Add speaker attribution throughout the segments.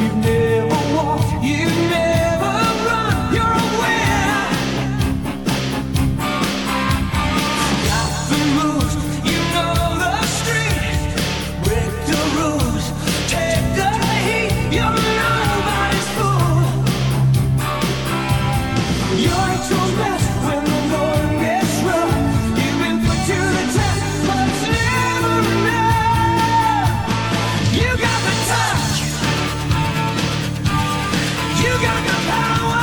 Speaker 1: You never walk. You never run. You're aware. Got the moves. You know the street. Break the rules. Take the heat. You're nobody's fool. You're at your best when the going gets rough. You've been put to the test, but it's never enough. You got the touch. You got the power.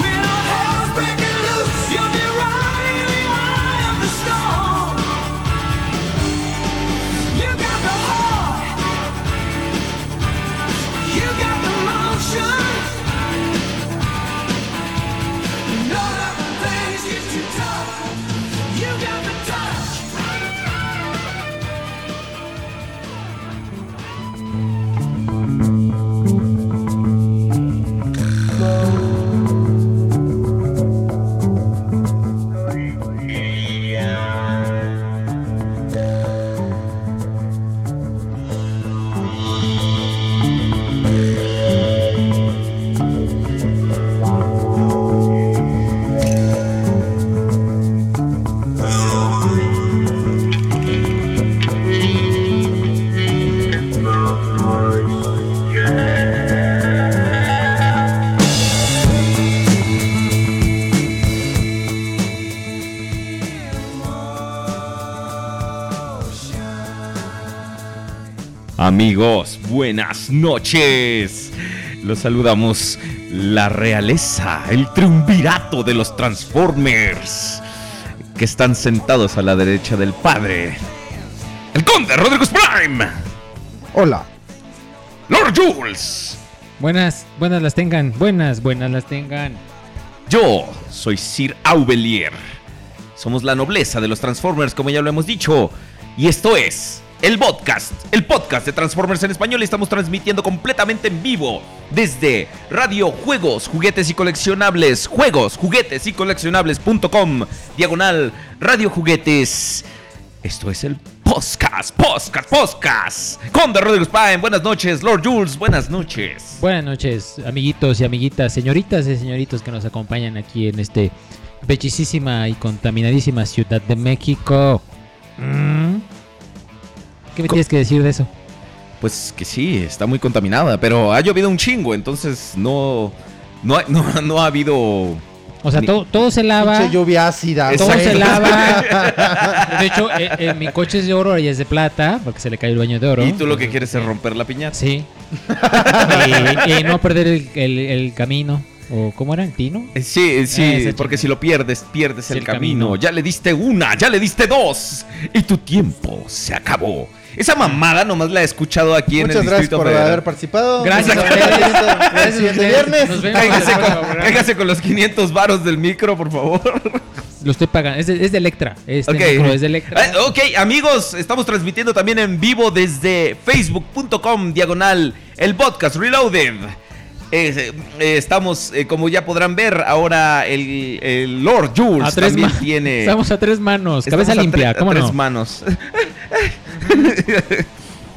Speaker 1: When all hell's breaking loose, you'll be right in the eye of the storm. You got the heart. You got the motion. And all of the things get too tough. You got the touch.
Speaker 2: Amigos, buenas noches. Los saludamos la realeza, el triunvirato de los Transformers, que están sentados a la derecha del padre. El conde Rodrigo Prime,
Speaker 3: Hola.
Speaker 2: Lord Jules.
Speaker 4: Buenas, buenas las tengan, buenas, buenas las tengan.
Speaker 2: Yo soy Sir Aubelier. Somos la nobleza de los Transformers, como ya lo hemos dicho. Y esto es el podcast, el podcast de Transformers en español. Estamos transmitiendo completamente en vivo desde Radio Juegos, Juguetes y Coleccionables, Juegos, Juguetes y Coleccionables.com, diagonal Radio Juguetes. Esto es el podcast, podcast, podcast. Conde Rodrigo Spain, buenas noches. Lord Jules, buenas noches.
Speaker 4: Buenas noches, amiguitos y amiguitas, señoritas y señoritos que nos acompañan aquí en este bellísima y contaminadísima ciudad de México. Mm. ¿Qué me
Speaker 2: Co-
Speaker 4: tienes que decir de eso?
Speaker 2: Pues que sí, está muy contaminada, pero ha llovido un chingo, entonces no. No, ha- no, no ha habido.
Speaker 4: O sea,
Speaker 2: Ni-
Speaker 4: todo, todo se lava,
Speaker 3: Pinche lluvia ácida.
Speaker 4: todo
Speaker 2: Exacto.
Speaker 4: se lava. De hecho, eh, eh, mi coche es de oro y es de plata, porque se le cae el baño de oro.
Speaker 2: Y tú lo que
Speaker 4: Entonces,
Speaker 2: quieres es romper la piñata.
Speaker 4: Sí. y, y no perder el, el- el camino. ¿O cómo era? ¿El tino?
Speaker 2: Eh, Sí, sí,
Speaker 4: Ese
Speaker 2: porque
Speaker 4: chingo.
Speaker 2: si lo pierdes, pierdes
Speaker 4: Sí,
Speaker 2: el,
Speaker 4: el
Speaker 2: camino.
Speaker 4: camino.
Speaker 2: Ya le diste una, ya le diste dos. Y tu tiempo se acabó. Esa mamada nomás la he escuchado aquí en
Speaker 3: Muchas
Speaker 2: el
Speaker 3: gracias
Speaker 2: Distrito
Speaker 3: por haber
Speaker 2: Federal.
Speaker 3: participado.
Speaker 4: Gracias
Speaker 3: Nos
Speaker 4: a ustedes. Gracias
Speaker 3: vemos el
Speaker 4: a
Speaker 3: siguiente
Speaker 4: ustedes.
Speaker 3: viernes.
Speaker 4: Nos vemos.
Speaker 2: Véngase con,
Speaker 4: Programa.
Speaker 2: véngase con los 500 varos del micro, por favor.
Speaker 4: Lo estoy pagando. Es de, es de Electra. Este
Speaker 2: Ok.
Speaker 4: micro es de Electra.
Speaker 2: Eh, ok, amigos, estamos transmitiendo también en vivo desde facebook.com diagonal el podcast Reloaded. Eh, eh, estamos, eh, como ya podrán ver, ahora el, el Lord Jules
Speaker 4: a tres
Speaker 2: también
Speaker 4: ma-
Speaker 2: tiene...
Speaker 4: Estamos a tres manos.
Speaker 2: estamos
Speaker 4: Cabeza
Speaker 2: a tre-
Speaker 4: limpia.
Speaker 2: a
Speaker 4: ¿Cómo
Speaker 2: tres
Speaker 4: no?
Speaker 2: manos.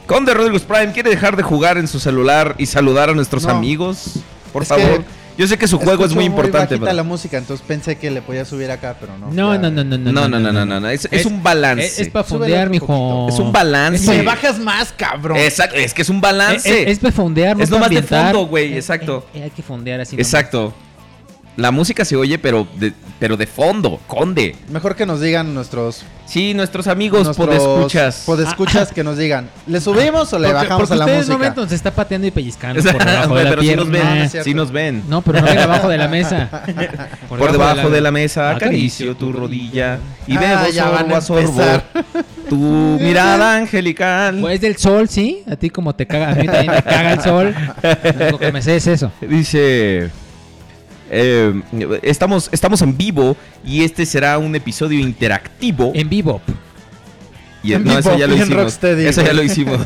Speaker 2: Conde Rodríguez Prime, ¿quiere dejar de jugar en su celular y saludar a nuestros
Speaker 3: No.
Speaker 2: amigos? Por
Speaker 3: Es
Speaker 2: favor.
Speaker 3: que
Speaker 2: Yo sé que su juego es
Speaker 3: Escucho
Speaker 2: muy importante.
Speaker 3: bajita
Speaker 2: pero-
Speaker 3: la música, entonces pensé que le podía subir acá, pero no.
Speaker 4: No,
Speaker 3: ya.
Speaker 4: no, no, no, no.
Speaker 2: No, no, no, no, no. no. Es, es un balance.
Speaker 4: Es, para
Speaker 3: Súbele
Speaker 4: fondear,
Speaker 3: un
Speaker 4: mijo.
Speaker 2: Es un
Speaker 3: Si
Speaker 2: balance.
Speaker 3: me bajas más, cabrón.
Speaker 2: Exacto, es que es un
Speaker 4: Es,
Speaker 2: balance.
Speaker 4: es para fondear, no
Speaker 2: Es
Speaker 4: pa'
Speaker 2: nomás de
Speaker 4: ambientar.
Speaker 2: fondo, güey,
Speaker 4: Eh,
Speaker 2: exacto.
Speaker 4: eh, hay que fondear así. nomás.
Speaker 2: Exacto. La música se oye, pero de, pero de fondo, conde.
Speaker 3: Mejor que nos digan nuestros,
Speaker 2: Sí, nuestros amigos
Speaker 3: nuestros
Speaker 2: podescuchas.
Speaker 3: podescuchas que nos digan, ¿le subimos o le
Speaker 4: Porque-
Speaker 3: bajamos
Speaker 4: porque
Speaker 3: a la
Speaker 4: ustedes no
Speaker 3: música?
Speaker 4: ven, entonces está pateando y pellizcando
Speaker 2: Exacto,
Speaker 4: por debajo de la
Speaker 2: pero sí nos
Speaker 4: pierna.
Speaker 2: ven.
Speaker 3: es cierto.
Speaker 2: sí nos ven.
Speaker 4: No, pero no ven abajo de la mesa. Ah,
Speaker 2: Por, debajo de la, mesa, acaricio tu rodilla y
Speaker 3: Ah,
Speaker 2: bebo
Speaker 3: ya van
Speaker 2: sorbo
Speaker 3: a
Speaker 2: a sorbo
Speaker 3: empezar.
Speaker 2: tu tu mirada angelical.
Speaker 4: Pues del sol, sí. A ti como te caga, a mí también me caga el sol. Lo que me sé es eso.
Speaker 2: Dice. eh, estamos, estamos en vivo y este será un episodio interactivo.
Speaker 4: En vivo.
Speaker 2: y
Speaker 3: en
Speaker 2: no, eso
Speaker 3: vivo,
Speaker 2: ya lo
Speaker 3: bien
Speaker 2: hicimos.
Speaker 3: rocksteady,
Speaker 2: eso ya
Speaker 3: güey.
Speaker 2: lo hicimos.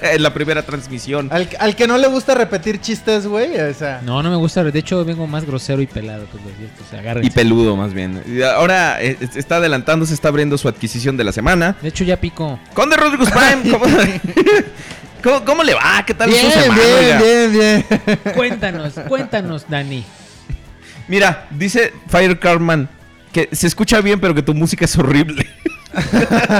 Speaker 2: en la primera transmisión.
Speaker 3: Al, al que no le gusta repetir chistes, güey, o sea.
Speaker 4: No, no me gusta. De hecho, vengo más grosero y pelado que los días. O sea,
Speaker 2: Y
Speaker 4: agárrense.
Speaker 2: peludo, más bien. Y Ahora eh, está adelantando, se está abriendo su adquisición de la semana.
Speaker 4: de hecho, ya pico.
Speaker 2: Conde Rodríguez Prime, ¿cómo, ¿cómo- cómo le va? ¿Qué tal su semana? oiga?
Speaker 3: bien, bien, bien.
Speaker 4: Cuéntanos, cuéntanos, Dani.
Speaker 2: Mira, dice Fire Carman que se escucha bien, pero que tu música es horrible.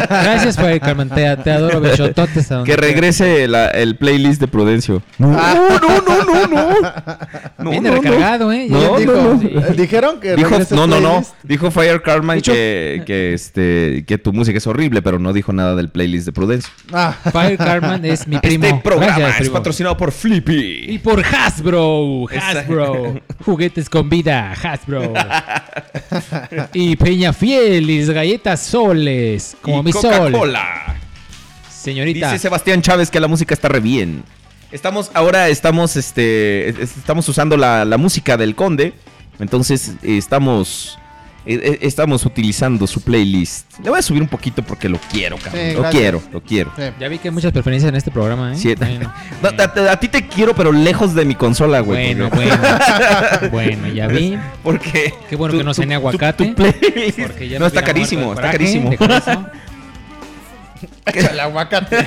Speaker 4: Gracias por el Carmen. Te, te adoro, bechototes. a donde
Speaker 2: Que
Speaker 4: quiera.
Speaker 2: regrese la- el playlist de Prudencio. No,
Speaker 4: Ah.
Speaker 2: no, no, no, no. No,
Speaker 4: Viene
Speaker 2: no, no.
Speaker 4: recargado, ¿eh?
Speaker 2: No,
Speaker 4: Ya
Speaker 3: Dijo-
Speaker 4: dijo,
Speaker 2: no,
Speaker 4: sí.
Speaker 3: Dijeron que
Speaker 2: Dijo,
Speaker 3: regrese
Speaker 2: no, no, no.
Speaker 3: playlist.
Speaker 2: Dijo Fire Carman
Speaker 4: Dicho-
Speaker 2: que, que, este, que tu música es horrible, pero no dijo nada del playlist de Prudencio.
Speaker 3: Ah,
Speaker 4: Fire Carmen es mi primo.
Speaker 2: Este programa
Speaker 4: Gracias,
Speaker 2: es
Speaker 4: primo.
Speaker 2: patrocinado por
Speaker 4: Y
Speaker 2: Flippy.
Speaker 4: por Hasbro, Hasbro,
Speaker 2: Exacto.
Speaker 4: juguetes con vida, Hasbro. y Peña Fielis, galletas soles, como
Speaker 2: Y
Speaker 4: mi sol.
Speaker 2: Coca-Cola.
Speaker 4: Señorita,
Speaker 2: Dice Sebastián Chávez que la música está re bien. Estamos, ahora estamos, este, es- estamos usando la, la música del conde. Entonces eh, estamos, eh, eh, estamos utilizando su playlist. Le voy a subir un poquito porque lo quiero, cabrón.
Speaker 3: Sí,
Speaker 2: lo
Speaker 3: gracias.
Speaker 2: quiero, lo quiero.
Speaker 3: sí.
Speaker 4: ya vi que hay muchas preferencias en este programa, ¿eh?
Speaker 2: Sí.
Speaker 4: Bueno,
Speaker 2: No, a, a- a ti te quiero, pero lejos de mi consola, güey.
Speaker 4: bueno,
Speaker 2: porque-
Speaker 4: bueno, bueno, ya vi.
Speaker 2: Porque
Speaker 4: Qué bueno que no cené
Speaker 2: tu- tu-
Speaker 4: aguacate.
Speaker 2: tu playlist-
Speaker 4: porque ya me
Speaker 2: no, está
Speaker 4: hubiera
Speaker 2: carísimo,
Speaker 4: muerto
Speaker 2: está
Speaker 4: de coraje,
Speaker 2: carísimo.
Speaker 4: ¿eh? de corazón.
Speaker 3: el aguacate.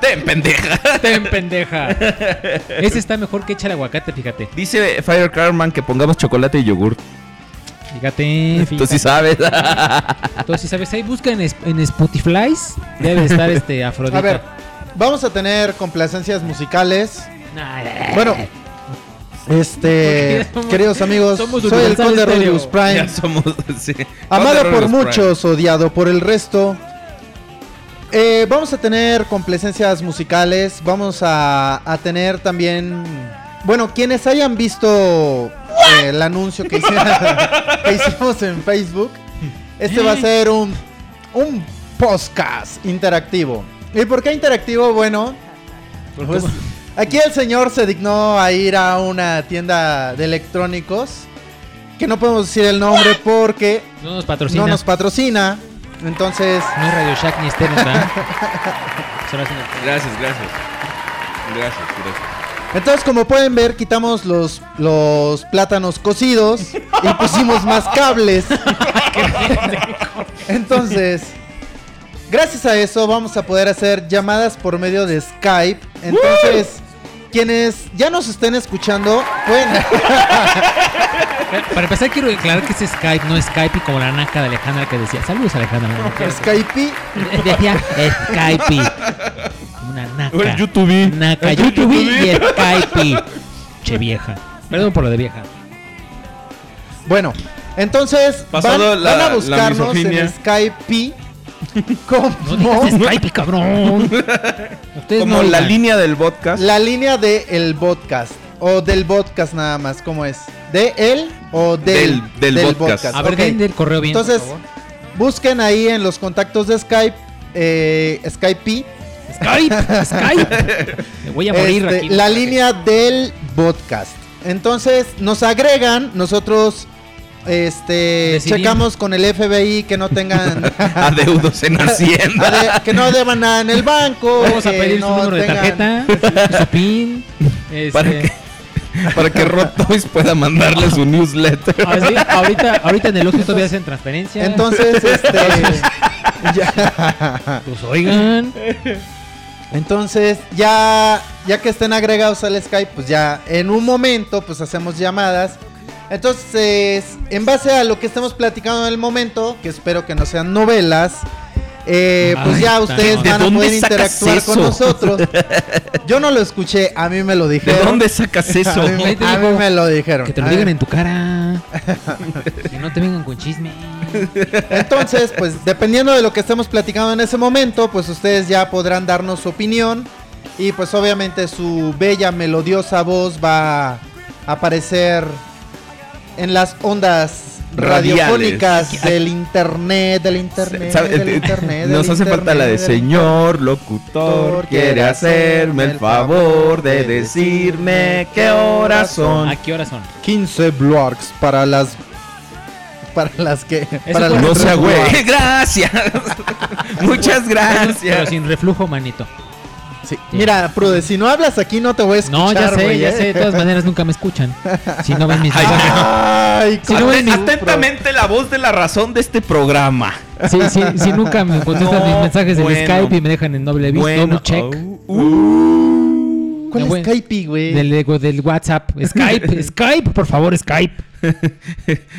Speaker 2: Ten, pendeja.
Speaker 4: Ten pendeja. Ese está mejor que echar aguacate, fíjate.
Speaker 2: Dice Fire Carman que pongamos chocolate y yogur.
Speaker 4: Fíjate, fíjate.
Speaker 2: Tú sí sabes.
Speaker 4: Entonces, si sabes, ahí busca en, es- en Spotify. Debe de estar este Afrodita.
Speaker 3: A ver, vamos a tener complacencias musicales.
Speaker 4: Nah, nah, nah.
Speaker 3: Bueno, este,
Speaker 4: Somos-
Speaker 3: queridos amigos,
Speaker 4: somos
Speaker 3: soy el
Speaker 4: Universal
Speaker 3: conde
Speaker 4: Stereo.
Speaker 3: Rodríguez Prime,
Speaker 2: Ya somos. sí.
Speaker 3: amado
Speaker 2: Conde Rogers
Speaker 3: por
Speaker 2: Prime.
Speaker 3: muchos, odiado por el resto. Eh, vamos a tener complacencias musicales, vamos a, a tener también, bueno, quienes hayan visto eh, el anuncio que, hice- que hicimos en Facebook, este va a ser un, un podcast interactivo. ¿Y por qué interactivo? Bueno, Pues, aquí el señor se dignó a ir a una tienda de electrónicos que no podemos decir el nombre porque
Speaker 4: No nos patrocina.
Speaker 3: no
Speaker 4: No,
Speaker 3: nos patrocina. Entonces,
Speaker 4: es Radio Shack ni Stereo, ¿verdad? Solo hacen el-
Speaker 2: Gracias, gracias. Gracias, gracias.
Speaker 3: entonces como pueden ver, quitamos los, los plátanos cocidos y pusimos más cables. Entonces, gracias a eso vamos a poder hacer llamadas por medio de Skype. Entonces, quienes ya nos estén escuchando, pueden...
Speaker 4: Para empezar, quiero declarar que es Skype, no Skype, y como la naca de Alejandra que decía. Saludos, Alejandra. no, no, no.
Speaker 3: Skype
Speaker 4: Decía Skype. Como Una naca.
Speaker 2: YouTube.
Speaker 4: Naca, YouTube y Skype. Che vieja. Perdón por lo de vieja.
Speaker 3: Bueno, entonces van,
Speaker 2: Pasado la-
Speaker 3: van a
Speaker 2: la
Speaker 3: buscarnos
Speaker 2: misoginia.
Speaker 3: en Skype como
Speaker 4: No digas Skype, cabrón. Ustedes
Speaker 2: Como
Speaker 4: no
Speaker 2: la
Speaker 4: digan.
Speaker 2: línea del podcast.
Speaker 3: la línea de el podcast o del podcast nada más, ¿cómo es? ¿De él o del,
Speaker 2: Del- del podcast.
Speaker 4: A ver,
Speaker 3: ok.
Speaker 4: den el correo bien.
Speaker 3: Entonces,
Speaker 4: por favor.
Speaker 3: busquen ahí en los contactos de Skype eh, Skype
Speaker 4: Skype, Skype. Me voy a morir
Speaker 3: este,
Speaker 4: aquí.
Speaker 3: la línea del podcast. Entonces, nos agregan, nosotros este
Speaker 4: Decidimos.
Speaker 3: checamos con el FBI que no tengan
Speaker 2: Adeudos en Hacienda.
Speaker 3: Ade- que no deban nada en el banco.
Speaker 4: Vamos a
Speaker 3: que
Speaker 4: pedir
Speaker 3: no
Speaker 4: su número
Speaker 3: tengan-
Speaker 4: de tarjeta, su PIN. este,
Speaker 2: ¿Para qué? Para que Rod Toys pueda mandarle su newsletter.
Speaker 4: así, Ah, ahorita, ahorita en el Oxxo todavía hacen transferencia.
Speaker 3: Entonces, este. ya,
Speaker 4: Pues oigan.
Speaker 3: entonces, ya, ya que estén agregados al Skype, pues ya en un momento, pues hacemos llamadas. Entonces, en base a lo que estamos platicando en el momento, que espero que no sean novelas, eh, pues
Speaker 4: Ay,
Speaker 3: ya
Speaker 4: tan-
Speaker 3: ustedes
Speaker 4: ¿De
Speaker 3: van a
Speaker 2: dónde
Speaker 3: poder
Speaker 2: sacas
Speaker 3: interactuar con
Speaker 2: eso?
Speaker 3: nosotros. Yo no lo escuché, a mí me lo
Speaker 2: ¿De
Speaker 3: dijeron.
Speaker 2: dónde sacas eso?
Speaker 3: A mí, me-
Speaker 4: Ahí te
Speaker 3: a mí
Speaker 4: digo,
Speaker 3: me lo dijeron.
Speaker 4: Que te lo
Speaker 3: A
Speaker 4: digan
Speaker 3: ver.
Speaker 4: en tu cara. Que no te vengan con chisme.
Speaker 3: Entonces, pues dependiendo de lo que estemos platicando en ese momento, pues ustedes ya podrán darnos su opinión. Y pues obviamente su bella, melodiosa voz va a aparecer en las ondas radiofónicas
Speaker 2: radiales.
Speaker 3: del internet, del internet,
Speaker 2: ¿Sabe? eh,
Speaker 3: del internet. del
Speaker 2: Nos hace falta la de
Speaker 3: internet, del-
Speaker 2: señor locutor, quiere hacerme el favor de
Speaker 3: Eh,
Speaker 2: decirme qué horas son.
Speaker 4: ¿A qué hora son?
Speaker 3: 15 blogs para las para las que para las
Speaker 2: No sea güey.
Speaker 3: blogs.
Speaker 2: Gracias. Muchas
Speaker 4: Pero
Speaker 2: gracias.
Speaker 4: sin reflujo, manito.
Speaker 3: Sí. Mira, Prude, si no hablas aquí no te voy a escuchar,
Speaker 4: No, ya sé,
Speaker 3: güey,
Speaker 4: ya
Speaker 3: ¿eh?
Speaker 4: sé. De todas maneras, nunca me escuchan. Si no ven mis mensajes.
Speaker 3: Ay,
Speaker 4: Si no ven mis-
Speaker 2: Atentamente la voz de la razón de este programa.
Speaker 4: Sí, sí, sí, nunca me contestan
Speaker 2: No,
Speaker 4: mis mensajes
Speaker 2: bueno.
Speaker 4: en Skype y me dejan en doble vis, doble check.
Speaker 3: Oh.
Speaker 2: Uh.
Speaker 3: ¿Cuál
Speaker 4: No, güey.
Speaker 3: es Skype, güey?
Speaker 4: Del, ego- del WhatsApp. Skype, Skype, por favor, Skype.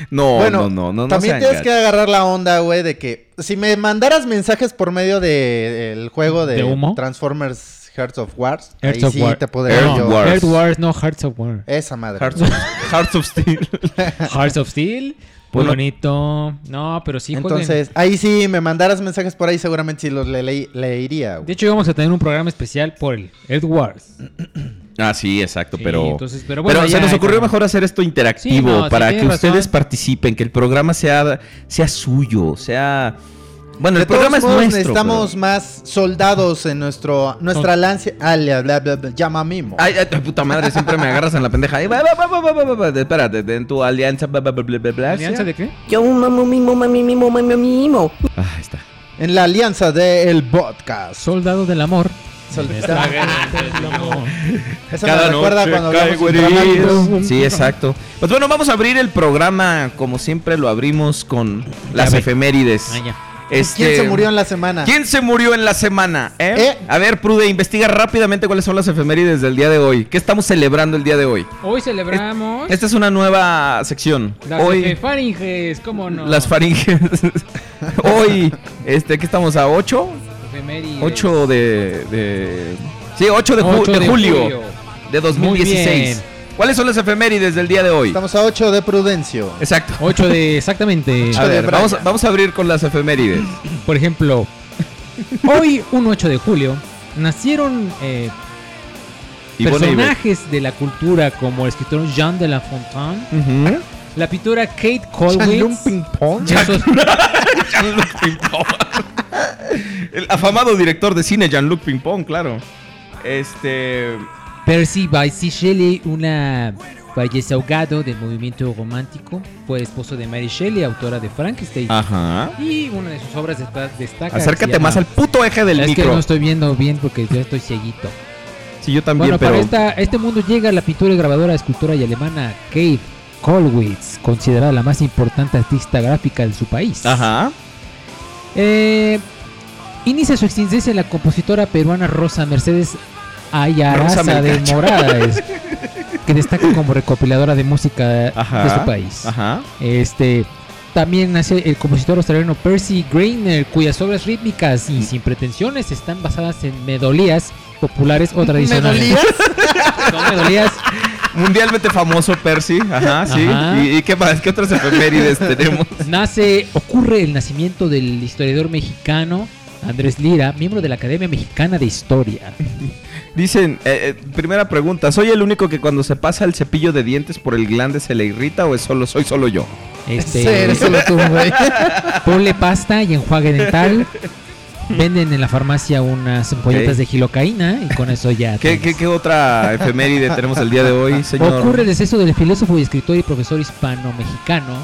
Speaker 2: No,
Speaker 3: Bueno,
Speaker 2: no, no, no, no.
Speaker 3: también
Speaker 2: sean
Speaker 3: tienes que
Speaker 2: gachos.
Speaker 3: agarrar la onda, güey, de que si me mandaras mensajes por medio de- del juego de,
Speaker 4: ¿De humo?
Speaker 3: Transformers Hearts of Wars,
Speaker 4: Hearts
Speaker 3: ahí
Speaker 4: of
Speaker 3: sí
Speaker 4: War.
Speaker 3: te podría
Speaker 2: Hearts
Speaker 4: no,
Speaker 2: of
Speaker 3: yo.
Speaker 2: War.
Speaker 4: Hearts Wars, no Hearts of War.
Speaker 3: Esa madre.
Speaker 2: Hearts of, Hearts of Steel.
Speaker 4: Hearts of Steel. Muy
Speaker 2: Bueno.
Speaker 4: bonito. No, pero sí jueguen.
Speaker 3: Entonces, ahí sí me mandaras mensajes por ahí, seguramente sí los le, le- leería, güey.
Speaker 4: De hecho, íbamos a tener un programa especial por el Edwards.
Speaker 2: Ah, sí, exacto,
Speaker 4: Sí,
Speaker 2: pero.
Speaker 4: entonces, pero bueno, ya,
Speaker 2: se nos
Speaker 4: ahí
Speaker 2: ocurrió
Speaker 4: está.
Speaker 2: mejor hacer esto interactivo
Speaker 4: Sí, no, sí,
Speaker 2: para que
Speaker 4: tienes razón.
Speaker 2: ustedes participen, que el programa sea, sea suyo, sea. Bueno,
Speaker 3: De
Speaker 2: el programa es
Speaker 3: todos modos,
Speaker 2: nuestro.
Speaker 3: necesitamos
Speaker 2: pero-
Speaker 3: más soldados en nuestro nuestra lancia. Ah, bla, bla, bla, bla, llama mimo.
Speaker 2: Ay, ay, ay, puta madre, siempre me agarras en la pendeja. Ay, va, va, va, va, va, va, va, va, Espérate, en tu alianza. bla, bla, bla, bla, bla, bla,
Speaker 4: ¿Alianza
Speaker 2: ¿sí?
Speaker 4: de qué?
Speaker 5: Yo mamo mimo, mami mimo, mami mimo.
Speaker 2: Ah, ahí está.
Speaker 3: En la alianza del podcast.
Speaker 4: Soldado del amor.
Speaker 3: Soldado. Eso me
Speaker 2: Cada
Speaker 3: recuerda
Speaker 2: noche
Speaker 3: cuando
Speaker 2: cae
Speaker 3: hablamos
Speaker 2: güeritos.
Speaker 3: dramáticos.
Speaker 2: Sí, exacto. Pues bueno, vamos a abrir el programa como siempre lo abrimos con las
Speaker 4: ve.
Speaker 2: efemérides.
Speaker 4: Ah, ya.
Speaker 2: Este-
Speaker 3: ¿Quién se murió en la semana?
Speaker 2: ¿Quién se murió en la semana? eh?
Speaker 3: Eh.
Speaker 2: A ver, Prude, investiga rápidamente cuáles son las efemérides del día de hoy. ¿Qué estamos celebrando el día de hoy?
Speaker 4: Hoy celebramos
Speaker 2: Esta es una nueva sección.
Speaker 4: las eh,
Speaker 2: hoy,
Speaker 4: faringes, ¿cómo no?
Speaker 2: las faringes. hoy, este, ¿qué estamos a 8?
Speaker 4: Efemérides.
Speaker 2: 8 de, de- Sí, 8 de, ju-
Speaker 4: Ocho
Speaker 2: de
Speaker 4: de
Speaker 2: julio,
Speaker 4: julio.
Speaker 2: de 2016.
Speaker 4: Muy
Speaker 2: ¿Cuáles son las efemérides del día de hoy?
Speaker 3: Estamos a 8 de Prudencio.
Speaker 2: Exacto.
Speaker 4: 8 de exactamente.
Speaker 2: A
Speaker 3: de
Speaker 2: ver,
Speaker 3: Brian.
Speaker 2: vamos, vamos a abrir con las efemérides.
Speaker 4: Por ejemplo, hoy, un 8 de julio, nacieron eh,
Speaker 2: Ivonne Ibe-
Speaker 4: personajes de la cultura como el escritor Jean de La Fontaine,
Speaker 2: Ujú.
Speaker 4: la pintora Kate
Speaker 3: ¿Chanlun
Speaker 4: Colwitz,
Speaker 3: Ping Pong?
Speaker 4: esos-
Speaker 2: El afamado director de cine, Jean-Luc Pimpón, claro. Este.
Speaker 4: Percy Bysshe Shelley, una belleza ahogado del movimiento romántico, fue esposo de Mary Shelley, autora de Frankenstein.
Speaker 2: Ajá.
Speaker 4: Y una de sus obras desta- destaca.
Speaker 2: Acércate
Speaker 4: se
Speaker 2: más al
Speaker 4: llama-
Speaker 2: puto eje del
Speaker 4: Es
Speaker 2: micro.
Speaker 4: que no estoy viendo bien porque yo estoy cieguito.
Speaker 2: Sí, yo también,
Speaker 4: Bueno,
Speaker 2: pero.
Speaker 4: para esta- este mundo llega la pintura y grabadora, escultora y alemana Kate Kollwitz, considerada la más importante artista gráfica de su
Speaker 2: Ah.
Speaker 4: país.
Speaker 2: Ajá.
Speaker 4: Eh, inicia su existencia la compositora peruana Rosa Mercedes Ayaraza
Speaker 2: Rosa
Speaker 4: de
Speaker 2: Melcacho.
Speaker 4: Morales, que destaca como recopiladora de música
Speaker 2: Ajá.
Speaker 4: de su país.
Speaker 2: Ajá.
Speaker 4: Este también nace el compositor australiano Percy Grainer, cuyas obras rítmicas
Speaker 2: Mm.
Speaker 4: y sin pretensiones están basadas en medolías populares o tradicionales.
Speaker 3: ¿Medolías?
Speaker 4: Son medolías.
Speaker 2: Mundialmente famoso Percy. Ajá, sí.
Speaker 4: Ajá.
Speaker 2: ¿Y, y qué más? ¿Qué otras efemérides tenemos?
Speaker 4: Nace, ocurre el nacimiento del historiador mexicano Andrés Lira, miembro de la Academia Mexicana de Historia.
Speaker 2: Dicen, eh, eh, primera pregunta: ¿soy el único que cuando se pasa el cepillo de dientes por el glande se le irrita o es solo, soy solo yo?
Speaker 4: Este,
Speaker 3: Sí, eres solo tú, güey.
Speaker 4: Ponle pasta y enjuague dental. Venden en la farmacia unas ampolletas
Speaker 2: Ok.
Speaker 4: de gilocaína y con eso ya.
Speaker 2: ¿Qué,
Speaker 4: tienes.
Speaker 2: qué, qué otra efeméride tenemos el día de hoy, señor?
Speaker 4: Ocurre el deceso del filósofo y escritor y profesor hispano-mexicano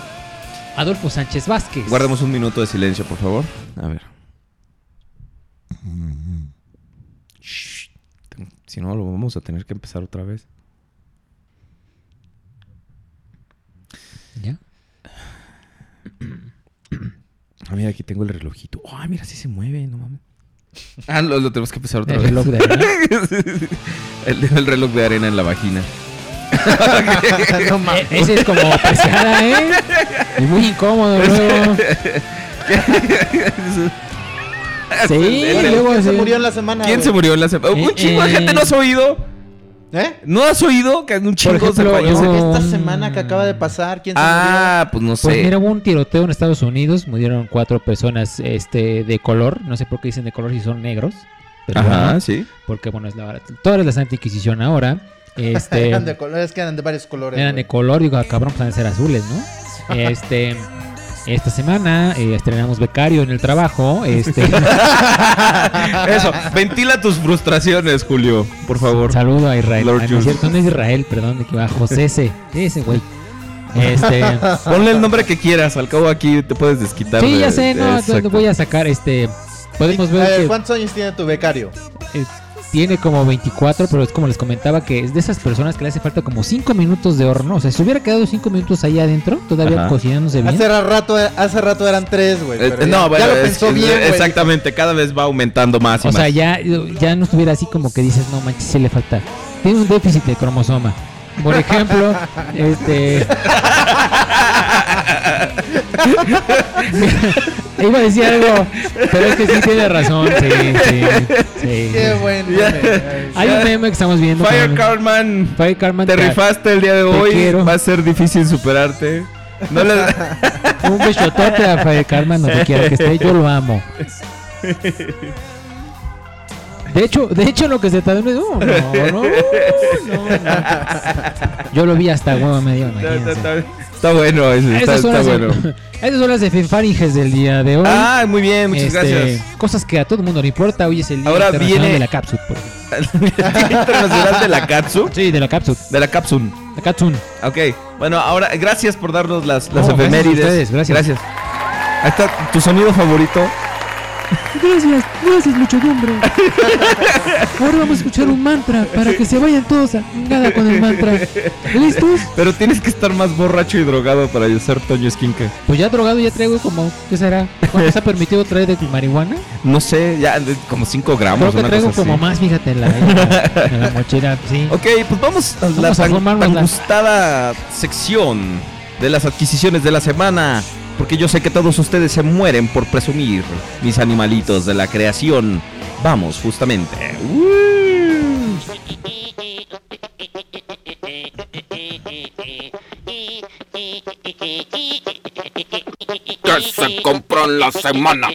Speaker 4: Adolfo Sánchez Vázquez.
Speaker 2: Guardemos un minuto de silencio, por favor. A ver. Shh. Si no, lo vamos a tener que empezar otra vez.
Speaker 4: ¿Ya?
Speaker 2: Ah, mira, aquí tengo el relojito. Ah, mira, sí se mueve, no mames. Ah, lo, lo tenemos que empezar otra
Speaker 4: El
Speaker 2: vez.
Speaker 4: reloj de arena.
Speaker 2: el, el reloj de arena en la vagina.
Speaker 3: No mames.
Speaker 4: E-, Ese es como apreciada, ¿eh? Y muy incómodo luego. sí,
Speaker 3: Bueno,
Speaker 4: luego
Speaker 3: ¿Quién se
Speaker 4: sí.
Speaker 3: murió en la semana?
Speaker 2: ¿Quién se
Speaker 3: güey?
Speaker 2: murió en la semana?
Speaker 4: Eh,
Speaker 2: un chingo de
Speaker 4: eh.
Speaker 2: gente no has oído.
Speaker 3: ¿Eh?
Speaker 2: ¿No has oído que un chingo se
Speaker 4: ejemplo,
Speaker 2: falló?
Speaker 4: yo-
Speaker 3: Esta semana que acaba de pasar, ¿quién se
Speaker 2: Ah, pues no sé.
Speaker 4: Pues mira, hubo un tiroteo en Estados Unidos, murieron cuatro personas este, de color, no sé por qué dicen de color si son negros, pero
Speaker 2: Ajá,
Speaker 4: bueno,
Speaker 2: sí.
Speaker 4: porque bueno, es la, toda la Santa Inquisición ahora,
Speaker 3: murió?
Speaker 4: este,
Speaker 3: Eran de colores, que eran de varios colores.
Speaker 4: eran
Speaker 3: güey.
Speaker 4: de color, digo, ah, cabrón, pues han de ser azules, ¿no? Este. Esta semana eh, estrenamos Becario en el trabajo. Este,
Speaker 2: Eso, ventila tus frustraciones, Julio, por favor.
Speaker 4: saludo a Israel. Ah,
Speaker 2: Lord
Speaker 4: no, es
Speaker 2: Jules.
Speaker 4: cierto, no es Israel, perdón, de que va José ese, ese güey. Este,
Speaker 2: Ponle el nombre que quieras, al cabo aquí te puedes desquitar.
Speaker 4: sí,
Speaker 2: de-
Speaker 4: ya sé, no,
Speaker 2: Exacto.
Speaker 4: no voy a sacar este. Podemos
Speaker 3: A ver,
Speaker 4: ver que
Speaker 3: ¿cuántos años tiene tu becario?
Speaker 4: eh, tiene como 24, pero es como les comentaba que es de esas personas que le hace falta como 5 minutos de horno. O sea, si hubiera quedado 5 minutos ahí adentro, todavía
Speaker 2: Ajá.
Speaker 4: cocinándose bien.
Speaker 3: Hace rato, hace rato eran tres, güey.
Speaker 2: Eh,
Speaker 3: pero ya-
Speaker 2: no,
Speaker 3: ya
Speaker 2: bueno,
Speaker 3: lo
Speaker 2: es-
Speaker 3: pensó
Speaker 2: es-
Speaker 3: bien, güey.
Speaker 2: Exactamente, cada vez va aumentando más y
Speaker 4: O sea,
Speaker 2: más.
Speaker 4: ya, ya no estuviera así como que dices, no manches, sí le falta. Tiene un déficit de cromosoma. Por ejemplo, este. Iba a decir algo, pero es que sí tiene razón. Sí, sí, sí.
Speaker 3: Qué bueno.
Speaker 4: Hay un meme que estamos viendo.
Speaker 2: Fire
Speaker 4: con-
Speaker 2: Carman,
Speaker 4: Fire Carman.
Speaker 2: te rifaste el día de hoy.
Speaker 4: quiero.
Speaker 2: Va a ser difícil superarte. No le-
Speaker 4: Un besotote a Fire Carman, donde quiera que esté. Yo lo amo. De hecho, de hecho, lo que se está dando es. "Oh, no, no, no, no". Yo lo vi hasta huevo medio.
Speaker 2: está, está-
Speaker 4: imagínense.
Speaker 2: está- está bueno, eso, está,
Speaker 4: Esas son,
Speaker 2: está
Speaker 4: las,
Speaker 2: bueno.
Speaker 4: esas son las efinfaringes del día de hoy.
Speaker 2: Ah, muy bien, muchas
Speaker 4: Este,
Speaker 2: gracias.
Speaker 4: Cosas que a todo el mundo le importa. Hoy es el día
Speaker 2: Ahora
Speaker 4: internacional
Speaker 2: viene-
Speaker 4: de la cápsula. por ejemplo.
Speaker 2: Internacional de la Katsu.
Speaker 4: Sí, de la cápsula.
Speaker 2: De la Capsun.
Speaker 4: La cápsula.
Speaker 2: Ok, bueno, ahora gracias por darnos las, las
Speaker 4: No, gracias a
Speaker 2: efemérides.
Speaker 4: ustedes, gracias.
Speaker 2: Ahí está tu sonido favorito.
Speaker 4: Gracias, gracias, muchedumbre. Ahora vamos a escuchar un mantra para que se vayan todos a nada con el mantra. ¿Listos?
Speaker 2: Pero tienes que estar más borracho y drogado para yo ser Toño Esquinca.
Speaker 4: Pues ya drogado, ya traigo como, ¿qué será? ¿Cuánto se ha permitido traer de marihuana?
Speaker 2: No sé, ya de- como 5 gramos.
Speaker 4: Creo que
Speaker 2: una
Speaker 4: traigo
Speaker 2: cosa así.
Speaker 4: como más, fíjate, en la, en la- en la mochila, sí.
Speaker 2: Ok, pues vamos a la
Speaker 4: Vamos a
Speaker 2: tan,
Speaker 4: formarnos
Speaker 2: tan
Speaker 4: la-
Speaker 2: gustada sección de las adquisiciones de la semana. Porque yo sé que todos ustedes se mueren por presumir mis animalitos de la creación. Vamos, justamente. Uh.
Speaker 1: que se compró en la semana.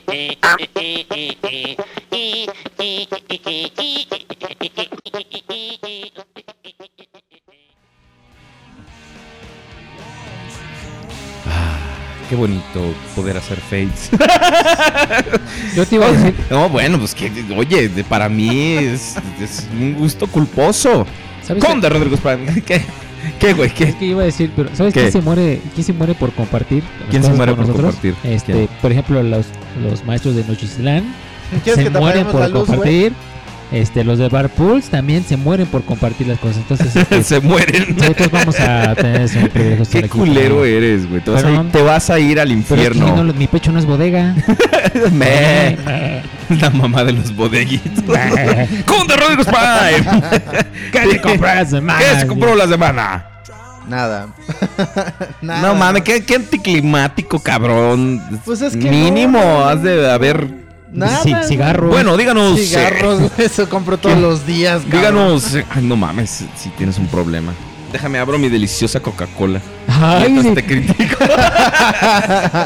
Speaker 2: Qué bonito poder hacer fates.
Speaker 4: Yo te iba a decir,
Speaker 2: No, bueno, pues que, oye, de- para mí es, es un gusto culposo.
Speaker 4: ¿sabes qué?
Speaker 2: Conde Rodrigo Prime. ¿Qué? ¿Qué, güey?
Speaker 4: Es
Speaker 2: ¿Qué?
Speaker 4: que iba a decir, pero ¿sabes
Speaker 2: ¿Qué?
Speaker 4: quién se muere? ¿Quién se muere por compartir? las
Speaker 2: ¿Quién se
Speaker 4: cosas
Speaker 2: muere
Speaker 4: con
Speaker 2: por compartir?
Speaker 4: Este,
Speaker 2: ¿Quién?
Speaker 4: por ejemplo, los, los maestros de Nochislán
Speaker 3: ¿Quieres
Speaker 4: se
Speaker 3: que te
Speaker 4: mueren
Speaker 3: apaguemos
Speaker 4: por
Speaker 3: la luz, güey?
Speaker 4: compartir. Este, los de Bar Pools también se mueren por compartir las cosas. Entonces, este,
Speaker 2: Se mueren.
Speaker 4: nosotros vamos a tener ese privilegio de estar
Speaker 2: Qué
Speaker 4: aquí.
Speaker 2: culero eres, güey. Te, vas a
Speaker 4: Perdón.
Speaker 2: ir- te vas a ir al
Speaker 4: Pero es que no
Speaker 2: infierno.
Speaker 4: lo- mi pecho no es bodega.
Speaker 2: Meh. La mamá de los bodeguitos. Conde Rodrigo Prime.
Speaker 4: ¿Qué te compras, mamá?
Speaker 2: ¿Qué se compró la semana?
Speaker 3: Nada. Nada.
Speaker 2: No mames, qué, qué anticlimático, cabrón.
Speaker 3: Pues es que
Speaker 2: Mínimo,
Speaker 3: no,
Speaker 2: has de haber.
Speaker 3: Nada.
Speaker 4: Ci- cigarro.
Speaker 2: Bueno, díganos. eh,
Speaker 3: Cigarros, güey, eso compro todos
Speaker 2: ¿Qué?
Speaker 3: los días, cabrón.
Speaker 2: Díganos, eh, ay, no mames, si tienes un problema. Déjame abro mi deliciosa Coca-Cola.
Speaker 4: Ay,
Speaker 2: Mientras
Speaker 4: sí.
Speaker 2: te critico.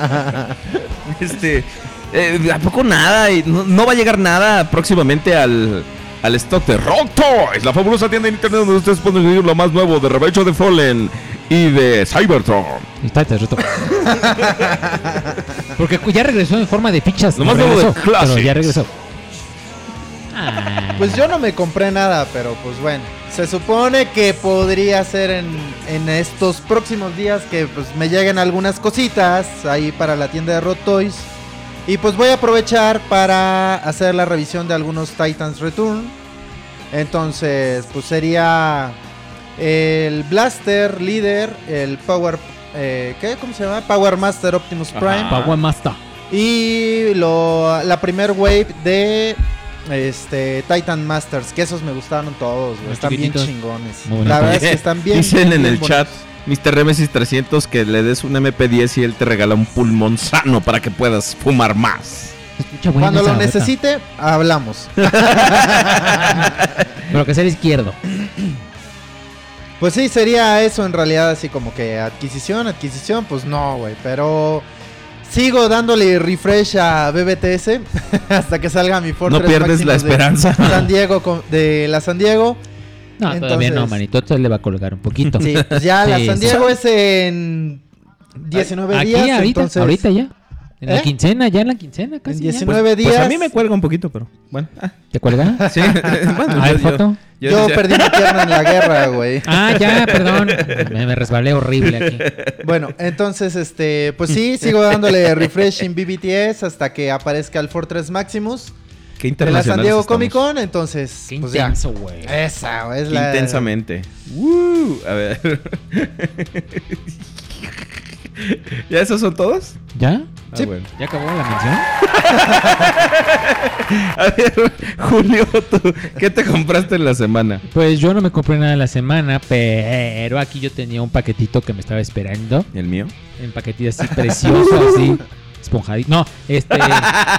Speaker 2: este, eh, ¿a poco nada? Y No, no va a llegar nada próximamente al, al stock de Rock Toys, la fabulosa tienda en internet donde ustedes pueden conseguir lo más nuevo de Rebecho de Fallen y de Cybertron.
Speaker 4: Está, te reto. Porque cu- ya regresó en forma de fichas.
Speaker 2: Nomás
Speaker 4: pero
Speaker 2: luego de
Speaker 4: regresó, Pero
Speaker 2: clases.
Speaker 4: ya regresó. Ah.
Speaker 3: Pues yo no me compré nada, pero pues bueno. Se supone que podría ser en, en estos próximos días que pues me lleguen algunas cositas ahí para la tienda de Rot Toys. Y pues voy a aprovechar para hacer la revisión de algunos Titans Return. Entonces, pues sería el Blaster Leader, el Power... eh, ¿Qué? ¿Cómo se llama? Power Master Optimus
Speaker 2: Ajá.
Speaker 3: Prime.
Speaker 4: Power Master.
Speaker 3: Y lo- la primer wave de este Titan Masters, que esos me gustaron todos, güey.
Speaker 4: Los
Speaker 3: Están bien
Speaker 4: chiquititos.
Speaker 3: chingones.
Speaker 4: Muy bonitos.
Speaker 3: La verdad es que están bien.
Speaker 2: Dicen
Speaker 3: bien,
Speaker 2: en el
Speaker 3: bien
Speaker 2: chat, Mr. Remesis 300, que le des un MP10 y él te regala un pulmón sano para que puedas fumar más.
Speaker 4: Se escucha bueno
Speaker 3: Cuando
Speaker 4: esa
Speaker 3: lo
Speaker 4: beta.
Speaker 3: necesite, hablamos.
Speaker 4: Pero que sea el izquierdo.
Speaker 3: Pues sí, sería eso en realidad, así como que adquisición, adquisición, pues no, güey. Pero sigo dándole refresh a BBTS hasta que salga mi Fortress
Speaker 2: no pierdes
Speaker 3: Maximus
Speaker 2: la
Speaker 3: de
Speaker 2: esperanza.
Speaker 3: San Diego, con- de la San Diego.
Speaker 4: No, todavía
Speaker 3: Entonces-
Speaker 4: no, manito. Entonces le va a colgar un poquito.
Speaker 3: Sí, pues ya pues la
Speaker 4: Sí,
Speaker 3: San
Speaker 4: sí.
Speaker 3: Diego es en 19
Speaker 4: Aquí,
Speaker 3: días,
Speaker 4: ahorita,
Speaker 3: entonces.
Speaker 4: ahorita ya. En la
Speaker 3: ¿Eh?
Speaker 4: quincena, ya en la quincena casi.
Speaker 3: En
Speaker 4: ya.
Speaker 3: 19 días.
Speaker 2: Pues a mí me cuelga un poquito, pero bueno. Ah,
Speaker 4: ¿Te cuelga?
Speaker 2: sí.
Speaker 4: Ah,
Speaker 2: Bueno, yo-
Speaker 4: ¿hay
Speaker 2: yo-
Speaker 4: foto?
Speaker 2: yo
Speaker 3: Yo
Speaker 2: decía-
Speaker 3: perdí mi pierna en la guerra, güey.
Speaker 4: Ah, ya, perdón. Me, me resbalé horrible aquí.
Speaker 3: Bueno, entonces, este, pues sí, sigo dándole refresh en BBTS hasta que aparezca el Fortress Maximus
Speaker 2: Qué
Speaker 3: de la
Speaker 2: internacionales
Speaker 3: San Diego
Speaker 2: estamos.
Speaker 3: Comic Con, entonces,
Speaker 4: Qué
Speaker 3: pues ya.
Speaker 4: intenso, güey.
Speaker 3: Esa, es
Speaker 2: Qué
Speaker 3: la...
Speaker 2: Intensamente. Woo. A ver. ¿Ya esos son todos?
Speaker 4: ¿Ya?
Speaker 2: Ah,
Speaker 3: Sí.
Speaker 2: bueno.
Speaker 4: ¿Ya acabó la mención?
Speaker 2: A ver, Julio, ¿tú ¿qué te compraste en la semana?
Speaker 4: Pues yo no me compré nada la semana, pero aquí yo tenía un paquetito que me estaba esperando.
Speaker 2: ¿El mío?
Speaker 4: Un paquetito así precioso, así. Esponjadito. No, este.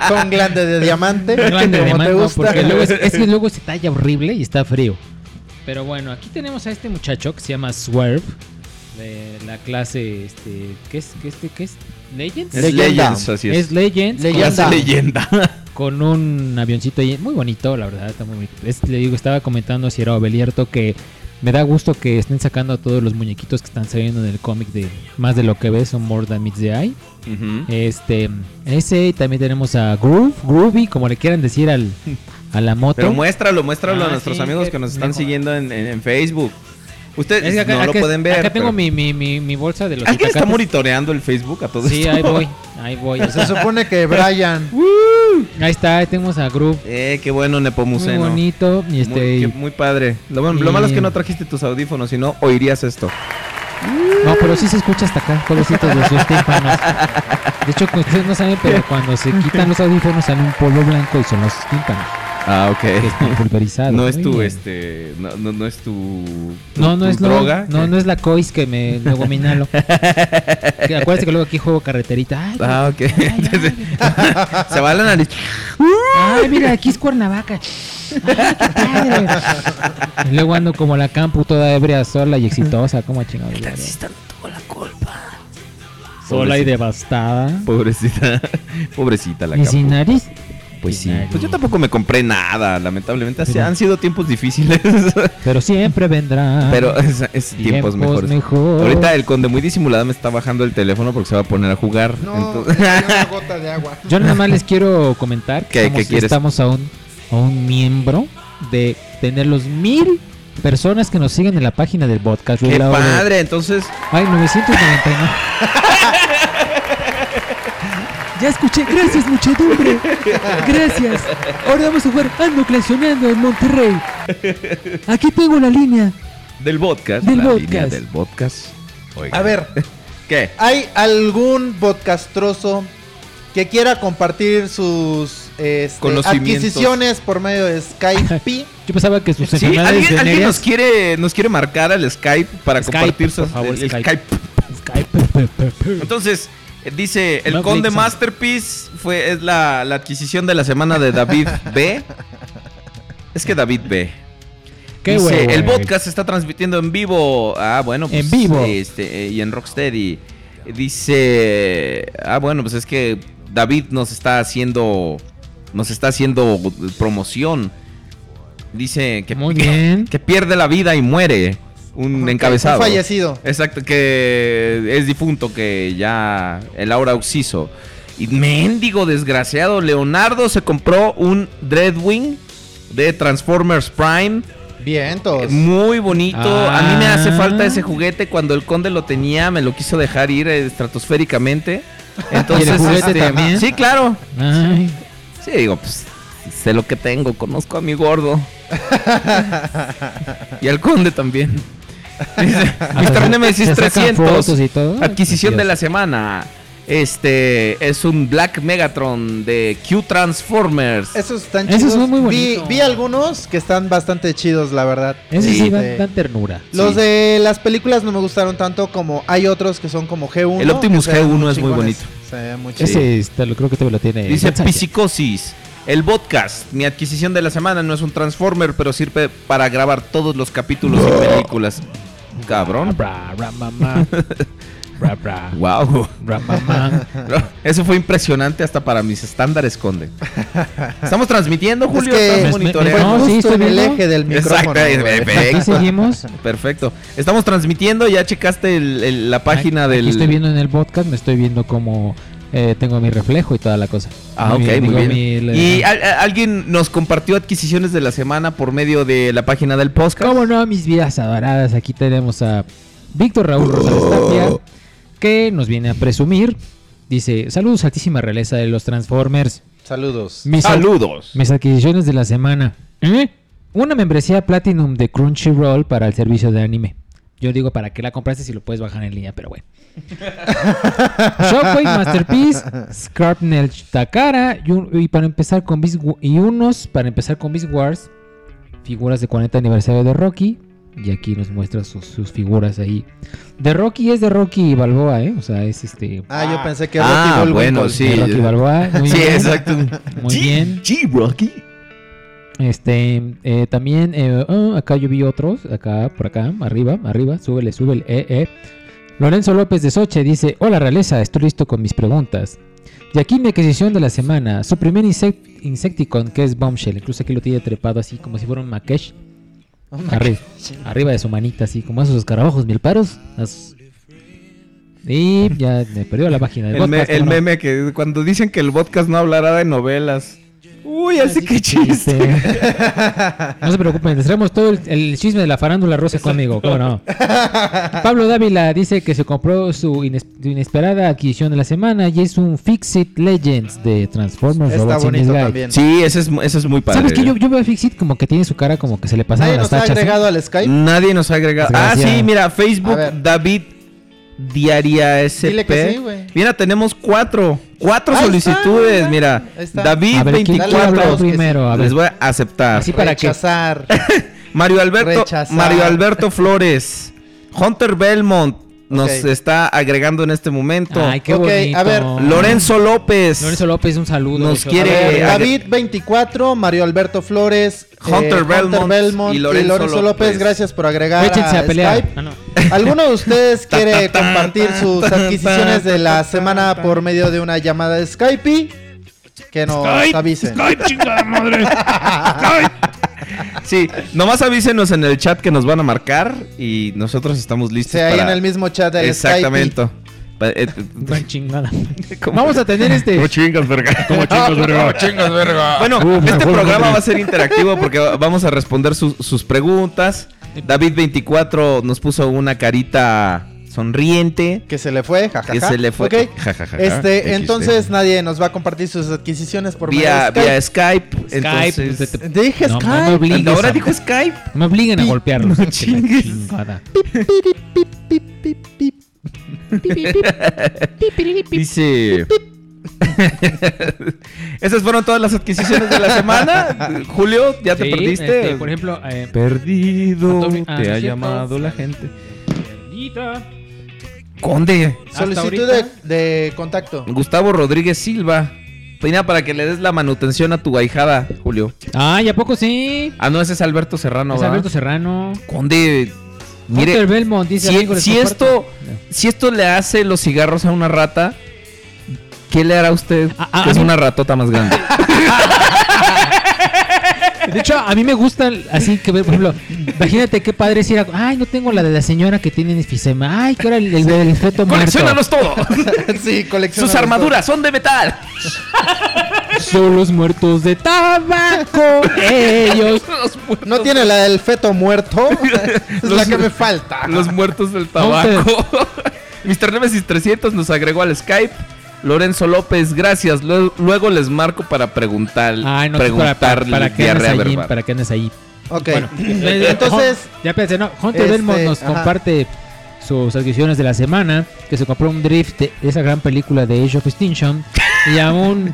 Speaker 3: Con glande de diamante,
Speaker 4: grande
Speaker 3: como
Speaker 4: de
Speaker 3: te
Speaker 4: mano,
Speaker 3: gusta.
Speaker 4: porque luego es, es que luego se talla horrible y está frío. Pero bueno, aquí tenemos a este muchacho que se llama Swerve. De la clase, este. ¿Qué es? ¿Qué es? ¿Qué es? ¿Legends?
Speaker 2: Es
Speaker 3: Leyenda.
Speaker 2: Legends, así
Speaker 4: es
Speaker 2: es.
Speaker 4: Legends. con-
Speaker 2: Ya sé
Speaker 3: Leyenda.
Speaker 2: leyenda.
Speaker 4: con un avioncito ahí, muy bonito, la verdad, está muy bonito. Es- le digo, estaba comentando a Sierra Belierto que me da gusto que estén sacando a todos los muñequitos que están saliendo en el cómic de Más de lo que ves, son More Than Meets the Eye.
Speaker 2: Ujú.
Speaker 4: Este, ese, y también tenemos a Groove, Groovy, como le quieran decir al, a la moto.
Speaker 2: Pero muéstralo, muéstralo
Speaker 4: Ah,
Speaker 2: a nuestros
Speaker 4: sí,
Speaker 2: amigos
Speaker 4: que-
Speaker 2: que nos están
Speaker 4: mejor.
Speaker 2: siguiendo en, en- en Facebook. Ustedes
Speaker 4: Es que acá-
Speaker 2: no lo
Speaker 4: acá-
Speaker 2: pueden ver.
Speaker 4: Acá tengo
Speaker 2: pero-
Speaker 4: mi, mi, mi, mi bolsa de los
Speaker 2: ¿Alguien está
Speaker 4: aguacates.
Speaker 2: monitoreando el Facebook a todos?
Speaker 4: Sí, ahí voy, ahí voy. o
Speaker 3: Se
Speaker 4: sea,
Speaker 3: supone que Brian...
Speaker 4: ahí está, ahí tenemos a Groove.
Speaker 2: Eh, qué bueno,
Speaker 4: Muy
Speaker 2: Nepomuceno.
Speaker 4: bonito. Y
Speaker 2: Muy,
Speaker 4: este,
Speaker 2: qué- muy padre. Lo, bueno- lo
Speaker 4: Y-
Speaker 2: malo es que no trajiste tus audífonos, si no, oirías esto.
Speaker 4: No, pero sí se escucha hasta acá, pobrecitos de sus tímpanos. De hecho, que ustedes no saben, pero cuando se quitan los audífonos sale un polvo blanco y son los tímpanos,
Speaker 2: Ah,
Speaker 4: que están pulverizados.
Speaker 2: No es
Speaker 4: Muy
Speaker 2: tu,
Speaker 4: bien.
Speaker 2: este, no, no, no es tu, tu-
Speaker 4: No, no
Speaker 2: tu
Speaker 4: es lo-
Speaker 2: droga.
Speaker 4: No, no es la cois que me luego me inhalo. Que acuérdate que luego aquí juego carreterita. Ay, Ah,
Speaker 2: Ah, ok. Entonces, se va la nariz.
Speaker 4: ay, mira, aquí es Cuernavaca. Ay, qué padre. Y luego ando como la campu toda ebria, sola y exitosa, como chingado. Sola y devastada.
Speaker 2: Pobrecita, pobrecita la
Speaker 4: Y
Speaker 2: capa.
Speaker 4: sin nariz.
Speaker 2: Pues sí.
Speaker 4: sin nariz.
Speaker 2: Pues yo tampoco me compré nada, lamentablemente. Así-
Speaker 4: Mira.
Speaker 2: han sido tiempos difíciles,
Speaker 4: Pero siempre vendrá.
Speaker 2: pero es, es tiempos mejores.
Speaker 4: Ah. mejores.
Speaker 2: Ahorita el conde muy disimulado me está bajando el teléfono porque se va a poner a jugar.
Speaker 3: No,
Speaker 2: Entonces-
Speaker 3: me cayó una gota de agua.
Speaker 4: Yo nada más les quiero comentar que
Speaker 2: ¿Qué- qué
Speaker 4: estamos,
Speaker 2: quieres?
Speaker 4: estamos a, un, a un miembro de tener los mil personas que nos siguen en la página del podcast.
Speaker 2: ¡Qué
Speaker 4: Lula, ahora-
Speaker 2: padre! Entonces,
Speaker 4: Ay, 999. ya escuché. Gracias, muchedumbre. Gracias. Ahora vamos a jugar Ando Clancionando en Monterrey. Aquí tengo la línea.
Speaker 2: del podcast.
Speaker 4: Del
Speaker 2: la
Speaker 4: podcast.
Speaker 2: línea del podcast. Oiga.
Speaker 3: A ver,
Speaker 2: ¿Qué?
Speaker 3: ¿hay algún podcastroso que quiera compartir sus este,
Speaker 2: Conocimientos.
Speaker 3: adquisiciones por medio de Skype?
Speaker 4: Yo pensaba que sus
Speaker 2: Sí,
Speaker 4: enfermedades
Speaker 2: alguien, alguien
Speaker 4: venéreas-
Speaker 2: nos quiere nos quiere marcar al Skype para
Speaker 4: Skype,
Speaker 2: compartir
Speaker 4: por
Speaker 2: sus-
Speaker 4: favor,
Speaker 2: el- el
Speaker 4: Skype.
Speaker 2: Skype. Entonces, eh, dice, el
Speaker 4: No,
Speaker 2: Conde
Speaker 4: Blixen.
Speaker 2: Masterpiece fue es la, la adquisición de la semana de David B. Es que David B.
Speaker 4: Qué
Speaker 2: Dice,
Speaker 4: huevo,
Speaker 2: el
Speaker 4: güey.
Speaker 2: podcast se está transmitiendo en vivo. Ah, bueno, pues,
Speaker 4: En vivo.
Speaker 2: Este, eh, y en Rocksteady. Dice, ah, bueno, pues es que David nos está haciendo nos está haciendo promoción. Dice que
Speaker 4: Muy bien.
Speaker 2: que pierde la vida y muere. Un encabezado.
Speaker 3: Un fallecido.
Speaker 2: Exacto, que es difunto, que ya el aura oxiso. Y mendigo desgraciado, Leonardo se compró un Dreadwing de Transformers Prime.
Speaker 4: Pues,
Speaker 3: Vientos.
Speaker 2: Muy bonito.
Speaker 4: Ah.
Speaker 2: A mí me hace falta ese juguete. Cuando el conde lo tenía, me lo quiso dejar ir eh, estratosféricamente. Entonces, este,
Speaker 4: juguete también?
Speaker 2: sí, claro.
Speaker 4: Ay.
Speaker 2: Sí, digo, pues sé lo que tengo, conozco a mi gordo. y al conde también. Dice, Mr. Nemesis
Speaker 4: Se sacan
Speaker 2: 300.
Speaker 4: fotos y todo.
Speaker 2: Adquisición de
Speaker 4: Dios.
Speaker 2: la semana. Este es un Black Megatron de Q Transformers.
Speaker 3: Esos están
Speaker 4: Esos
Speaker 3: chidos.
Speaker 4: son muy
Speaker 3: vi,
Speaker 4: bonitos.
Speaker 3: vi algunos que están bastante chidos, la verdad.
Speaker 4: Ese sí,
Speaker 2: Sí,
Speaker 4: dan,
Speaker 3: de-
Speaker 4: dan ternura.
Speaker 3: Los
Speaker 2: Sí.
Speaker 3: de las películas no me gustaron tanto como hay otros que son como G1.
Speaker 2: El Optimus
Speaker 3: que se ven
Speaker 2: G1
Speaker 3: muy
Speaker 2: es muy
Speaker 3: chingones.
Speaker 2: bonito.
Speaker 3: Se ve muy chido.
Speaker 4: Ese está, lo creo que te lo tiene.
Speaker 2: Dice
Speaker 4: González.
Speaker 2: Psicosis. El podcast, mi adquisición de la semana, no es un Transformer, pero sirve para grabar todos los capítulos y películas. Cabrón.
Speaker 4: Bra, bra, ma, ma. Bra, bra.
Speaker 2: Wow.
Speaker 4: Bra, bra, bra.
Speaker 2: Eso fue impresionante hasta para mis estándares, Conde. Estamos transmitiendo, Julio.
Speaker 3: que-
Speaker 2: Estamos
Speaker 4: Me- me-
Speaker 2: monitoreando.
Speaker 3: Fue
Speaker 4: No, sí,
Speaker 3: justo
Speaker 4: estoy
Speaker 3: en el
Speaker 4: viendo.
Speaker 3: eje del micrófono.
Speaker 2: Exacto,
Speaker 3: güey.
Speaker 4: Aquí
Speaker 2: perfecto.
Speaker 4: seguimos.
Speaker 2: Perfecto. Estamos transmitiendo, ya checaste el- el- la página
Speaker 4: Aquí
Speaker 2: del...
Speaker 4: estoy viendo en el podcast, me estoy viendo cómo eh, tengo mi reflejo y toda la cosa.
Speaker 2: Ah, ok,
Speaker 4: Mi- eh.
Speaker 2: muy
Speaker 4: digo,
Speaker 2: bien.
Speaker 4: mi- la-
Speaker 2: y al- a- alguien nos compartió adquisiciones de la semana por medio de la página del podcast.
Speaker 4: ¿Cómo no, mis vidas adoradas? Aquí tenemos a Víctor Raúl
Speaker 2: Oh.
Speaker 4: Rosales Tapia, que nos viene a presumir. Dice, saludos altísima realeza de los Transformers.
Speaker 3: Saludos.
Speaker 4: Mis, ad-
Speaker 2: Saludos.
Speaker 4: mis adquisiciones de la semana. ¿Eh? Una membresía Platinum de Crunchyroll para el servicio de anime. Yo digo, ¿para qué la compraste si lo puedes bajar en línea? Pero bueno. Shockwave Masterpiece, Scarpnel Takara y, un- y para empezar con Beast Wa- y unos para empezar con Beast Wars, figuras de 40 aniversario de Rocky y aquí nos muestra sus, sus figuras ahí. De Rocky es de Rocky y Balboa, ¿eh? O sea, es este
Speaker 3: Ah, yo pensé que
Speaker 2: Ah,
Speaker 3: Rocky Bullwinkle.
Speaker 2: bueno, sí.
Speaker 4: de Rocky Balboa. Muy
Speaker 2: Sí,
Speaker 4: bien,
Speaker 2: exacto.
Speaker 4: Muy bien.
Speaker 2: Sí, Rocky.
Speaker 4: Este, eh, también, eh, ah, acá yo vi otros, acá, por acá, arriba, arriba, súbele, súbele, eh, eh. Lorenzo López de Soche dice, hola realeza, estoy listo con mis preguntas. Y aquí mi adquisición de la semana, su primer insect- Insecticon, que es Bombshell, incluso aquí lo tiene trepado así como si fuera un Makesh. Arriba, arriba de su manita, así como esos escarabajos mil paros. as- Y ya me perdió la página del
Speaker 2: El, me-
Speaker 4: podcast,
Speaker 2: el
Speaker 4: ¿cómo no?
Speaker 2: meme que cuando dicen que el podcast no hablará de novelas. Uy, así que chiste.
Speaker 4: No se preocupen, les traemos todo el, el chisme de la farándula rosa conmigo, ¿cómo no? Pablo Dávila dice que se compró su ines- su inesperada adquisición de la semana y es un Fixit Legends de Transformers
Speaker 3: Está
Speaker 4: Robots in
Speaker 3: bonito
Speaker 4: Disguise.
Speaker 3: también.
Speaker 2: Sí, ese es, ese es muy padre.
Speaker 4: ¿Sabes qué? Yo, yo veo a Fixit como que tiene su cara como que se le pasaron
Speaker 3: Nadie
Speaker 4: las
Speaker 3: nos ha
Speaker 4: tachas. ¿eh?
Speaker 3: agregado al Skype.
Speaker 2: Nadie nos ha agregado. Ah,
Speaker 4: Desgraciado.
Speaker 2: sí, mira,
Speaker 3: A
Speaker 2: Facebook
Speaker 3: ver.
Speaker 2: David Diaria SP.
Speaker 3: Dile que sí, güey.
Speaker 2: mira, tenemos cuatro. Cuatro
Speaker 3: Ahí está,
Speaker 2: solicitudes.
Speaker 3: ahí
Speaker 2: mira,
Speaker 3: está.
Speaker 2: David
Speaker 4: A ver, ¿quién quiere hablar
Speaker 2: 24.
Speaker 4: primero? A ver.
Speaker 2: Les voy a aceptar.
Speaker 4: Así para que...
Speaker 3: Rechazar.
Speaker 2: Mario Alberto,
Speaker 3: Rechazar.
Speaker 2: Mario Alberto Flores, Hunter Belmont nos
Speaker 3: Ok.
Speaker 2: está agregando en este momento.
Speaker 4: Ay, qué
Speaker 3: Ok,
Speaker 4: bonito.
Speaker 3: a ver,
Speaker 2: Lorenzo López,
Speaker 4: Lorenzo López, un saludo.
Speaker 2: Nos
Speaker 4: de hecho.
Speaker 3: A
Speaker 2: quiere-
Speaker 3: ver,
Speaker 2: Eh,
Speaker 3: David 24, Mario Alberto Flores, eh,
Speaker 2: Hunter Belmont
Speaker 3: Belmont
Speaker 2: y
Speaker 3: y
Speaker 2: Lorenzo
Speaker 3: Lorenzo, López.
Speaker 2: López.
Speaker 3: Gracias por agregar
Speaker 4: Échense
Speaker 3: a,
Speaker 4: a pelear.
Speaker 3: Skype.
Speaker 4: Ah, no.
Speaker 3: ¿Alguno de ustedes quiere compartir sus adquisiciones de la semana por medio de una llamada de Skype? Que nos avisen.
Speaker 2: Sí, nomás avísenos en el chat que nos van a marcar y nosotros estamos listos
Speaker 3: Sí, ahí
Speaker 2: para-
Speaker 3: en el mismo chat de
Speaker 2: Exactamente.
Speaker 3: Skype.
Speaker 2: Pa- eh,
Speaker 4: Gran chingada.
Speaker 2: ¿cómo?
Speaker 4: Vamos a tener este...
Speaker 2: Bueno,
Speaker 4: Uh, me
Speaker 2: este
Speaker 4: acuerdo,
Speaker 2: programa
Speaker 4: hombre.
Speaker 2: va a ser interactivo porque va- vamos a responder sus- sus preguntas. David24 nos puso una carita sonriente.
Speaker 3: Que se le fue, jajaja.
Speaker 2: Que se le fue.
Speaker 3: Ok.
Speaker 2: Jajaja. XD.
Speaker 3: Este, entonces nadie nos va a compartir sus adquisiciones por
Speaker 2: vía,
Speaker 3: medio
Speaker 2: vía
Speaker 3: de Skype.
Speaker 2: Skype.
Speaker 4: Skype,
Speaker 2: entonces-
Speaker 4: te- te-
Speaker 3: Dije
Speaker 4: No,
Speaker 3: Skype.
Speaker 4: no me obligues
Speaker 2: ahora
Speaker 4: a-
Speaker 2: dijo Skype.
Speaker 4: Me obligan a golpearlos. que la
Speaker 2: chingues.
Speaker 4: chingada.
Speaker 2: Dice. Esas fueron todas las adquisiciones de la semana. Julio, ya te
Speaker 4: Sí,
Speaker 2: perdiste.
Speaker 4: este, por ejemplo, eh,
Speaker 2: Perdido,
Speaker 4: Antonio- ah,
Speaker 2: te
Speaker 4: no
Speaker 2: ha
Speaker 4: es cierto.
Speaker 2: llamado la gente. Conde.
Speaker 3: Solicitud de, de contacto.
Speaker 2: Gustavo Rodríguez Silva. Peña para que le des la manutención a tu ahijada, Julio.
Speaker 4: Ah, ¿y a poco sí?
Speaker 2: Ah, no, ese es Alberto Serrano,
Speaker 4: es
Speaker 2: ¿verdad?
Speaker 4: Alberto Serrano.
Speaker 2: Conde.
Speaker 4: Hunter
Speaker 2: Mire,
Speaker 4: Belmont dice
Speaker 2: si-
Speaker 4: amigo, les
Speaker 2: si
Speaker 4: comparto.
Speaker 2: esto- si esto le hace los cigarros a una rata, ¿qué le hará a usted?
Speaker 4: A- a-
Speaker 2: que
Speaker 4: a
Speaker 2: es
Speaker 4: mí-
Speaker 2: una ratota más grande.
Speaker 4: De hecho, a mí me gusta así que ver, por ejemplo, imagínate qué padre es ir a. Ay, no tengo la de la señora que tiene enfisema. Ay, que ahora el, el, el feto muerto.
Speaker 2: ¡Colecciónalos todo!
Speaker 3: sí, colección.
Speaker 2: ¡Sus armaduras son de metal!
Speaker 4: Son los muertos de tabaco. Ellos.
Speaker 3: ¿No tiene la del feto muerto? es la que me falta.
Speaker 2: Los muertos del tabaco. Mr. Nemesis 300 nos agregó al Skype. Lorenzo López, gracias. Lue- Luego les marco para preguntar,
Speaker 4: Ay, ah, no, para, para,
Speaker 2: preguntarle
Speaker 4: para que andes
Speaker 2: diarrea
Speaker 4: ahí.
Speaker 2: verbal.
Speaker 4: Para que andes ahí.
Speaker 3: Ok.
Speaker 4: Bueno,
Speaker 3: eh, entonces,
Speaker 4: Oh, Ya pensé, no. Hunter
Speaker 3: Este,
Speaker 4: Belmont nos
Speaker 3: ajá.
Speaker 4: comparte sus adquisiciones de la semana. Que se compró un drift de esa gran película de Age of Extinction. Y a un.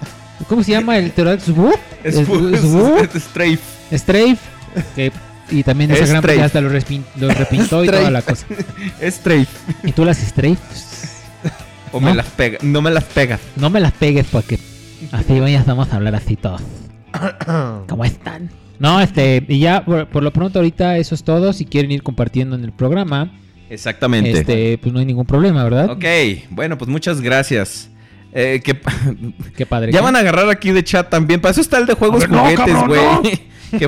Speaker 4: ¿Cómo se llama el terror? ¿Swoop?
Speaker 2: Es-
Speaker 4: ¿Swoop?
Speaker 2: es-
Speaker 4: ¿Swoop?
Speaker 2: es- es Strafe.
Speaker 4: Strafe. que- y también esa gran
Speaker 2: Strafe.
Speaker 4: película hasta lo, respin- lo repintó y toda la cosa.
Speaker 2: Es Strafe.
Speaker 4: Y tú las Strafes.
Speaker 2: O
Speaker 4: ¿No?
Speaker 2: me las pega. No me las pega.
Speaker 4: No me las pegues porque así hoy ya vamos a hablar así todos. ¿Cómo están? No, este, y ya por, por lo pronto ahorita eso es todo. Si quieren ir compartiendo en el programa,
Speaker 2: Exactamente.
Speaker 4: este, pues no hay ningún problema, ¿verdad?
Speaker 2: Ok, bueno, pues muchas gracias. Eh, que,
Speaker 4: Qué padre.
Speaker 2: ya van a agarrar aquí de chat también. Para eso está el de juegos juguetes, güey. Que,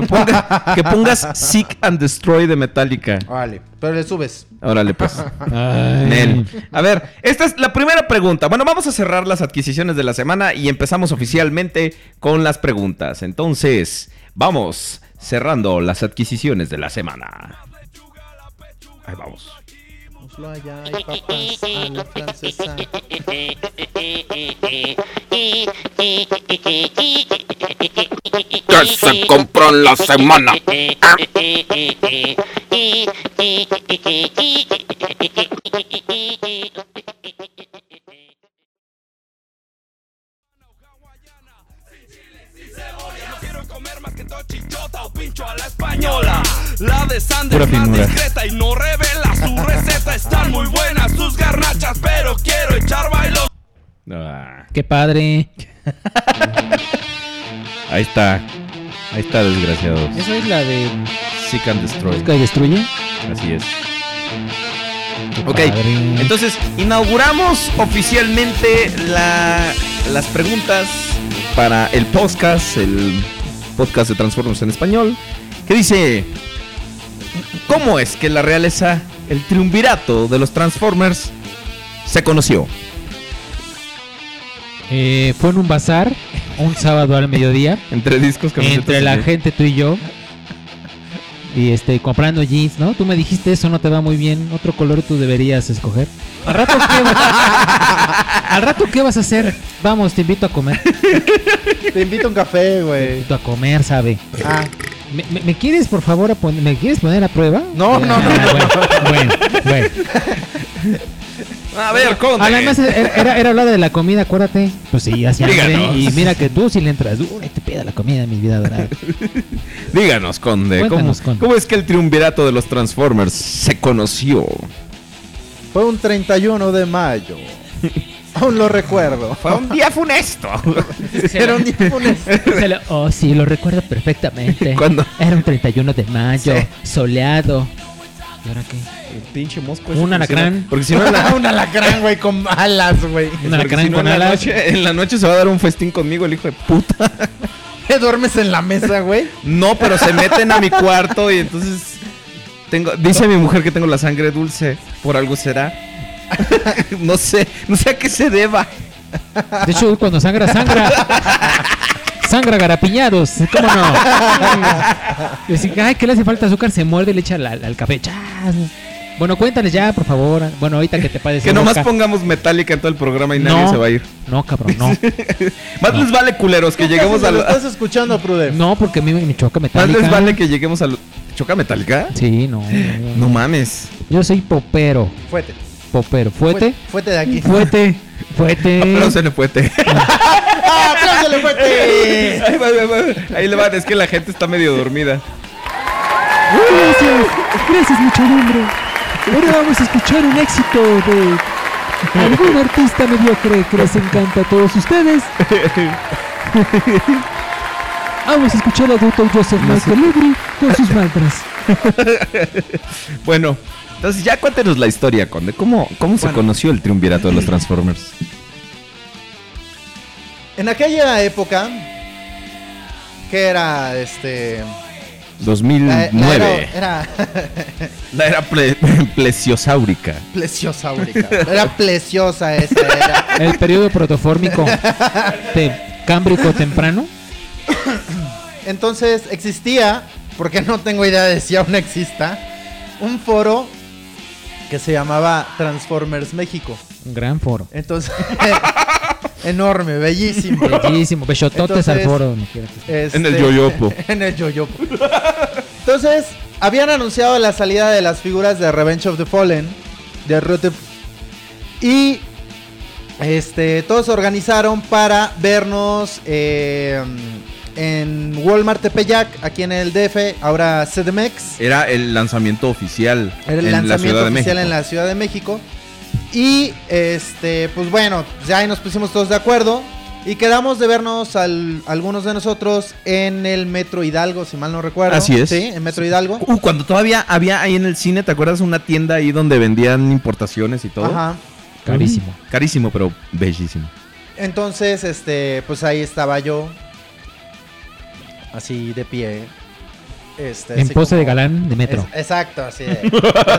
Speaker 2: ponga- que pongas Seek and Destroy de Metallica.
Speaker 3: Vale, pero le subes.
Speaker 2: Órale, pues.
Speaker 4: Ay.
Speaker 2: Nel. A ver, esta es la primera pregunta. Bueno, vamos a cerrar las adquisiciones de la semana y empezamos oficialmente con las preguntas. Entonces, vamos cerrando las adquisiciones de la semana. Ahí vamos.
Speaker 3: Ponlo allá, hay papas a Ah, la francesa.
Speaker 6: que se compró en la semana. Ah.
Speaker 7: Quiero comer más que todo chichota o pincho a la española. La de Sandra
Speaker 2: Pura
Speaker 7: es más
Speaker 2: finura.
Speaker 7: discreta y no revela su receta. Están muy buenas sus garnachas, pero quiero echar bailo.
Speaker 2: Ah,
Speaker 4: Qué padre.
Speaker 2: ahí está. Ahí está, desgraciados.
Speaker 4: Esa es la de
Speaker 2: Seek and Destroy.
Speaker 4: Busca y Destruye.
Speaker 2: Así es.
Speaker 4: Qué
Speaker 2: Ok,
Speaker 4: padre.
Speaker 2: entonces inauguramos oficialmente la- las preguntas para el podcast, el podcast de Transformers en español, que dice, ¿cómo es que la realeza, el triunvirato de los Transformers, se conoció?
Speaker 4: Eh, fue en un bazar, un sábado al mediodía,
Speaker 2: Entre discos, camisetas
Speaker 4: entre
Speaker 2: y-
Speaker 4: la gente, tú y yo. Y este, comprando jeans, ¿no? Tú me dijiste eso no te va muy bien. Otro color tú deberías escoger. Al rato, ¿qué va- Al rato, ¿qué vas a hacer? Vamos, te invito a comer.
Speaker 3: Te invito a un café,
Speaker 4: Te
Speaker 3: güey.
Speaker 4: invito a comer, ¿sabe?
Speaker 3: Ah,
Speaker 4: ¿Me, me- me quieres, por favor, a pon- me quieres poner a prueba? Ah,
Speaker 3: No, no, no, no.
Speaker 4: Bueno, bueno, bueno.
Speaker 2: A ver, Conde.
Speaker 4: Además, era, era- era hablar de la comida, acuérdate. Pues sí, así
Speaker 2: Díganos.
Speaker 4: Y mira que tú si le entras duro y te pida la comida, mi vida dorada.
Speaker 2: Díganos, Conde, ¿cómo,
Speaker 4: Cuéntanos, Conde.
Speaker 2: ¿cómo es que el triunvirato de los Transformers se conoció?
Speaker 3: fue un 31 de mayo. Aún lo recuerdo.
Speaker 2: Fue un día funesto.
Speaker 3: Era un día funesto.
Speaker 4: Se lo- oh, sí, lo recuerdo perfectamente.
Speaker 2: ¿Cuándo?
Speaker 4: Era un 31 de mayo,
Speaker 2: Sí.
Speaker 4: soleado. ¿Y ahora qué?
Speaker 2: Pinche mosco.
Speaker 4: Un alacrán.
Speaker 2: Porque si no, en la,
Speaker 3: un alacrán, güey, con alas, güey.
Speaker 4: Un
Speaker 2: porque
Speaker 4: alacrán
Speaker 2: si no,
Speaker 4: con
Speaker 2: en la
Speaker 4: alas.
Speaker 2: noche, en la noche se va a dar un festín conmigo el hijo de puta.
Speaker 3: ¿Te duermes en la mesa, güey?
Speaker 2: No, pero se meten a mi cuarto y entonces tengo dice mi mujer que tengo la sangre dulce, por algo será. No sé, no sé a qué se deba.
Speaker 4: De hecho, cuando sangra, sangra. Sangra garapiñados, ¿cómo no? Y Decir, ay, que le hace falta azúcar, se muerde y le echa al, al café. Chas. Bueno, cuéntales ya, por favor. Bueno, ahorita que te padeces.
Speaker 2: Que nomás pongamos metálica en todo el programa y nadie
Speaker 4: No.
Speaker 2: se va a ir.
Speaker 4: No, cabrón, no.
Speaker 2: Más les vale culeros que lleguemos
Speaker 3: Si
Speaker 2: a
Speaker 3: lo
Speaker 2: los
Speaker 3: estás escuchando, Prude.
Speaker 4: No, porque a mí me choca
Speaker 2: Más
Speaker 4: metálica.
Speaker 2: les vale que lleguemos a los ¿Choca metálica?
Speaker 4: Sí, no. no,
Speaker 2: No
Speaker 4: no.
Speaker 2: mames.
Speaker 4: Yo soy popero.
Speaker 3: Fuete.
Speaker 4: Popero. ¿Fuete?
Speaker 3: Fuete de aquí.
Speaker 4: Fuete. Fuete.
Speaker 2: No se le puede.
Speaker 3: ¡Ah, apláudele, fuete!
Speaker 2: Ahí va, ahí va. Ahí le va, es que la gente está medio dormida.
Speaker 4: Gracias. Gracias, muchedumbre. Ahora vamos a escuchar un éxito de algún artista mediocre que les encanta a todos ustedes. Vamos a escuchar a Dr. Joseph Michael Libri con sus mantras.
Speaker 2: Bueno, entonces ya cuéntenos la historia, Conde. ¿Cómo, cómo se conoció el triunvirato de los Transformers?
Speaker 3: En aquella época, que era este. la-
Speaker 4: Mm,
Speaker 2: 2009.
Speaker 3: la era, era
Speaker 2: La era ple- plesiosáurica.
Speaker 3: plesiosáurica. Era pleciosa esa era.
Speaker 4: El periodo protofórmico de Cámbrico temprano.
Speaker 3: Entonces existía, porque no tengo idea de si aún exista, un foro que se llamaba Transformers México.
Speaker 4: Un gran foro.
Speaker 3: Entonces, enorme, bellísimo.
Speaker 4: Bellísimo, besototes al
Speaker 3: Entonces,
Speaker 4: foro. donde quiera que
Speaker 3: Este,
Speaker 2: En el yoyopo.
Speaker 3: en el yoyopo. Entonces, habían anunciado la salida de las figuras de Revenge of the Fallen, de Rote y este, todos se organizaron para vernos eh, en Walmart Tepeyac, aquí en el DF, ahora CDMX.
Speaker 2: Era el lanzamiento oficial
Speaker 3: Era
Speaker 2: en
Speaker 3: el
Speaker 2: la
Speaker 3: lanzamiento
Speaker 2: Ciudad de
Speaker 3: oficial
Speaker 2: México.
Speaker 3: en la Ciudad de México. Y este, pues bueno, ya ahí nos pusimos todos de acuerdo. Y quedamos de vernos al- algunos de nosotros en el Metro Hidalgo, si mal no recuerdo.
Speaker 2: Así es.
Speaker 3: Sí, en Metro Hidalgo.
Speaker 2: Uh, cuando todavía había ahí en el cine, ¿te acuerdas una tienda ahí donde vendían importaciones y todo? Mm,
Speaker 3: Ajá.
Speaker 4: Carísimo.
Speaker 2: Carísimo, pero bellísimo.
Speaker 3: Entonces, este, pues ahí estaba yo. Así de pie. Este,
Speaker 4: En
Speaker 3: así
Speaker 4: pose de
Speaker 3: como-
Speaker 4: galán de metro.
Speaker 3: Es- exacto, así de. ya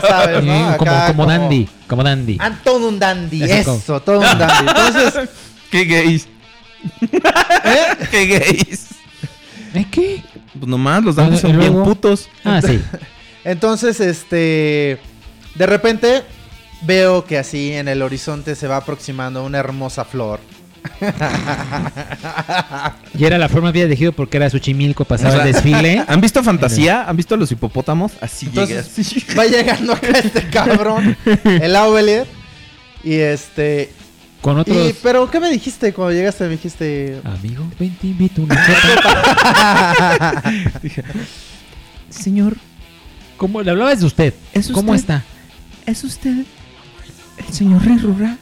Speaker 3: sabes, ¿no?
Speaker 4: Eh,
Speaker 3: Acá
Speaker 4: como, como dandy. Como dandy.
Speaker 3: Ah, todo un dandy,
Speaker 4: Eso,
Speaker 3: eso, todo un dandy. Entonces,
Speaker 2: ¡Qué gays! ¡Qué gays!
Speaker 4: ¿Eh, qué?
Speaker 2: Pues nomás, los
Speaker 4: Ah,
Speaker 2: dandies
Speaker 4: y
Speaker 2: son bien
Speaker 4: luego-
Speaker 2: putos.
Speaker 4: Ah, sí.
Speaker 3: entonces, este. De repente veo que así en el horizonte se va aproximando una hermosa flor.
Speaker 4: Y era la forma había elegido porque era Xochimilco, pasaba
Speaker 2: O sea,
Speaker 4: el desfile.
Speaker 2: ¿Han visto Fantasía? ¿Han visto a los hipopótamos? Así
Speaker 3: Entonces,
Speaker 2: llega. así.
Speaker 3: Va llegando acá este cabrón, el Auvelier. Y este.
Speaker 4: Con otros.
Speaker 3: Y, pero, ¿qué me dijiste cuando llegaste? Me dijiste.
Speaker 4: Amigo, ven, te invito a una copa. Señor, ¿cómo le hablabas de usted?
Speaker 8: ¿Es
Speaker 4: ¿Cómo
Speaker 8: usted?
Speaker 4: está?
Speaker 8: ¿Es usted el señor Rey Rura?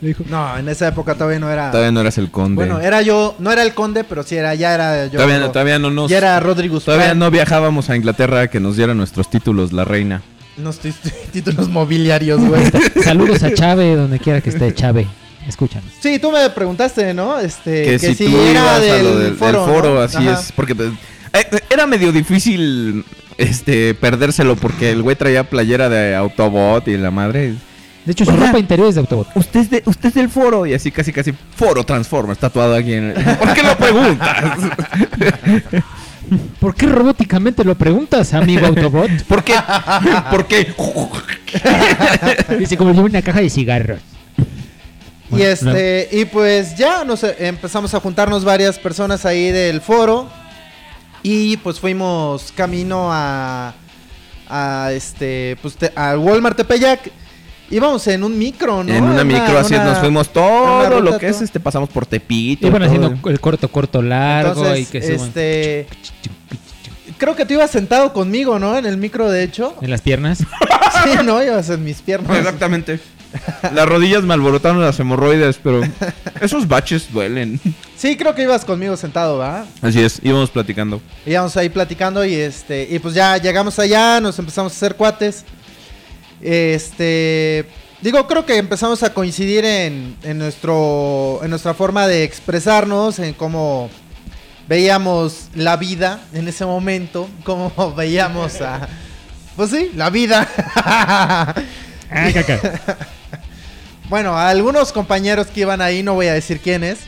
Speaker 4: Le dijo,
Speaker 3: No, en esa época todavía no era.
Speaker 2: Todavía no eras el conde.
Speaker 3: Bueno, era yo, no era el conde, pero sí era, ya era yo.
Speaker 2: todavía, no, todavía no nos...
Speaker 3: Ya era Rodrigo
Speaker 2: Todavía no viajábamos a Inglaterra a que nos dieran nuestros títulos, la reina.
Speaker 3: Unos t- t- títulos mobiliarios, güey.
Speaker 4: Saludos a Chave, donde quiera que esté Chave. Escúchanos.
Speaker 3: Sí, tú me preguntaste, ¿no? Este,
Speaker 2: que, si tú ibas a lo del del foro,
Speaker 3: ¿no?
Speaker 2: así
Speaker 3: Ajá.
Speaker 2: es. Porque pues, eh, era medio difícil este perdérselo porque el güey traía playera de Autobot y la madre.
Speaker 4: De hecho, su
Speaker 2: Hola.
Speaker 4: ropa interior es de Autobot.
Speaker 2: Usted es, de- usted es del foro y así casi casi foro Transformers tatuado aquí en el... ¿Por qué lo preguntas?
Speaker 4: ¿Por qué robóticamente lo preguntas, amigo Autobot?
Speaker 2: ¿Por qué? ¿Por qué?
Speaker 4: Dice, como lleva una caja de cigarros.
Speaker 3: Y este, y pues ya nos eh, empezamos a juntarnos varias personas ahí del foro. Y pues fuimos camino a. a este. Pues te- al Walmart Tepeyac. Íbamos en un micro, ¿no?
Speaker 2: en una micro así
Speaker 3: una-
Speaker 2: nos fuimos
Speaker 3: una
Speaker 2: todo
Speaker 3: ruta,
Speaker 2: lo que es
Speaker 3: todo.
Speaker 2: este pasamos por Tepito.
Speaker 4: Iban
Speaker 2: todo.
Speaker 4: haciendo el corto, corto, largo
Speaker 3: Entonces,
Speaker 4: y que se
Speaker 3: este. Creo que tú ibas sentado conmigo, ¿no? En el micro, de hecho.
Speaker 4: en las piernas.
Speaker 3: Sí, no, ibas en mis piernas.
Speaker 2: Exactamente. Las rodillas me alborotaron las hemorroides, pero esos baches duelen.
Speaker 3: Sí, creo que ibas conmigo sentado, ¿va?
Speaker 2: Así es, íbamos platicando.
Speaker 3: Íbamos ahí platicando y este. Y pues ya llegamos allá, nos empezamos a hacer cuates. Este. Digo, creo que empezamos a coincidir en, en nuestro. en nuestra forma de expresarnos, en cómo veíamos la vida en ese momento. Cómo veíamos a. Pues sí, la vida.
Speaker 4: Ah, caca.
Speaker 3: Bueno, a algunos compañeros que iban ahí, no voy a decir quiénes.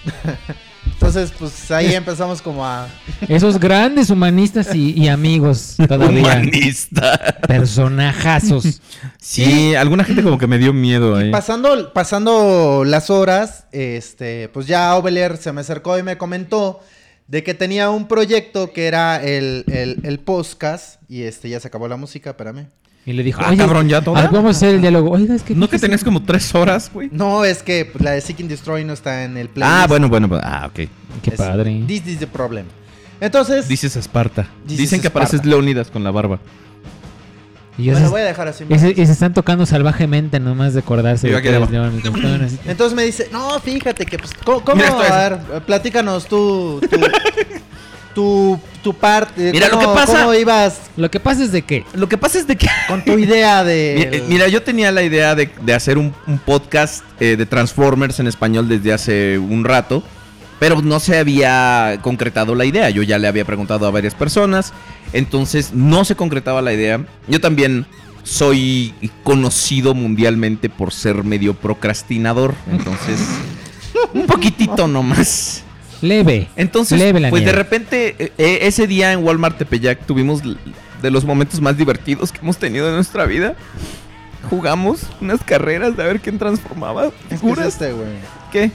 Speaker 3: Entonces, pues ahí empezamos como a...
Speaker 4: Esos grandes humanistas y, y amigos todavía.
Speaker 2: Humanista.
Speaker 4: Personajazos.
Speaker 2: Sí, alguna gente como que me dio miedo ¿eh? ahí.
Speaker 3: Pasando, pasando las horas, este, pues ya Ovelier se me acercó y me comentó de que tenía un proyecto que era el, el, el podcast. Y este, ya se acabó la música, espérame.
Speaker 4: Y le dijo,
Speaker 2: Ah,
Speaker 4: oye,
Speaker 2: cabrón, ¿ya toda?
Speaker 4: ah, vamos a hacer el diálogo. Oiga, es que...
Speaker 2: ¿No que tenías como tres horas, güey?
Speaker 3: No, es que pues, la de Seeking Destroy no está en el playlist.
Speaker 2: Ah, bueno, bueno, bueno. Ah, ok.
Speaker 4: Qué
Speaker 3: Es-
Speaker 4: padre.
Speaker 3: This is the problem. Entonces,
Speaker 2: Dices Esparta.
Speaker 3: Dices
Speaker 2: Dicen que
Speaker 3: Esparta.
Speaker 2: pareces Leonidas con la barba.
Speaker 4: Y
Speaker 3: bueno,
Speaker 4: esos-
Speaker 3: voy a dejar así.
Speaker 4: Y se, y se están tocando salvajemente nomás de acordarse
Speaker 2: Yo
Speaker 4: de
Speaker 2: aquí
Speaker 4: que eres
Speaker 2: abajo.
Speaker 4: león, mis compañeros.
Speaker 3: Entonces me dice, no, fíjate que, pues, ¿cómo? cómo?
Speaker 2: Mira, esto es.
Speaker 3: a ver, platícanos tú, tu, tu, tu parte.
Speaker 2: Mira, lo
Speaker 3: cómo-
Speaker 2: que pasa-
Speaker 3: ¿Cómo ibas
Speaker 4: Lo que pasa es de que
Speaker 2: Lo que pasa es de que...
Speaker 3: con tu idea
Speaker 2: Mi- eh,
Speaker 3: de...
Speaker 2: Mira, yo tenía la idea de, de hacer un, un podcast eh, de Transformers en español desde hace un rato, pero no se había concretado la idea. Yo ya le había preguntado a varias personas, entonces no se concretaba la idea. Yo también soy conocido mundialmente por ser medio procrastinador, entonces un poquitito nomás.
Speaker 4: leve,
Speaker 2: Entonces,
Speaker 4: leve la
Speaker 2: pues de
Speaker 4: nieve.
Speaker 2: repente, eh, eh, ese día en Walmart Tepeyac tuvimos l- de los momentos más divertidos que hemos tenido en nuestra vida. Jugamos unas carreras de a ver quién transformaba. ¿Te
Speaker 3: Es que es
Speaker 2: juras?
Speaker 3: este, güey.
Speaker 2: ¿Qué?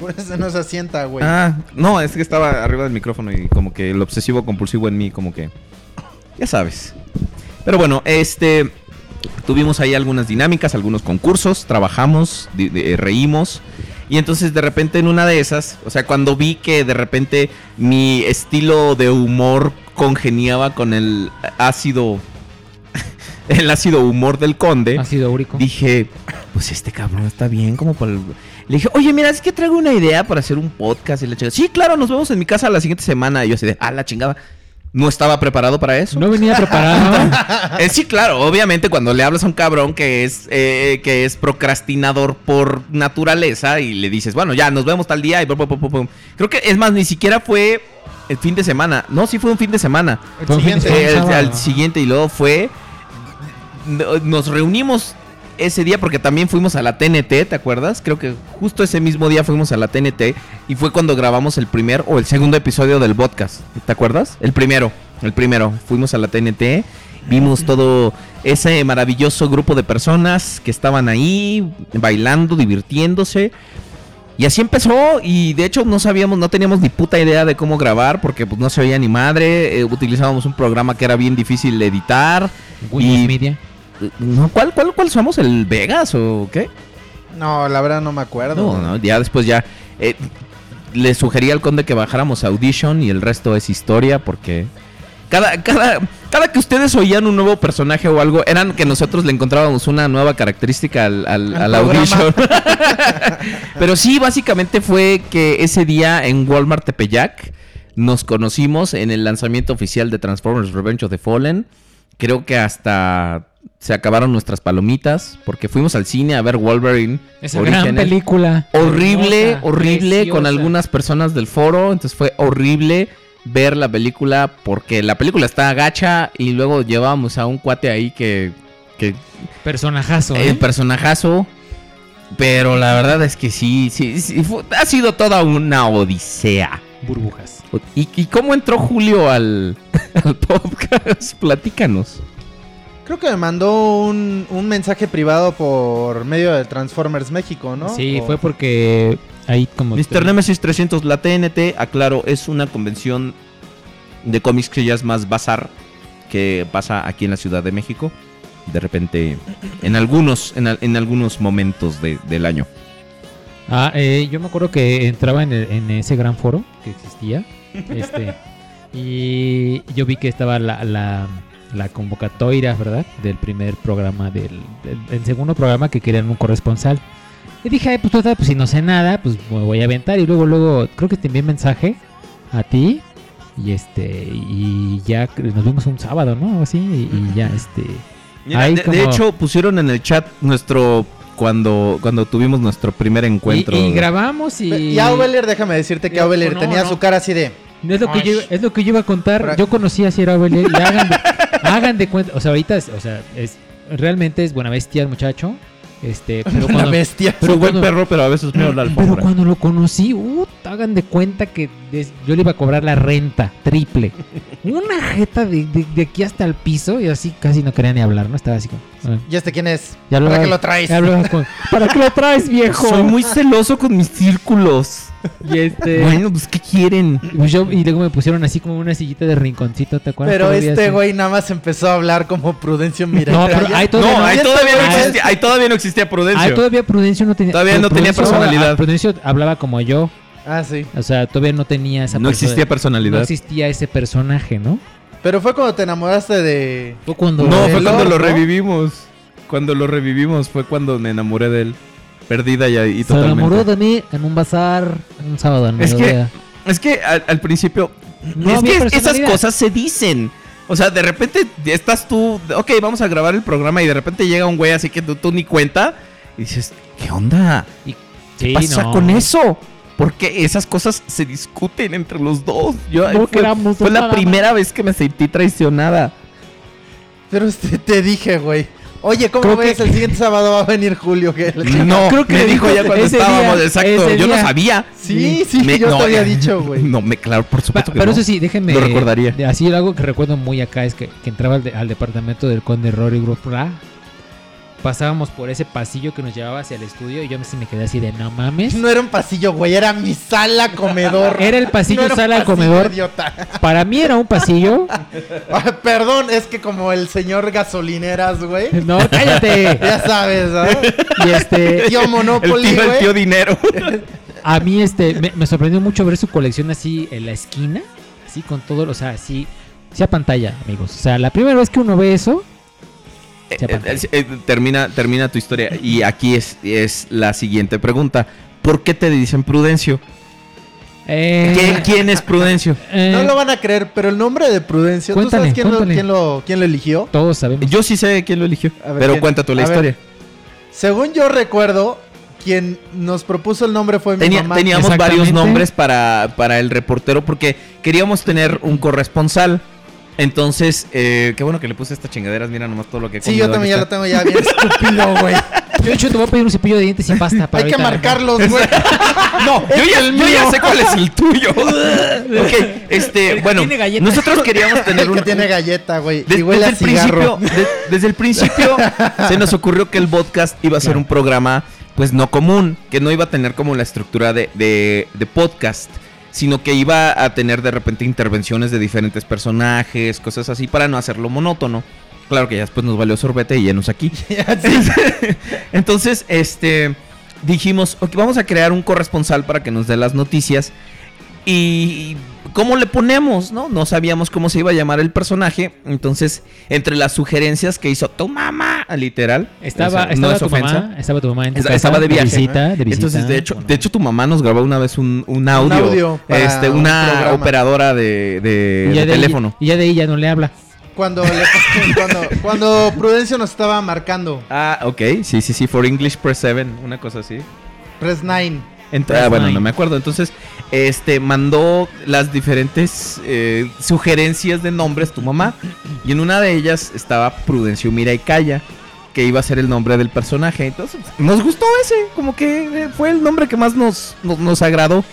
Speaker 3: Por eso no se asienta, güey.
Speaker 2: Ah, no, es que estaba arriba del micrófono y como que el obsesivo compulsivo en mí, como que. Ya sabes. Pero bueno, este. Tuvimos ahí algunas dinámicas, algunos concursos, trabajamos, di- de- eh, reímos. Y entonces de repente en una de esas, o sea, cuando vi que de repente mi estilo de humor congeniaba con el ácido. El ácido humor del conde.
Speaker 4: ácido úrico.
Speaker 2: Dije, pues este cabrón está bien como para el, Le dije, oye, mira, es que traigo una idea para hacer un podcast. Y la chica, sí, claro, nos vemos en mi casa la siguiente semana. Y yo así de, ah, la chingada. No estaba preparado para eso.
Speaker 4: No venía preparado.
Speaker 2: Eh, sí, claro, obviamente cuando le hablas a un cabrón que es, eh, que es procrastinador por naturaleza y le dices, bueno, ya nos vemos tal día y pum, pum, pum, pum, pum. Creo que es más, ni siquiera fue el fin de semana. No, sí fue un fin de semana.
Speaker 3: Fue un fin de
Speaker 2: Eh,
Speaker 3: semana.
Speaker 2: el-
Speaker 4: sábado.
Speaker 2: al siguiente y luego fue... no- Nos reunimos ese día porque también fuimos a la TNT, ¿te acuerdas? Creo que justo ese mismo día fuimos a la TNT y fue cuando grabamos el primer o el segundo episodio del podcast, ¿te acuerdas? El primero, el primero. Fuimos a la TNT, vimos todo ese maravilloso grupo de personas que estaban ahí bailando, divirtiéndose. Y así empezó y de hecho no sabíamos, no teníamos ni puta idea de cómo grabar porque pues no se oía ni madre, eh, utilizábamos un programa que era bien difícil de editar.
Speaker 4: Windows
Speaker 2: y-
Speaker 4: Media.
Speaker 2: No, ¿cuál, cuál, ¿Cuál somos? ¿El Vegas o qué?
Speaker 3: No, la verdad no me acuerdo.
Speaker 2: No, no, ya después ya. eh, le sugerí al conde que bajáramos Audition y el resto es historia porque. Cada, cada, cada que ustedes oían un nuevo personaje o algo, eran que nosotros le encontrábamos una nueva característica al, al-
Speaker 3: Al
Speaker 2: al audition. Pero sí, básicamente fue que ese día en Walmart Tepeyac nos conocimos en el lanzamiento oficial de Transformers Revenge of the Fallen. Creo que hasta se acabaron nuestras palomitas porque fuimos al cine a ver Wolverine.
Speaker 4: Esa gran
Speaker 2: Original.
Speaker 4: película.
Speaker 2: ¿eh? Horrible,
Speaker 4: Hermosa,
Speaker 2: horrible con
Speaker 4: preciosa.
Speaker 2: algunas personas del foro. Entonces fue horrible ver la película porque la película está gacha y luego llevábamos a un cuate ahí que, que
Speaker 4: Personajazo. ¿eh?
Speaker 2: el personajazo. Pero la verdad es que sí, sí, sí, fue- ha sido toda una odisea.
Speaker 4: Burbujas.
Speaker 2: ¿Y, y cómo entró Julio al, al podcast? Platícanos.
Speaker 3: Creo que me mandó un, un mensaje privado por medio de Transformers México, ¿no?
Speaker 4: Sí,
Speaker 3: O-
Speaker 4: fue porque ahí como...
Speaker 2: Mr. Nemesis 300, la TNT, aclaro, es una convención de cómics que ya es más bazar que pasa aquí en la Ciudad de México. De repente, en algunos, en, al- en algunos momentos de- del año.
Speaker 4: Ah, eh, yo me acuerdo que entraba en, el- en ese gran foro que existía. este, y yo vi que estaba la, la, la convocatoria, ¿verdad? Del primer programa, del, del- del segundo programa que querían un corresponsal. Y dije, "Ay, pues, total, pues si no sé nada, pues me voy a aventar. Y luego, luego, creo que te envié mensaje a ti. Y este, y ya cre- nos vimos un sábado, ¿no? Algo Así, y, y ya este.
Speaker 2: Mira,
Speaker 4: ahí
Speaker 2: de, de
Speaker 4: como-
Speaker 2: hecho, pusieron en el chat nuestro. Cuando, cuando tuvimos nuestro primer encuentro.
Speaker 4: Y, y grabamos y.
Speaker 3: Y Aubeler, déjame decirte que
Speaker 4: No,
Speaker 3: Aubeler
Speaker 4: no,
Speaker 3: tenía
Speaker 4: no.
Speaker 3: su cara así de.
Speaker 4: No es lo que
Speaker 3: Ay.
Speaker 4: yo, es lo que yo iba a contar.
Speaker 3: Ahora-
Speaker 4: Yo conocí a Sierra Vélez. y hagan de, hagan de cuenta. O sea, ahorita es, o sea, es realmente es buena bestia el muchacho. Este, pero
Speaker 3: Una
Speaker 4: cuando,
Speaker 3: bestia.
Speaker 4: pero cuando-
Speaker 2: perro, pero a veces me la
Speaker 4: pero cuando lo conocí, uh, hagan de cuenta que des- yo le iba a cobrar la renta triple. Una jeta de, de- de aquí hasta el piso y así casi no quería ni hablar, ¿no? Estaba así como. ah,
Speaker 3: ¿Y este quién es?
Speaker 4: Ya
Speaker 3: ¿Para qué lo traes?
Speaker 4: ya lo- con- ¿Para qué lo traes, viejo?
Speaker 2: Soy muy celoso con mis círculos.
Speaker 4: Y este.
Speaker 2: Bueno, pues, ¿qué quieren?
Speaker 4: pues yo- y luego me pusieron así como una sillita de rinconcito, ¿te acuerdas?
Speaker 3: Pero
Speaker 4: Todavía
Speaker 3: este
Speaker 4: así.
Speaker 3: güey nada más empezó a hablar como Prudencio
Speaker 4: No,
Speaker 3: Miranda.
Speaker 4: pero ahí
Speaker 2: No,
Speaker 4: todavía no,
Speaker 2: ahí
Speaker 3: había-
Speaker 2: todavía no
Speaker 4: Ah, es-
Speaker 2: existía, ahí todavía no existía Prudencio.
Speaker 4: Ah, todavía Prudencio no tenía.
Speaker 2: Todavía no tenía
Speaker 4: Prudencio-
Speaker 2: personalidad.
Speaker 4: ah, Prudencio hablaba como yo.
Speaker 3: Ah, sí.
Speaker 4: O sea, todavía no tenía esa
Speaker 2: no
Speaker 4: perso-
Speaker 2: existía
Speaker 4: No
Speaker 2: personalidad.
Speaker 4: existía ese personaje, ¿no?
Speaker 3: Pero fue cuando te enamoraste de.
Speaker 4: Fue cuando.
Speaker 2: No,
Speaker 3: El
Speaker 2: fue cuando
Speaker 3: Lord,
Speaker 2: lo
Speaker 3: ¿no?
Speaker 2: revivimos. Cuando lo revivimos fue cuando me enamoré de él. Perdida ya y
Speaker 4: se
Speaker 2: totalmente.
Speaker 4: enamoró de mí en un bazar un sábado en
Speaker 2: Es que-
Speaker 4: mediodía.
Speaker 2: Es que al, al principio...
Speaker 4: No
Speaker 2: es
Speaker 4: había
Speaker 2: que es- esas
Speaker 4: personalidad.
Speaker 2: cosas se dicen. O sea, de repente estás tú... Ok, vamos a grabar el programa y de repente llega un güey así que tú, tú ni cuenta. Y dices, ¿qué onda?
Speaker 4: Sí,
Speaker 2: ¿Qué pasa
Speaker 4: no.
Speaker 2: con eso? Porque esas cosas se discuten entre los dos. Yo,
Speaker 4: No
Speaker 2: fue
Speaker 4: queramos
Speaker 2: fue la
Speaker 4: nada más.
Speaker 2: primera vez que me sentí traicionada.
Speaker 3: Pero este, te dije, güey. Oye, ¿cómo
Speaker 4: Creo
Speaker 3: ves?
Speaker 4: que-
Speaker 3: El siguiente sábado va a venir Julio. que-
Speaker 2: No,
Speaker 4: Creo que
Speaker 2: me
Speaker 4: le
Speaker 2: dijo
Speaker 4: dijo
Speaker 2: ya cuando
Speaker 4: ese
Speaker 2: estábamos,
Speaker 4: día, eh,
Speaker 2: exacto.
Speaker 4: ese
Speaker 2: Yo no
Speaker 4: día.
Speaker 2: sabía.
Speaker 3: Sí, sí,
Speaker 2: Me-
Speaker 3: yo
Speaker 2: no,
Speaker 3: te había
Speaker 2: eh,
Speaker 3: dicho, güey.
Speaker 2: No, me, claro, por
Speaker 4: Pa-
Speaker 2: supuesto que
Speaker 4: pero
Speaker 2: no.
Speaker 4: eso sí, déjenme.
Speaker 2: Lo recordaría.
Speaker 4: de- Así algo que recuerdo muy acá es que, que entraba al, de- al departamento del conde Rory Grufra. Pasábamos por ese pasillo que nos llevaba hacia el estudio y yo me, sí me quedé así de no mames.
Speaker 3: No era un pasillo, güey. Era mi sala comedor.
Speaker 4: Era el pasillo,
Speaker 3: un
Speaker 4: sala,
Speaker 3: pasillo,
Speaker 4: comedor.
Speaker 3: Idiota.
Speaker 4: Para mí era un pasillo.
Speaker 3: Ah, Perdón, es que como el señor gasolineras, güey.
Speaker 4: No, cállate.
Speaker 3: Ya sabes, ¿no?
Speaker 4: Y este,
Speaker 3: Tío Monopoly,
Speaker 2: el tío, el
Speaker 3: güey.
Speaker 2: tío dinero.
Speaker 4: a mí este, me, me sorprendió mucho ver su colección así en la esquina, así con todo, o sea, así, sea pantalla, amigos. O sea, la primera vez que uno ve eso, sea
Speaker 2: Eh,
Speaker 4: pantalla.
Speaker 2: eh, eh, termina, termina tu historia. Y aquí es, es la siguiente pregunta. ¿Por qué te dicen Prudencio?
Speaker 4: Eh,
Speaker 2: ¿Quién, quién es Prudencio?
Speaker 4: eh,
Speaker 3: No lo van a creer, pero el nombre de Prudencio, ¿tú
Speaker 4: Cuéntale,
Speaker 3: sabes quién lo,
Speaker 4: cuéntale.
Speaker 3: quién lo- quién lo eligió?
Speaker 4: Todos sabemos.
Speaker 2: Yo sí sé quién lo eligió,
Speaker 3: A ver,
Speaker 2: pero
Speaker 3: ¿quién?
Speaker 2: cuenta tú la
Speaker 3: A ver,
Speaker 2: historia.
Speaker 3: Según yo recuerdo, quien nos propuso el nombre fue mi
Speaker 2: Tenía-
Speaker 3: mamá.
Speaker 2: teníamos
Speaker 4: Exactamente.
Speaker 2: varios nombres para, para el reportero porque queríamos tener un corresponsal. Entonces, eh, qué bueno que le puse estas chingaderas. Mira nomás todo lo que he
Speaker 3: Sí, yo
Speaker 2: comido,
Speaker 3: también ya
Speaker 2: aquí
Speaker 3: lo
Speaker 2: está.
Speaker 3: tengo ya bien estúpido, güey.
Speaker 4: Yo, de hecho, te voy a pedir un cepillo de dientes y pasta. para
Speaker 3: Hay que
Speaker 4: ahorita.
Speaker 3: marcarlos, güey.
Speaker 2: No, yo ya, yo ya sé cuál es el tuyo. ok,
Speaker 4: El
Speaker 2: este,
Speaker 4: que
Speaker 2: bueno,
Speaker 4: tiene galletas.
Speaker 2: nosotros queríamos tener
Speaker 3: El que
Speaker 2: un,
Speaker 3: tiene galleta, güey.
Speaker 2: De-
Speaker 3: Y
Speaker 2: desde,
Speaker 3: huele a
Speaker 2: el
Speaker 3: cigarro.
Speaker 2: principio, de- desde el principio se nos ocurrió que el podcast iba a ser un programa pues no común, que no iba a tener como la estructura de, de- de podcast, sino que iba a tener de repente intervenciones de diferentes personajes, cosas así, para no hacerlo monótono. Claro que ya después nos valió sorbete y llenos aquí. Entonces, este, dijimos, ok, vamos a crear un corresponsal para que nos dé las noticias. Y cómo le ponemos, ¿no? No sabíamos cómo se iba a llamar el personaje. Entonces, entre las sugerencias que hizo tu mamá, literal.
Speaker 4: Estaba,
Speaker 2: o sea, no
Speaker 4: estaba
Speaker 2: es
Speaker 4: tu
Speaker 2: ofensa.
Speaker 4: mamá. Estaba tu mamá en tu
Speaker 2: Es-
Speaker 4: casa,
Speaker 2: estaba de viaje.
Speaker 4: visita, de visita,
Speaker 2: Entonces, de hecho,
Speaker 4: ¿o no?
Speaker 2: de hecho, tu mamá nos grabó una vez un, un audio.
Speaker 3: audio para
Speaker 2: este,
Speaker 3: un
Speaker 2: una
Speaker 3: programa.
Speaker 2: operadora de, de-
Speaker 4: Y ya
Speaker 2: de
Speaker 4: de ahí-
Speaker 2: teléfono.
Speaker 4: Y ya de ahí ya no le habla.
Speaker 3: Cuando, le- cuando, cuando Prudencio nos estaba marcando.
Speaker 2: Ah, ok. Sí, sí, sí. For English Press 7, una cosa así.
Speaker 3: Press 9.
Speaker 2: Ent-
Speaker 4: Press
Speaker 2: ah, bueno,
Speaker 4: nine.
Speaker 2: no me acuerdo. Entonces, este mandó las diferentes eh, sugerencias de nombres tu mamá. Y en una de ellas estaba Prudencio Mira y Calla, que iba a ser el nombre del personaje. Entonces, nos gustó ese, como que eh, fue el nombre que más nos, nos, nos agradó.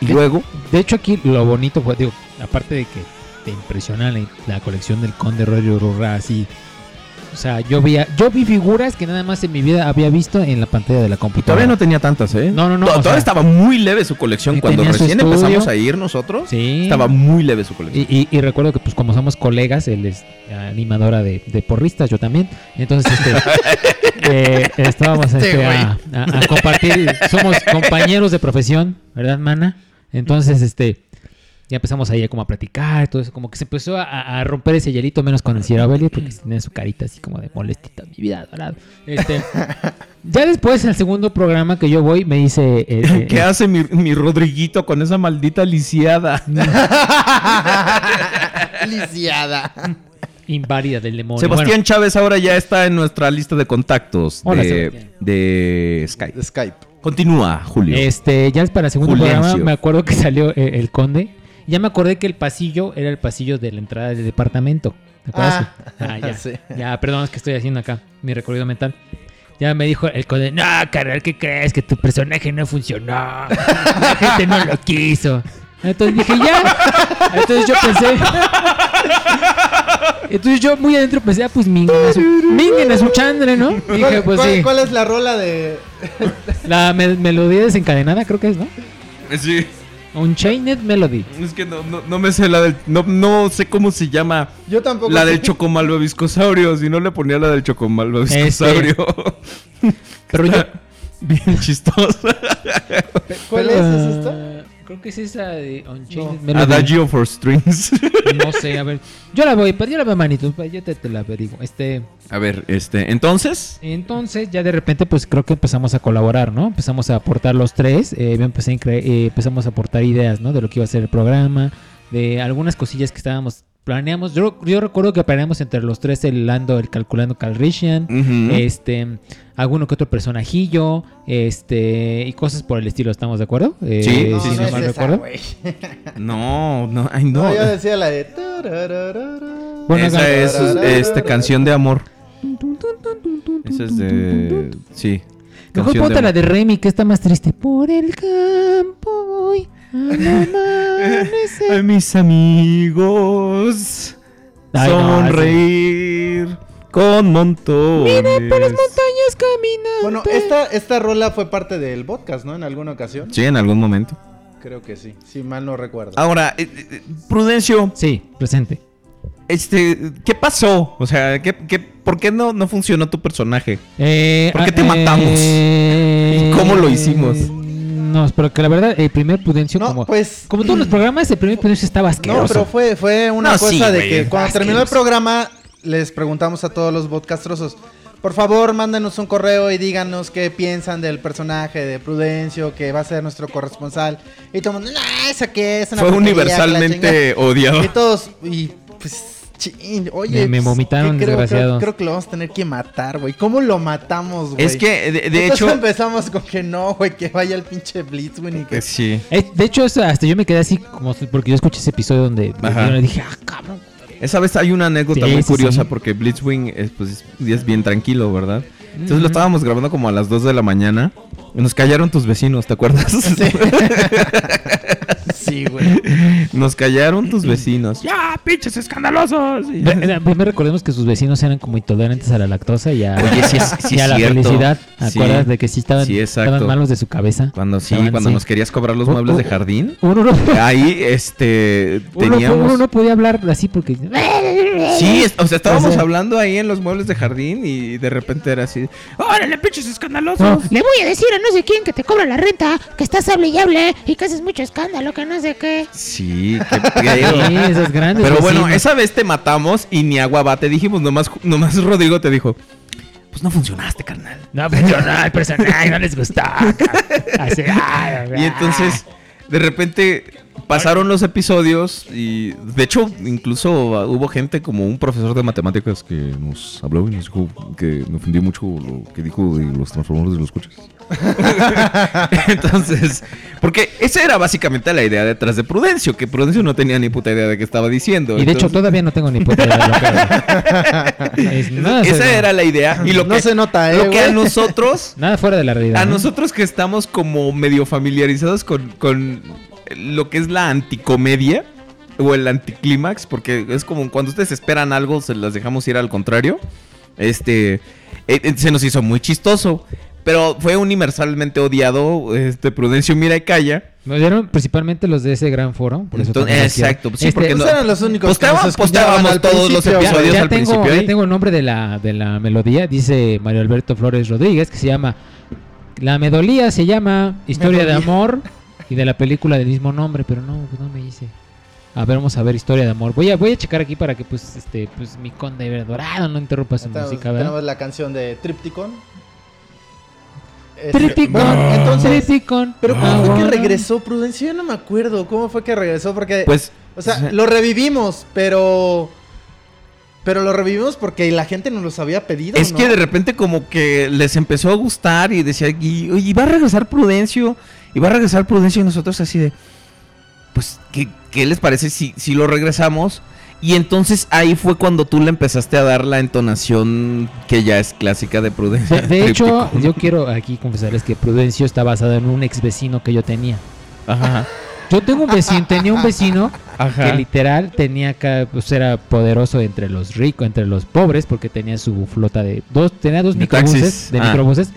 Speaker 2: Y luego,
Speaker 4: De hecho, aquí lo bonito fue, digo, aparte de que te impresiona la, la colección del conde Roger Urra, así. O sea, yo vi, yo vi figuras que nada más en mi vida había visto en la pantalla de la
Speaker 2: y
Speaker 4: computadora.
Speaker 2: todavía no tenía tantas, ¿eh?
Speaker 4: No, no, no,
Speaker 2: To-
Speaker 4: o
Speaker 2: Todavía
Speaker 4: sea-
Speaker 2: estaba muy leve su colección.
Speaker 4: Sí,
Speaker 2: Cuando
Speaker 4: tenía su
Speaker 2: recién
Speaker 4: estudio.
Speaker 2: empezamos a ir nosotros,
Speaker 4: Sí.
Speaker 2: estaba muy leve su colección.
Speaker 4: Y, y- y recuerdo que pues como somos colegas, él es animadora de, de porristas, yo también. Entonces, este, eh, estábamos este, a, a- a compartir, somos compañeros de profesión, ¿verdad, mana? Entonces, este, ya empezamos ahí como a platicar, todo eso, como que se empezó a, a romper ese hielito, menos con el Sierra Belli, porque tenía su carita así como de molestita, mi vida, dorado. Este, ya después, en el segundo programa que yo voy, me dice... eh, eh,
Speaker 2: ¿Qué hace mi, mi Rodriguito con esa maldita lisiada?
Speaker 3: Lisiada.
Speaker 4: eh, inválida del demonio.
Speaker 2: Sebastián
Speaker 4: Bueno,
Speaker 2: Chávez ahora ya está en nuestra lista de contactos
Speaker 4: Hola,
Speaker 2: de,
Speaker 4: Sebastián.
Speaker 2: de Skype.
Speaker 3: Skype.
Speaker 2: Continúa, Julio.
Speaker 4: Este, ya es para el segundo
Speaker 2: Juliancio.
Speaker 4: programa. Me acuerdo que salió eh, el conde. Ya me acordé que el pasillo era el pasillo de la entrada del departamento. ¿Te acuerdas?
Speaker 3: Ah,
Speaker 4: Ah, ya.
Speaker 3: sí.
Speaker 4: Ya, perdón, es que estoy haciendo acá mi recorrido mental. Ya me dijo el conde, no, carnal, ¿qué crees? Que tu personaje no funcionó. La gente no lo quiso. Entonces dije, ya. Entonces yo pensé. Entonces yo muy adentro pensé, ah, pues minguen a su, minguen a su chandre, ¿no? Dije,
Speaker 3: ¿Cuál,
Speaker 4: pues
Speaker 3: cuál-
Speaker 4: sí.
Speaker 3: cuál es la rola de.?
Speaker 4: La mel- melodía desencadenada, creo que es, ¿no?
Speaker 2: Sí,
Speaker 4: Unchained Melody.
Speaker 2: es que no, no- no me sé la del. No, no sé cómo se llama.
Speaker 3: Yo tampoco.
Speaker 2: La
Speaker 3: sé.
Speaker 2: del chocomalvaviscosaurio. Si no le ponía la del chocomalvaviscosaurio.
Speaker 4: Este. Pero yo.
Speaker 2: Bien chistosa.
Speaker 3: ¿Cuál es?
Speaker 4: pero,
Speaker 3: ¿Es esta?
Speaker 4: eh, Creo que es esa de Unchained
Speaker 3: No.
Speaker 4: Melody.
Speaker 2: Adagio for strings.
Speaker 4: No sé, a ver. Yo la voy, pero yo la veo manito. pero Yo te, te la averiguo. Este.
Speaker 2: A ver, este. Entonces.
Speaker 4: Entonces, ya de repente, pues creo que empezamos a colaborar, ¿no? Empezamos a aportar los tres. eh, yo empecé a incre- eh, empezamos a aportar ideas, ¿no? De lo que iba a ser el programa. De algunas cosillas que estábamos. Planeamos. Yo, yo recuerdo que planeamos entre los tres el Lando, el calculando Calrissian.
Speaker 2: ujú.
Speaker 4: Este, alguno que otro personajillo, este, y cosas por el estilo, ¿estamos de acuerdo? Eh,
Speaker 2: Sí,
Speaker 3: No,
Speaker 2: sí,
Speaker 3: no
Speaker 2: sí,
Speaker 3: es
Speaker 4: mal
Speaker 3: esa,
Speaker 4: recuerdo.
Speaker 3: güey.
Speaker 2: No, no, ay, no.
Speaker 3: No, yo decía la de. tarararara.
Speaker 4: Bueno,
Speaker 2: Esa
Speaker 4: gan-
Speaker 2: es este, canción de amor. Esa es de. Sí.
Speaker 4: Mejor
Speaker 2: canción
Speaker 4: ponte
Speaker 2: amor.
Speaker 4: la de Remy, que está más triste. Por el campo voy al
Speaker 3: eh.
Speaker 4: amanecer.
Speaker 2: A mis amigos
Speaker 4: Ay, no,
Speaker 2: sonreír con montones. Mira por las montañas.
Speaker 4: Montañas caminando.
Speaker 3: Bueno, esta, esta rola fue parte del podcast, ¿no? En alguna ocasión.
Speaker 2: Sí, en algún momento.
Speaker 3: Creo que sí. Si mal no recuerdo.
Speaker 2: Ahora, eh, eh, Prudencio,
Speaker 4: Sí, presente.
Speaker 2: este, ¿qué pasó? O sea, ¿qué, qué, por qué no, no funcionó tu personaje?
Speaker 4: Eh,
Speaker 2: ¿Por qué
Speaker 4: ah,
Speaker 2: te matamos?
Speaker 4: eh,
Speaker 2: ¿Y cómo lo hicimos?
Speaker 4: No, pero que la verdad, el primer Pudencio,
Speaker 3: No,
Speaker 4: como,
Speaker 3: pues-
Speaker 4: como todos los programas, el primer Pudencio estaba asqueroso.
Speaker 3: No, pero fue, fue una
Speaker 2: No,
Speaker 3: cosa
Speaker 2: sí,
Speaker 3: de
Speaker 2: güey,
Speaker 3: que
Speaker 2: es
Speaker 3: cuando terminó el
Speaker 2: asqueroso.
Speaker 3: programa les preguntamos a todos los podcastrosos, Por favor, mándenos un correo y díganos qué piensan del personaje de Prudencio, que va a ser nuestro corresponsal. Y todo el mundo, "Nah, esa que es una
Speaker 2: Fue
Speaker 3: porquería, que la
Speaker 2: universalmente
Speaker 3: chingada".
Speaker 2: odiado.
Speaker 3: Y todos, y pues, chin, oye.
Speaker 4: Me- me
Speaker 3: pues,
Speaker 4: vomitaron,
Speaker 3: que creo-
Speaker 4: desgraciado.
Speaker 3: Creo, creo que lo vamos a tener que matar, güey. ¿Cómo lo matamos, güey?
Speaker 2: Es que, de, de
Speaker 3: Entonces
Speaker 2: hecho.
Speaker 3: empezamos con que no, güey, que vaya el pinche Blitzwing y que...
Speaker 2: Sí.
Speaker 4: Eh, De hecho, eso, hasta yo me quedé así, como porque yo escuché ese episodio donde
Speaker 2: Ajá.
Speaker 4: yo dije, ah, cabrón.
Speaker 2: Esa vez hay una anécdota
Speaker 4: Sí,
Speaker 2: muy
Speaker 4: sí,
Speaker 2: curiosa
Speaker 4: sí.
Speaker 2: porque Blitzwing es, pues, es bien tranquilo, ¿verdad? Entonces lo estábamos grabando como a las 2 de la mañana. y Nos callaron tus vecinos, ¿te acuerdas?
Speaker 3: Sí, güey.
Speaker 2: Nos callaron tus vecinos.
Speaker 8: ¡Ya, pinches escandalosos! Y-
Speaker 4: Ve- eh, Primero recordemos que sus vecinos eran como intolerantes a la lactosa y a,
Speaker 2: Oye, sí es-
Speaker 4: y
Speaker 2: sí es
Speaker 4: a la
Speaker 2: cierto.
Speaker 4: felicidad.
Speaker 2: Sí.
Speaker 4: ¿Acuerdas de que sí estaban,
Speaker 2: Sí, exacto.
Speaker 4: estaban malos de su cabeza?
Speaker 2: Cuando sí,
Speaker 4: Estaban,
Speaker 2: cuando
Speaker 4: sí.
Speaker 2: nos querías cobrar los
Speaker 4: Uh,
Speaker 2: muebles de
Speaker 4: uh.
Speaker 2: jardín.
Speaker 4: Uno no,
Speaker 2: Ahí, este,
Speaker 4: uno no- uno
Speaker 2: teníamos...
Speaker 4: no podía hablar así porque...
Speaker 2: Sí, es- o sea, estábamos
Speaker 4: O sea-
Speaker 2: hablando ahí en los muebles de jardín y de repente era así.
Speaker 8: ¡Órale, pinches escandalosos!
Speaker 4: No,
Speaker 9: Le voy a decir a no sé quién que te cobra la renta, que estás hable y hable y que haces mucho escándalo, que no sé qué.
Speaker 2: Sí, qué pedo.
Speaker 4: Sí, esas grandes pues
Speaker 2: Pero bueno,
Speaker 4: vecinas.
Speaker 2: esa vez te matamos y ni agua va. Te dijimos, nomás, nomás Rodrigo te dijo, pues no funcionaste, carnal.
Speaker 4: No, funcionó el personaje, no les gustó. Así, ah. ay,
Speaker 2: Y entonces, de repente pasaron los episodios y de hecho incluso uh, hubo gente como un profesor de matemáticas que nos habló y nos dijo que me ofendió mucho lo que dijo de los transformadores de los coches. Entonces, porque esa era básicamente la idea detrás de Prudencio, que Prudencio no tenía ni puta idea de qué estaba diciendo.
Speaker 4: Y de hecho
Speaker 2: Entonces, Ah,
Speaker 4: todavía no tengo ni puta idea de lo que hago. Es nada,
Speaker 2: esa
Speaker 4: fuera-
Speaker 2: era la idea y lo
Speaker 3: no
Speaker 2: que
Speaker 3: se nota, eh,
Speaker 2: lo que a
Speaker 3: güey.
Speaker 2: nosotros
Speaker 4: nada fuera de la realidad.
Speaker 2: A
Speaker 4: ¿no?
Speaker 2: nosotros que estamos como medio familiarizados con, con lo que es la anticomedia o el anticlímax, porque es como cuando ustedes esperan algo, se las dejamos ir al contrario. Este eh, eh, se nos hizo muy chistoso, pero fue universalmente odiado. Este Prudencio mira y calla.
Speaker 4: Nos dieron principalmente los de ese gran foro. por eso
Speaker 2: Entonces,
Speaker 4: también los quiero. Este,
Speaker 2: exacto, sí, porque
Speaker 3: Esos
Speaker 2: no-
Speaker 3: eran los únicos
Speaker 2: Posteaba-
Speaker 3: que nos escuchaban
Speaker 2: posteábamos
Speaker 3: al
Speaker 2: todos los
Speaker 3: principio,
Speaker 4: ya,
Speaker 2: episodios.
Speaker 3: güey.
Speaker 4: ya
Speaker 2: al
Speaker 4: tengo,
Speaker 2: principio,
Speaker 4: ya
Speaker 2: ¿eh?
Speaker 4: tengo el nombre de la, de la melodía, dice Mario Alberto Flores Rodríguez, que se llama La Medolía, se llama Historia de
Speaker 3: Medolía.
Speaker 4: Amor y de la película del mismo nombre, pero no, no me hice. A ver, vamos a ver Historia de Amor. Voy a, voy a checar aquí para que pues este pues mi conde verdorado no interrumpa su
Speaker 3: Tenemos,
Speaker 4: música, ¿verdad?
Speaker 3: tenemos la canción de Tripticon. Este,
Speaker 4: Tripticon,
Speaker 3: bueno, entonces,
Speaker 4: Tripticon.
Speaker 3: ¿pero cómo fue que
Speaker 4: Ahora.
Speaker 3: regresó Prudencio? Yo no me acuerdo cómo fue que regresó, porque,
Speaker 2: Pues
Speaker 3: o sea, lo revivimos, pero... Pero lo revivimos porque la gente nos los había pedido,
Speaker 2: Es
Speaker 3: ¿no?
Speaker 2: que de repente como que les empezó a gustar y decía, y, oye, va a regresar Prudencio, y va a regresar Prudencio y nosotros así de, pues, ¿qué, qué les parece si, si lo regresamos? Y entonces ahí fue cuando tú le empezaste a dar la entonación que ya es clásica de Prudencio.
Speaker 4: De, de hecho,
Speaker 2: Tríptico.
Speaker 4: yo quiero aquí confesarles que Prudencio está basado en un ex vecino que yo tenía.
Speaker 2: Ajá,
Speaker 4: Yo tengo un vecino, tenía un vecino que
Speaker 2: ajá.
Speaker 4: literal tenía acá, pues era poderoso entre los ricos, entre los pobres, porque tenía su flota de dos, tenía dos
Speaker 2: De
Speaker 4: microbuses,
Speaker 2: taxis.
Speaker 4: de
Speaker 2: Ah.
Speaker 4: microbuses.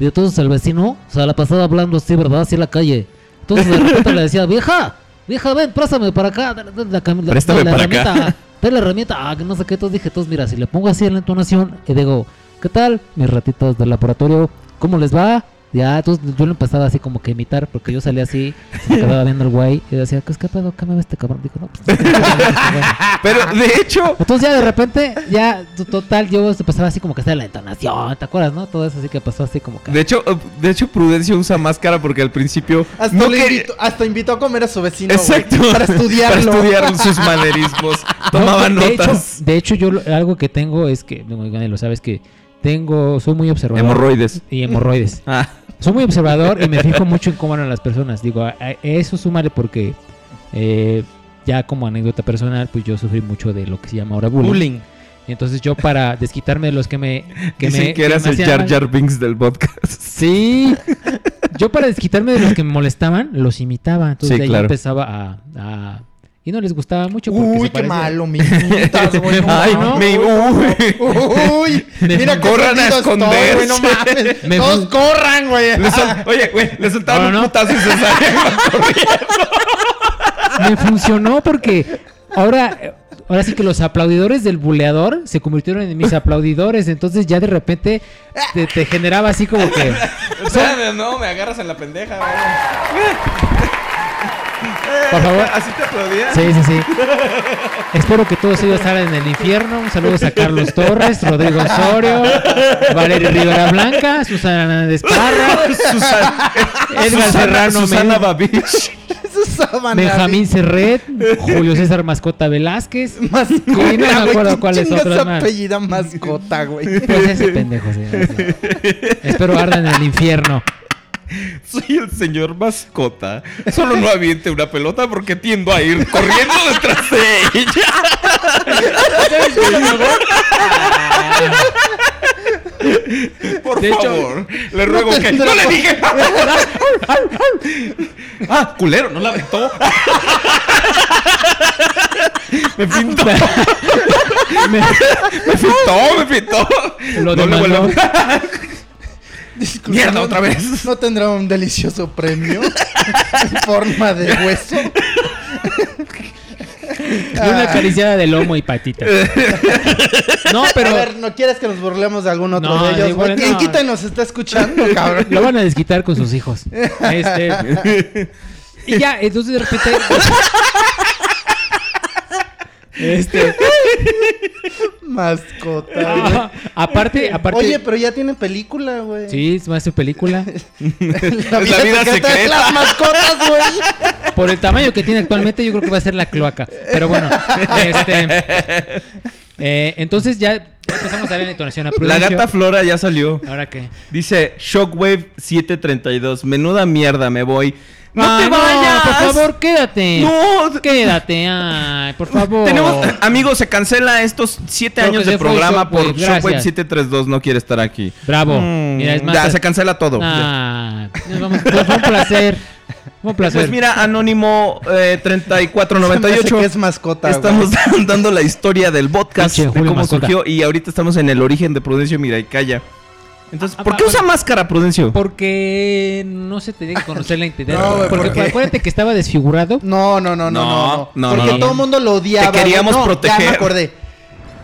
Speaker 4: Y entonces el vecino se la pasaba hablando así, ¿verdad? Así en la calle. Entonces de repente le decía, vieja, vieja, ven, préstame para acá, dale, dale la, cam- la-
Speaker 2: Préstame
Speaker 4: la
Speaker 2: para acá.
Speaker 4: herramienta, dale la herramienta, ah, que no sé qué. Entonces dije, entonces mira, si le pongo así en la entonación, y digo, ¿qué tal? Mis ratitos del laboratorio, ¿cómo les va? Ya, entonces yo lo empezaba así como que a imitar, porque yo salía así, se me quedaba viendo el güey, y decía, ¿qué es que pedo? ¿Qué me ve este cabrón? Dijo, no, pues.
Speaker 2: Pero de hecho,
Speaker 4: Entonces ya de repente, ya, t- total, yo empezaba así como que hacía la entonación, ¿te acuerdas, no? Todo eso así que pasó así como que...
Speaker 2: de hecho, eh, de hecho Prudencio usa máscara porque al principio
Speaker 3: Hasta,
Speaker 2: no
Speaker 3: lo
Speaker 2: quer-
Speaker 3: invitó, hasta invitó a comer a su vecino, güey,
Speaker 2: Exacto.
Speaker 3: para estudiarlo.
Speaker 2: Para estudiar sus manerismos.
Speaker 4: No,
Speaker 2: Tomaba
Speaker 4: de hecho-
Speaker 2: notas.
Speaker 4: de hecho, yo lo- algo que tengo es que, digo, Dani, lo sabes que tengo, soy muy observador.
Speaker 2: Hemorroides.
Speaker 4: Y hemorroides.
Speaker 2: Ah.
Speaker 4: Soy muy observador y me fijo mucho en cómo eran las personas. Digo, a- a eso súmale porque eh, ya como anécdota personal, pues yo sufrí mucho de lo que se llama ahora bullying.
Speaker 3: Bullying.
Speaker 4: Y entonces yo para desquitarme de los que me... Que
Speaker 2: Dicen
Speaker 4: me,
Speaker 2: que eras
Speaker 4: me
Speaker 2: el
Speaker 4: hacían
Speaker 2: Jar
Speaker 4: mal-
Speaker 2: Jar Binks del podcast.
Speaker 4: Sí. Yo para desquitarme de los que me molestaban, los imitaba. Entonces
Speaker 2: Sí,
Speaker 4: de ahí
Speaker 2: claro.
Speaker 4: empezaba a, a- Ah, Y no les gustaba mucho porque se
Speaker 3: Uy, qué
Speaker 4: parece-
Speaker 3: malo, mi putas, güey. no
Speaker 2: Ay,
Speaker 3: mames.
Speaker 2: me-
Speaker 3: Uy, mira cómo
Speaker 2: Corran a esconderse.
Speaker 3: güey, no mames.
Speaker 4: Me-
Speaker 3: Todos corran, güey. Ah.
Speaker 2: Le sol- oye, güey, le soltaron
Speaker 4: No, no.
Speaker 2: un putazo y se salió.
Speaker 4: Me funcionó porque ahora... Ahora sí que los aplaudidores del buleador se convirtieron en mis aplaudidores. Entonces ya de repente te, te generaba así como que...
Speaker 2: no, me agarras en la pendeja,
Speaker 4: Por favor.
Speaker 10: ¿Así te aplaudían?
Speaker 4: Sí, sí, sí. Espero que todos ellos salgan en el infierno. Un saludo a Carlos Torres, Rodrigo Osorio, Valeria Rivera Blanca, Susana Hernández Parra,
Speaker 2: Susana,
Speaker 4: Edgar Serrano
Speaker 2: Susana
Speaker 4: Medina.
Speaker 2: Babich.
Speaker 3: Eso es sábana,
Speaker 4: Benjamín Serret, Julio César Mascota Velázquez.
Speaker 3: güey. Mascota,
Speaker 4: Sí, no me
Speaker 3: güey,
Speaker 4: acuerdo
Speaker 3: ¿quién
Speaker 4: cuál es
Speaker 3: chingas
Speaker 4: otro, man?
Speaker 3: apellida mascota, güey.
Speaker 4: Pues ese pendejo, sí, sí. Espero ardan en el infierno.
Speaker 2: Soy el señor mascota. Solo no aviente una pelota porque tiendo a ir corriendo detrás de ella. Por
Speaker 4: De hecho,
Speaker 2: favor, le ruego que. ¡No le dije! ¡Ah, culero! ¡No la aventó! me pintó, me pintó, me pintó.
Speaker 4: Lo
Speaker 2: no le
Speaker 4: demandó.
Speaker 2: vuelvo a-
Speaker 3: Disculpa,
Speaker 2: Mierda,
Speaker 3: ¿no-
Speaker 2: otra vez.
Speaker 3: ¿No tendrá un delicioso premio en forma de hueso?
Speaker 4: Y
Speaker 3: Ah.
Speaker 4: una acariciada de lomo y patita. No,
Speaker 3: A
Speaker 4: pero
Speaker 3: ver, ¿no quieres que nos burlemos de algún otro
Speaker 4: No,
Speaker 3: de ellos?
Speaker 4: digo,
Speaker 3: güey? ¿Quién
Speaker 4: no.
Speaker 3: quita y nos está escuchando, cabrón?
Speaker 4: lo van a desquitar con sus hijos. Este, y ya, entonces de repente. Este.
Speaker 3: Mascota. güey.
Speaker 4: ah, aparte, aparte.
Speaker 3: Oye, pero ya tienen película, güey.
Speaker 4: Sí, es más su película.
Speaker 3: La
Speaker 2: Es la vida
Speaker 3: de
Speaker 2: secreta.
Speaker 3: las mascotas, güey.
Speaker 4: Por el tamaño que tiene actualmente, yo creo que va a ser la cloaca. Pero bueno, este. eh, entonces ya empezamos a ver la entonación a
Speaker 2: La
Speaker 4: Prudencio.
Speaker 2: gata Flora ya salió.
Speaker 4: Ahora qué.
Speaker 2: Dice Shockwave 732. Menuda mierda, me voy. ¡No
Speaker 4: Ah,
Speaker 2: te vayas!
Speaker 4: Por favor, quédate.
Speaker 2: ¡No!
Speaker 4: Quédate, ay, por favor.
Speaker 2: Tenemos, eh, amigos, se cancela estos 7
Speaker 4: Oh. Creo
Speaker 2: años
Speaker 4: que
Speaker 2: de
Speaker 4: se fue
Speaker 2: programa por
Speaker 4: Shockwave, gracias.
Speaker 2: Shockwave 732. No quiere estar aquí.
Speaker 4: Bravo.
Speaker 2: Mm,
Speaker 4: Mira, es más. eh,
Speaker 2: ya se cancela todo.
Speaker 4: Ah, nos vamos- fue un placer. Fue un placer.
Speaker 2: Pues mira, Anónimo eh,
Speaker 3: Se me
Speaker 2: 3498.
Speaker 3: hace que es mascota,
Speaker 2: Estamos dando la historia del podcast,
Speaker 4: Pinche
Speaker 2: de
Speaker 4: Julio
Speaker 2: cómo
Speaker 4: Mascota.
Speaker 2: surgió. Y ahorita estamos en el origen de Prudencio Miraicaya. Entonces,
Speaker 4: Ah,
Speaker 2: ¿por
Speaker 4: ah,
Speaker 2: qué
Speaker 4: ah,
Speaker 2: usa máscara, Prudencio?
Speaker 4: Porque no se tenía que conocer la entidad.
Speaker 3: No, güey,
Speaker 4: porque
Speaker 3: ¿por qué?
Speaker 4: acuérdate que estaba desfigurado.
Speaker 3: No, no, no, no, no.
Speaker 2: No, no,
Speaker 3: Porque
Speaker 2: no, no.
Speaker 3: todo el mundo lo odiaba.
Speaker 2: Te queríamos
Speaker 3: güey. No, Ya
Speaker 2: proteger.
Speaker 3: me acordé.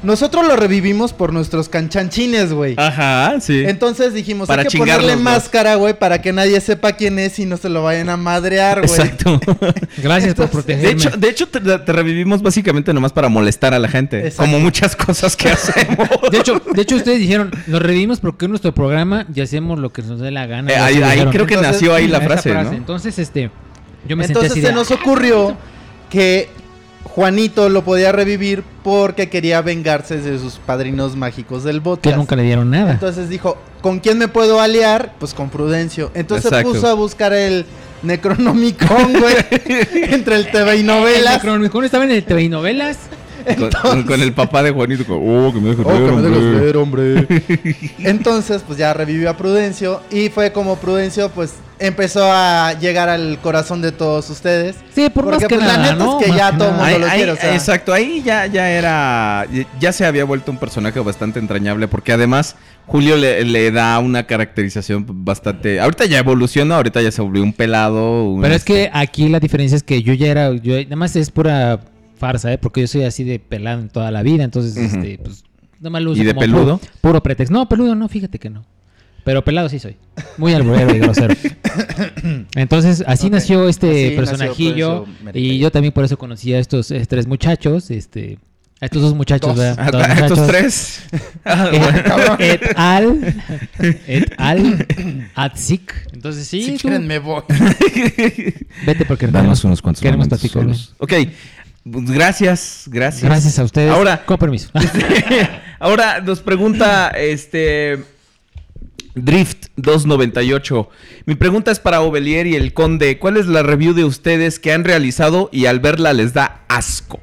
Speaker 3: Nosotros lo revivimos por nuestros canchanchines, güey.
Speaker 2: Ajá, sí.
Speaker 3: Entonces dijimos,
Speaker 2: Para
Speaker 3: hay que
Speaker 2: chingarlos,
Speaker 3: ponerle
Speaker 2: ¿no?
Speaker 3: máscara, güey, para que nadie sepa quién es y no se lo vayan a madrear, güey.
Speaker 2: Exacto.
Speaker 4: Gracias por
Speaker 2: De
Speaker 4: protegerme.
Speaker 2: hecho, de hecho te, te revivimos básicamente nomás para molestar a la gente.
Speaker 3: Exacto.
Speaker 2: Como muchas cosas que hacemos.
Speaker 4: De hecho, de hecho, ustedes dijeron, nos revivimos porque es nuestro programa y hacemos lo que nos dé la gana.
Speaker 2: Eh, ahí, ahí creo que
Speaker 3: Entonces,
Speaker 2: nació ahí la
Speaker 4: Esa
Speaker 2: frase, ¿no?
Speaker 4: Entonces, este, yo me
Speaker 3: Entonces
Speaker 4: sentí así
Speaker 3: se
Speaker 4: de, "Ah,
Speaker 3: nos ocurrió que Juanito lo podía revivir porque quería vengarse de sus padrinos mágicos del
Speaker 4: "Ah, que
Speaker 3: podcast.
Speaker 4: nunca le dieron nada.
Speaker 3: Entonces dijo, ¿con quién me puedo aliar? Pues con Prudencio. Entonces se
Speaker 2: Exacto.
Speaker 3: puso a buscar el Necronomicon, güey, entre el TV y
Speaker 4: el
Speaker 3: novelas.
Speaker 4: Necronomicon estaba en el TV y novelas.
Speaker 2: Con- Con, con el papá de Juanito. como, oh, que me dejes
Speaker 3: Oh, que
Speaker 2: leer,
Speaker 3: me dejes
Speaker 2: hombre".
Speaker 3: leer, hombre. Entonces, pues ya revivió a Prudencio y fue como Prudencio, pues empezó a llegar al corazón de todos ustedes.
Speaker 4: Sí, por
Speaker 3: Porque,
Speaker 4: más que
Speaker 3: pues, la
Speaker 4: nada,
Speaker 3: neta es
Speaker 4: ¿no?
Speaker 3: que
Speaker 4: Más
Speaker 3: ya todo
Speaker 4: nada.
Speaker 3: mundo-
Speaker 2: Ahí-
Speaker 3: lo
Speaker 2: ahí-
Speaker 3: quiero, o sea.
Speaker 2: Exacto, ahí ya, ya era. Ya se había vuelto un personaje bastante entrañable. Porque además, Julio le, le da una caracterización bastante. Ahorita ya evoluciona, ahorita ya se volvió un pelado. un-
Speaker 4: Pero es que aquí la diferencia es que yo ya era, yo nada más es pura farsa, ¿eh? Porque yo soy así de pelado en toda la vida, entonces,
Speaker 2: Ujú.
Speaker 4: este, pues, nada más lo uso
Speaker 2: ¿Y de
Speaker 4: como pu-
Speaker 2: peludo?
Speaker 4: Puro, pretexto. No, peludo no, fíjate que no. Pero pelado sí soy. Muy alburero y grosero. Entonces, así
Speaker 3: Ok.
Speaker 4: nació este
Speaker 3: Así nació, pues,
Speaker 4: personajillo.
Speaker 3: por eso,
Speaker 4: y
Speaker 3: Mercurio.
Speaker 4: yo también por eso conocí a estos eh, tres muchachos, este... A estos dos muchachos,
Speaker 3: Dos.
Speaker 4: ¿verdad?
Speaker 2: A-
Speaker 4: Dos
Speaker 2: a estos
Speaker 4: muchachos.
Speaker 2: tres. Ah,
Speaker 4: Et, et al. Et al. Atzik. Ah, Entonces sí,
Speaker 3: Si
Speaker 4: tú
Speaker 3: quieren me voy.
Speaker 4: vete porque
Speaker 2: Damos
Speaker 4: queremos-
Speaker 2: unos cuantos
Speaker 4: queremos
Speaker 2: momentos
Speaker 4: platicarlo.
Speaker 2: solos. Ok. Pues, Gracias, gracias.
Speaker 4: Gracias a ustedes.
Speaker 2: Ahora-
Speaker 4: Con permiso.
Speaker 2: Ahora nos pregunta este Drift 298. Mi pregunta es para Ovelier y el Conde. ¿Cuál es la review de ustedes que han realizado y al verla les da asco?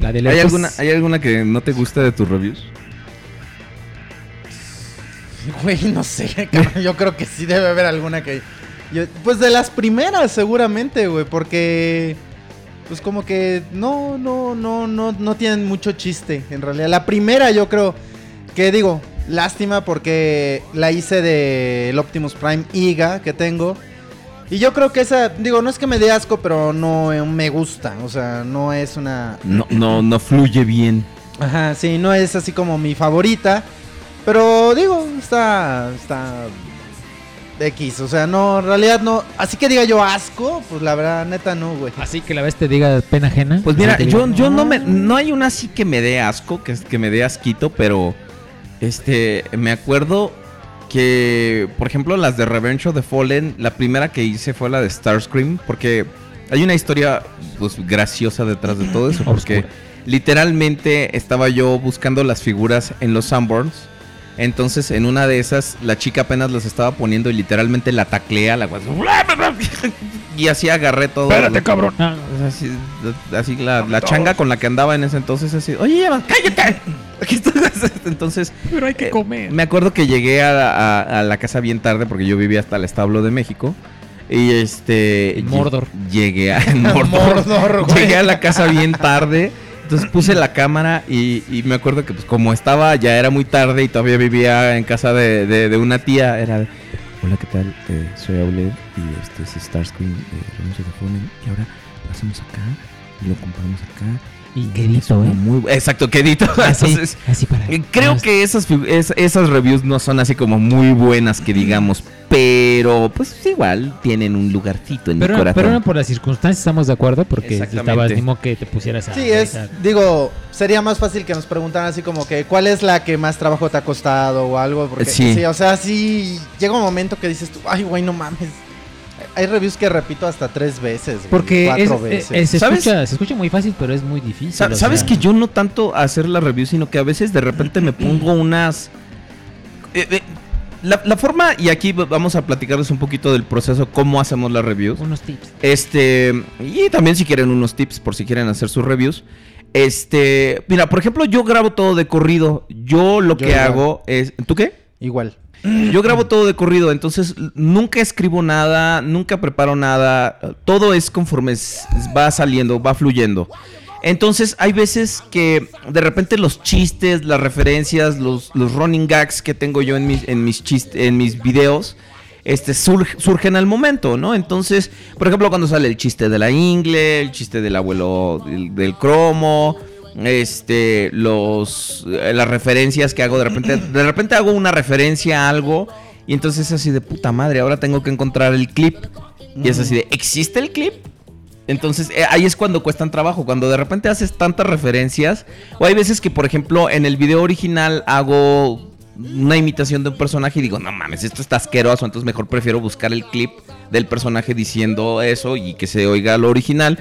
Speaker 4: La de
Speaker 2: ¿Hay
Speaker 4: Lejos.
Speaker 2: alguna, ¿Hay alguna que no te gusta de tus reviews?
Speaker 3: Güey, no sé, cabrón, yo creo que sí debe haber alguna que... yo- pues de las primeras seguramente, güey, porque... Pues como que no, no, no, no, no tienen mucho chiste, en realidad. La primera yo creo que digo, lástima porque la hice del Optimus Prime IGA que tengo. Y yo creo que esa, digo, no es que me dé asco, pero no eh, me gusta. O sea, no es una,
Speaker 2: No, no, no fluye bien.
Speaker 3: Ajá, sí, no es así como mi favorita. Pero digo, está. está. X, o sea, no, en realidad no. Así que diga yo asco, pues la verdad, neta no, güey.
Speaker 4: Así que la vez te diga pena ajena.
Speaker 2: Pues mira,
Speaker 4: Te diga,
Speaker 2: yo, yo no me. No hay una así que me dé asco, que, es- que me dé asquito, pero. Este. Me acuerdo que. Por ejemplo, las de Revenge of the Fallen. La primera que hice fue la de Starscream. Porque hay una historia. Pues graciosa detrás de todo eso. Porque literalmente estaba yo buscando las figuras en los Sanborns. Entonces, en una de esas, la chica apenas las estaba poniendo y literalmente la taclea, la y así agarré todo.
Speaker 4: Espérate, cabrón.
Speaker 2: O sea, Así, así la, la changa con la que andaba en ese entonces, así, oye, Eva, cállate. Entonces,
Speaker 1: Pero hay
Speaker 3: eh,
Speaker 1: que comer.
Speaker 2: me acuerdo que llegué a, a- a la casa bien tarde porque yo vivía hasta el establo de México. Y este.
Speaker 4: En Mordor.
Speaker 2: lle- Llegué a. en Mordor.
Speaker 3: Mordor, güey.
Speaker 2: llegué a la casa bien tarde. Entonces puse la cámara y, y me acuerdo que, pues, como estaba, ya era muy tarde y todavía vivía en casa de, de- de una tía. Era de, Hola, ¿qué tal? Eh, soy Auled y este es Starscream de Revenge of the Fallen. Y ahora pasamos acá y lo compramos acá.
Speaker 4: Y quedito, ¿eh?
Speaker 2: Muy bu- Exacto, quedito.
Speaker 1: Ah,
Speaker 4: Así,
Speaker 2: Entonces,
Speaker 4: así para.
Speaker 2: eh, Creo que esas, fi- es- esas reviews no son así como muy buenas que digamos, pero pues igual tienen un lugarcito en mi
Speaker 4: Pero,
Speaker 2: corazón.
Speaker 4: pero no por las circunstancias estamos de acuerdo porque
Speaker 2: Exactamente.
Speaker 4: estabas ni modo que te pusieras a.
Speaker 3: Sí, es, digo, sería más fácil que nos preguntaran así como que cuál es la que más trabajo te ha costado o algo. Porque
Speaker 2: Sí.
Speaker 3: sí, o sea, sí llega un momento que dices tú, ay, güey, no mames. Hay reviews que repito hasta tres veces, güey,
Speaker 4: Porque es, eh,
Speaker 3: cuatro
Speaker 4: es-
Speaker 3: veces.
Speaker 4: es- se,
Speaker 2: ¿Sabes?
Speaker 4: escucha, se escucha muy fácil, pero es muy difícil.
Speaker 2: Sa-
Speaker 4: o
Speaker 2: Sabes
Speaker 4: sea.
Speaker 2: que yo no tanto hacer la review, sino que a veces de repente me pongo unas... eh, eh, la, la forma, y aquí v- vamos a platicarles un poquito del proceso, cómo hacemos las reviews.
Speaker 4: Unos tips.
Speaker 2: Este, y también si quieren unos tips por si quieren hacer sus reviews. Este, mira, por ejemplo, yo grabo todo de corrido. Yo lo que
Speaker 3: igual.
Speaker 2: hago es... ¿Tú qué?
Speaker 3: Igual.
Speaker 2: Yo grabo todo de corrido, entonces l- nunca escribo nada, nunca preparo nada, todo es conforme s- va saliendo, va fluyendo. Entonces hay veces que de repente los chistes, las referencias, los, los running gags que tengo yo en mis, en mis, chist- en mis videos, este, surg- surgen al momento, ¿no? Entonces, por ejemplo, cuando sale el chiste de la ingle, el chiste del abuelo del, del cromo, este, los, eh, las referencias que hago de repente, de repente hago una referencia a algo y entonces es así de puta madre, ahora tengo que encontrar el clip y es así de, ¿existe el clip? Entonces eh, ahí es cuando cuestan trabajo, cuando de repente haces tantas referencias. O hay veces que, por ejemplo, en el video original hago una imitación de un personaje y digo, no mames, esto está asqueroso, entonces mejor prefiero buscar el clip del personaje diciendo eso y que se oiga lo original.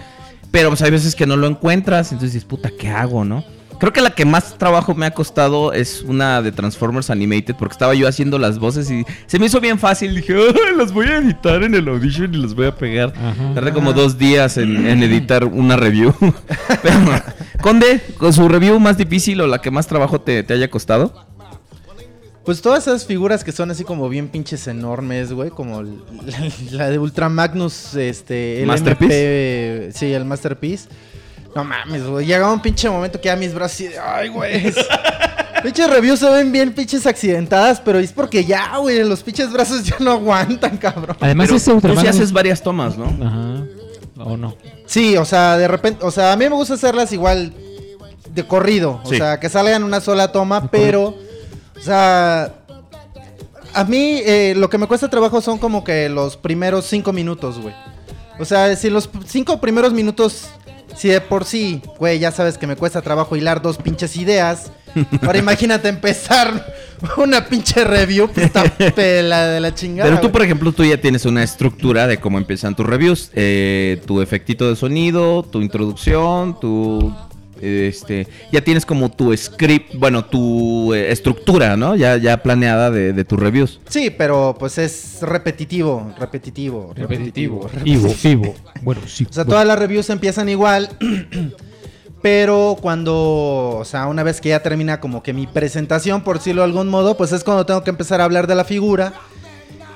Speaker 2: Pero pues hay veces que no lo encuentras, entonces dices, puta, ¿qué hago, no? Creo que la que más trabajo me ha costado es una de Transformers Animated, porque estaba yo haciendo las voces y se me hizo bien fácil. Dije, "Ay, las voy a editar en el audition y las voy a pegar.
Speaker 4: Ajá.
Speaker 2: Tardé como dos días en, en editar una review. Pero, Conde, con su review más difícil o la que más trabajo te, te haya costado.
Speaker 3: Pues todas esas figuras que son así como bien pinches enormes, güey, como l- la, la de Ultra Magnus, este, el
Speaker 2: ¿Masterpiece?
Speaker 3: MP, sí, el Masterpiece. No mames, güey, llegaba un pinche momento que ya mis brazos así de, ay, güey. es- pinches reviews se ven bien pinches accidentadas, pero es porque ya, güey, los pinches brazos ya no aguantan, cabrón.
Speaker 4: Además,
Speaker 2: Pero
Speaker 4: ese
Speaker 2: Tú sí
Speaker 4: Ultraman.
Speaker 2: haces varias tomas, ¿no?
Speaker 4: Ajá. O no.
Speaker 3: Sí, o sea, de repente, o sea, a mí me gusta hacerlas igual de corrido, o
Speaker 2: Sí.
Speaker 3: sea, que salgan en una sola toma, pero, o sea, a mí eh, lo que me cuesta trabajo son como que los primeros cinco minutos, güey. O sea, si los p- cinco primeros minutos, si de por sí, güey, ya sabes que me cuesta trabajo hilar dos pinches ideas. Ahora imagínate empezar una pinche review, pues está pela de la chingada.
Speaker 2: Pero tú,
Speaker 3: güey.
Speaker 2: por ejemplo, tú ya tienes una estructura de cómo empiezan tus reviews. eh, tu efectito de sonido, tu introducción, tu... eh, Este, ya tienes como tu script, bueno, tu eh, estructura, ¿no? Ya, ya planeada de, de tus reviews.
Speaker 3: Sí, pero pues es repetitivo, repetitivo, repetitivo.
Speaker 4: Vivo, vivo. Bueno, sí.
Speaker 3: pues O sea, todas las reviews empiezan igual. Pero cuando, o sea, una vez que ya termina como que mi presentación, por decirlo de algún modo, pues es cuando tengo que empezar a hablar de la figura.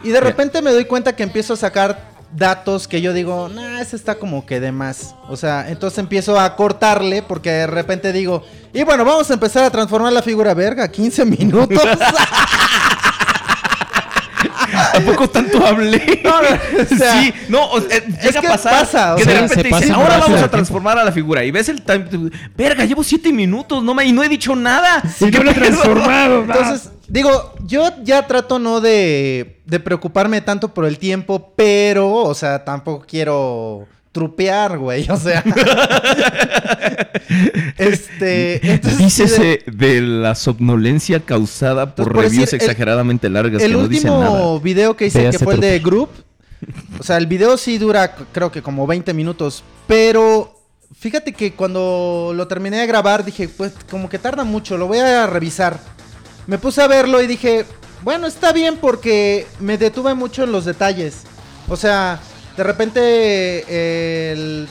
Speaker 3: Y de repente me doy cuenta que empiezo a sacar datos que yo digo, nah, ese está como que de más. O sea, entonces empiezo a cortarle porque de repente digo, y bueno, vamos a empezar a transformar la figura, verga, 15 minutos.
Speaker 2: Tampoco tanto hablé.
Speaker 3: No, no, o sea,
Speaker 2: sí, no, o- eh,
Speaker 3: es
Speaker 2: llega
Speaker 3: que
Speaker 2: a pasar
Speaker 3: pasa, Ah, o
Speaker 2: que de
Speaker 4: sea,
Speaker 2: repente
Speaker 4: se pasa
Speaker 2: dicen,
Speaker 4: muy
Speaker 2: ahora
Speaker 4: rápido
Speaker 2: vamos a
Speaker 4: el
Speaker 2: transformar a la figura. Y ves el time. tu- Verga, llevo siete minutos, no, me, y no he dicho nada.
Speaker 1: Y no lo he
Speaker 2: ¿Qué pedo?
Speaker 1: transformado. va.
Speaker 3: Entonces, digo, yo ya trato no de, de preocuparme tanto por el tiempo, pero, o sea, tampoco quiero trupear, güey. O sea. este.
Speaker 2: "Eh,
Speaker 3: entonces, sí, de-
Speaker 1: Dícese de la somnolencia causada por,
Speaker 3: Entonces, por
Speaker 1: reviews
Speaker 3: decir, el-
Speaker 1: exageradamente largas
Speaker 3: el
Speaker 1: que no dicen
Speaker 3: último
Speaker 1: nada.
Speaker 3: video que hice,
Speaker 1: Ve,
Speaker 3: que
Speaker 1: hace
Speaker 3: fue el de Group. O sea, el video sí dura, c- creo que como 20 minutos. Pero fíjate que cuando lo terminé de grabar, dije, pues como que tarda mucho, lo voy a revisar. Me puse a verlo y dije, bueno, está bien porque me detuve mucho en los detalles. O sea, de repente eh, el.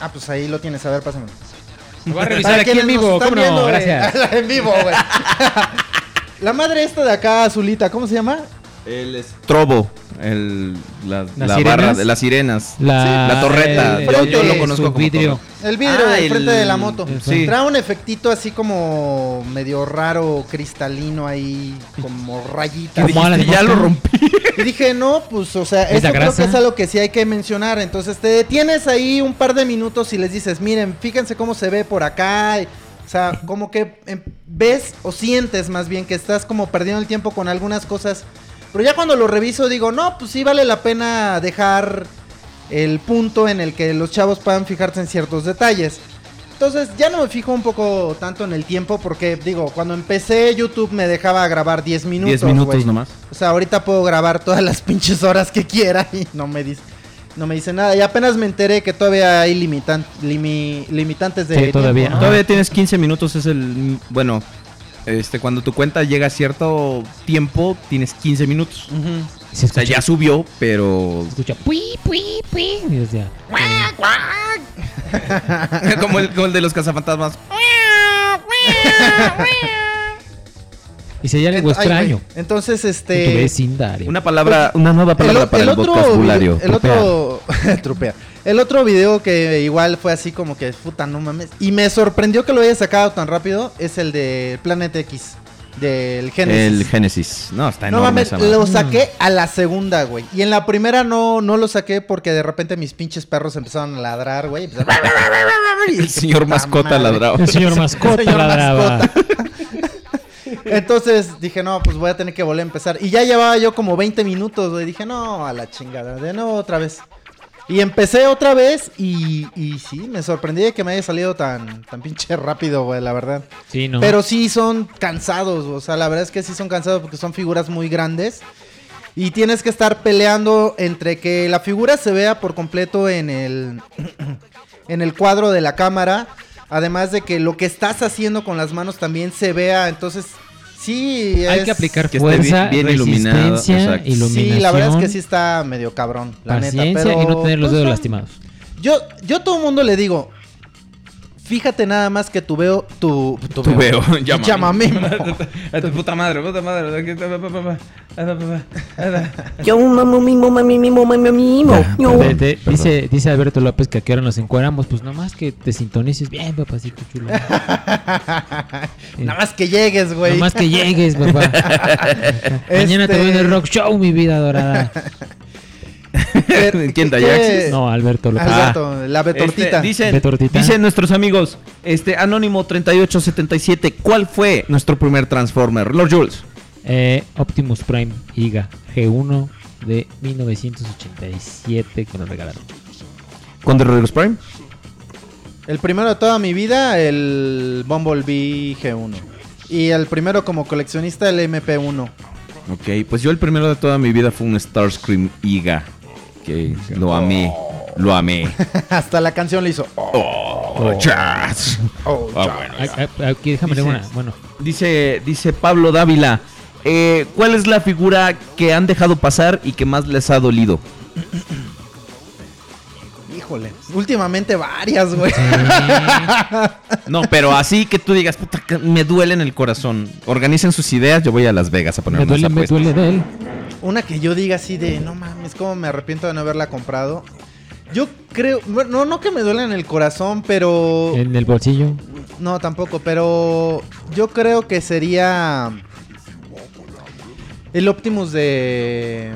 Speaker 3: Ah, pues ahí lo tienes, a ver, pásamelo.
Speaker 4: Lo voy a revisar aquí en
Speaker 3: quienes nos
Speaker 4: vivo,
Speaker 3: están
Speaker 4: ¿cómo no?
Speaker 3: güey.
Speaker 4: Gracias.
Speaker 3: en vivo, güey. La madre esta de acá, azulita, ¿cómo se llama?
Speaker 2: El estrobo, el, la, la
Speaker 4: sirenas?
Speaker 2: barra de las sirenas,
Speaker 4: La-
Speaker 2: Sí, la torreta.
Speaker 4: el-
Speaker 2: yo, yo
Speaker 3: el-
Speaker 2: lo conozco
Speaker 4: su
Speaker 2: como
Speaker 4: vidrio.
Speaker 2: torreta.
Speaker 3: El vidrio
Speaker 2: Ah,
Speaker 3: del frente
Speaker 2: el-
Speaker 3: de la moto.
Speaker 2: el
Speaker 3: Sí.
Speaker 2: frente.
Speaker 3: Trae un efectito así como medio raro, cristalino ahí, como rayita.
Speaker 4: Como Alan
Speaker 2: Y ya lo
Speaker 4: Moore.
Speaker 2: rompí.
Speaker 3: Y dije, no, pues, o sea,
Speaker 4: ¿Es
Speaker 3: eso
Speaker 4: la
Speaker 3: creo que
Speaker 4: grasa?
Speaker 3: es algo que sí hay que mencionar. Entonces te detienes ahí un par de minutos y les dices, miren, fíjense cómo se ve por acá. y- O sea, como que em, ves o sientes más bien que estás como perdiendo el tiempo con algunas cosas. Pero ya cuando lo reviso digo, no, pues sí vale la pena dejar el punto en el que los chavos puedan fijarse en ciertos detalles. Entonces ya no me fijo un poco tanto en el tiempo porque digo, cuando empecé YouTube me dejaba grabar 10 minutos.
Speaker 2: 10 minutos
Speaker 3: güey.
Speaker 2: nomás.
Speaker 3: O sea, ahorita puedo grabar todas las pinches horas que quiera y no me dice, no me dice nada. Y apenas me enteré que todavía hay limitan- limi- limitantes de
Speaker 4: Sí, todavía.
Speaker 3: tiempo, ¿no?
Speaker 2: Todavía tienes 15 minutos, es el. Bueno, este, cuando tu cuenta llega a cierto tiempo, tienes 15 minutos.
Speaker 3: Ujú.
Speaker 4: Se
Speaker 2: O sea,
Speaker 4: escucha,
Speaker 2: ya subió, pero.
Speaker 4: se escucha pui, pui, pui. Y es ya.
Speaker 2: como, el, como el de los cazafantasmas.
Speaker 4: Y sería algo
Speaker 3: Ay, güey.
Speaker 4: extraño.
Speaker 3: Entonces,
Speaker 4: en tu
Speaker 3: este...
Speaker 4: vecindario.
Speaker 2: Una palabra. Una nueva palabra
Speaker 3: o-
Speaker 2: para el,
Speaker 3: otro
Speaker 2: vocabulario.
Speaker 3: video- el otro trupea. El otro video que igual fue así como que puta no mames y me sorprendió que lo haya sacado tan rápido es el de Planet X del Genesis.
Speaker 2: El Génesis. No, está
Speaker 3: no
Speaker 2: enorme
Speaker 3: mames,
Speaker 2: esa madre. Mm.
Speaker 3: lo saqué a la segunda, güey. Y en la primera no, no lo saqué porque de repente mis pinches perros empezaron a ladrar, güey. Empezaron-
Speaker 2: El señor
Speaker 3: Puta
Speaker 2: mascota
Speaker 3: madre.
Speaker 2: ladraba.
Speaker 4: El señor mascota
Speaker 3: Señor
Speaker 4: ladraba.
Speaker 3: Entonces dije, no, pues voy a tener que volver a empezar. Y ya llevaba yo como 20 minutos, güey. Dije, no, a la chingada, de nuevo otra vez. Y empecé otra vez y, y sí, me sorprendí de que me haya salido tan, tan pinche rápido, güey, la verdad.
Speaker 4: Sí, no.
Speaker 3: Pero sí son cansados, o sea, la verdad es que sí son cansados porque son figuras muy grandes. Y tienes que estar peleando entre que la figura se vea por completo en el, en el cuadro de la cámara. Además de que lo que estás haciendo con las manos también se vea. Entonces, sí.
Speaker 4: hay
Speaker 3: es-
Speaker 4: que aplicar
Speaker 2: que esté
Speaker 4: fuerza,
Speaker 2: bien- bien iluminado,
Speaker 4: resistencia,
Speaker 2: exacto.
Speaker 4: iluminación.
Speaker 3: Sí, la verdad es que sí está medio cabrón. La neta,
Speaker 4: paciencia
Speaker 3: pero,
Speaker 4: y no tener los
Speaker 3: pues,
Speaker 4: dedos
Speaker 3: son-
Speaker 4: lastimados.
Speaker 3: Yo, yo a todo el mundo le digo. Fíjate nada más que tu veo. Tu, tu,
Speaker 2: Tú veo, llámame.
Speaker 3: Llámame.
Speaker 2: A tu puta madre, puta madre.
Speaker 11: Yo mamo, mimo, mami, mimo, mami, mimo. Yo.
Speaker 4: De- de- dice, dice Alberto López que aquí ahora nos encueramos. Pues nomás que te sintonices bien, papacito chulo.
Speaker 3: Nada más que llegues, güey.
Speaker 4: Nomás que llegues, papá. Mañana te voy
Speaker 3: Este
Speaker 4: en el rock show, mi vida dorada.
Speaker 3: Pero-
Speaker 2: ¿Quién da
Speaker 3: ¿qué-
Speaker 2: Jaxis?
Speaker 4: No, Alberto López.
Speaker 3: Al gato, Este la betortita.
Speaker 2: Este, dicen,
Speaker 4: Betortita.
Speaker 2: dicen nuestros amigos, este Anónimo 3877, ¿cuál fue nuestro primer Transformer? Lord Jules.
Speaker 4: Eh, Optimus Prime IGA G1 de 1987 que nos regalaron.
Speaker 2: ¿Con The Rodriguez Prime?
Speaker 3: El primero de toda mi vida, el Bumblebee G1. Y el primero como coleccionista, el MP1.
Speaker 2: Ok, pues yo el primero de toda mi vida fue un Starscream IGA, que lo amé, lo amé.
Speaker 3: Hasta la canción le hizo. "Oh,
Speaker 2: Oh, chas.
Speaker 3: oh,
Speaker 2: Ah,
Speaker 3: ya".
Speaker 2: bueno.
Speaker 4: Ah, ah, Aquí déjame leer
Speaker 2: Dices-
Speaker 4: una. Bueno,
Speaker 2: Dice, dice Pablo Dávila, eh, ¿cuál es la figura que han dejado pasar y que más les ha dolido?
Speaker 3: Híjole. Últimamente varias, güey.
Speaker 2: No, pero así que tú digas, puta, que me duele en el corazón. Organicen sus ideas, yo voy a Las Vegas a poner
Speaker 4: me
Speaker 2: unas
Speaker 4: duele, me
Speaker 2: apuestas.
Speaker 4: duele de él.
Speaker 3: Una que yo diga así de, no mames, cómo me arrepiento de no haberla comprado. Yo creo, bueno, no, no que me duele en el corazón, pero...
Speaker 4: En el bolsillo.
Speaker 3: No, tampoco, pero yo creo que sería el Optimus de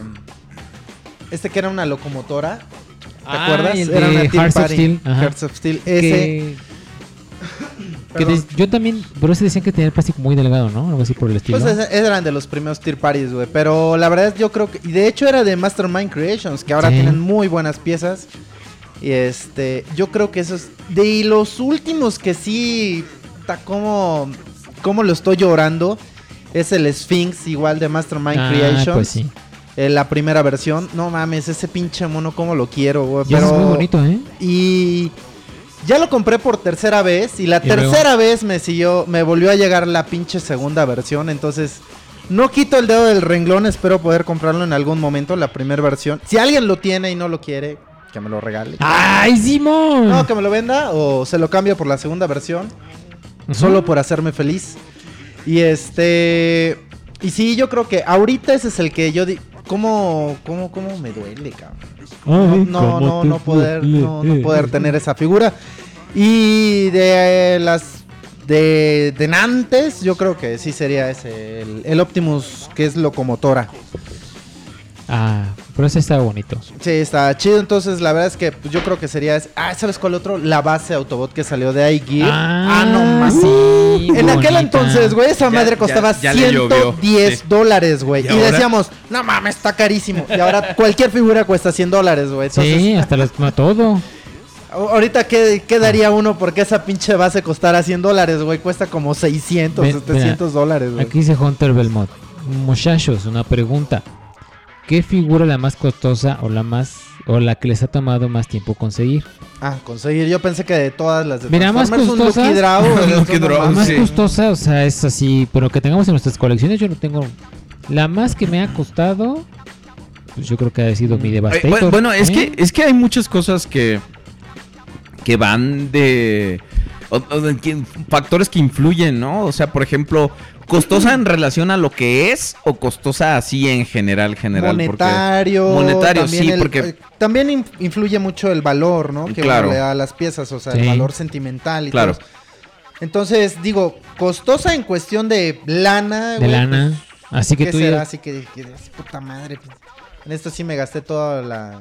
Speaker 3: este que era una locomotora, ¿te acuerdas?
Speaker 4: Ah, el
Speaker 3: era
Speaker 4: de
Speaker 3: una Team
Speaker 4: Hearts of
Speaker 3: Party,
Speaker 4: Steel, ajá.
Speaker 3: Hearts of Steel, ese
Speaker 4: Que- Que
Speaker 3: Perdón.
Speaker 4: des- yo también, pero se decían que tenía el plástico muy delgado, ¿no? Algo así por el estilo.
Speaker 3: Pues es- eran de los primeros tier parties, güey. Pero la verdad yo creo que... Y de hecho era de Mastermind Creations, que ahora
Speaker 4: Sí.
Speaker 3: tienen muy buenas piezas. Y este... Yo creo que esos... De los últimos que sí... Está como... Como lo estoy llorando. Es el Sphinx, igual de Mastermind
Speaker 4: Ah,
Speaker 3: Creations.
Speaker 4: pues sí.
Speaker 3: Eh, la primera versión. No mames, ese pinche mono como lo quiero, güey.
Speaker 4: Y ese
Speaker 3: Pero...
Speaker 4: es muy bonito, ¿eh?
Speaker 3: Y ya lo compré por tercera vez y la
Speaker 4: Y luego.
Speaker 3: tercera vez me siguió, me volvió a llegar la pinche segunda versión, entonces no quito el dedo del renglón, espero poder comprarlo en algún momento, la primera versión. Si alguien lo tiene y no lo quiere, que me lo regale.
Speaker 4: ¡Ay, Simón!
Speaker 3: No, que me lo venda o se lo cambio por la segunda versión,
Speaker 4: Ujú.
Speaker 3: solo por hacerme feliz. Y este... Y sí, yo creo que ahorita ese es el que yo... Di ¿Cómo, cómo, ¿Cómo me duele, cabrón? no, no, no, no poder, no, no poder tener esa figura. Y de eh, las de, de Nantes, yo creo que sí sería ese, el, el Optimus, que es locomotora.
Speaker 4: Ah, pero ese estaba bonito.
Speaker 3: Sí, está chido. Entonces, la verdad es que pues, yo creo que sería. ese. Ah, ¿sabes cuál otro? La base Autobot que salió de iGear.
Speaker 4: Ah,
Speaker 3: no más.
Speaker 4: sí,
Speaker 3: en aquel
Speaker 4: bonita.
Speaker 3: entonces, güey, esa
Speaker 2: Ya-
Speaker 3: madre
Speaker 2: ya-
Speaker 3: costaba
Speaker 2: ya le llovió,
Speaker 3: 110
Speaker 2: sí.
Speaker 3: dólares, güey.
Speaker 2: ¿Y
Speaker 3: Y,
Speaker 2: ahora?
Speaker 3: decíamos, no mames, está carísimo. Y ahora cualquier figura cuesta 100 dólares, güey. Entonces,
Speaker 4: Sí, hasta las, no, todo.
Speaker 3: A- Ahorita, ¿qué, qué daría uno porque esa pinche base costara 100 dólares, güey? Cuesta como 600,
Speaker 4: Ve-
Speaker 3: 700 dólares, güey.
Speaker 4: Aquí dice Hunter Belmont. Muchachos, una pregunta. ¿Qué figura la más costosa o la más o la que les ha tomado más tiempo conseguir?
Speaker 3: Ah, conseguir. Yo pensé que de todas las de
Speaker 4: Mira, más
Speaker 3: Transformers,
Speaker 4: costosas.
Speaker 3: Lucky Draw, güey,
Speaker 2: Un
Speaker 3: eso
Speaker 2: Lucky
Speaker 3: no
Speaker 2: Draw,
Speaker 4: La
Speaker 3: mames.
Speaker 4: más
Speaker 2: sí.
Speaker 4: costosa, o sea, es así, pero que tengamos en nuestras colecciones yo no tengo. La más que me ha costado, pues yo creo que ha sido mi
Speaker 2: Eh,
Speaker 4: Devastator.
Speaker 2: bueno, bueno, es,
Speaker 4: ¿eh?
Speaker 2: que, es que hay muchas cosas que, que van de, o- o de que- factores que influyen, ¿no? O sea, por ejemplo, costosa en relación a lo que es o costosa así en general, general. porque-
Speaker 3: monetario.
Speaker 2: monetario,
Speaker 3: también
Speaker 2: sí,
Speaker 3: el-
Speaker 2: porque...
Speaker 3: eh, también in- influye mucho el valor, ¿no? Que
Speaker 2: Claro.
Speaker 3: uno le da a las piezas, o sea,
Speaker 4: Sí.
Speaker 3: el valor sentimental y
Speaker 2: Claro.
Speaker 3: todo. Entonces, digo, costosa en cuestión de lana,
Speaker 4: de
Speaker 3: güey, pues,
Speaker 4: lana. Así que
Speaker 3: ¿Qué
Speaker 4: tú
Speaker 3: será?
Speaker 4: digas,
Speaker 3: Así que, que dices, puta madre. pues, En esto sí me gasté toda la.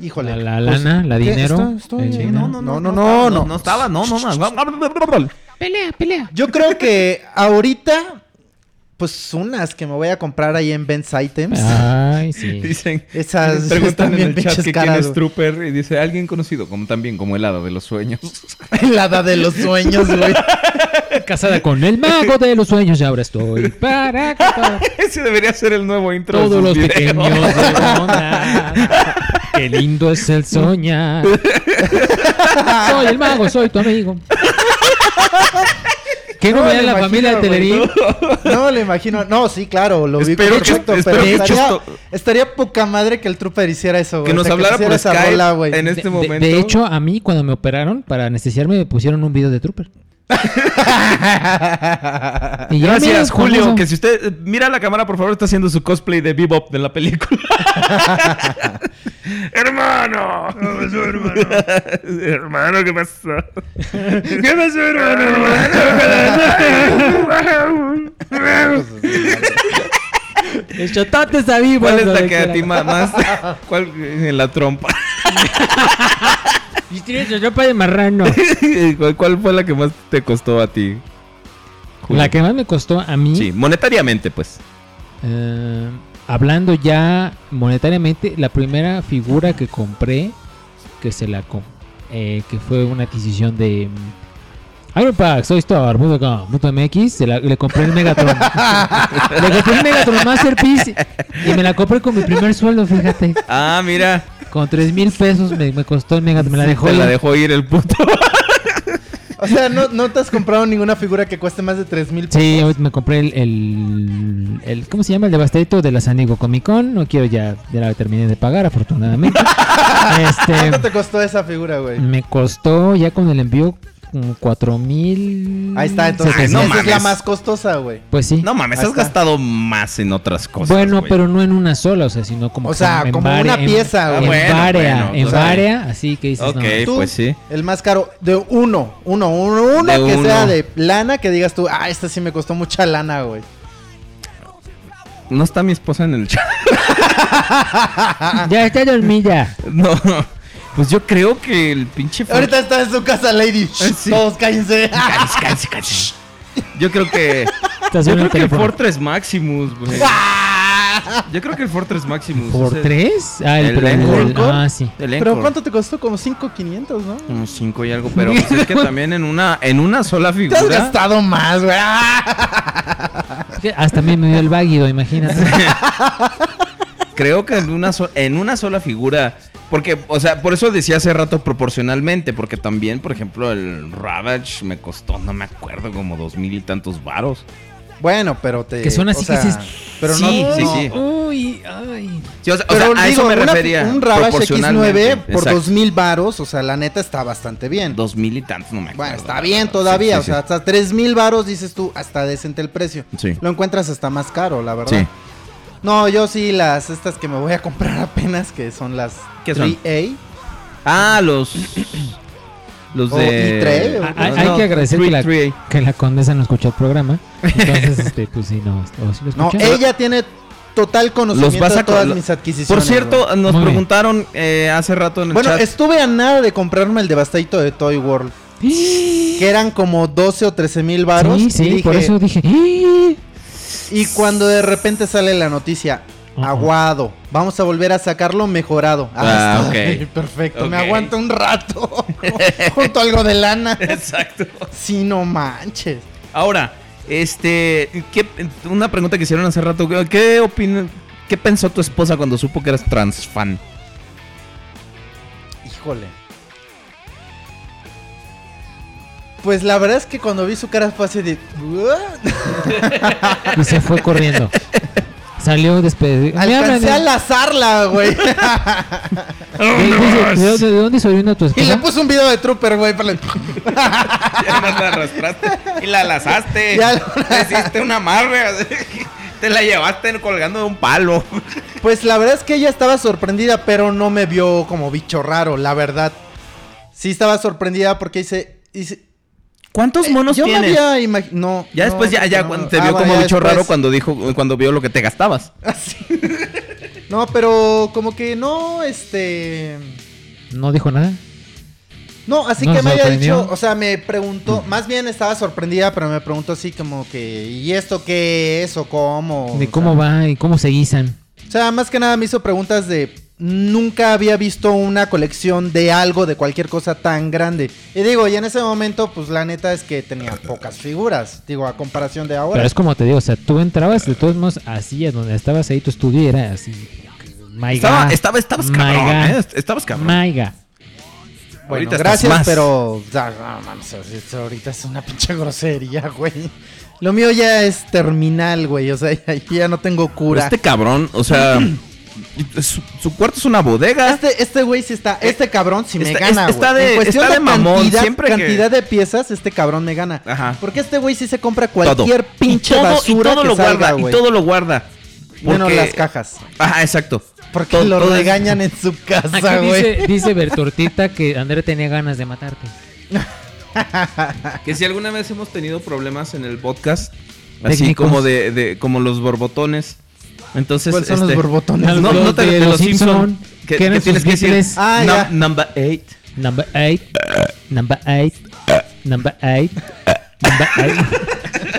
Speaker 3: Híjole.
Speaker 4: La- la
Speaker 1: Pues,
Speaker 4: lana, la
Speaker 3: Pues, ¿qué?
Speaker 4: dinero,
Speaker 3: Estoy- estoy-
Speaker 4: el
Speaker 3: eh,
Speaker 4: dinero.
Speaker 3: no, no, no, no, no, no.
Speaker 2: no estaba, no, no, no.
Speaker 9: Pelea, pelea.
Speaker 3: Yo creo que ahorita, pues unas que me voy a comprar ahí en Benz Items.
Speaker 4: Ay, sí.
Speaker 2: Dicen,
Speaker 3: Esas
Speaker 2: preguntan
Speaker 3: están
Speaker 2: en
Speaker 3: bien
Speaker 2: el chat
Speaker 3: pinches
Speaker 2: que quién
Speaker 3: caras.
Speaker 2: es Trooper y dice alguien conocido como también como el hada de los sueños.
Speaker 3: La hada de los sueños, güey.
Speaker 4: Casada con el mago de los sueños, ya ahora estoy. Para que todo-
Speaker 2: Ese debería ser el nuevo intro. de
Speaker 4: todos
Speaker 2: sus
Speaker 4: los
Speaker 2: videos.
Speaker 4: pequeños de Gondar. Qué lindo es el soñar. Soy el mago, soy tu amigo. Qué
Speaker 3: No,
Speaker 4: comedia
Speaker 3: me
Speaker 4: la
Speaker 3: imagino,
Speaker 4: familia de
Speaker 3: güey,
Speaker 4: Telerín.
Speaker 3: No, le imagino. No, sí, claro, lo vi
Speaker 2: Espero que-
Speaker 3: perfecto.
Speaker 2: espero
Speaker 3: pero
Speaker 2: que
Speaker 3: estaría,
Speaker 2: esto-
Speaker 3: estaría poca madre que el trooper hiciera eso, güey.
Speaker 2: Que nos
Speaker 3: O sea,
Speaker 2: hablara
Speaker 3: hiciera
Speaker 2: por
Speaker 3: esa
Speaker 2: Skype
Speaker 3: rola, güey.
Speaker 2: en este
Speaker 4: De- de-
Speaker 2: momento.
Speaker 4: De, hecho, a mí cuando me operaron para anestesiarme me pusieron un video de Trooper. Y ya, mira,
Speaker 2: Gracias,
Speaker 4: es
Speaker 2: Julio.
Speaker 4: famoso.
Speaker 2: Que si usted eh, mira la cámara, por favor, está haciendo su cosplay de Bebop de la película. hermano. hermano. hermano, ¿qué pasó? ¿Qué pasó, hermano?
Speaker 4: El chotate está vivo.
Speaker 2: ¿Cuál es
Speaker 4: no
Speaker 2: la
Speaker 4: sé
Speaker 2: que
Speaker 4: qué
Speaker 2: a
Speaker 4: era.
Speaker 2: ti ma- más?
Speaker 4: Ah.
Speaker 2: ¿Cuál eh, en la trompa?
Speaker 4: Y tienes la ropa de marrano.
Speaker 2: ¿Cuál- ¿Cuál fue la que más te costó a ti? Julio?
Speaker 4: La que más me costó a mí.
Speaker 2: Sí, monetariamente, pues.
Speaker 4: Eh, hablando ya monetariamente, la primera figura que compré, que se la com- eh, que fue una adquisición de mm, Ironpack, Soystore.com.mx, se la- le compré el Megatron. le compré el Megatron Masterpiece y me la compré con mi primer sueldo, fíjate.
Speaker 2: Ah, mira.
Speaker 4: Con 3 mil pesos me, me costó el Megatron, me la dejó.
Speaker 2: Te la
Speaker 4: ir.
Speaker 2: dejó ir el puto.
Speaker 3: O sea, no, no te has comprado ninguna figura que cueste más de 3 mil
Speaker 4: Sí, ahorita me compré el, el, el- ¿Cómo se llama? El Devastator de la San Diego Comic Con. No quiero ya. Ya la terminé de pagar, afortunadamente.
Speaker 3: ¿Cuánto
Speaker 4: este.
Speaker 3: te costó esa figura, güey?
Speaker 4: Me costó ya con el envío como 4 mil.
Speaker 3: Ahí está, entonces
Speaker 2: Ay, no
Speaker 3: esa es la
Speaker 2: mames.
Speaker 3: más costosa, güey.
Speaker 4: Pues sí.
Speaker 2: No mames,
Speaker 3: Ahí
Speaker 2: has
Speaker 3: está.
Speaker 2: gastado más en otras cosas.
Speaker 4: bueno,
Speaker 2: güey.
Speaker 4: pero no en una sola, o sea, sino como.
Speaker 3: O
Speaker 4: que
Speaker 3: sea,
Speaker 4: en
Speaker 3: como una
Speaker 4: en-
Speaker 3: pieza,
Speaker 4: En,
Speaker 3: güey.
Speaker 2: Ah,
Speaker 3: Ah,
Speaker 2: Bueno,
Speaker 4: varia,
Speaker 2: bueno,
Speaker 4: en
Speaker 3: pues,
Speaker 2: o sea,
Speaker 4: varia, así que dices.
Speaker 2: Ok,
Speaker 4: no,
Speaker 3: Tú,
Speaker 2: pues sí.
Speaker 3: El más caro, de uno, uno, uno, uno,
Speaker 2: De
Speaker 3: que
Speaker 2: uno.
Speaker 3: sea de lana, que digas tú, ah, esta sí me costó mucha lana, güey.
Speaker 2: No está mi esposa en el chat.
Speaker 3: Ah,
Speaker 4: Ya está dormida.
Speaker 2: No. Pues yo creo que el pinche. Fon-
Speaker 3: Ahorita está en su casa, lady. Shh,
Speaker 2: Sí.
Speaker 3: Todos cállense.
Speaker 2: Cállense, cállense, cállense. Yo creo que.
Speaker 4: Estás viendo
Speaker 2: Yo creo
Speaker 4: el
Speaker 2: que el
Speaker 4: teléfono.
Speaker 2: Fortress Maximus, güey. Yo creo que el Fortress Maximus.
Speaker 4: ¿Por
Speaker 2: ese-
Speaker 4: tres? Ah, el,
Speaker 2: el
Speaker 4: pero el-
Speaker 2: Encore.
Speaker 4: el- Ah, sí.
Speaker 2: El
Speaker 3: Pero
Speaker 2: Encore.
Speaker 3: ¿cuánto te costó? Como 5,500, ¿no?
Speaker 2: Como cinco y algo, pero pues es que también en una, en una sola
Speaker 3: Te has
Speaker 2: figura.
Speaker 3: gastado más, güey. ¡Ah!
Speaker 4: Que Hasta a mí me dio el váguido, imagínate.
Speaker 2: Creo que en una, so- en una sola figura. Porque, o sea, por eso decía hace rato proporcionalmente. Porque también, por ejemplo, el Ravage me costó, no me acuerdo, como dos mil y tantos varos.
Speaker 3: Bueno, pero te.
Speaker 4: Que son así
Speaker 3: o
Speaker 4: que
Speaker 3: sea,
Speaker 4: dices,
Speaker 3: Pero
Speaker 2: sí,
Speaker 3: no.
Speaker 2: sí,
Speaker 3: no.
Speaker 2: sí.
Speaker 4: Uy, ay.
Speaker 2: Sí, o sea, o
Speaker 3: Pero
Speaker 2: sea, a
Speaker 3: digo,
Speaker 2: eso me
Speaker 3: una-
Speaker 2: refería.
Speaker 3: Un Ravage X9
Speaker 2: proporcionalmente.
Speaker 3: por
Speaker 2: Exacto.
Speaker 3: 2000 varos, o sea, la neta está bastante bien.
Speaker 2: Dos mil y tantos, no me acuerdo.
Speaker 3: Bueno, está bien todavía, o sea, hasta 3000 varos dices tú, hasta decente el precio.
Speaker 2: Sí.
Speaker 3: Lo encuentras hasta más caro, la verdad. No, yo sí las estas que me voy a comprar apenas que son las
Speaker 2: ¿Qué son?
Speaker 3: 3A.
Speaker 2: Ah, los. Los
Speaker 3: O
Speaker 2: de.
Speaker 3: E3, o-
Speaker 2: Ah,
Speaker 4: Hay, hay
Speaker 2: no,
Speaker 4: que agradecer que la,
Speaker 2: 3A.
Speaker 4: que la condesa no escuchó el programa. Entonces, este, pues sí, no. O sí lo
Speaker 3: No,
Speaker 4: escuchó.
Speaker 3: ella tiene total
Speaker 2: Los
Speaker 3: conocimiento
Speaker 2: vas
Speaker 3: de
Speaker 2: a co-
Speaker 3: todas
Speaker 2: lo-
Speaker 3: mis adquisiciones.
Speaker 2: Por cierto,
Speaker 3: güey.
Speaker 2: nos
Speaker 4: Muy bien.
Speaker 2: preguntaron eh, hace rato en el
Speaker 3: bueno,
Speaker 2: chat.
Speaker 3: estuve a nada de comprarme el devastadito de Toy World, que eran como 12 o 13 mil varos.
Speaker 4: Sí,
Speaker 3: y
Speaker 4: sí,
Speaker 3: dije-
Speaker 4: por eso dije.
Speaker 2: "¡Eh!".
Speaker 4: "Ih".
Speaker 3: Y cuando de repente sale la noticia,
Speaker 4: Ajá.
Speaker 3: aguado, vamos a volver a sacarlo mejorado.
Speaker 2: Ah,
Speaker 3: está
Speaker 2: ok.
Speaker 3: bien, Perfecto, me
Speaker 2: Ok.
Speaker 3: aguanto un rato. Junto algo de lana.
Speaker 2: Exacto.
Speaker 3: Si no manches.
Speaker 2: Ahora, este. ¿qué- una pregunta que hicieron hace rato. ¿Qué opina, ¿Qué pensó tu esposa cuando supo que eras trans fan?
Speaker 3: Híjole. Pues la verdad es que cuando vi su cara fue así de...
Speaker 4: Pues
Speaker 3: "¿What?".
Speaker 4: Y se fue corriendo. Salió despedido. Me hablan
Speaker 3: Alcancé
Speaker 4: de-
Speaker 3: a lazarla, güey.
Speaker 4: ¿De, de- de- de- de dónde se vino tu
Speaker 3: y le
Speaker 4: esposa?
Speaker 3: puse un video de Trooper, güey. para la-
Speaker 2: Ya no la arrastraste y la lazaste.
Speaker 3: Ya la-
Speaker 2: Le hiciste un amarre. así, Te la llevaste colgando de un palo.
Speaker 3: Pues la verdad es que ella estaba sorprendida, pero no me vio como bicho raro, la verdad. Sí estaba sorprendida porque dice... dice "Eh,
Speaker 2: ¿Cuántos monos
Speaker 3: yo
Speaker 2: tienes?
Speaker 3: me había imaginado...
Speaker 2: Ya después, ya, ya
Speaker 3: Ah,
Speaker 2: cuando te vio como bicho raro cuando dijo, cuando vio lo que te gastabas.
Speaker 3: No, pero como que no, este...
Speaker 4: No dijo nada.
Speaker 3: No, así
Speaker 4: ¿No
Speaker 3: que me había
Speaker 4: sorprendió?
Speaker 3: dicho, o sea, me preguntó, más bien estaba sorprendida, pero me preguntó así como que, ¿y esto qué es o cómo?
Speaker 4: De
Speaker 3: O
Speaker 4: cómo
Speaker 3: sea,
Speaker 4: va y cómo se guisan.
Speaker 3: O sea, más que nada me hizo preguntas de, nunca había visto una colección de algo, de cualquier cosa tan grande. Y digo, y en ese momento, pues la neta es que tenía pocas figuras, digo, a comparación de ahora.
Speaker 4: Pero es como te digo, o sea, tú entrabas de todos modos así, es donde estabas ahí, tu estudio era así. My
Speaker 2: Estaba,
Speaker 4: God,
Speaker 2: estaba, estabas
Speaker 4: my
Speaker 2: cabrón,
Speaker 4: God,
Speaker 2: ¿eh? Estabas cabrón.
Speaker 4: my God.
Speaker 3: bueno,
Speaker 2: ahorita estás
Speaker 3: gracias,
Speaker 2: más.
Speaker 3: pero... o sea, no mames, ahorita- ahorita es una pinche grosería, güey. Lo mío ya es terminal, güey, o sea, ya, ya no tengo cura.
Speaker 2: Este cabrón, o sea, su, su cuarto es una bodega.
Speaker 3: Este, este güey sí está, este cabrón sí me
Speaker 2: Eh, Está-
Speaker 3: gana,
Speaker 2: está
Speaker 3: güey.
Speaker 2: de-
Speaker 3: En cuestión
Speaker 2: está de mamón,
Speaker 3: cantidad,
Speaker 2: siempre que-
Speaker 3: cantidad de piezas, este cabrón me gana.
Speaker 2: Ajá.
Speaker 3: Porque este güey sí se compra cualquier
Speaker 2: Todo.
Speaker 3: pinche
Speaker 2: Y todo-
Speaker 3: basura
Speaker 2: y todo
Speaker 3: que
Speaker 2: lo
Speaker 3: salga,
Speaker 2: guarda,
Speaker 3: güey.
Speaker 2: y todo lo guarda.
Speaker 3: Menos
Speaker 2: Porque- Ah.
Speaker 3: las cajas.
Speaker 2: Ajá, exacto.
Speaker 3: Porque
Speaker 2: Todo-
Speaker 3: lo
Speaker 2: todo es-
Speaker 3: regañan en su casa,
Speaker 4: Aquí
Speaker 3: güey.
Speaker 4: dice, dice Bertortita que André tenía ganas de matarte.
Speaker 2: Que si alguna vez hemos tenido problemas en el podcast, así
Speaker 4: Técnicos.
Speaker 2: como de, de- como los borbotones. Entonces,
Speaker 3: ¿Cuáles son los borbotones?
Speaker 2: Este, No, no,
Speaker 4: Los
Speaker 2: te,
Speaker 4: de
Speaker 2: de
Speaker 4: los
Speaker 2: los
Speaker 4: Simpson.
Speaker 2: Simpson. Que,
Speaker 4: ¿Qué eran
Speaker 2: que tienes
Speaker 4: sus
Speaker 2: que decir.
Speaker 4: difles?
Speaker 3: Ah,
Speaker 2: "Num-
Speaker 3: ya.
Speaker 2: Number 8.
Speaker 4: Number 8. Number 8. Number 8. Number 8.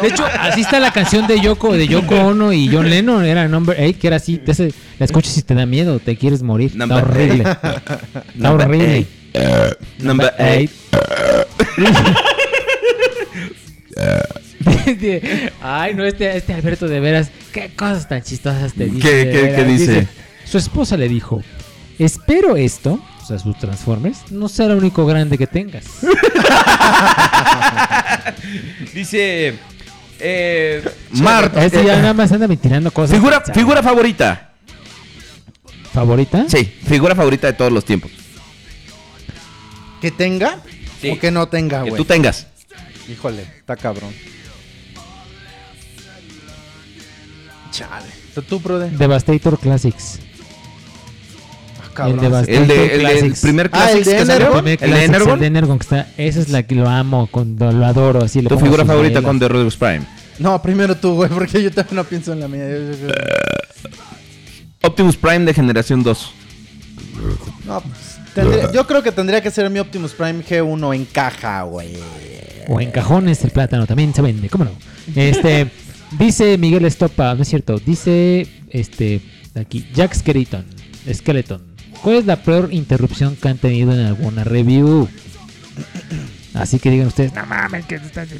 Speaker 4: De hecho, así está la canción de Yoko, de Yoko Ono y John Lennon, era Number 8, que era así, te hace- la escuchas y te da miedo, te quieres morir, está
Speaker 2: Number
Speaker 4: horrible. Está horrible.
Speaker 2: Number 8.
Speaker 4: Ay, no, este, este Alberto, de veras, qué cosas tan chistosas te dice.
Speaker 2: ¿Qué-
Speaker 4: de
Speaker 2: qué-
Speaker 4: veras.
Speaker 2: qué dice?
Speaker 4: Su esposa le dijo, espero esto, o sea, sus Transformers, no sea lo único grande que tengas.
Speaker 2: Dice. Eh,
Speaker 4: Marta. Este ya nada más anda me tirando cosas.
Speaker 2: Figura,
Speaker 4: ¿sabes?
Speaker 2: figura favorita.
Speaker 4: favorita.
Speaker 2: Sí, figura favorita de todos los tiempos.
Speaker 3: Que tenga
Speaker 2: Sí.
Speaker 3: o que no tenga,
Speaker 2: que
Speaker 3: güey.
Speaker 2: tú tengas.
Speaker 3: Híjole, está cabrón. Chale. ¿Tú, tú brother?
Speaker 4: Devastator Classics.
Speaker 3: Ah, cabrón.
Speaker 4: el de Bas-
Speaker 2: El, de,
Speaker 4: Tanto
Speaker 2: el, de- el
Speaker 4: Classics.
Speaker 2: primer
Speaker 3: Ah, ¿el
Speaker 2: Classics
Speaker 3: de
Speaker 2: que salió.
Speaker 3: Energon?
Speaker 4: El de
Speaker 2: El de
Speaker 4: Energon.
Speaker 2: Energon.
Speaker 4: El de Energon que está. Esa es la que lo amo, cuando lo adoro. Así le
Speaker 2: Tu
Speaker 4: pongo
Speaker 2: figura
Speaker 4: sus
Speaker 2: favorita
Speaker 4: bailas.
Speaker 2: con The Rodriguez Prime.
Speaker 3: No, primero tú, güey, porque yo también no pienso en la mía. Yo- yo- yo-
Speaker 2: Optimus Prime de generación 2.
Speaker 3: No, pues, Tendría- yo creo que tendría que ser mi Optimus Prime G1 en caja, güey.
Speaker 4: O en cajones el plátano también se vende, ¿cómo no? Este, dice Miguel Estopa, no es cierto, dice este aquí, Jack Skeleton, Skeleton. ¿Cuál es la peor interrupción que han tenido en alguna review? Así que digan ustedes, no mames, que está ¿Qué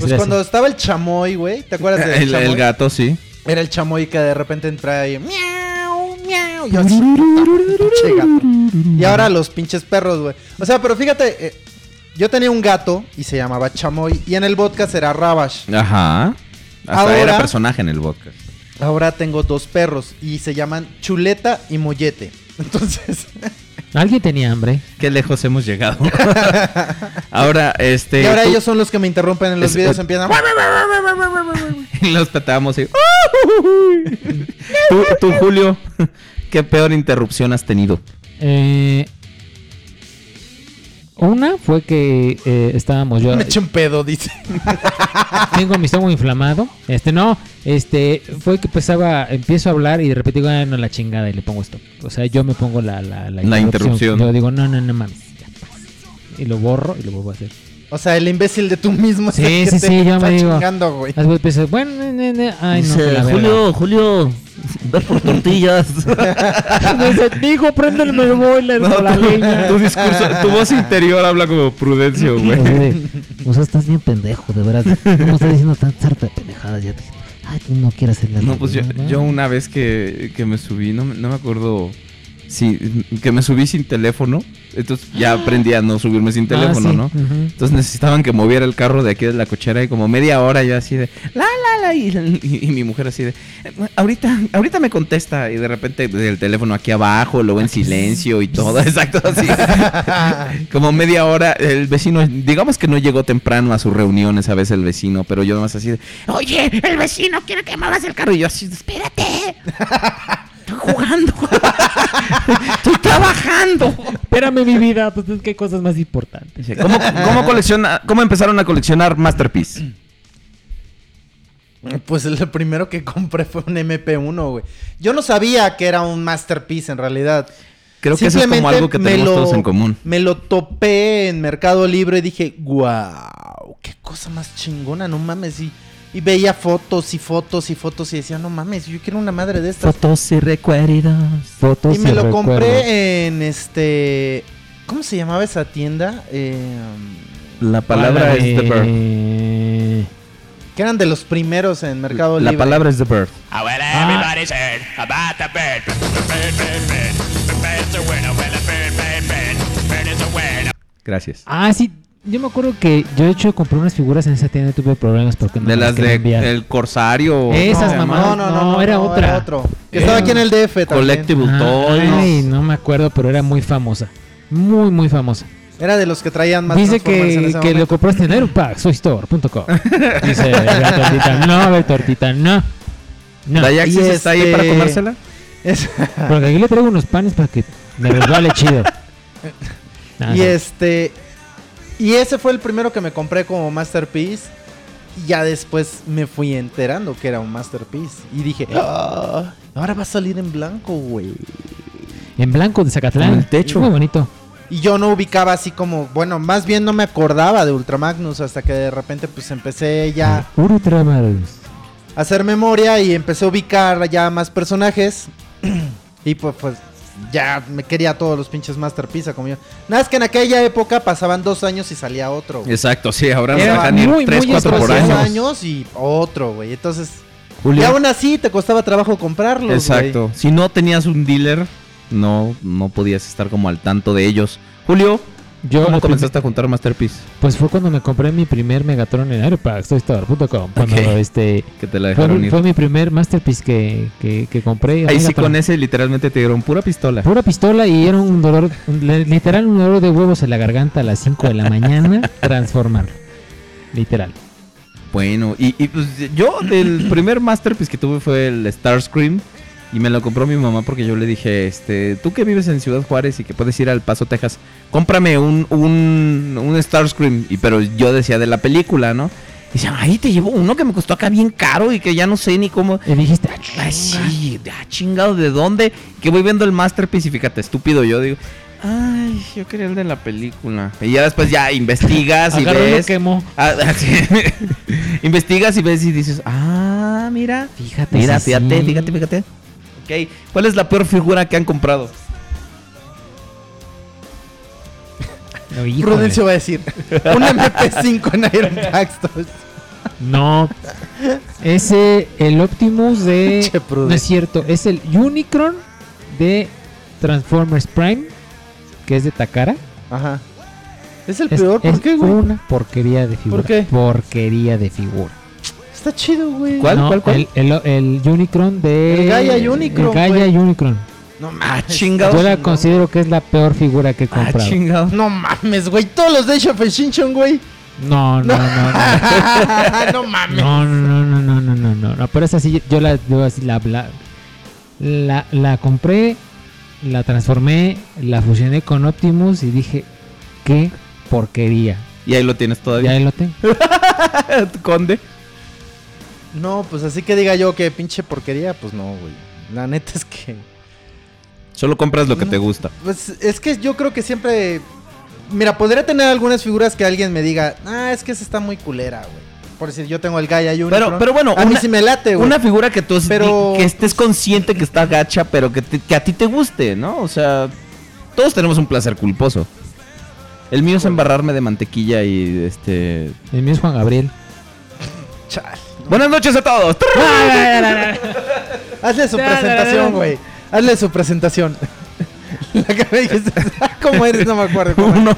Speaker 3: Pues
Speaker 4: será
Speaker 3: cuando
Speaker 4: así?
Speaker 3: estaba el chamoy, güey, ¿te acuerdas del
Speaker 2: El,
Speaker 3: chamoy?
Speaker 2: el gato, sí.
Speaker 3: Era el chamoy que de repente entra y miau, miau. Y, así, pinche gato. Y ahora los pinches perros, güey. O sea, pero fíjate, eh, yo tenía un gato y se llamaba chamoy. Y en el podcast era Rabash.
Speaker 2: Ajá. Hasta
Speaker 3: Ahora-
Speaker 2: era personaje en el podcast.
Speaker 3: Ahora tengo dos perros y se llaman Chuleta y Mollete. Entonces,
Speaker 4: ¿Alguien tenía hambre?
Speaker 2: Qué lejos hemos llegado. ahora, este.
Speaker 3: y ahora
Speaker 2: tú-
Speaker 3: ellos son los que me interrumpen en los
Speaker 2: Es-
Speaker 3: videos.
Speaker 2: eh,
Speaker 3: Empiezan.
Speaker 2: los tratamos y. tú, tú, Julio, ¿qué peor interrupción has tenido?
Speaker 4: Eh, una fue que eh, estábamos yo...
Speaker 3: Me eché un pedo, dice.
Speaker 4: tengo mi estómago inflamado. Este, no, este, fue que empezaba, empiezo a hablar y de repente digo, ah, no, la chingada, y le pongo esto. O sea, yo me pongo la, la,
Speaker 2: La interrupción.
Speaker 4: Yo digo, no, no, no mames. ya, pues. Y lo borro y lo vuelvo a hacer.
Speaker 3: O sea, el imbécil de tú mismo. es
Speaker 4: Sí,
Speaker 3: el que
Speaker 4: sí,
Speaker 3: te
Speaker 4: sí, yo
Speaker 3: está
Speaker 4: me digo.
Speaker 3: chingando, güey.
Speaker 4: Las voy a pensar, Pues, bueno, ne, ne, ne, ay, no, que la verga.
Speaker 2: Julio, ve por tortillas.
Speaker 4: Dice, digo, préndeme el boiler
Speaker 2: No,
Speaker 4: con la
Speaker 2: tu,
Speaker 4: leña.
Speaker 2: tu discurso, tu voz interior habla como Prudencio, güey.
Speaker 12: O sea, estás bien pendejo, de veras. No me estás diciendo tan sarta de pendejadas. Ya te... Ay, tú no quieres hacer la
Speaker 2: No, pues yo, yo una vez que, que me subí, no, me- no me acuerdo. Sí, que me subí sin teléfono. Entonces ya aprendí a no subirme sin teléfono,
Speaker 4: Ah, sí,
Speaker 2: ¿no?
Speaker 4: ujú.
Speaker 2: Entonces necesitaban que moviera el carro de aquí de la cochera y como media hora yo así de la la la y, y- y mi mujer así de ahorita ahorita me contesta y de repente el teléfono aquí abajo luego en silencio y todo exacto así como media hora el vecino digamos que no llegó temprano a su reunión esa vez el vecino pero yo más así de oye el vecino quiere que muevas el carro y yo así de, espérate estoy jugando estoy trabajando
Speaker 4: Espérame mi vida, pues es que hay cosas más importantes.
Speaker 2: Dice, ¿Cómo, cómo colecciona, ¿Cómo empezaron a coleccionar Masterpiece?
Speaker 3: Pues el primero que compré fue un MP1, güey. Yo no sabía que era un masterpiece en realidad.
Speaker 2: Creo que eso es como
Speaker 3: Simplemente
Speaker 2: algo que
Speaker 3: me
Speaker 2: tenemos
Speaker 3: lo-
Speaker 2: todos en común.
Speaker 3: Me lo topé en Mercado Libre y dije, wow, qué cosa más chingona, no mames. Y, y veía fotos y fotos y fotos y decía, no mames, yo quiero una madre de estas.
Speaker 12: Fotos y recuerdos.
Speaker 4: Fotos
Speaker 3: y me lo
Speaker 4: recuerdos.
Speaker 3: compré en este... ¿Cómo se llamaba esa tienda? Eh,
Speaker 2: La palabra
Speaker 4: Para,
Speaker 2: es The Bird.
Speaker 4: eh,
Speaker 3: que eran de los primeros en Mercado
Speaker 2: La
Speaker 3: Libre.
Speaker 2: palabra es The Bird.
Speaker 4: ah,
Speaker 2: Gracias.
Speaker 4: ah, sí. Yo me acuerdo que yo de hecho compré unas figuras en esa tienda y tuve problemas porque no
Speaker 2: de
Speaker 4: me
Speaker 2: las de
Speaker 4: querían enviar.
Speaker 2: El Corsario.
Speaker 4: Esas
Speaker 2: ¿cómo se Eh,
Speaker 4: mamadas.
Speaker 2: llama?
Speaker 3: No, no, no,
Speaker 4: No, era otra.
Speaker 3: otro. Que estaba aquí en el DF también.
Speaker 2: Collectible Toys.
Speaker 4: Ah, Ay, no me acuerdo, pero era muy famosa. Muy, muy famosa.
Speaker 3: Era de los que traían más
Speaker 4: Dice
Speaker 3: Transformers en
Speaker 4: que,
Speaker 3: ese
Speaker 4: que lo
Speaker 3: momento.
Speaker 4: compraste en Aeropack, soystore.com. Dice la tortita, no, la tortita, no. No,
Speaker 2: ¿La Yaxis
Speaker 3: Y
Speaker 2: está ahí para
Speaker 3: este- ah.
Speaker 2: comérsela?
Speaker 3: Es-
Speaker 4: porque aquí le traigo unos panes para que me resbale chido. Ah,
Speaker 3: y
Speaker 4: no.
Speaker 3: este y ese fue el primero que me compré como masterpiece y ya después me fui enterando que era un masterpiece y dije, "Ah, ahora va a salir en blanco, güey.
Speaker 4: En blanco de Zacatlán.
Speaker 2: Con el techo.
Speaker 4: Muy bonito.
Speaker 3: Y yo no ubicaba así como, bueno, más bien no me acordaba de Ultramagnus hasta que de repente pues empecé ya
Speaker 4: Ultramarus.
Speaker 3: hacer memoria y empecé a ubicar ya más personajes. y pues, pues ya me quería todos los pinches Masterpiece como yo. Nada es que en aquella época pasaban dos años y salía otro. güey.
Speaker 2: Exacto, sí, ahora nos
Speaker 3: Era
Speaker 2: dejan ir
Speaker 4: muy,
Speaker 2: 3,
Speaker 4: muy
Speaker 2: 4 por
Speaker 3: Dos
Speaker 2: año.
Speaker 4: espaciosa.
Speaker 3: años y otro, güey. Entonces, y
Speaker 2: Julio.
Speaker 3: aún así te costaba trabajo comprarlos.
Speaker 2: Exacto.
Speaker 3: güey.
Speaker 2: Si no tenías un dealer, no, no podías estar como al tanto de ellos. Julio,
Speaker 4: Yo
Speaker 2: ¿cómo
Speaker 4: la prim-
Speaker 2: comenzaste a juntar Masterpiece?
Speaker 4: Pues fue cuando me compré mi primer Megatron en Aeropack, soystore.com. Cuando
Speaker 2: Ok.
Speaker 4: este.
Speaker 2: Que te la
Speaker 4: Fue,
Speaker 2: dejaron
Speaker 4: mi-
Speaker 2: ir.
Speaker 4: fue mi primer Masterpiece que, que, que compré.
Speaker 2: Ahí sí
Speaker 4: Megatron.
Speaker 2: con ese literalmente te dieron pura pistola.
Speaker 4: Pura pistola y era un dolor, un- le- literal un dolor de huevos en la garganta a las 5 de la mañana, transformarlo. Literal.
Speaker 2: Bueno, y, y, pues yo el primer masterpiece que tuve fue el Starscream y me lo compró mi mamá porque yo le dije, este, tú que vives en Ciudad Juárez y que puedes ir al Paso, Texas, cómprame un, un, un Starscream, y, pero yo decía de la película, ¿no? Dice, ahí te llevo uno que me costó acá bien caro y que ya no sé ni cómo.
Speaker 4: Y dijiste, ah,
Speaker 2: sí, ah, chingado, ¿de dónde? Que voy viendo el Masterpiece y fíjate, estúpido yo, digo, Ay, yo quería el de la película. Y ya después ya investigas y
Speaker 4: Agarró y lo
Speaker 2: ves.
Speaker 4: quemó.
Speaker 2: Ah, ah, sí. investigas y ves y dices, ah, mira.
Speaker 4: Fíjate,
Speaker 2: Mira,
Speaker 4: sí,
Speaker 2: fíjate,
Speaker 4: sí.
Speaker 2: fíjate, fíjate. Ok, ¿cuál es la peor figura que han comprado?
Speaker 4: No, híjole.
Speaker 3: Prudencio va a decir. Un MP5 en Iron Taxtos.
Speaker 4: No. Ese, el Optimus de.
Speaker 3: Che, Prudencio.
Speaker 4: No es cierto, es el Unicron de Transformers Prime, que es de Takara.
Speaker 3: Ajá. Es el
Speaker 4: Es-
Speaker 3: peor, ¿por
Speaker 4: es
Speaker 3: qué, güey?
Speaker 4: Una porquería de figura.
Speaker 3: ¿Por qué?
Speaker 4: Porquería de figura.
Speaker 3: Está chido, güey.
Speaker 2: ¿Cuál?
Speaker 4: No,
Speaker 2: cuál?
Speaker 4: El, el- el Unicron de.
Speaker 3: El Gaia Unicron,
Speaker 4: El Gaia
Speaker 3: güey.
Speaker 4: Unicron.
Speaker 3: No
Speaker 2: Ah,
Speaker 3: mames.
Speaker 2: chingado.
Speaker 4: Yo la considero que es la peor figura que he
Speaker 2: Ah,
Speaker 4: comprado.
Speaker 2: chingado.
Speaker 3: No mames, güey. Todos los de Age of Extinction, güey.
Speaker 4: no, no, no, no.
Speaker 3: no mames.
Speaker 4: No, no, no, no, no, no, no, no. Pero esa sí, yo la, yo así la, la, la, la compré, la transformé, la fusioné con Optimus y dije, qué porquería.
Speaker 2: Y ahí lo tienes
Speaker 4: Ya
Speaker 2: todavía.
Speaker 4: ahí lo tengo.
Speaker 2: Conde.
Speaker 3: No, pues así que diga yo que pinche porquería, pues no, güey. La neta es que.
Speaker 2: Solo compras lo que te gusta.
Speaker 3: Pues es que yo creo que siempre. Mira, podría tener algunas figuras que alguien me diga, ah, es que esa está muy culera, güey. Por decir, yo tengo el Gaia Unicron.
Speaker 2: Pero, pero bueno,
Speaker 3: a mí
Speaker 2: una,
Speaker 3: sí me late, güey.
Speaker 2: una figura que tú
Speaker 3: Pero-
Speaker 2: que estés consciente que está gacha, pero que, te- que a ti te guste, ¿no? O sea, todos tenemos un placer culposo. El mío es embarrarme de mantequilla y este.
Speaker 4: El mío es Juan Gabriel.
Speaker 3: Chale.
Speaker 2: Buenas noches a todos.
Speaker 3: Hazle su
Speaker 4: Ya, la
Speaker 3: presentación,
Speaker 4: verdad.
Speaker 3: güey. Hazle su presentación. La que me dijiste, ¿cómo eres? No me acuerdo. ¿cómo eres?
Speaker 2: Uno.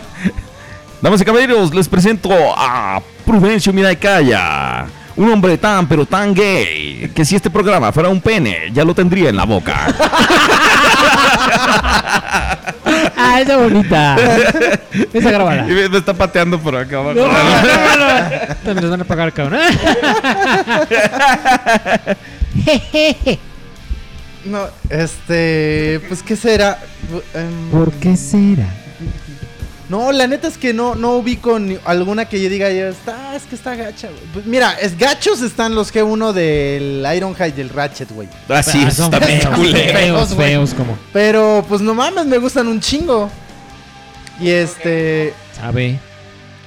Speaker 2: Damas y caballeros, les presento a Prudencio Miracaya. Un hombre tan, pero tan gay, que si este programa fuera un pene, ya lo tendría en la boca.
Speaker 4: Ah, esa bonita. esa grabada.
Speaker 2: Y me, me está pateando por acá abajo.
Speaker 4: No, no, no, no. Te me las van a pagar, cabrón.
Speaker 3: No, este. Pues, ¿qué será? Em,
Speaker 4: ¿Por qué será?
Speaker 3: No, la neta es que no, no ubico ni- alguna que yo diga, ya está, es que está gacha, güey. Pues mira, es gachos están los G1 del Ironhide y del Ratchet, güey.
Speaker 2: Así
Speaker 4: Ah,
Speaker 2: es,
Speaker 4: son
Speaker 2: está bien
Speaker 4: feos,
Speaker 2: culero.
Speaker 4: Feos,
Speaker 3: güey.
Speaker 4: feos, como.
Speaker 3: Pero, pues no mames, me gustan un chingo. Y este.
Speaker 4: Sabe.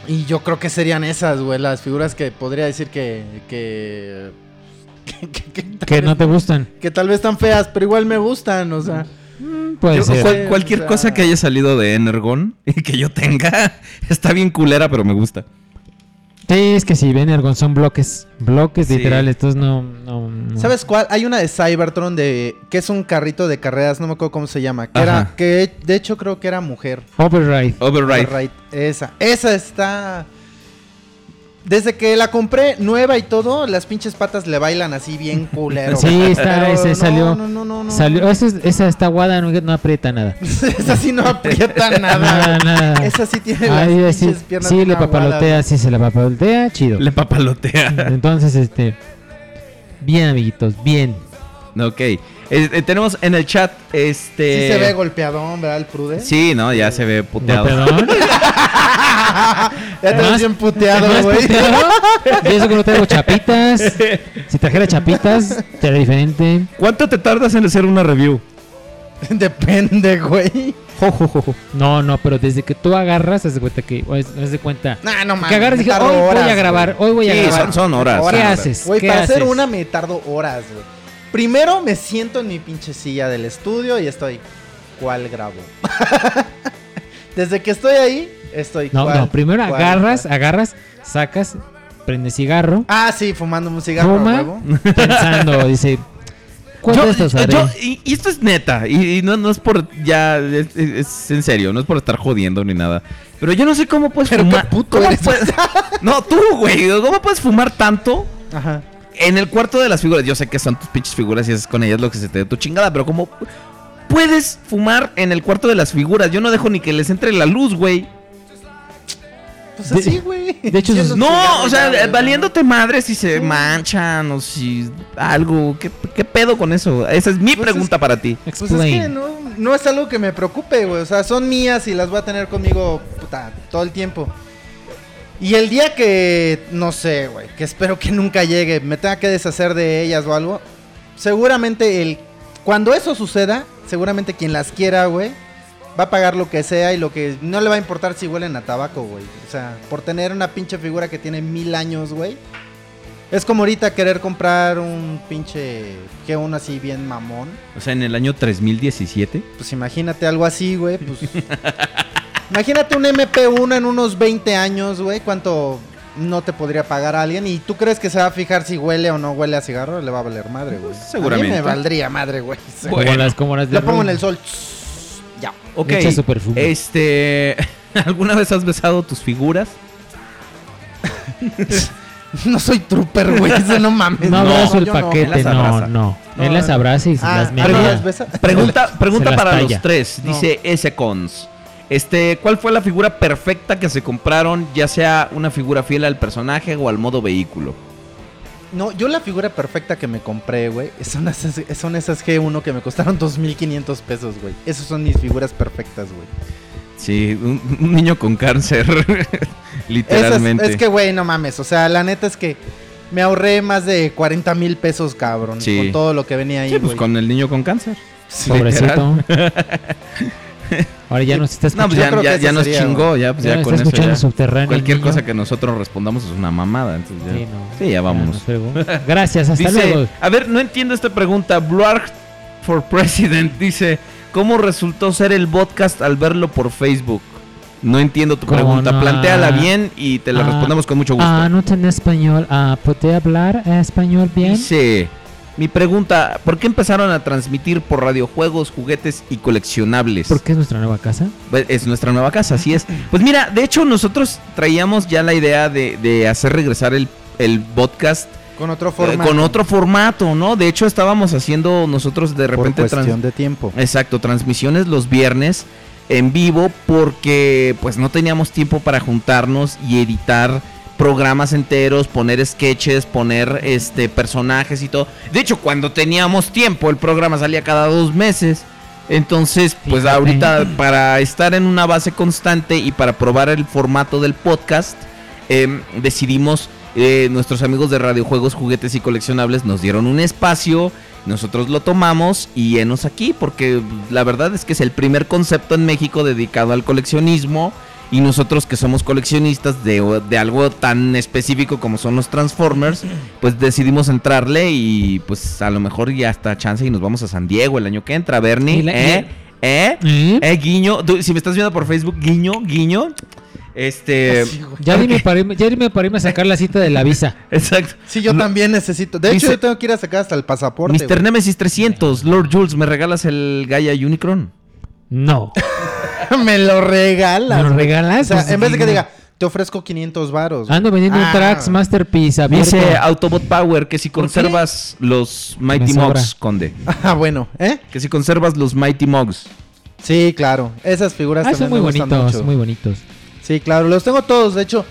Speaker 3: Y yo creo que serían esas, güey, las figuras que podría decir que. que. que, que- que tal
Speaker 4: Que
Speaker 3: vez-
Speaker 4: no te gustan.
Speaker 3: que tal vez están feas, pero igual me gustan, o sea.
Speaker 4: Puede
Speaker 2: Yo-
Speaker 4: ser.
Speaker 2: cual- cualquier
Speaker 3: O sea-
Speaker 2: cosa que haya salido de Energon y que yo tenga está bien culera, pero me gusta.
Speaker 4: Sí, es que si ven Ergon son bloques, bloques
Speaker 2: Sí.
Speaker 4: literales, entonces no, no, no.
Speaker 3: ¿Sabes cuál? Hay una de Cybertron de. que es un carrito de carreras, no me acuerdo cómo se llama. Que
Speaker 2: Ajá.
Speaker 3: era. Que de hecho creo que era mujer.
Speaker 4: Override.
Speaker 2: Override.
Speaker 3: Right, Esa. Esa está. Desde que la compré nueva y todo, las pinches patas le bailan así bien culero.
Speaker 4: Sí,
Speaker 3: güey.
Speaker 4: está, ese
Speaker 3: no,
Speaker 4: salió-
Speaker 3: No, no, no, no.
Speaker 4: Salió, esa, es- esa está guada, no, no aprieta nada.
Speaker 3: Esa sí no aprieta
Speaker 4: Nada,
Speaker 3: nada.
Speaker 4: nada.
Speaker 3: Esa sí tiene las
Speaker 4: Ahí sí,
Speaker 3: pinches piernas
Speaker 4: sí
Speaker 3: bien
Speaker 4: le
Speaker 3: aguadas,
Speaker 4: papalotea, sí se la papalotea, chido.
Speaker 2: Le papalotea.
Speaker 4: Entonces, este. Bien, amiguitos, bien.
Speaker 2: ok. Eh, eh, tenemos en el chat
Speaker 3: güey.
Speaker 2: este.
Speaker 3: Sí se ve golpeadón, ¿verdad? El prude.
Speaker 2: Sí, no, ya se ve
Speaker 4: No,
Speaker 2: puteado.
Speaker 4: perdón.
Speaker 3: Ya te ves
Speaker 4: Más-
Speaker 3: bien puteado,
Speaker 4: ¿No has
Speaker 3: güey.
Speaker 4: puteado? Y eso que no traigo chapitas. Si trajera chapitas, sería diferente.
Speaker 2: ¿Cuánto te tardas en hacer una review?
Speaker 3: Depende, güey.
Speaker 4: No, no, pero desde que tú agarras, haz de cuenta que. Haz de cuenta.
Speaker 3: Nah, no mames.
Speaker 4: que agarras y
Speaker 3: me
Speaker 4: dije,
Speaker 3: tardo
Speaker 4: hoy
Speaker 3: horas,
Speaker 4: voy a
Speaker 3: güey.
Speaker 4: grabar, hoy voy a
Speaker 2: Sí,
Speaker 4: grabar.
Speaker 2: son, son horas.
Speaker 4: ¿Qué
Speaker 3: Horas,
Speaker 4: haces?
Speaker 3: Güey,
Speaker 4: ¿Qué
Speaker 3: para hacer
Speaker 4: haces?
Speaker 3: una me tardo horas, güey. Primero me siento en mi pinche silla del estudio y estoy. ¿Cuál grabo? Desde que estoy ahí, estoy.
Speaker 4: No,
Speaker 3: ¿cuál,
Speaker 4: no, primero
Speaker 3: cuál,
Speaker 4: agarras,
Speaker 3: cuál?
Speaker 4: agarras, sacas, prendes cigarro,
Speaker 3: Ah, sí, fumando un cigarro,
Speaker 4: Fuma.
Speaker 3: huevo.
Speaker 4: pensando, dice. ¿Cuál
Speaker 2: Yo-
Speaker 4: de estas haré?
Speaker 2: yo- y, y esto es neta, y, y no, no es por ya, es, es- es en serio, no es por estar jodiendo ni nada. Pero yo no sé cómo puedes
Speaker 3: Pero
Speaker 2: fumar.
Speaker 3: qué puto
Speaker 2: ¿Cómo
Speaker 3: eres.
Speaker 2: puedes- no, tú, güey, ¿cómo puedes fumar tanto
Speaker 3: Ajá.
Speaker 2: en el cuarto de las figuras? Yo sé que son tus pinches figuras y es con ellas lo que se te dé tu chingada, pero ¿cómo puedes fumar en el cuarto de las figuras? Yo no dejo ni que les entre la luz, güey.
Speaker 3: Pues
Speaker 4: De-
Speaker 3: así, güey.
Speaker 4: de hecho,
Speaker 3: Siendo un
Speaker 2: No,
Speaker 3: cigarro
Speaker 2: o
Speaker 3: ya,
Speaker 2: sea, eh,
Speaker 3: güey,
Speaker 2: valiéndote madre si se manchan o si algo. ¿Qué, qué pedo con eso? Esa es mi
Speaker 3: Pues
Speaker 2: pregunta para ti.
Speaker 3: Pues es que
Speaker 4: Explain.
Speaker 3: no, no es algo que me preocupe, güey. O sea, son mías y las voy a tener conmigo puta, todo el tiempo. Y el día que, no sé, güey, que espero que nunca llegue, me tenga que deshacer de ellas o algo, seguramente el... Cuando eso suceda, seguramente quien las quiera, güey, va a pagar lo que sea y lo que... No le va a importar si huelen a tabaco, güey. O sea, por tener una pinche figura que tiene mil años, güey. Es como ahorita querer comprar un pinche... Que uno así bien mamón.
Speaker 2: O sea, en el año 3017.
Speaker 3: Pues imagínate algo así, güey. Pues, imagínate un MP1 en unos 20 años, güey. ¿Cuánto no te podría pagar alguien? ¿Y tú crees que se va a fijar si huele o no huele a cigarro? Le va a valer madre, güey.
Speaker 2: seguramente.
Speaker 3: A mí me valdría madre, güey.
Speaker 4: Como las, como las de
Speaker 3: La pongo en
Speaker 4: Room.
Speaker 3: el sol. Tss, Ya.
Speaker 2: Ok.
Speaker 4: Le echa su perfume.
Speaker 2: Este. ¿Alguna vez has besado tus figuras?
Speaker 3: No soy trooper, güey. Eso no mames.
Speaker 4: No abrazo el
Speaker 3: yo no.
Speaker 4: paquete,
Speaker 2: Él las
Speaker 4: no,
Speaker 2: abraza.
Speaker 4: no.
Speaker 3: No,
Speaker 4: Él las
Speaker 3: no.
Speaker 4: abraza y se
Speaker 3: Ah,
Speaker 4: las
Speaker 3: ah,
Speaker 4: mea.
Speaker 3: ¿no las besa?
Speaker 2: Pregunta, pregunta
Speaker 4: las
Speaker 2: para
Speaker 4: talla.
Speaker 2: los tres. Dice S. Cons. Este, ¿cuál fue la figura perfecta que se compraron? Ya sea una figura fiel al personaje o al modo vehículo.
Speaker 3: No, yo la figura perfecta que me compré, güey, son esas, son esas G1 que me costaron 2.500 pesos, güey. Esas son mis figuras perfectas, güey.
Speaker 2: Sí, un, un niño con cáncer.
Speaker 3: Esas-
Speaker 2: Literalmente.
Speaker 3: es que, güey, no mames. O sea, la neta es que me ahorré más de 40 mil pesos, cabrón.
Speaker 2: Sí.
Speaker 3: Con todo lo que venía ahí,
Speaker 2: Sí, pues
Speaker 3: güey.
Speaker 2: con el niño con cáncer.
Speaker 4: Pobrecito. Ahora ya nos está
Speaker 2: No,
Speaker 4: escuchando.
Speaker 2: pues
Speaker 3: Yo
Speaker 2: ya,
Speaker 3: creo que
Speaker 2: ya,
Speaker 3: ese
Speaker 2: ya nos
Speaker 3: sería,
Speaker 2: chingó, ya, pues
Speaker 4: Ya
Speaker 2: ya
Speaker 4: nos
Speaker 2: con
Speaker 4: está
Speaker 2: eso
Speaker 4: escuchando
Speaker 2: ya.
Speaker 4: el subterráneo,
Speaker 2: Cualquier
Speaker 4: niño.
Speaker 2: cosa que nosotros respondamos es una mamada. Entonces ya.
Speaker 4: Sí,
Speaker 2: Sí,
Speaker 4: no.
Speaker 2: ya vámonos.
Speaker 4: nos fregó. Gracias, hasta
Speaker 2: Dice,
Speaker 4: luego.
Speaker 2: a ver, no entiendo esta pregunta. Bluarg for President dice, ¿cómo resultó ser el podcast al verlo por Facebook? No entiendo tu
Speaker 4: ¿Cómo
Speaker 2: pregunta.
Speaker 4: no?
Speaker 2: Plantéala bien y te la
Speaker 4: Ah,
Speaker 2: respondemos con mucho gusto.
Speaker 4: Ah, no tenía español. Ah, ¿puede hablar español bien?
Speaker 2: Dice, mi pregunta, ¿por qué empezaron a transmitir por radiojuegos, juguetes y coleccionables?
Speaker 4: Porque es nuestra nueva casa.
Speaker 2: Pues, Es nuestra nueva casa, así es. Pues mira, de hecho nosotros traíamos ya la idea de, de hacer regresar el, el podcast
Speaker 3: Con otro
Speaker 2: eh,
Speaker 3: formato.
Speaker 2: con otro formato, ¿no? De hecho estábamos haciendo nosotros de
Speaker 3: Por
Speaker 2: repente... trans-
Speaker 3: cuestión de tiempo.
Speaker 2: Exacto, transmisiones los viernes en vivo porque pues no teníamos tiempo para juntarnos y editar programas enteros, poner sketches, poner este personajes y todo. De hecho, cuando teníamos tiempo, el programa salía cada dos meses. Entonces, pues
Speaker 4: Fíjate.
Speaker 2: ahorita para estar en una base constante y para probar el formato del podcast, em, decidimos, eh, nuestros amigos de Radiojuegos, Juguetes y Coleccionables nos dieron un espacio, nosotros lo tomamos y enos aquí, porque la verdad es que es el primer concepto en México dedicado al coleccionismo y nosotros que somos coleccionistas de, de algo tan específico como son los Transformers, pues decidimos entrarle y pues a lo mejor ya está chance y nos vamos a San Diego el año que entra, Bernie.
Speaker 4: Y la-
Speaker 2: ¿Eh? ¿Eh? Eh, guiño, Tú, si me estás viendo por Facebook, guiño, guiño. Este,
Speaker 4: Ya dime, para irme, ya dime para irme a sacar la cita de la visa.
Speaker 2: exacto.
Speaker 3: Sí, yo también necesito. De hecho,
Speaker 2: Dice-
Speaker 3: yo tengo que ir a sacar hasta el pasaporte.
Speaker 2: Mr.
Speaker 3: güey.
Speaker 2: Nemesis 300, Lord Jules, ¿me regalas el Gaia Unicron?
Speaker 4: No.
Speaker 3: Me lo regalas.
Speaker 4: ¿Me lo
Speaker 3: güey.
Speaker 4: regalas?
Speaker 3: O sea,
Speaker 4: Pues,
Speaker 3: en vez de que
Speaker 4: no.
Speaker 3: diga, te ofrezco 500 varos. güey.
Speaker 4: Ando vendiendo
Speaker 3: Ah,
Speaker 4: un Trax Masterpiece abierto.
Speaker 2: Dice Autobot Power que si
Speaker 3: ¿Por qué?
Speaker 2: conservas los
Speaker 4: Me
Speaker 2: Mighty
Speaker 4: sobra.
Speaker 2: Mugs, Conde.
Speaker 3: Ah, bueno, ¿eh?
Speaker 2: Que si conservas los Mighty Mugs.
Speaker 3: Sí, claro. Esas figuras
Speaker 4: Ah, son
Speaker 3: también
Speaker 4: muy
Speaker 3: me gustan
Speaker 4: bonitos,
Speaker 3: mucho.
Speaker 4: muy bonitos.
Speaker 3: Sí, claro, los tengo todos. De hecho,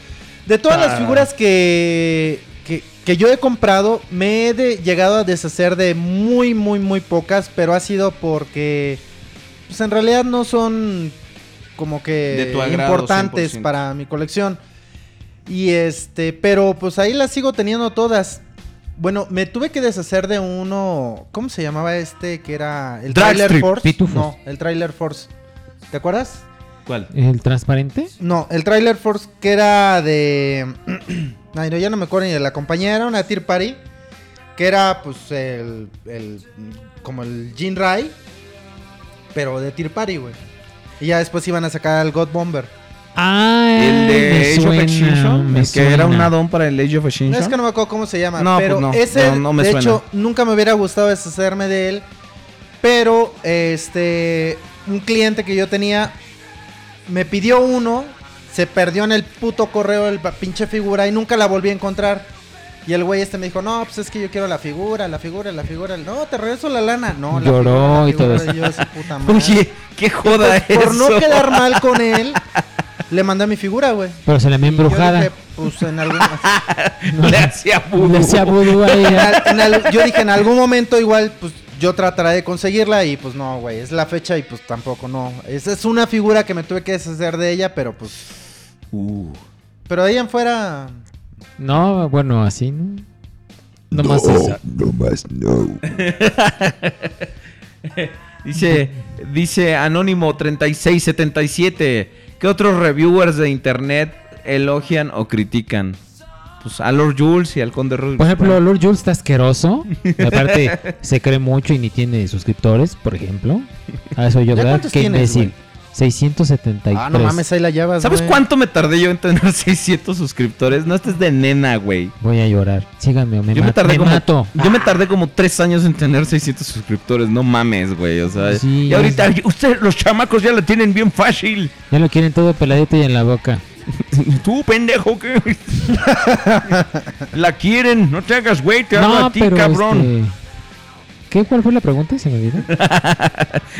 Speaker 3: de todas
Speaker 2: Ah.
Speaker 3: las figuras que, que, que yo he comprado, me he de- llegado a deshacer de muy, muy, muy pocas, pero ha sido porque, pues en realidad no son como
Speaker 2: De
Speaker 3: que
Speaker 2: tu agrado,
Speaker 3: importantes
Speaker 2: 100%.
Speaker 3: para mi colección. Y este, pero pues ahí las sigo teniendo todas. Bueno, me tuve que deshacer de uno, ¿cómo se llamaba este? Que era el
Speaker 2: Dragstrip,
Speaker 3: Trailer Force.
Speaker 4: Pitufos.
Speaker 3: No, el Trailer Force. ¿Te acuerdas?
Speaker 2: ¿Cuál?
Speaker 4: ¿El transparente?
Speaker 3: No, el Trailer Force que era de. Ay, no, ya no me acuerdo ni de la compañía. Era una Tier Party. Que era, pues, el. el- como el Jin Rai. Pero de Tier Party, güey. Y ya después iban a sacar al God Bomber.
Speaker 4: Ah,
Speaker 2: El
Speaker 4: me
Speaker 2: de Age of
Speaker 4: suena,
Speaker 2: Extinction,
Speaker 4: me
Speaker 2: el que era
Speaker 4: suena.
Speaker 2: un add para el Age of
Speaker 3: No es que
Speaker 2: Extinction.
Speaker 3: no me acuerdo cómo se llama.
Speaker 2: No,
Speaker 3: pero
Speaker 2: pues no,
Speaker 3: ese,
Speaker 2: no, no me
Speaker 3: de
Speaker 2: suena.
Speaker 3: hecho, nunca me hubiera gustado deshacerme de él. Pero, este. Un cliente que yo tenía me pidió uno. Se perdió en el puto correo el pa- pinche figura y nunca la volví a encontrar. Y el güey este me dijo, no, pues es que yo quiero la figura, la figura, la figura. No, te regreso la lana. No, la
Speaker 4: Lloró
Speaker 3: figura, la
Speaker 4: y todo
Speaker 3: figura. Y yo, "Esa puta madre".
Speaker 2: Oye, qué joda
Speaker 3: Pues, Por no
Speaker 2: eso.
Speaker 3: quedar mal con él, le mandé mi figura, güey.
Speaker 4: Pero se la me
Speaker 3: Y yo
Speaker 4: embrujada.
Speaker 3: dije, pues en algún...
Speaker 2: Le hacía
Speaker 4: Le
Speaker 2: bullying.
Speaker 4: hacía vudú a
Speaker 3: En
Speaker 4: ella.
Speaker 3: al- en al- yo dije, en algún momento igual, pues yo trataré de conseguirla y pues no, güey, es la fecha y pues tampoco no. Esa es una figura que me tuve que deshacer de ella, pero pues
Speaker 2: Uh,
Speaker 3: Pero ahí en fuera.
Speaker 4: No, bueno, así. No, no más esa.
Speaker 2: No más, no. dice, dice Anónimo 3677. ¿Qué otros reviewers de internet elogian o critican? Pues a Lord Jules y al Conde Rudy.
Speaker 4: Por ejemplo, Lord Jules está asqueroso. Y aparte, se cree mucho y ni tiene suscriptores, por ejemplo. A eso yo,
Speaker 3: ¿Ya
Speaker 4: ¿verdad?
Speaker 3: cuántos
Speaker 4: Qué
Speaker 3: tienes,
Speaker 4: imbécil.
Speaker 3: güey?
Speaker 4: 673.
Speaker 3: Ah, no mames, ahí la llevas.
Speaker 2: ¿Sabes
Speaker 3: güey.
Speaker 2: cuánto me tardé yo en tener 600 suscriptores? No estés de nena, güey.
Speaker 4: Voy a llorar. Síganme o me,
Speaker 2: Yo me
Speaker 4: ma-
Speaker 2: tardé
Speaker 4: me
Speaker 2: como
Speaker 4: mato.
Speaker 2: yo me tardé como tres años en tener 600 suscriptores, no mames, güey, o sea,
Speaker 4: Sí,
Speaker 2: y
Speaker 4: ya
Speaker 2: ahorita ustedes los chamacos ya la tienen bien fácil.
Speaker 4: Ya lo quieren todo peladito y en la boca.
Speaker 2: Tú pendejo que la quieren, no te hagas güey, te hablo a ti, cabrón.
Speaker 4: este, ¿Qué? ¿Cuál fue la pregunta? Se me olvidó.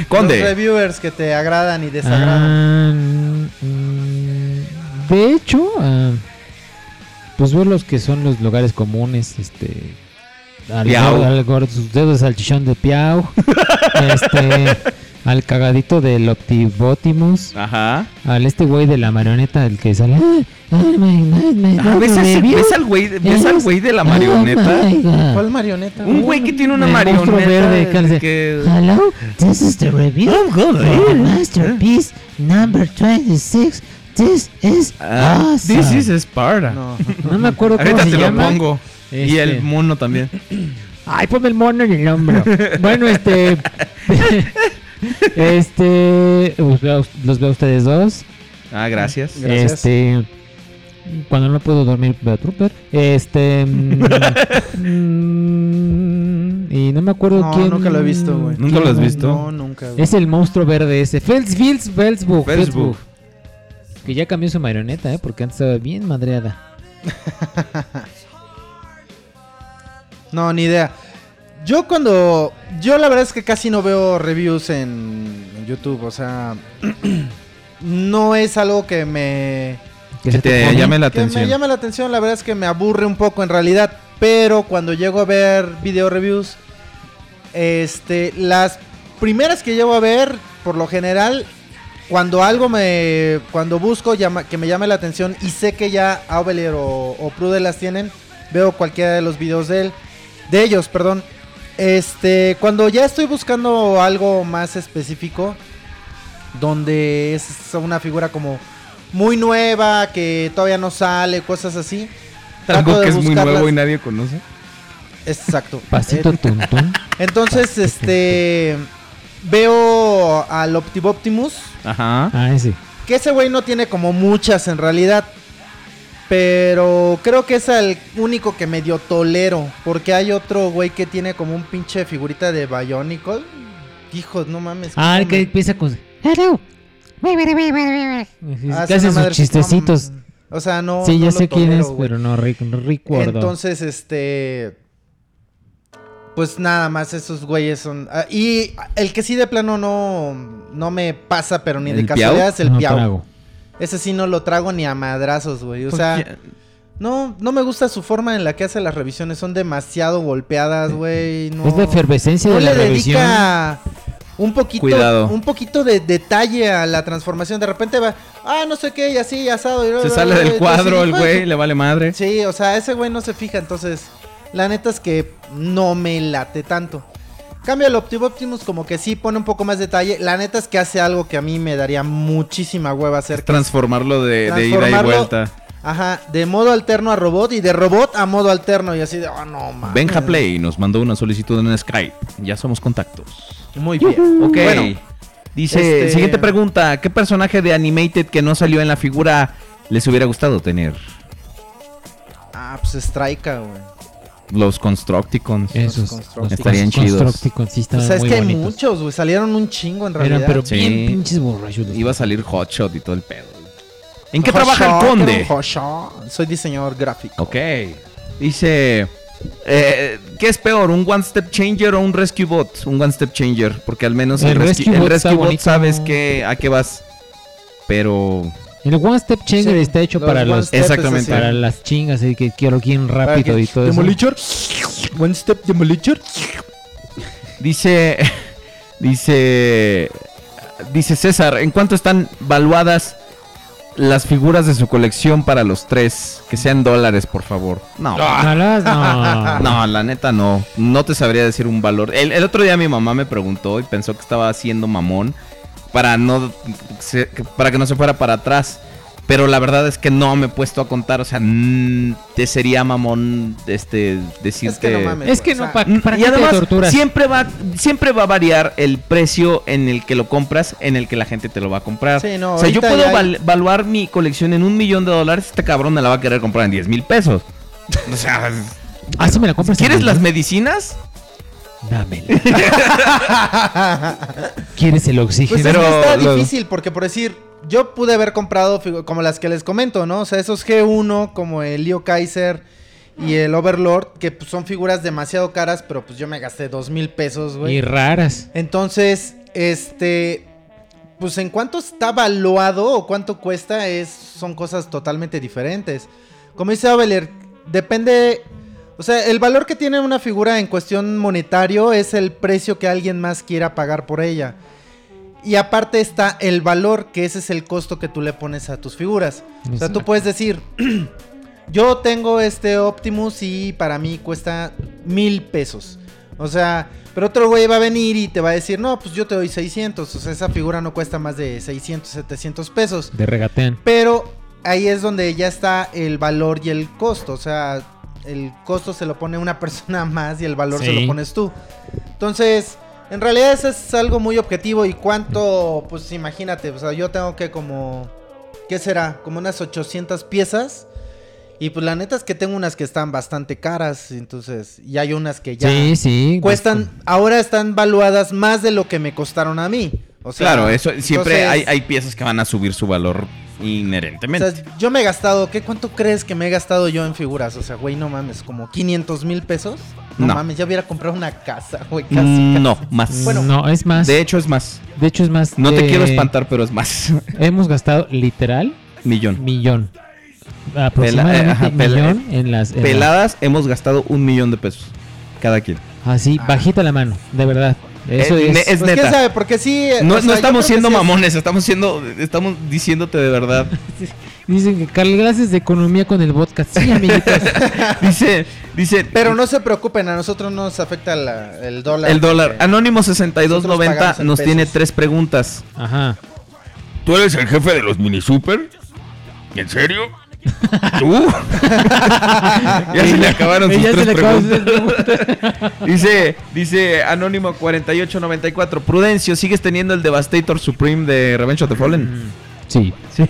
Speaker 2: Conde.
Speaker 3: Los reviewers que te agradan y desagradan.
Speaker 4: Ah, mm, de hecho, ah, pues veo los que son los lugares comunes, este. Al,
Speaker 2: Piau.
Speaker 4: gordo- al gordo- sus dedos al chichón de Piau. este. Al cagadito del Optibotimus.
Speaker 2: Ajá.
Speaker 4: Al este güey de la marioneta, el que sale. "Ah, ay, me- ay, me-
Speaker 2: Ah, ¿ves,
Speaker 4: me
Speaker 2: ese-
Speaker 4: vio". Oh,
Speaker 2: ves al güey, ves al güey de la marioneta?
Speaker 4: my God.
Speaker 3: ¿Cuál marioneta?
Speaker 2: Un güey que tiene una
Speaker 4: El monstruo
Speaker 2: marioneta
Speaker 4: verde, que hace-
Speaker 2: que- Oh, eh".
Speaker 12: Hello, this is the review of our masterpiece number 26. This is
Speaker 2: Ah,
Speaker 12: awesome.
Speaker 2: This is Sparta.
Speaker 3: No.
Speaker 4: No me acuerdo cómo
Speaker 2: Ahorita
Speaker 4: se
Speaker 2: te
Speaker 4: llama.
Speaker 2: lo pongo. Y
Speaker 4: Este.
Speaker 2: el mono también.
Speaker 4: Ay, ponme el mono en el hombro. bueno, este. este. Los veo, los veo a ustedes dos.
Speaker 2: Ah, gracias.
Speaker 3: Gracias.
Speaker 4: Este. Cuando no puedo dormir, veo a Trooper. Este. mm, mm, y no me acuerdo
Speaker 3: No,
Speaker 4: quién.
Speaker 3: nunca lo he visto, güey.
Speaker 2: ¿Nunca lo has
Speaker 4: quién-
Speaker 2: visto?
Speaker 3: No, nunca, güey.
Speaker 4: Es el monstruo verde ese. Fels, Fels, Felsburg,
Speaker 2: Facebook.
Speaker 4: Felsburg. Que ya cambió su marioneta, ¿eh? Porque antes estaba bien madreada.
Speaker 3: No, ni idea. Yo cuando. Yo la verdad es que casi no veo reviews en, en YouTube. O sea. no es algo que me.
Speaker 4: Que
Speaker 2: Que
Speaker 4: se
Speaker 2: te
Speaker 4: pone-
Speaker 2: llame la
Speaker 3: que me
Speaker 2: atención.
Speaker 3: llama la atención. La verdad es que me aburre un poco en realidad. Pero cuando llego a ver video reviews. Este. Las primeras que llego a ver, por lo general. Cuando algo me. Cuando busco llama- que me llame la atención y sé que ya Aubelier o, o Prude las tienen, veo cualquiera de los videos de él. De ellos, perdón. Este, cuando ya estoy buscando algo más específico, donde es una figura como muy nueva, que todavía no sale, cosas así. trato
Speaker 2: Algo
Speaker 3: de
Speaker 2: que es muy
Speaker 3: buscarlas.
Speaker 2: nuevo y nadie conoce.
Speaker 3: Exacto.
Speaker 4: Pasito
Speaker 3: Eh,
Speaker 4: tuntún.
Speaker 3: entonces, este, veo al Optiboptimus,
Speaker 2: Ajá.
Speaker 4: Ah, ese.
Speaker 3: que ese güey no tiene como muchas en realidad. Pero creo que es el único que medio tolero. Porque hay otro güey que tiene como un pinche figurita de Bionicle. Hijos, no mames.
Speaker 4: Ah, el
Speaker 3: ¿cómo
Speaker 4: que
Speaker 3: me-
Speaker 4: empieza con.
Speaker 9: Hello. Bye, bye, bye, bye, bye.
Speaker 3: Ah,
Speaker 4: que
Speaker 3: sí,
Speaker 4: hace
Speaker 3: no,
Speaker 4: sus
Speaker 3: madre,
Speaker 4: chistecitos.
Speaker 3: no, mm, o sea, no.
Speaker 4: sí,
Speaker 3: no
Speaker 4: ya
Speaker 3: lo
Speaker 4: sé quién
Speaker 3: tolero,
Speaker 4: es,
Speaker 3: güey.
Speaker 4: pero no ric- no recuerdo.
Speaker 3: Entonces, este. Pues nada más, esos güeyes son. ah, y el que sí de plano no, no me pasa, pero ni de
Speaker 2: ¿El
Speaker 3: casualidad
Speaker 2: piau?
Speaker 3: es el
Speaker 4: No,
Speaker 3: piau.
Speaker 4: trago.
Speaker 3: Ese sí no lo trago ni a madrazos, güey. O sea, no, no me gusta su forma en la que hace las revisiones. Son demasiado golpeadas, güey. No,
Speaker 4: Eh, Es la efervescencia
Speaker 3: no
Speaker 4: de
Speaker 3: le
Speaker 4: la revisión.
Speaker 3: dedica un poquito,
Speaker 2: Cuidado.
Speaker 3: un poquito de detalle a la transformación. De repente va, ah, no sé qué, y así, y asado. y bla,
Speaker 2: Se
Speaker 3: bla,
Speaker 2: sale
Speaker 3: bla,
Speaker 2: del
Speaker 3: y
Speaker 2: cuadro
Speaker 3: así,
Speaker 2: el
Speaker 3: pues,
Speaker 2: güey, le vale madre.
Speaker 3: Sí, o sea, ese güey no se fija, entonces la neta es que no me late tanto. Cambio el Optimo Optimus como que sí pone un poco más detalle. La neta es que hace algo que a mí me daría muchísima hueva hacer. que es-
Speaker 2: Transformarlo de, de ida y
Speaker 3: Transformarlo-
Speaker 2: vuelta.
Speaker 3: Ajá, de modo alterno a robot y de robot a modo alterno y así de, oh no mames.
Speaker 2: Benja Play nos mandó una solicitud en Skype. Ya somos contactos.
Speaker 3: Muy bien.
Speaker 2: Ok.
Speaker 3: Bueno,
Speaker 2: Dice,
Speaker 3: este-
Speaker 2: siguiente pregunta. ¿Qué personaje de Animated que no salió en la figura les hubiera gustado tener?
Speaker 3: Ah, pues Strika, güey.
Speaker 2: Los Constructicons.
Speaker 3: Eh,
Speaker 4: Esos.
Speaker 3: Los
Speaker 4: los
Speaker 2: Estarían
Speaker 4: cons-
Speaker 2: chidos.
Speaker 4: Constructicons sí
Speaker 3: O
Speaker 4: estaban
Speaker 3: sea, es
Speaker 4: muy
Speaker 3: que hay
Speaker 4: bonitos.
Speaker 3: muchos, güey. Salieron un chingo en
Speaker 4: Eran
Speaker 3: realidad.
Speaker 4: pero
Speaker 2: Sí.
Speaker 4: bien pinches borrachos. los-
Speaker 2: Iba a salir Hotshot y todo el pedo. ¿En qué
Speaker 3: Hot
Speaker 2: trabaja
Speaker 3: shot,
Speaker 2: el conde?
Speaker 3: era un hot shot. Soy diseñador gráfico.
Speaker 2: Ok. Dice. eh, ¿Qué es peor, un One Step Changer o un Rescue Bot? Un One Step Changer, porque al menos el,
Speaker 4: El
Speaker 2: rescu-
Speaker 4: Rescue
Speaker 2: el
Speaker 4: Bot
Speaker 2: Rescue
Speaker 4: está
Speaker 2: Bot
Speaker 4: bonito.
Speaker 2: sabes que, a qué vas. Pero.
Speaker 4: El One Step Changer
Speaker 3: Sí,
Speaker 4: está hecho
Speaker 3: los
Speaker 4: para
Speaker 3: one
Speaker 4: los.
Speaker 3: step es
Speaker 2: Exactamente.
Speaker 3: así.
Speaker 4: Para las chingas, así que quiero bien
Speaker 3: Para
Speaker 4: rápido
Speaker 3: que-
Speaker 4: y todo eso.
Speaker 3: Demolition. One step demolition.
Speaker 2: Dice. Dice. Dice César, ¿en cuánto están valuadas las figuras de su colección para los tres. Que sean dólares, por favor. No.
Speaker 4: No las- Ah. no.
Speaker 2: No, la neta no. No te sabría decir un valor. El, el otro día mi mamá me preguntó y pensó que estaba haciendo mamón para no se- para que no se fuera para atrás. Pero la verdad es que no me he puesto a contar, o sea, mm, te sería mamón este decirte
Speaker 4: no mames, Es que güey, no, o sea, pa- ¿para
Speaker 2: Mm, y
Speaker 4: qué te
Speaker 2: además,
Speaker 4: torturas?
Speaker 2: Siempre va siempre va a variar el precio en el que lo compras, en el que la gente te lo va a comprar.
Speaker 3: Sí, no,
Speaker 2: o sea, yo
Speaker 3: ahorita
Speaker 2: puedo
Speaker 3: ya hay-
Speaker 2: val- valuar mi colección en un millón de dólares, este cabrón me la va a querer comprar en 10 mil pesos. O sea,
Speaker 4: Ah, sí me la compras.
Speaker 2: ¿quieres
Speaker 4: en
Speaker 2: las medicinas?
Speaker 4: Dámela. ¿Quieres el oxígeno?
Speaker 3: Pues es que está difícil porque por decir, yo pude haber comprado figu- como las que les comento, ¿no? O sea, esos G1 como el Leo Kaiser y el Overlord, que pues, son figuras demasiado caras, pero pues yo me gasté dos mil pesos, güey.
Speaker 4: Y raras.
Speaker 3: Entonces, este, pues en cuánto está valuado o cuánto cuesta es, son cosas totalmente diferentes. Como dice Aveler, depende, o sea, el valor que tiene una figura en cuestión monetario es el precio que alguien más quiera pagar por ella. Y aparte está el valor, que ese es el costo que tú le pones a tus figuras. O sea, tú
Speaker 4: Exacto.
Speaker 3: puedes decir, yo tengo este Optimus y para mí cuesta mil pesos. O sea, pero otro güey va a venir y te va a decir, no, pues yo te doy 600. O sea, esa figura no cuesta más de 600, 700 pesos.
Speaker 4: De regatean.
Speaker 3: Pero ahí es donde ya está el valor y el costo. O sea, el costo se lo pone una persona más y el valor se
Speaker 4: Sí.
Speaker 3: lo pones tú. Entonces, en realidad eso es algo muy objetivo. Y cuánto, pues imagínate, o sea, yo tengo que como, ¿qué será? Como unas 800 piezas. Y pues la neta es que tengo unas que están bastante caras, entonces, y hay unas que ya
Speaker 4: Sí, pues, sí.
Speaker 3: cuestan, ahora están valuadas más de lo que me costaron a mí. O sea,
Speaker 2: claro, eso siempre
Speaker 3: entonces-
Speaker 2: hay, hay piezas que van a subir su valor inherentemente.
Speaker 3: o sea, yo me he gastado, ¿qué cuánto crees que me he gastado yo en figuras? O sea, güey, no mames, como 500 mil pesos. No,
Speaker 2: No.
Speaker 3: mames, ya hubiera comprado una casa, güey, casi.
Speaker 2: Mm, no, más.
Speaker 3: Bueno.
Speaker 4: pues, no, es más.
Speaker 2: De
Speaker 4: De,
Speaker 2: hecho es más.
Speaker 4: hecho, es más.
Speaker 2: No te
Speaker 4: de-
Speaker 2: quiero espantar, pero es más.
Speaker 4: Hemos gastado literal
Speaker 2: Millón.
Speaker 4: millón. Aproximadamente
Speaker 2: Pela- eh, ajá, pela-
Speaker 4: millón en las. en las-
Speaker 2: Peladas hemos gastado un millón de pesos. Cada quien. Ah.
Speaker 4: Así, bajita la mano, de verdad. Eso
Speaker 2: Eh,
Speaker 4: es.
Speaker 2: ne- es
Speaker 3: Pues,
Speaker 2: neta.
Speaker 3: quién sabe, porque sí.
Speaker 2: No, no
Speaker 3: o sea, yo creo
Speaker 2: estamos
Speaker 3: que
Speaker 2: siendo
Speaker 3: sí es-
Speaker 2: mamones, estamos siendo, estamos diciéndote de verdad.
Speaker 4: Dicen que Carl, gracias de economía con el podcast. Sí, amiguitos.
Speaker 2: Dice, dice.
Speaker 3: Pero no se preocupen, a nosotros no nos afecta la- el dólar.
Speaker 2: El dólar.
Speaker 3: porque-
Speaker 2: Anónimo
Speaker 3: Nosotros
Speaker 2: 6290
Speaker 3: pagamos en
Speaker 2: nos
Speaker 3: pesos.
Speaker 2: tiene tres preguntas.
Speaker 4: Ajá.
Speaker 10: ¿Tú eres el jefe de los mini super? ¿En serio?
Speaker 2: ¿Tú? Uh. ya se le acabaron sus
Speaker 4: Ya se
Speaker 2: tres
Speaker 4: le acabaron sus
Speaker 2: preguntas. dice, dice Anónimo 4894. Prudencio, ¿sigues teniendo el Devastator Supreme de Revenge of the Fallen?
Speaker 4: Mm. Sí.
Speaker 2: Sí.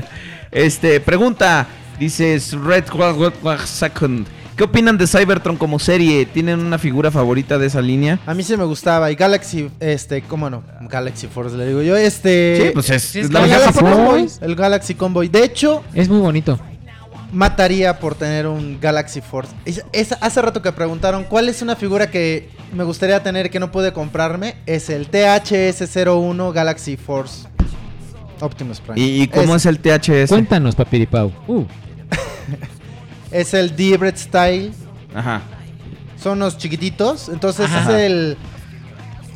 Speaker 2: este, pregunta. Dice Red Wa- Wa- Wa- Second. ¿Qué opinan de Cybertron como serie? ¿Tienen una figura favorita de esa línea?
Speaker 3: A mí se me gustaba. Y Galaxy, este, ¿cómo no? Galaxy Force, le digo yo. Este.
Speaker 2: Sí, pues es,
Speaker 4: es
Speaker 2: es
Speaker 3: el
Speaker 2: la
Speaker 4: Galaxy
Speaker 2: mejor
Speaker 3: Galaxy
Speaker 4: Force.
Speaker 3: Convoy. El Galaxy Convoy. De hecho,
Speaker 4: Es muy bonito.
Speaker 3: mataría por tener un Galaxy Force. Es- es- hace rato que preguntaron cuál es una figura que me gustaría tener que no pude comprarme. Es el THS-01 Galaxy Force Optimus Prime.
Speaker 2: ¿Y, y cómo es, el THS?
Speaker 4: Cuéntanos, papiripau. Uh,
Speaker 3: Es el Debret Style.
Speaker 2: Ajá.
Speaker 3: Son los chiquititos. Entonces
Speaker 2: Ajá.
Speaker 3: es el.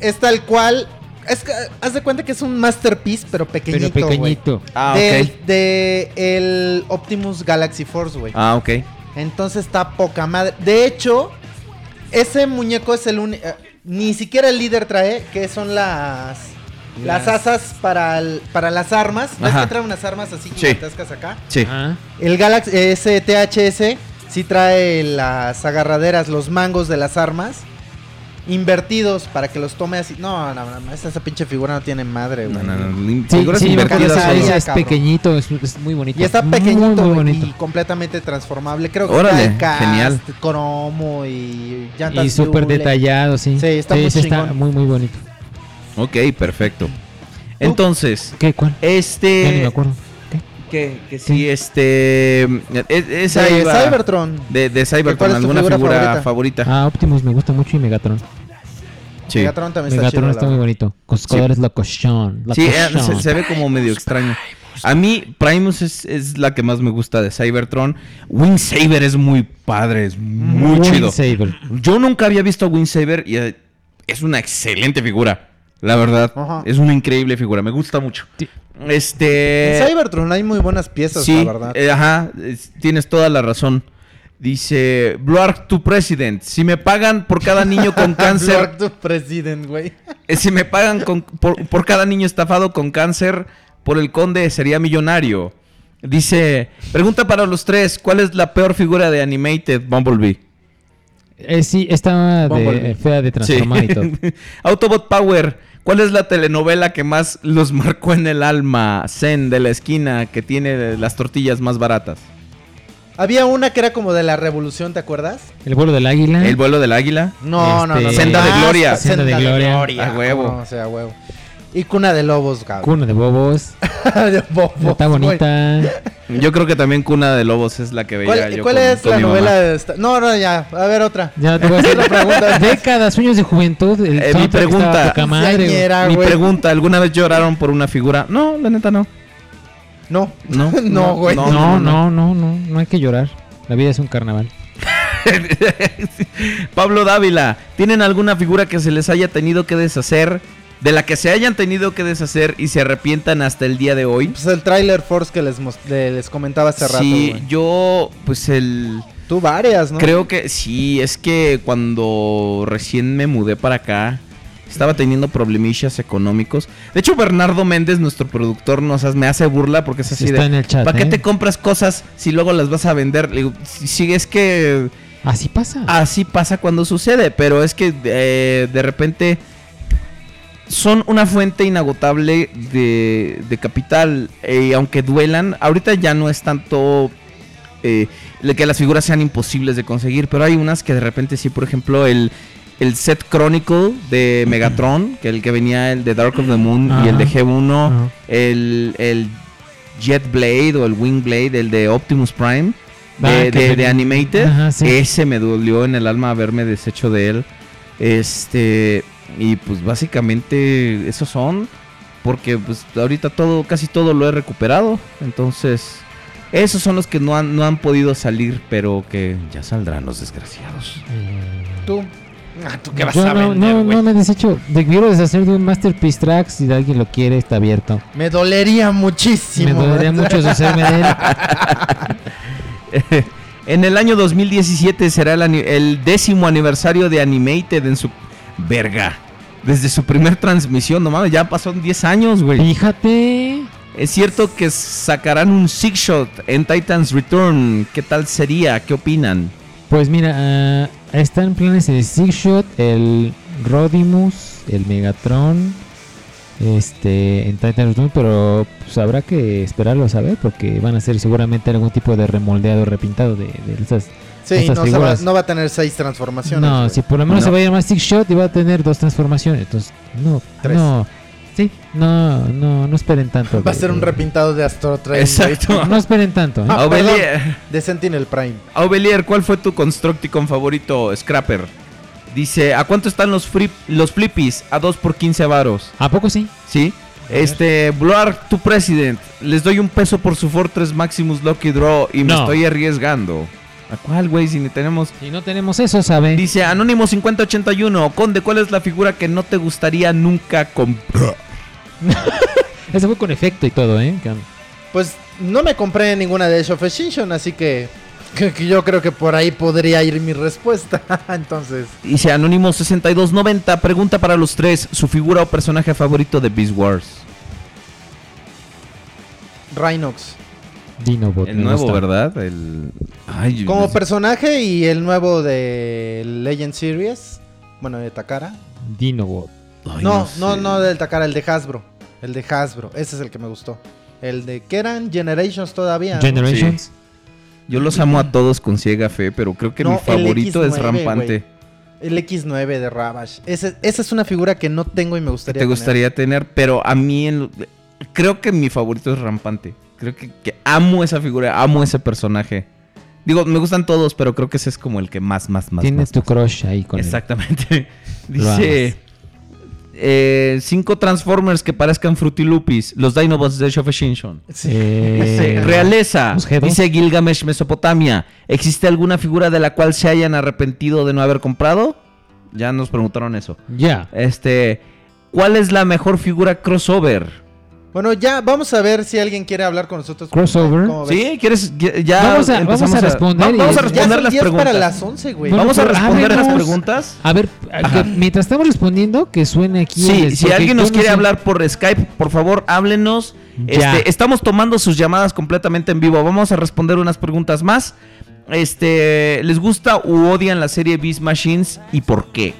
Speaker 3: Es tal cual. Es que, haz de cuenta que es un masterpiece, pero pequeñito.
Speaker 4: pero
Speaker 3: güey.
Speaker 4: pequeñito.
Speaker 2: Ah,
Speaker 3: Del-
Speaker 2: ok.
Speaker 3: De el Optimus Galaxy Force, güey.
Speaker 2: Ah, ok.
Speaker 3: Entonces está poca madre. De hecho, ese muñeco es el único. Ni siquiera el líder trae, que son las. Las asas para, el- para las armas. ¿Ves
Speaker 2: Ajá.
Speaker 3: que trae unas armas así
Speaker 2: Sí.
Speaker 3: gigantescas acá?
Speaker 2: Sí.
Speaker 4: Ajá.
Speaker 3: El Galaxy ese THS sí trae las agarraderas, los mangos de las armas. Invertidos para que los tome así. No, no, no, esa, esa pinche figura no tiene madre,
Speaker 2: No,
Speaker 3: güey.
Speaker 2: no, no, lim-
Speaker 4: Sí,
Speaker 2: figuras
Speaker 4: sí, me
Speaker 2: invertidas
Speaker 4: acuerdo,
Speaker 3: son
Speaker 4: ese
Speaker 3: los-
Speaker 4: es
Speaker 3: cabrón.
Speaker 4: pequeñito, es, es muy bonito.
Speaker 3: Y está
Speaker 4: Muy,
Speaker 3: pequeñito
Speaker 4: Muy,
Speaker 3: güey,
Speaker 4: bonito.
Speaker 3: y completamente transformable. Creo que
Speaker 2: Órale,
Speaker 3: trae cast,
Speaker 2: genial.
Speaker 3: cromo y llantas
Speaker 4: Y súper
Speaker 3: Hewlett.
Speaker 4: detallado, sí.
Speaker 3: Sí, está muy
Speaker 4: está
Speaker 3: chingón.
Speaker 4: muy, muy bonito.
Speaker 2: Ok, perfecto. Entonces,
Speaker 4: ¿Qué? ¿Cuál? Ya ni me
Speaker 2: este.
Speaker 4: acuerdo. ¿Qué?
Speaker 2: Que, que sí, este. e- e- Esa
Speaker 3: de
Speaker 2: iba-
Speaker 3: Cybertron.
Speaker 2: De, de Cybertron,
Speaker 3: ¿Cuál es tu
Speaker 2: alguna figura,
Speaker 3: figura
Speaker 2: favorita.
Speaker 3: favorita?
Speaker 4: Ah, Optimus me gusta mucho y Megatron.
Speaker 2: Sí.
Speaker 3: Megatron también está
Speaker 4: Megatron
Speaker 3: chido.
Speaker 4: está
Speaker 3: la
Speaker 4: muy
Speaker 3: verdad.
Speaker 4: bonito. Con sus colores locochón.
Speaker 2: Sí, eh,
Speaker 4: locochón.
Speaker 2: se, se ve como medio extraño. A mí, Primus es, es la que más me gusta de Cybertron. Wing Saber es muy padre, es muy chido.
Speaker 4: Saber.
Speaker 2: Yo nunca había visto a Wing Saber y eh, es una excelente figura. La verdad,
Speaker 3: Ajá.
Speaker 2: es una increíble figura, me gusta mucho. Este.
Speaker 3: En Cybertron hay muy buenas piezas,
Speaker 2: Eh, sí,
Speaker 3: la verdad.
Speaker 2: eh, ajá, es- tienes toda la razón. Dice, Bloark to President, si me pagan por cada niño con cáncer,
Speaker 3: Lord to President, güey.
Speaker 2: eh, si me pagan con- por, por cada niño estafado con cáncer, por el conde sería millonario. Dice, pregunta para los tres, ¿cuál es la peor figura de Animated Bumblebee?
Speaker 4: Eh, sí, está
Speaker 2: Bumblebee.
Speaker 4: de, eh, fea de transformar y todo.
Speaker 2: Sí. Autobot Power, ¿cuál es la telenovela que más los marcó en el alma? Zen de la esquina, que tiene las tortillas más baratas.
Speaker 3: Había una que era como de la revolución, ¿te acuerdas?
Speaker 4: El vuelo del águila.
Speaker 2: El vuelo del águila.
Speaker 3: No, no, no.
Speaker 4: Este,
Speaker 2: Senda de
Speaker 3: Ah,
Speaker 2: Gloria.
Speaker 4: Senda de Gloria.
Speaker 2: A huevo.
Speaker 3: No, o sea, a Ah, huevo. Y cuna de lobos, cabrón.
Speaker 4: Cuna de bobos.
Speaker 3: de bobos,
Speaker 4: Está
Speaker 3: güey.
Speaker 4: bonita.
Speaker 2: Yo creo que también Cuna de Lobos es la que veía
Speaker 3: ¿Cuál,
Speaker 2: yo.
Speaker 3: cuál
Speaker 2: con-
Speaker 3: es
Speaker 2: con
Speaker 3: la
Speaker 2: mi mamá.
Speaker 3: novela de esta? No, no, ya. A ver, otra.
Speaker 4: Ya te voy a hacer
Speaker 3: Otra pregunta.
Speaker 4: Décadas, sueños de juventud. El
Speaker 2: Eh, mi
Speaker 4: soundtrack estaba
Speaker 2: pregunta.
Speaker 4: poca madre, güey.
Speaker 3: Quinceañera,
Speaker 2: Mi
Speaker 3: güey.
Speaker 2: pregunta, ¿alguna vez lloraron por una figura? No, la neta no.
Speaker 3: No.
Speaker 2: No.
Speaker 3: No, güey.
Speaker 2: No,
Speaker 4: No, no, no, no, no hay que llorar. La vida es un carnaval.
Speaker 2: Pablo Dávila, ¿tienen alguna figura que se les haya tenido que deshacer? De la que se hayan tenido que deshacer y se arrepientan hasta el día de hoy.
Speaker 3: Pues el trailer Force que les, mos- le- les comentaba hace rato,
Speaker 2: sí,
Speaker 3: güey.
Speaker 2: yo, pues el...
Speaker 3: Tú varias, ¿no?
Speaker 2: Creo que sí, es que cuando recién me mudé para acá, estaba teniendo problemillas económicos. De hecho, Bernardo Méndez, nuestro productor, nos hace- me hace burla porque es así
Speaker 4: Está
Speaker 2: de,
Speaker 4: en el chat,
Speaker 2: ¿Para qué
Speaker 4: ¿eh?
Speaker 2: te compras cosas si luego las vas a vender? Le digo, "Sí, sí, es que
Speaker 4: Así pasa.
Speaker 2: así pasa cuando sucede, pero es que eh, de repente son una fuente inagotable de, de capital. eh, y aunque duelan, ahorita ya no es tanto eh, le- que las figuras sean imposibles de conseguir, pero hay unas que de repente sí, por ejemplo, el, el set Chronicle de Megatron, que el que venía el de Dark of the Moon y el de
Speaker 4: Ajá.
Speaker 2: G1,
Speaker 4: Ajá.
Speaker 2: el, el Jet Blade o el Wing Blade, el de Optimus Prime. De,
Speaker 4: Ah, que
Speaker 2: de-
Speaker 4: ven-
Speaker 2: de Animated,
Speaker 4: Ajá, sí.
Speaker 2: ese me dolió en el alma haberme deshecho de él. Este, y pues básicamente esos son. Porque pues ahorita todo, casi todo lo he recuperado. Entonces, esos son los que no han, no han podido salir, pero que ya saldrán los desgraciados.
Speaker 3: Tú.
Speaker 2: Ah,
Speaker 4: Yo no, no, no me he deshecho. De, quiero deshacer de un Masterpiece Track. Si alguien lo quiere, está abierto.
Speaker 3: Me dolería muchísimo.
Speaker 4: Me dolería
Speaker 3: güey.
Speaker 4: mucho deshacerme de él.
Speaker 2: en el año 2017 será el, ani- el décimo aniversario de Animated en su. Verga. Desde su primer transmisión, no mames, ya pasaron 10 años, güey.
Speaker 4: Fíjate.
Speaker 2: Es cierto que sacarán un six shot en Titans Return. ¿Qué tal sería? ¿Qué opinan?
Speaker 4: Pues mira, ah, están planes el Six Shot, el Rodimus, el Megatron. Este, en Titan Return, pero pues, habrá que esperarlo a saber porque van a hacer seguramente algún tipo de remoldeado, repintado de, de esas
Speaker 3: Sí,
Speaker 4: Estas
Speaker 3: no, se va-
Speaker 4: figuras.
Speaker 3: no va a tener seis transformaciones.
Speaker 4: No,
Speaker 3: güey.
Speaker 4: si por lo menos
Speaker 2: No.
Speaker 4: se va a llamar Six Shot y va a tener dos transformaciones. Entonces, no,
Speaker 3: Tres.
Speaker 4: no. Sí, no, no, no esperen tanto.
Speaker 3: Va a
Speaker 4: güey.
Speaker 3: ser un repintado de Astro Train.
Speaker 2: Exacto.
Speaker 4: No esperen tanto. ¿eh?
Speaker 3: Ah,
Speaker 2: Aubelier,
Speaker 3: güey, De Sentinel Prime.
Speaker 2: Aubelier, ¿cuál fue tu Constructicon favorito, Scrapper? Dice, ¿a cuánto están los, frip- los flippies? A 2 por 15 varos.
Speaker 4: ¿A poco sí?
Speaker 2: ¿Sí? Este, Bloar, tu president. Les doy un peso por su Fortress Maximus Lucky Draw y me
Speaker 4: No.
Speaker 2: estoy arriesgando. ¿A cuál, güey? Si ni tenemos...
Speaker 4: Si no tenemos eso, ¿saben?
Speaker 2: Dice Anónimo 5081, Conde, ¿cuál es la figura que no te gustaría nunca comprar?
Speaker 4: Ese fue con efecto y todo, ¿eh? Que-
Speaker 3: Pues no me compré ninguna de Age of Extinction, así que, que- que yo creo que por ahí podría ir mi respuesta. Entonces,
Speaker 2: Dice Anónimo 6290, pregunta para los tres, su figura o personaje favorito de Beast Wars.
Speaker 3: Rhinox.
Speaker 4: Dinobot.
Speaker 2: El
Speaker 4: me
Speaker 2: nuevo,
Speaker 4: gusta.
Speaker 2: ¿verdad? El... Ay,
Speaker 3: Como
Speaker 2: no sé.
Speaker 3: personaje y el nuevo de Legend Series. Bueno, de Takara.
Speaker 4: Dinobot.
Speaker 2: Ay,
Speaker 3: No,
Speaker 2: sé.
Speaker 3: no, no del Takara, el de Hasbro. El de Hasbro, ese es el que me gustó. El de que eran Generations todavía. ¿no?
Speaker 4: Generations.
Speaker 2: Yo los amo a todos con ciega fe, pero creo que
Speaker 3: No,
Speaker 2: mi
Speaker 3: el
Speaker 2: favorito es
Speaker 3: X9,
Speaker 2: rampante.
Speaker 3: El X9 de Ravage. Ese- esa es una figura que no tengo y me
Speaker 2: Que
Speaker 3: gustaría.
Speaker 2: te
Speaker 3: tener.
Speaker 2: gustaría tener, pero a mí en lo- creo que mi favorito es rampante. Creo que, que amo esa figura, amo ese personaje. Digo, me gustan todos, pero creo que ese es como el que más, más, más.
Speaker 4: Tienes
Speaker 2: más,
Speaker 4: tu
Speaker 2: más.
Speaker 4: crush ahí con él.
Speaker 2: Exactamente.
Speaker 4: Lo amas.
Speaker 2: Dice. eh, cinco Transformers que parezcan Frutilupis, los Dinobots de Age of Extinction.
Speaker 4: Eh,
Speaker 2: Dice, realeza,
Speaker 4: los G2.
Speaker 2: dice Gilgamesh Mesopotamia. ¿Existe alguna figura de la cual se hayan arrepentido de no haber comprado? Ya nos preguntaron eso.
Speaker 4: Ya.
Speaker 2: Este, ¿cuál es la mejor figura crossover?
Speaker 3: Bueno, ya vamos a ver si alguien quiere hablar con nosotros. Pues
Speaker 4: Crossover.
Speaker 3: ¿Cómo ves?
Speaker 2: Sí, quieres ya- ya
Speaker 4: Vamos a-
Speaker 2: empezamos
Speaker 4: vamos a responder
Speaker 2: va-
Speaker 4: y-
Speaker 2: vamos a
Speaker 4: Ya
Speaker 3: Ya
Speaker 2: responder
Speaker 3: son
Speaker 2: las
Speaker 3: 10
Speaker 2: preguntas.
Speaker 3: para las 11, güey.
Speaker 4: Bueno,
Speaker 2: vamos a
Speaker 4: pues,
Speaker 2: responder las
Speaker 4: ábrenos.
Speaker 2: preguntas.
Speaker 4: A ver, a- que mientras estamos respondiendo, que suene aquí.
Speaker 2: Sí,
Speaker 4: el-
Speaker 2: si
Speaker 4: porque
Speaker 2: alguien
Speaker 4: yo
Speaker 2: nos
Speaker 4: no
Speaker 2: quiere
Speaker 4: sé-
Speaker 2: hablar por Skype, por favor, háblenos.
Speaker 4: Ya.
Speaker 2: Este, estamos tomando sus llamadas completamente en vivo. Vamos a responder unas preguntas más. Este, ¿les gusta u odian la serie Beast Machines y por qué?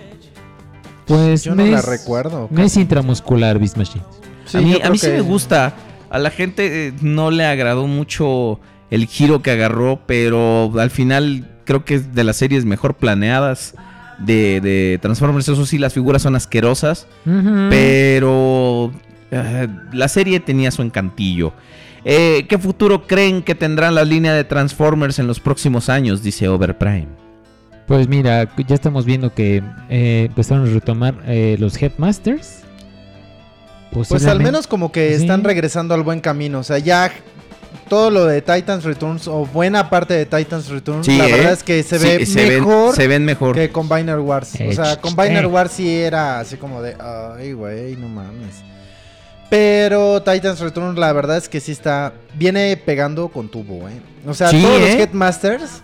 Speaker 4: Pues
Speaker 3: Yo no la
Speaker 4: es-
Speaker 3: recuerdo.
Speaker 4: No es intramuscular, Beast Machine.
Speaker 3: Sí,
Speaker 2: a mí,
Speaker 3: yo
Speaker 2: a
Speaker 3: creo
Speaker 2: mí sí
Speaker 3: que-
Speaker 2: me gusta. A la gente eh, no le agradó mucho el giro que agarró, pero al final creo que es de las series mejor planeadas de, de Transformers. Eso sí, las figuras son asquerosas. Pero eh, la serie tenía su encantillo. Eh, ¿Qué futuro creen que tendrán la línea de Transformers en los próximos años? Dice Overprime.
Speaker 4: Pues mira, ya estamos viendo que eh, empezaron a retomar eh, los Headmasters.
Speaker 3: Pues al
Speaker 4: Posiblemente-
Speaker 3: menos como que
Speaker 4: Sí.
Speaker 3: están regresando al buen camino. O sea, ya todo lo de Titans Returns o buena parte de Titans Returns, la verdad es que se ve mejor
Speaker 2: ¿eh? se ven mejor.
Speaker 3: que Combiner Wars. O
Speaker 4: Eh,
Speaker 3: sea,
Speaker 4: ch-
Speaker 3: Combiner
Speaker 4: eh.
Speaker 3: Wars sí era así como de, ay, güey, no mames. Pero Titans Returns, la verdad es que sí está, viene pegando con tubo, ¿eh? O sea,
Speaker 2: Sí,
Speaker 3: todos los
Speaker 2: ¿eh?
Speaker 3: Headmasters,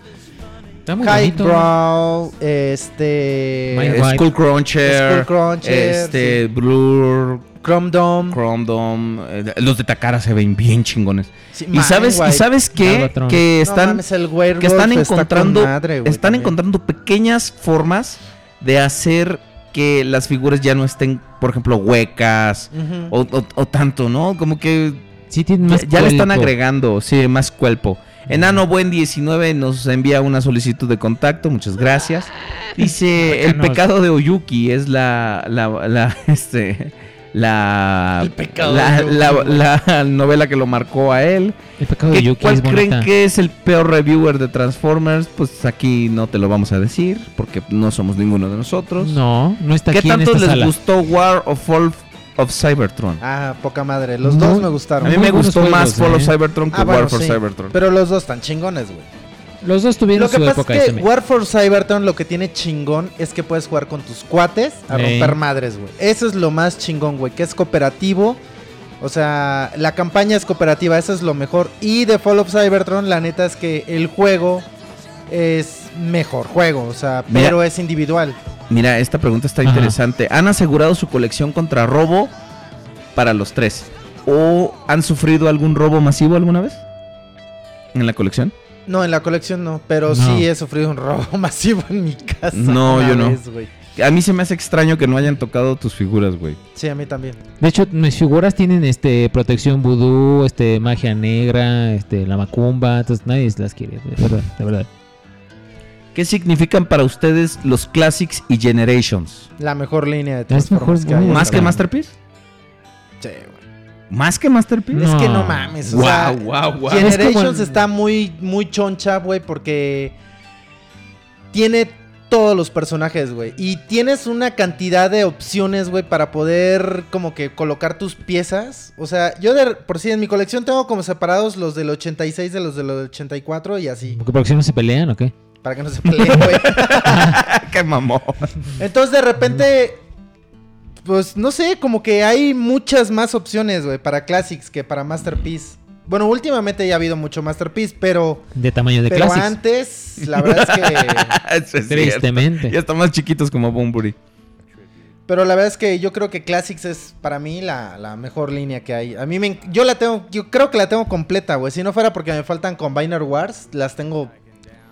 Speaker 4: Está muy bonito.
Speaker 3: Highbrow, este,
Speaker 4: My
Speaker 2: Eh,
Speaker 4: White.
Speaker 2: Skull Cruncher,
Speaker 3: Skullcruncher,
Speaker 2: este, Blur,
Speaker 3: Chrome Dome,
Speaker 2: Chrome Dome, eh, los de Takara se ven bien chingones.
Speaker 3: sí,
Speaker 2: Y sabes, y
Speaker 3: Manwite.
Speaker 2: sabes qué?
Speaker 4: Galvatron.
Speaker 2: que
Speaker 3: No
Speaker 2: están
Speaker 3: mames, el Werewolf
Speaker 2: que están
Speaker 3: está con
Speaker 2: encontrando
Speaker 3: madre, güey,
Speaker 2: están
Speaker 3: también.
Speaker 2: encontrando pequeñas formas de hacer que las figuras ya no estén, por ejemplo, huecas
Speaker 3: Ujú.
Speaker 2: o, o- o tanto, ¿no? Como que
Speaker 4: Sí, tienen
Speaker 2: ya,
Speaker 4: más
Speaker 2: ya le están
Speaker 4: cuerpo.
Speaker 2: agregando, sí, más cuerpo. Enano Buen 19 nos envía una solicitud de contacto, muchas gracias. Dice, el
Speaker 4: Huecanos.
Speaker 2: pecado de Oyuki es la, la, la, este, la,
Speaker 3: El pecado
Speaker 2: la,
Speaker 3: de Oyuki,
Speaker 2: la-
Speaker 3: güey.
Speaker 2: la novela que lo marcó a él.
Speaker 4: El pecado de
Speaker 2: ¿Qué-
Speaker 4: Yuki
Speaker 2: ¿Cuál
Speaker 4: es
Speaker 2: creen
Speaker 4: bonita.
Speaker 2: que es el peor reviewer de Transformers? Pues aquí no te lo vamos a decir, porque no somos ninguno de nosotros.
Speaker 4: No, no está
Speaker 2: ¿Qué
Speaker 4: aquí en
Speaker 2: tanto
Speaker 4: esta
Speaker 2: les
Speaker 4: sala.
Speaker 2: gustó War of Fall of Cybertron?
Speaker 3: Ah, poca madre. Los dos
Speaker 4: Muy-
Speaker 3: me
Speaker 2: a
Speaker 3: gustaron.
Speaker 2: mí
Speaker 4: muy
Speaker 2: me
Speaker 4: buenos
Speaker 2: gustó
Speaker 4: juegos,
Speaker 2: más Fall of
Speaker 4: ¿eh?
Speaker 2: Cybertron que
Speaker 3: Ah, bueno,
Speaker 2: War for
Speaker 3: sí.
Speaker 2: Cybertron.
Speaker 3: Pero los dos tan chingones, güey.
Speaker 4: Los dos tuvieron
Speaker 3: Lo que
Speaker 4: su
Speaker 3: pasa
Speaker 4: época
Speaker 3: es que
Speaker 4: SMX.
Speaker 3: War for Cybertron lo que tiene chingón es que puedes jugar con tus cuates a
Speaker 4: Ey.
Speaker 3: romper madres, güey. Eso es lo más chingón, güey. Que es cooperativo. O sea, la campaña es cooperativa. Eso es lo mejor. Y de Fall of Cybertron, la neta es que el juego es mejor juego. O sea,
Speaker 2: Mira.
Speaker 3: pero es individual.
Speaker 2: Mira, esta pregunta está
Speaker 4: Ajá.
Speaker 2: interesante. ¿Han asegurado su colección contra robo para los tres? ¿O han sufrido algún robo masivo alguna vez? ¿En la colección?
Speaker 3: No, en la colección no. Pero
Speaker 4: No.
Speaker 3: sí he sufrido un robo masivo en mi casa.
Speaker 2: No,
Speaker 3: una
Speaker 2: yo no.
Speaker 3: vez, güey.
Speaker 2: A mí se me hace extraño que no hayan tocado tus figuras, güey.
Speaker 3: Sí, a mí también.
Speaker 4: De hecho, mis figuras tienen este protección vudú, este magia negra, este la macumba, entonces nadie las quiere, de verdad, de verdad.
Speaker 2: ¿Qué significan para ustedes los Classics y Generations?
Speaker 3: La mejor línea de
Speaker 4: Es mejor,
Speaker 3: Transformers que hay.
Speaker 4: güey.
Speaker 2: ¿Más que
Speaker 4: Claro.
Speaker 2: Masterpiece?
Speaker 3: Sí, güey.
Speaker 2: ¿Más que Masterpiece?
Speaker 3: Es que no
Speaker 4: No.
Speaker 3: mames. O sea,
Speaker 2: Guau, guau, guau.
Speaker 4: ¿Quién-
Speaker 3: Generations
Speaker 4: Es como el-
Speaker 3: está muy, muy choncha, güey, porque tiene todos los personajes, güey. Y tienes una cantidad de opciones, güey, para poder como que colocar tus piezas. O sea, yo de, por si en mi colección tengo como separados los del 86 de los del 84 y así.
Speaker 4: Porque por si no se pelean o qué?
Speaker 3: Para que no se peleen, güey.
Speaker 2: ¡Qué mamón!
Speaker 3: Entonces de repente, pues no sé, como que hay muchas más opciones, güey, para Classics que para Masterpiece. Bueno, últimamente ya ha habido mucho Masterpiece, pero,
Speaker 4: De tamaño de
Speaker 3: pero
Speaker 4: clases.
Speaker 3: antes, la verdad es
Speaker 2: Eso
Speaker 3: que...
Speaker 2: es cierto.
Speaker 4: Tristemente.
Speaker 2: Ya están más chiquitos como Bunbury.
Speaker 3: Pero la verdad es que yo creo que Classics es para mí la, la mejor línea que hay. A mí me... en- Yo la tengo, yo creo que la tengo completa, güey. Si no fuera porque me faltan Combiner Wars, las tengo...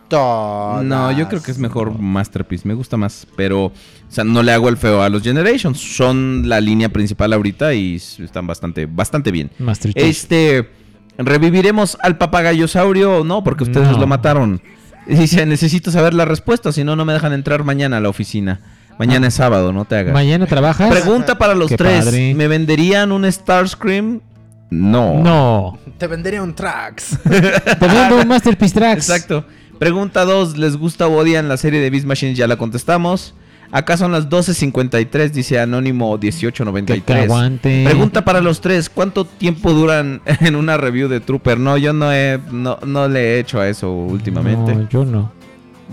Speaker 3: Todas.
Speaker 2: No, yo creo que es mejor Masterpiece, me gusta más, pero o sea, no le hago el feo a los Generations, son la línea principal ahorita y s- están bastante bastante bien.
Speaker 4: Master Chief.
Speaker 2: Este reviviremos al papagayosaurio o no, porque ustedes
Speaker 4: No.
Speaker 2: lo mataron. Dice, "Necesito saber la respuesta, si no no me dejan entrar mañana a la oficina. Mañana es sábado, no te hagas."
Speaker 4: Ah. Mañana trabajas.
Speaker 2: Pregunta para los
Speaker 4: Qué
Speaker 2: tres,
Speaker 4: padre.
Speaker 2: ¿me venderían un Starscream? No.
Speaker 4: No.
Speaker 3: Te vendería un Trax.
Speaker 4: Te vendo un Masterpiece Tracks.
Speaker 2: Exacto. Pregunta 2. ¿Les gusta o odian la serie de Beast Machines? Ya la contestamos. Acá son las 12.53, dice Anónimo
Speaker 4: Que
Speaker 2: 1893.
Speaker 4: aguante.
Speaker 2: Pregunta para los tres. ¿Cuánto tiempo duran en una review de Trooper? No, yo no, he, no, no le he hecho a eso últimamente.
Speaker 4: No, yo no.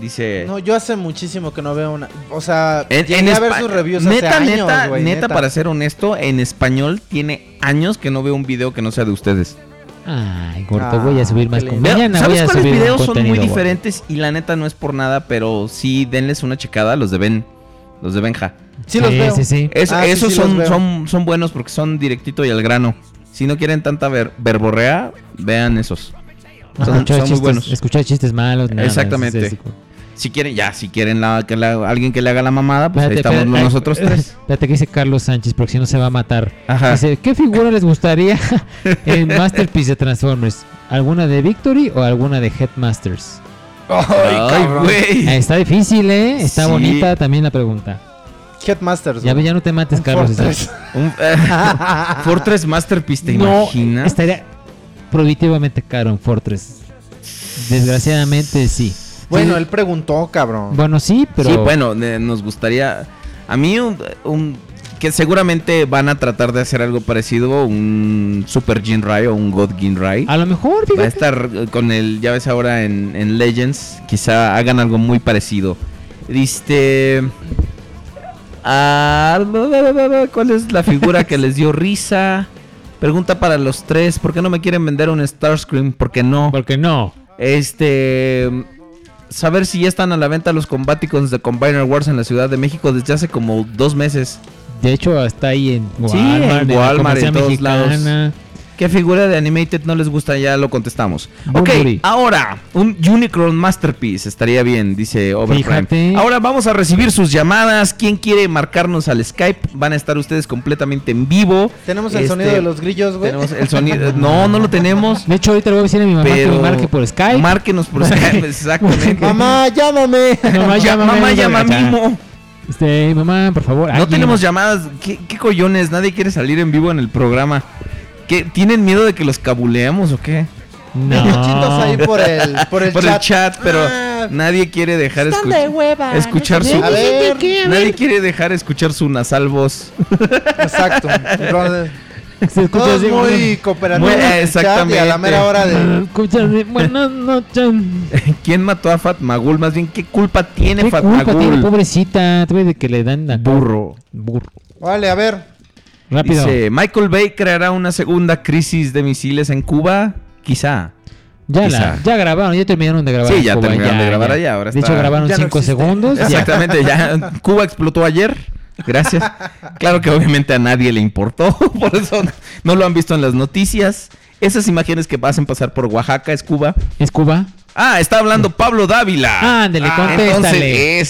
Speaker 2: Dice.
Speaker 3: No, yo hace muchísimo que no veo una. O sea,
Speaker 2: En-
Speaker 3: llegué
Speaker 2: en
Speaker 3: a ver
Speaker 2: Espa-
Speaker 3: sus reviews
Speaker 2: neta,
Speaker 3: hace años,
Speaker 2: neta,
Speaker 3: güey,
Speaker 2: neta, para ser honesto, en español tiene años que no veo un video que no sea de ustedes.
Speaker 4: Ay, gordo, voy a subir más
Speaker 3: Ah, qué
Speaker 4: con...
Speaker 2: Veo-
Speaker 4: Mañana voy
Speaker 2: ¿Sabes
Speaker 4: a
Speaker 2: cuáles
Speaker 4: subir un
Speaker 2: videos son
Speaker 4: contenido,
Speaker 2: muy
Speaker 4: gordo.
Speaker 2: diferentes? Y la neta no es por nada, pero sí denles una checada, los de Ben. Los de Benja.
Speaker 3: Sí los Sí, veo. sí, sí.
Speaker 2: Es-
Speaker 3: Ah, sí,
Speaker 2: esos
Speaker 3: sí los
Speaker 2: son,
Speaker 3: veo.
Speaker 2: son, son buenos porque son directito y al grano. Si no quieren tanta ver- verborrea, vean esos.
Speaker 4: No,
Speaker 2: Son,
Speaker 4: escuchar
Speaker 2: son muy
Speaker 4: chistes-
Speaker 2: buenos.
Speaker 4: Escuchar chistes malos. Pues nada más,
Speaker 2: Exactamente.
Speaker 4: es- es-
Speaker 2: si quieren, ya, si quieren la- que la- alguien que le haga la mamada, pues ahí
Speaker 4: Espérate,
Speaker 2: estamos
Speaker 4: espérate,
Speaker 2: nosotros
Speaker 4: espérate,
Speaker 2: tres.
Speaker 4: Espérate que dice Carlos Sánchez, porque si no se va a matar.
Speaker 2: Ajá.
Speaker 4: Dice, ¿qué figura les gustaría en Masterpiece de Transformers? ¿Alguna de Victory o alguna de Headmasters?
Speaker 2: Ay, güey.
Speaker 4: Eh, Está difícil, ¿eh? Está
Speaker 2: Sí.
Speaker 4: bonita también la pregunta.
Speaker 3: Headmasters.
Speaker 4: Ya ve, ya no te mates, Carlos.
Speaker 3: Fortress.
Speaker 2: Un- eh, Fortress Masterpiece, ¿te
Speaker 4: No,
Speaker 2: imaginas?
Speaker 4: estaría prohibitivamente caro en Fortress. Desgraciadamente, sí.
Speaker 3: Bueno,
Speaker 4: Sí.
Speaker 3: él preguntó, cabrón.
Speaker 4: Bueno, sí, pero...
Speaker 2: Sí, bueno, eh, nos gustaría. A mí, un, un- que seguramente van a tratar de hacer algo parecido, un Super Jinrai o un God Jinrai.
Speaker 4: A lo mejor,
Speaker 2: Va a
Speaker 4: fíjate.
Speaker 2: estar eh, con el, ya ves ahora en, en Legends, quizá hagan algo muy parecido. Este. ah, bla, bla, bla, bla, ¿Cuál es la figura que les dio risa? Pregunta para los tres: ¿Por qué no me quieren vender un Starscream? ¿Por qué no?
Speaker 4: Porque no.
Speaker 2: Este. Saber si ya están a la venta los combáticos de Combiner Wars en la Ciudad de México desde hace como dos meses.
Speaker 4: De hecho, hasta ahí en Walmart,
Speaker 2: Sí, en
Speaker 4: en la
Speaker 2: Walmart, en
Speaker 4: Comercial
Speaker 2: todos
Speaker 4: Mexicana.
Speaker 2: lados. ¿Qué figura de Animated no les gusta? Ya lo contestamos.
Speaker 4: Bunbury.
Speaker 2: Ok, ahora, un Unicron Masterpiece estaría bien, dice Overprime.
Speaker 4: Fíjate.
Speaker 2: Ahora vamos a recibir sus llamadas. ¿Quién quiere marcarnos al Skype? Van a estar ustedes completamente en vivo.
Speaker 3: Tenemos el
Speaker 2: Este,
Speaker 3: sonido de los grillos, güey.
Speaker 2: Tenemos el sonido. No, no lo tenemos.
Speaker 4: De hecho, ahorita le voy a decir a mi mamá que
Speaker 2: Pero-
Speaker 4: me marque por Skype.
Speaker 2: Márquenos por Skype, exactamente.
Speaker 3: Mamá, llámame.
Speaker 4: Pues, Mamá,
Speaker 2: Ya,
Speaker 4: llámame.
Speaker 2: mamá,
Speaker 4: no
Speaker 2: llama
Speaker 4: salgas.
Speaker 2: mismo.
Speaker 4: Este, mamá, por favor.
Speaker 2: No
Speaker 4: aquí, mamá.
Speaker 2: tenemos llamadas. ¿Qué, qué collones? Nadie quiere salir en vivo en el programa. ¿Qué, ¿Tienen miedo de que los cabuleamos o qué?
Speaker 3: Chitos ahí por el, por el
Speaker 2: Por
Speaker 3: chat.
Speaker 2: el chat, pero
Speaker 3: Ah,
Speaker 2: nadie quiere dejar
Speaker 1: Están
Speaker 2: escuch-
Speaker 1: de hueva. no
Speaker 2: escuchar
Speaker 1: sé
Speaker 2: su-
Speaker 1: qué,
Speaker 3: A ver,
Speaker 1: qué, a
Speaker 2: Nadie
Speaker 1: ver.
Speaker 2: quiere dejar escuchar su nasal voz.
Speaker 3: Exacto. Entonces,
Speaker 4: Se escucha
Speaker 3: Todos
Speaker 4: así,
Speaker 3: muy cooperativos.
Speaker 2: Muy-
Speaker 3: en el chat Y a
Speaker 2: exactamente.
Speaker 3: la mera hora
Speaker 4: bueno,
Speaker 3: de.
Speaker 4: Ah, escúchame, Buenas noches.
Speaker 2: ¿Quién mató a Fatmagul? Más bien, ¿qué culpa tiene
Speaker 4: ¿Qué culpa tiene,
Speaker 2: Fatmagul?
Speaker 4: pobrecita? Tuve de que le dan la
Speaker 2: Burro.
Speaker 4: burro.
Speaker 3: Vale, a ver.
Speaker 4: Rápido.
Speaker 2: Dice, Michael Bay creará una segunda crisis de misiles en Cuba. Quizá.
Speaker 4: ya,
Speaker 2: quizá.
Speaker 4: la, ya grabaron, ya terminaron de grabar.
Speaker 2: Sí,
Speaker 4: en
Speaker 2: ya
Speaker 4: Cuba,
Speaker 2: terminaron de grabar allá, ahora
Speaker 4: de
Speaker 2: está-
Speaker 4: hecho, grabaron
Speaker 3: ya no
Speaker 4: 5
Speaker 3: existe.
Speaker 4: segundos. ya.
Speaker 2: Exactamente, ya Cuba explotó ayer. Gracias. Claro que obviamente a nadie le importó, por eso no- no lo han visto en las noticias. Esas imágenes que hacen pasar por Oaxaca es Cuba.
Speaker 4: ¿Es Cuba?
Speaker 2: Ah, está hablando Pablo Dávila.
Speaker 4: Ándele,
Speaker 2: Ah,
Speaker 4: contéstale.
Speaker 2: Entonces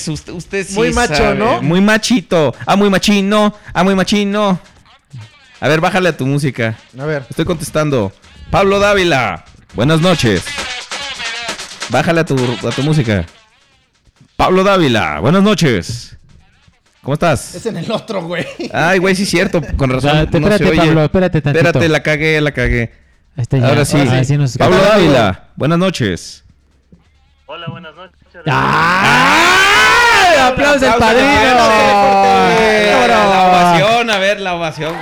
Speaker 2: es, usted, usted sí
Speaker 3: Muy macho,
Speaker 2: sabe.
Speaker 3: ¿no?
Speaker 2: Muy machito. Ah, muy machino. Ah, muy machino. A ver, bájale a tu música.
Speaker 3: A ver.
Speaker 2: Estoy contestando. Pablo Dávila. Buenas noches. Bájale a tu, a tu música. Pablo Dávila. Buenas noches. ¿Cómo estás?
Speaker 3: Es en el otro, güey.
Speaker 2: Ay, güey, sí es cierto. Con razón.
Speaker 4: Ah, te-
Speaker 2: no se
Speaker 4: espérate,
Speaker 2: oye.
Speaker 4: Pablo, espérate tantito.
Speaker 2: Espérate, la cagué, la cagué.
Speaker 4: Ahí está ya.
Speaker 2: Ahora sí.
Speaker 4: Ahora sí nos
Speaker 2: Pablo Dávila. Buenas noches.
Speaker 13: Hola, buenas noches.
Speaker 4: ¡Ah! ¡Aplausos al padrino!
Speaker 2: La ovación, a ver, la ovación.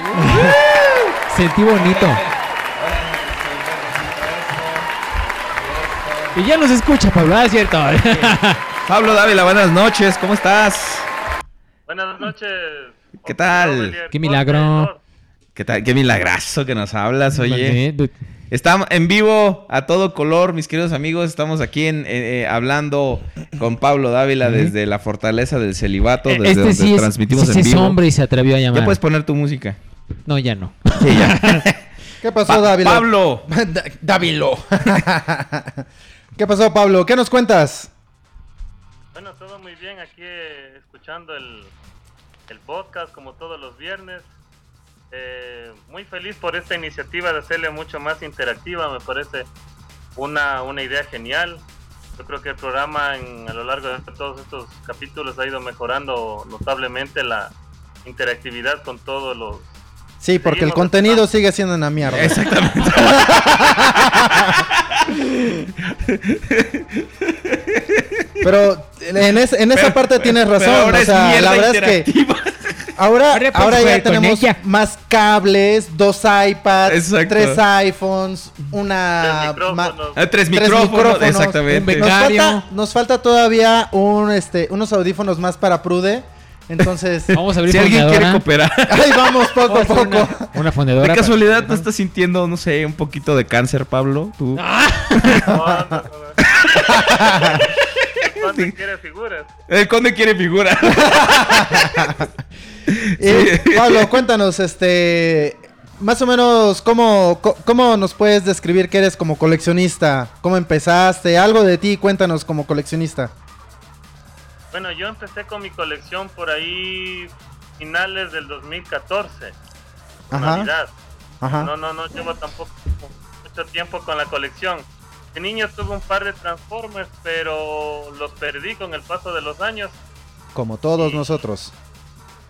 Speaker 4: Sentí bonito. Y ya nos escucha, Pablo, ¿ah, es cierto?
Speaker 2: Pablo Dávila, buenas noches, ¿cómo estás?
Speaker 13: Buenas noches.
Speaker 2: ¿Qué tal?
Speaker 13: Oliver.
Speaker 4: Qué milagro. Pues
Speaker 2: ¿Qué tal? Qué milagrazo que nos hablas, oye.
Speaker 4: Oye.
Speaker 2: Estamos en vivo a todo color, mis queridos amigos. Estamos aquí en, eh, eh, hablando con Pablo Dávila desde la fortaleza del celibato, desde
Speaker 4: Este
Speaker 2: donde
Speaker 4: sí es,
Speaker 2: transmitimos
Speaker 4: sí
Speaker 2: en
Speaker 4: es
Speaker 2: vivo.
Speaker 4: hombre y se atrevió a llamar.
Speaker 2: Ya puedes poner tu música.
Speaker 4: No, ya no.
Speaker 2: Sí, ya.
Speaker 3: ¿Qué pasó,
Speaker 2: Pa-
Speaker 3: Dávila?
Speaker 2: Pablo.
Speaker 3: Da- Dávilo. ¿Qué pasó, Pablo? ¿Qué nos cuentas?
Speaker 13: Bueno, todo muy bien aquí eh, escuchando el, el podcast como todos los viernes. Eh, muy feliz por esta iniciativa de hacerle mucho más interactiva, me parece una, una idea genial. Yo creo que el programa en- a lo largo de todos estos capítulos ha ido mejorando notablemente la interactividad con todos los...
Speaker 3: Sí, porque el
Speaker 13: Seguimos
Speaker 3: contenido
Speaker 13: hablando.
Speaker 3: sigue siendo una mierda.
Speaker 2: Exactamente.
Speaker 3: Pero en, es- en esa parte tienes razón.
Speaker 2: Pero ahora
Speaker 3: o sea,
Speaker 2: es mierda
Speaker 3: la verdad es que
Speaker 2: interactiva.
Speaker 3: Ahora,
Speaker 1: Ahora puedes
Speaker 3: ahora
Speaker 1: jugar
Speaker 3: ya
Speaker 1: con
Speaker 3: tenemos
Speaker 1: ella.
Speaker 3: más cables, dos iPads,
Speaker 2: Exacto.
Speaker 3: tres iPhones, una ma-
Speaker 2: Ah, tres micrófonos, exactamente. Un
Speaker 3: Nos
Speaker 2: becario.
Speaker 3: falta, nos falta todavía un este unos audífonos más para Prude. Entonces,
Speaker 4: Vamos a abrir Si alguien quiere fundadora.
Speaker 2: cooperar.
Speaker 3: Ahí vamos poco a poco.
Speaker 4: Una
Speaker 2: ¿De
Speaker 4: fundadora.
Speaker 2: casualidad no estás sintiendo, no sé, un poquito de cáncer, Pablo? ¿Tú?
Speaker 4: Ah.
Speaker 13: ¿Cuánto quiere figuras?
Speaker 2: El conde quiere figura.
Speaker 3: Eh, Pablo, cuéntanos este más o menos cómo co- cómo nos puedes describir que eres como coleccionista, cómo empezaste, algo de ti, cuéntanos como coleccionista.
Speaker 13: Bueno, yo empecé con mi colección por ahí finales del 2014. por
Speaker 3: Ajá.
Speaker 13: Navidad.
Speaker 3: Ajá.
Speaker 13: No, no, no llevo tampoco mucho tiempo con la colección. De niño tuve un par de Transformers, pero los perdí con el paso de los años.
Speaker 3: Como todos nosotros.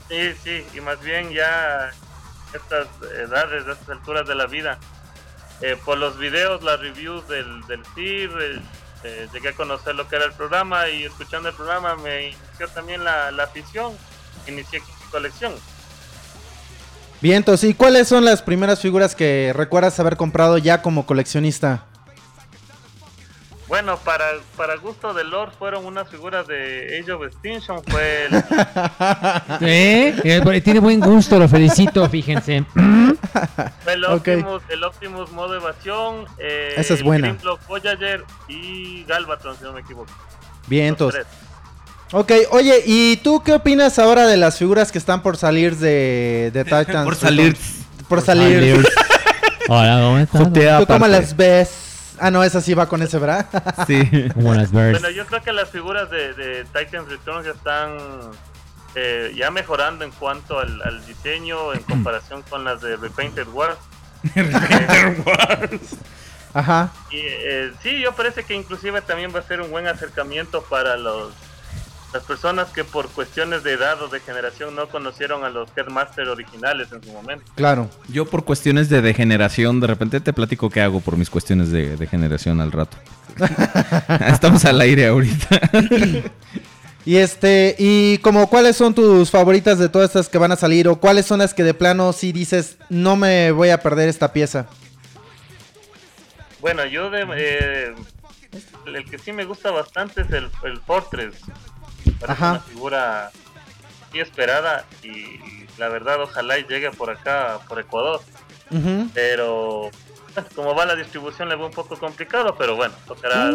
Speaker 13: Sí, sí, y más bien ya a estas edades, a estas alturas de la vida, eh, por los videos, las reviews del, del CIR, eh, eh, llegué a conocer lo que era el programa y escuchando el programa me inició también la, la afición, inicié con mi colección.
Speaker 3: Bien, entonces, ¿y cuáles son las primeras figuras que recuerdas haber comprado ya como coleccionista?
Speaker 13: Bueno, para, para gusto de Lord fueron unas figuras de Age of Extinction, fue el-
Speaker 4: ¿Eh? Eh, pero Tiene buen gusto, lo felicito, fíjense.
Speaker 13: Fue El
Speaker 4: Ok.
Speaker 13: Optimus, el Optimus modo evasión, eh,
Speaker 4: Esa es buena.
Speaker 13: el Grimlock Voyager y Galvatron, si no me equivoco.
Speaker 3: Bien, entonces.
Speaker 13: tres.
Speaker 3: Ok, oye, ¿y tú qué opinas ahora de las figuras que están por salir de, de Titans?
Speaker 4: Por salir.
Speaker 3: Por salir.
Speaker 4: Hola, ¿cómo estás?
Speaker 3: ¿Tú cómo las ves? Ah, no, esa sí va con ese, ¿verdad?
Speaker 4: Sí. Como las birds.
Speaker 13: Bueno, yo creo que las figuras de, de Titans Returns ya están eh, ya mejorando en cuanto al, al diseño en comparación con las de Repainted Wars. Eh,
Speaker 3: Ajá.
Speaker 13: Y, eh, sí, yo parece que inclusive también va a ser un buen acercamiento para los las personas que por cuestiones de edad o de generación no conocieron a los Headmaster originales en su momento.
Speaker 3: Claro.
Speaker 2: Yo por cuestiones de degeneración, de repente te platico qué hago por mis cuestiones de degeneración al rato. Estamos al aire ahorita.
Speaker 3: Y este, y como cuáles son tus favoritas de todas estas que van a salir o cuáles son las que de plano sí dices, no me voy a perder esta pieza.
Speaker 13: Bueno, yo de, eh, el que sí me gusta bastante es el, el Fortress. Parece
Speaker 3: Ajá.
Speaker 13: una figura muy esperada y la verdad ojalá y llegue por acá, por Ecuador.
Speaker 3: Ujú.
Speaker 13: Pero bueno, como va la distribución le va un poco complicado, pero bueno, tocará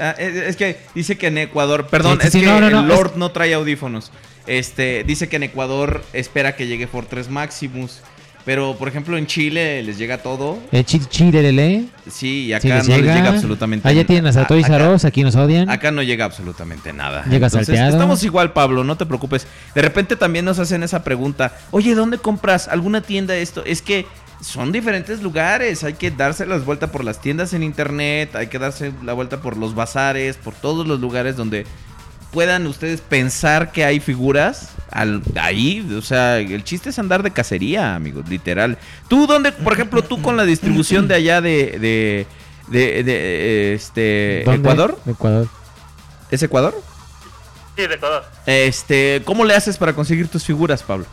Speaker 2: Ah, es, es que dice que en Ecuador,
Speaker 4: Sí,
Speaker 2: perdón,
Speaker 4: sí,
Speaker 2: es
Speaker 4: sí,
Speaker 2: que
Speaker 4: no, no,
Speaker 2: el
Speaker 4: no,
Speaker 2: Lord no trae audífonos. Este, dice que en Ecuador espera que llegue Fortress Maximus, pero por ejemplo en Chile les llega todo.
Speaker 4: Eh, chi- chirelele.
Speaker 2: Sí, y acá
Speaker 4: Sí,
Speaker 2: no les llega absolutamente
Speaker 4: Allá tienen hasta
Speaker 2: a-
Speaker 4: Toys R
Speaker 2: acá-
Speaker 4: Us, aquí nos odian.
Speaker 2: Acá no llega absolutamente nada.
Speaker 4: Llega salteado.
Speaker 2: Estamos igual, Pablo, no te preocupes. De repente también nos hacen esa pregunta. Oye, ¿dónde compras? ¿Alguna tienda esto? Es que son diferentes lugares. Hay que darse las vueltas por las tiendas en internet. Hay que darse la vuelta por los bazares, por todos los lugares donde puedan ustedes pensar que hay figuras al- ahí. O sea, el chiste es andar de cacería, amigos, literal. Tú, ¿dónde? Por ejemplo, tú con la distribución de allá de... de de, de, este
Speaker 4: ¿Dónde?
Speaker 2: Ecuador
Speaker 4: Ecuador.
Speaker 2: ¿Es Ecuador?
Speaker 13: Sí, de Ecuador.
Speaker 2: Este, ¿cómo le haces para conseguir tus figuras, Pablo?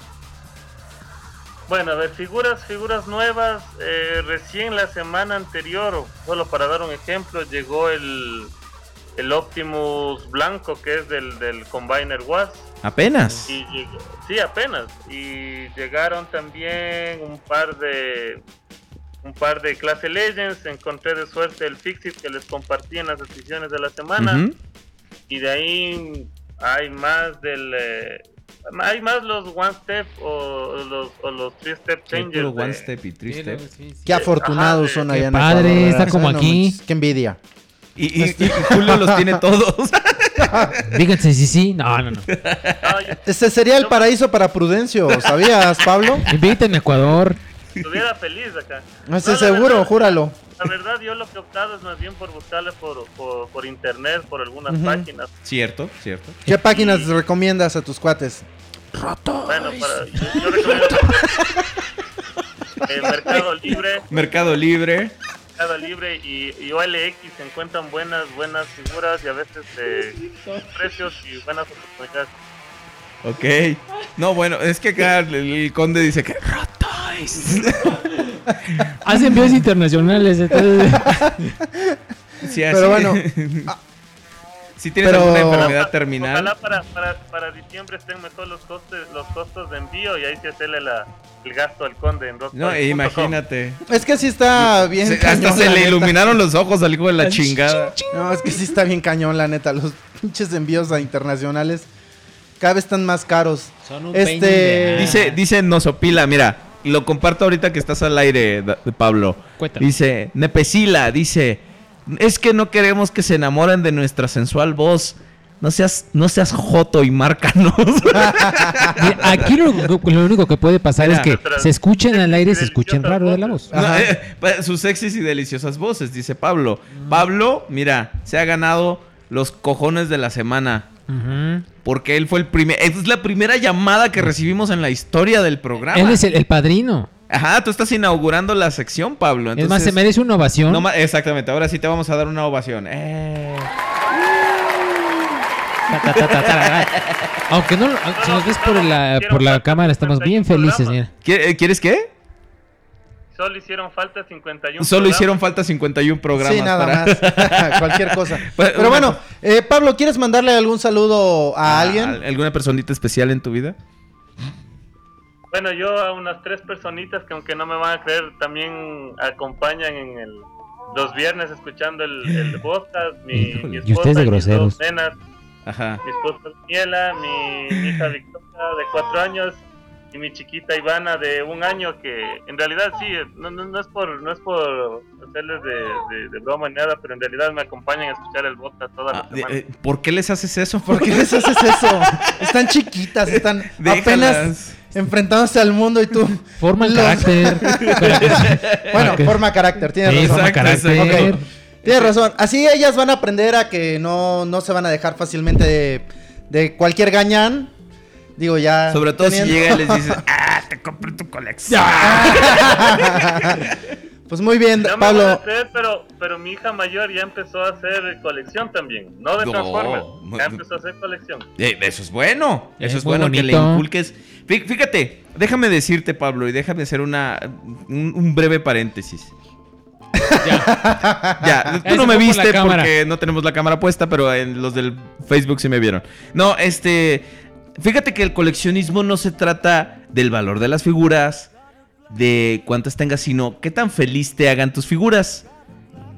Speaker 13: Bueno, a ver, figuras, figuras nuevas. eh, recién la semana anterior, solo para dar un ejemplo, llegó el, el Optimus blanco que es del, del Combiner Was.
Speaker 2: Apenas.
Speaker 13: Y llegó- sí, apenas. Y llegaron también un par de un par de clase Legends. Encontré de suerte el Fixit que les compartí en las ediciones de la semana.
Speaker 2: Ujú.
Speaker 13: Y de ahí hay más del. eh, hay más los One Step o los, o los Three Step Changes.
Speaker 2: Puro one
Speaker 13: de-
Speaker 2: step y three step.
Speaker 3: Qué afortunados son allá en
Speaker 4: padre,
Speaker 3: Ecuador, ¿verdad?
Speaker 4: está como
Speaker 3: Ay, no
Speaker 4: aquí.
Speaker 3: manches, qué envidia.
Speaker 2: Y, y- y Julio los tiene todos.
Speaker 4: Díganse si sí. No, no, no.
Speaker 3: Este sería el paraíso para Prudencio, ¿sabías, Pablo?
Speaker 4: Invítenme a Ecuador.
Speaker 13: Estuviera feliz acá.
Speaker 3: No estoy
Speaker 13: No, la
Speaker 3: seguro,
Speaker 13: verdad-
Speaker 3: júralo.
Speaker 13: La verdad, yo lo que he optado es más bien por buscarle por, por, por internet, por algunas
Speaker 3: Ujú.
Speaker 13: páginas.
Speaker 2: Cierto, cierto.
Speaker 3: ¿Qué páginas recomiendas a tus cuates?
Speaker 13: Bueno, para, yo, yo recomiendo eh, Mercado Libre,
Speaker 2: Mercado Libre.
Speaker 13: Mercado Libre y, y OLX se encuentran buenas buenas figuras y a veces eh, precios y buenas oportunidades.
Speaker 2: Ok. No, bueno, es que acá el, el conde dice que rotois.
Speaker 4: Hacen envíos internacionales. entonces-
Speaker 2: Sí, así-
Speaker 4: Pero bueno.
Speaker 2: Ah. si tienes
Speaker 4: Pero-
Speaker 2: alguna enfermedad terminal.
Speaker 13: Ojalá para, para, para diciembre estén mejor los costes, los costos de envío y ahí se hacerle la, el gasto al conde en
Speaker 2: No,
Speaker 13: rotoy.com.
Speaker 2: e imagínate.
Speaker 3: Es que sí está Ah, bien.
Speaker 2: Se- hasta
Speaker 3: cañón,
Speaker 2: se
Speaker 3: la
Speaker 2: le
Speaker 3: neta.
Speaker 2: iluminaron los ojos al hijo de la chingada.
Speaker 3: No, es que sí está bien cañón, la neta. Los pinches envíos a internacionales cada vez están más caros.
Speaker 4: Son un
Speaker 3: este,
Speaker 2: Eh, Dice, dice Nosopila, mira, lo comparto ahorita que estás al aire, da- de Pablo.
Speaker 4: Cuéntame.
Speaker 2: Dice, Nepesila, dice, es que no queremos que se enamoren de nuestra sensual voz. No seas, no seas joto y márcanos.
Speaker 4: Mira, Aquí lo, lo único que puede pasar es que se escuchen al aire, se escuchen raro de la voz.
Speaker 2: No, eh, pa- sus sexys y deliciosas voces, dice Pablo. Pablo, mira, se ha ganado los cojones de la semana.
Speaker 4: Ujú.
Speaker 2: Porque él fue el primer. Es la primera llamada que recibimos en la historia del programa.
Speaker 4: Él es el, el padrino.
Speaker 2: Ajá, tú estás inaugurando la sección, Pablo.
Speaker 4: es más, se
Speaker 2: entonces-
Speaker 4: merece una ovación.
Speaker 2: No ma- exactamente, ahora sí te vamos a dar una ovación. Eh.
Speaker 4: Ta, ta, ta, ta, ta, ta. Aunque no, lo- si nos ves por la, por la cámara, estamos bien felices. mira.
Speaker 2: ¿Qué- eh, ¿Quieres qué?
Speaker 13: Solo hicieron falta 51.
Speaker 2: Solo
Speaker 13: programas.
Speaker 2: hicieron falta 51 programas.
Speaker 3: Sí, nada
Speaker 2: para-
Speaker 3: más. Cualquier cosa.
Speaker 2: Para-
Speaker 3: Pero
Speaker 2: una- Ah,
Speaker 3: bueno, eh, Pablo, ¿quieres mandarle algún saludo a alguien?
Speaker 2: ¿Alguna personita especial en tu vida?
Speaker 13: Bueno, yo a unas tres personitas que aunque no me van a creer, también acompañan en el los viernes escuchando el, el podcast. Mi,
Speaker 4: Híjole.
Speaker 13: mi
Speaker 4: Y
Speaker 13: esposa
Speaker 4: ustedes de
Speaker 13: mis
Speaker 4: groseros. Ah.
Speaker 13: dos nenas,
Speaker 2: Ajá.
Speaker 13: mi esposa Daniela, mi hija Victoria de cuatro años y mi chiquita Ivana de un año que en realidad sí, no, no, no es por no es por hacerles de, de- de broma ni nada, pero en realidad me acompañan a escuchar el podcast toda
Speaker 4: Ah,
Speaker 13: la
Speaker 2: De-
Speaker 13: semana.
Speaker 2: eh, ¿Por qué les haces eso?
Speaker 3: ¿Por qué les haces eso? Están chiquitas, están
Speaker 2: Déjalas.
Speaker 3: apenas enfrentándose al mundo y tú.
Speaker 4: Forma el carácter.
Speaker 3: bueno,
Speaker 4: que-
Speaker 3: forma carácter, tienes
Speaker 4: Sí,
Speaker 3: razón.
Speaker 4: forma Exacto, carácter.
Speaker 3: Ok, Tienes razón. Así ellas van a aprender a que no, no se van a dejar fácilmente de, de cualquier gañán. Digo, ya.
Speaker 2: Sobre todo si
Speaker 3: teniendo-
Speaker 2: llega y les dices, ah, te compré tu colección. "Ah".
Speaker 3: Pues muy bien,
Speaker 13: No me van a
Speaker 3: Pablo.
Speaker 13: creer, pero, pero mi hija mayor ya empezó a hacer colección también. No de
Speaker 2: No,
Speaker 13: Transformers,
Speaker 2: no,
Speaker 13: ya
Speaker 2: no.
Speaker 13: empezó a hacer colección.
Speaker 2: Eh, eso es bueno. Eso
Speaker 4: Es
Speaker 2: es, bueno
Speaker 4: muy
Speaker 2: que le
Speaker 4: bonito.
Speaker 2: inculques. Fí- Fíjate, déjame decirte, Pablo, y déjame hacer una un, un breve paréntesis. Ya.
Speaker 4: Ahí
Speaker 2: Tú no
Speaker 4: se fue por
Speaker 2: me
Speaker 4: la
Speaker 2: viste
Speaker 4: cámara.
Speaker 2: porque no tenemos la cámara puesta, pero en los del Facebook sí me vieron. No, este. Fíjate que el coleccionismo no se trata del valor de las figuras, de cuántas tengas, sino qué tan feliz te hagan tus figuras.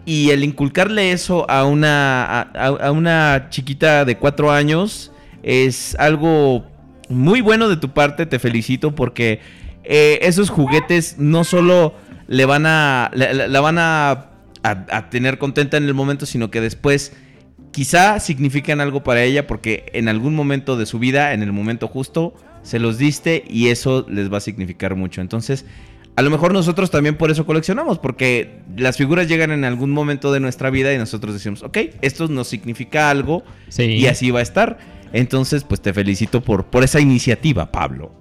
Speaker 2: Y el inculcarle eso a una, a, a- a una chiquita de cuatro años es algo muy bueno de tu parte, te felicito porque eh, esos juguetes no solo le van a, la, la- la van a, a- a tener contenta en el momento, sino que después quizá significan algo para ella porque en algún momento de su vida, en el momento justo, se los diste y eso les va a significar mucho. Entonces, a lo mejor nosotros también por eso coleccionamos, porque las figuras llegan en algún momento de nuestra vida y nosotros decimos, ok, esto nos significa algo
Speaker 4: Sí.
Speaker 2: y así va a estar. Entonces, pues te felicito por, por esa iniciativa, Pablo.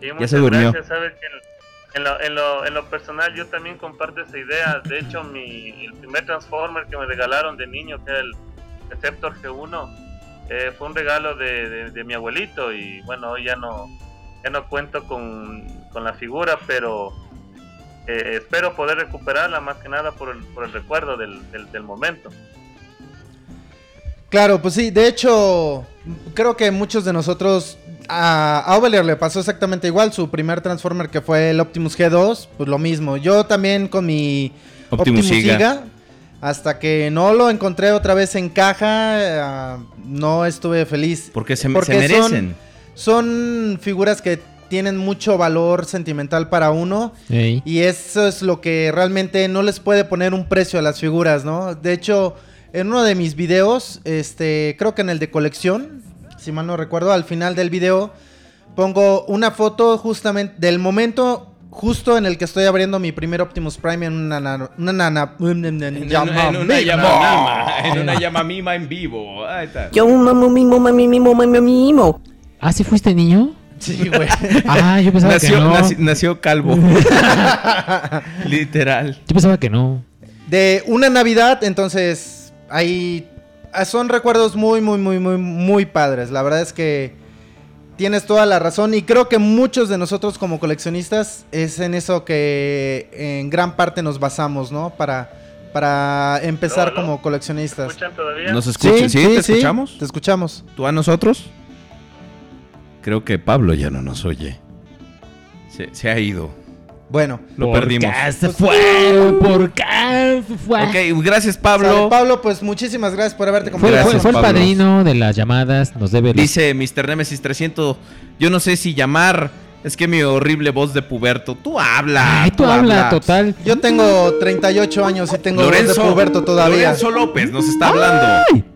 Speaker 13: Y muchas
Speaker 2: se durmió.
Speaker 13: gracias, sabes que en, en lo, en lo- en lo personal yo también comparto esa idea. De hecho, mi el primer Transformer que me regalaron de niño, que era el Receptor G1, eh, fue un regalo de, de- de mi abuelito y bueno, hoy ya no, ya no cuento con, con la figura, pero eh, espero poder recuperarla más que nada por el, por el recuerdo del, del- del momento.
Speaker 3: Claro, pues sí, de hecho, creo que muchos de nosotros a, a Ovelier le pasó exactamente igual. Su primer Transformer que fue el Optimus G2, pues lo mismo. Yo también con mi
Speaker 2: Optimus Giga.
Speaker 3: hasta que no lo encontré otra vez en caja, eh, no estuve feliz.
Speaker 2: Porque se,
Speaker 3: Porque
Speaker 2: se merecen.
Speaker 3: Son, son figuras que tienen mucho valor sentimental para uno.
Speaker 4: Ey.
Speaker 3: Y eso es lo que realmente no les puede poner un precio a las figuras, ¿no? De hecho, en uno de mis videos, este, creo que en el de colección, si mal no recuerdo, al final del video pongo una foto justamente del momento justo en el que estoy abriendo mi primer Optimus Prime en una nana- una nana-
Speaker 2: En una
Speaker 3: llamamima.
Speaker 2: llama, en una llama mima en vivo. Ahí está.
Speaker 11: Yo un mamo mimo, mami mimo, mami mimo.
Speaker 4: ¿Ah, sí fuiste niño?
Speaker 3: Sí, güey.
Speaker 4: Ah, yo pensaba que
Speaker 2: Nació,
Speaker 4: no.
Speaker 2: naci- nació calvo. Literal.
Speaker 4: Yo pensaba que no.
Speaker 3: de una Navidad, entonces ahí ah, son recuerdos muy, muy, muy, muy, muy padres. La verdad es que tienes toda la razón y creo que muchos de nosotros como coleccionistas es en eso que en gran parte nos basamos, ¿no? Para, para empezar como coleccionistas.
Speaker 13: todavía?
Speaker 1: ¿Nos escuchan? ¿Sí? ¿Te escuchamos?
Speaker 3: Te escuchamos.
Speaker 1: ¿Tú a nosotros?
Speaker 2: Creo que Pablo ya no nos oye. Se, se ha ido.
Speaker 3: Bueno,
Speaker 2: Lo perdimos.
Speaker 3: se
Speaker 4: fue, por qué se fue.
Speaker 2: Ok, gracias Pablo.
Speaker 3: Sale, Pablo, pues muchísimas gracias por haberte
Speaker 4: Fue,
Speaker 3: acompañado.
Speaker 4: fue- fue el
Speaker 2: Pablo.
Speaker 4: padrino de las llamadas, nos debe... los-
Speaker 2: Dice Mr. Nemesis 300, yo no sé si llamar, es que mi horrible voz de puberto, tú habla.
Speaker 4: Ay, tú habla, total.
Speaker 3: Yo tengo 38 años y tengo voz
Speaker 2: Lorenzo,
Speaker 3: de puberto todavía.
Speaker 2: Lorenzo López nos está hablando.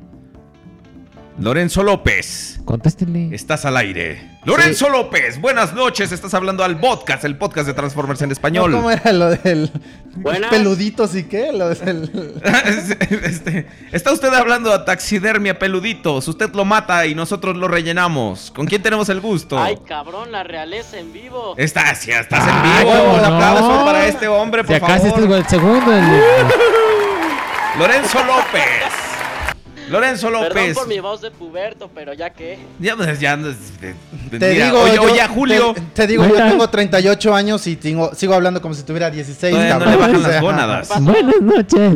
Speaker 2: Lorenzo López,
Speaker 4: Contéstenle.
Speaker 2: estás al aire. Lorenzo López, buenas noches, estás hablando al podcast, el podcast de Transformers en
Speaker 3: No,
Speaker 2: español.
Speaker 3: ¿Cómo era lo del
Speaker 2: Buenas.
Speaker 3: peluditos y qué? Lo del-
Speaker 2: Este, está usted hablando a taxidermia peluditos, usted lo mata y nosotros lo rellenamos. ¿Con quién tenemos el gusto?
Speaker 14: Ay, cabrón, la realeza en vivo.
Speaker 2: Estás, sí, estás en vivo. Un aplauso para este hombre,
Speaker 4: Si
Speaker 2: por
Speaker 4: acá
Speaker 2: favor.
Speaker 4: este es el segundo. el-
Speaker 2: Lorenzo López. Lorenzo
Speaker 14: Perdón
Speaker 2: López.
Speaker 14: por mi voz de puberto, pero ya que.
Speaker 2: Ya, pues, ya,
Speaker 3: Te
Speaker 2: mira,
Speaker 3: digo,
Speaker 2: oye,
Speaker 3: yo,
Speaker 2: oye, a Julio.
Speaker 3: Te, te digo, yo tengo 38 años y tengo- sigo hablando como si tuviera 16.
Speaker 2: Todavía no
Speaker 3: cabrón.
Speaker 2: le bajan
Speaker 3: O sea,
Speaker 2: las gónadas.
Speaker 4: Buenas noches.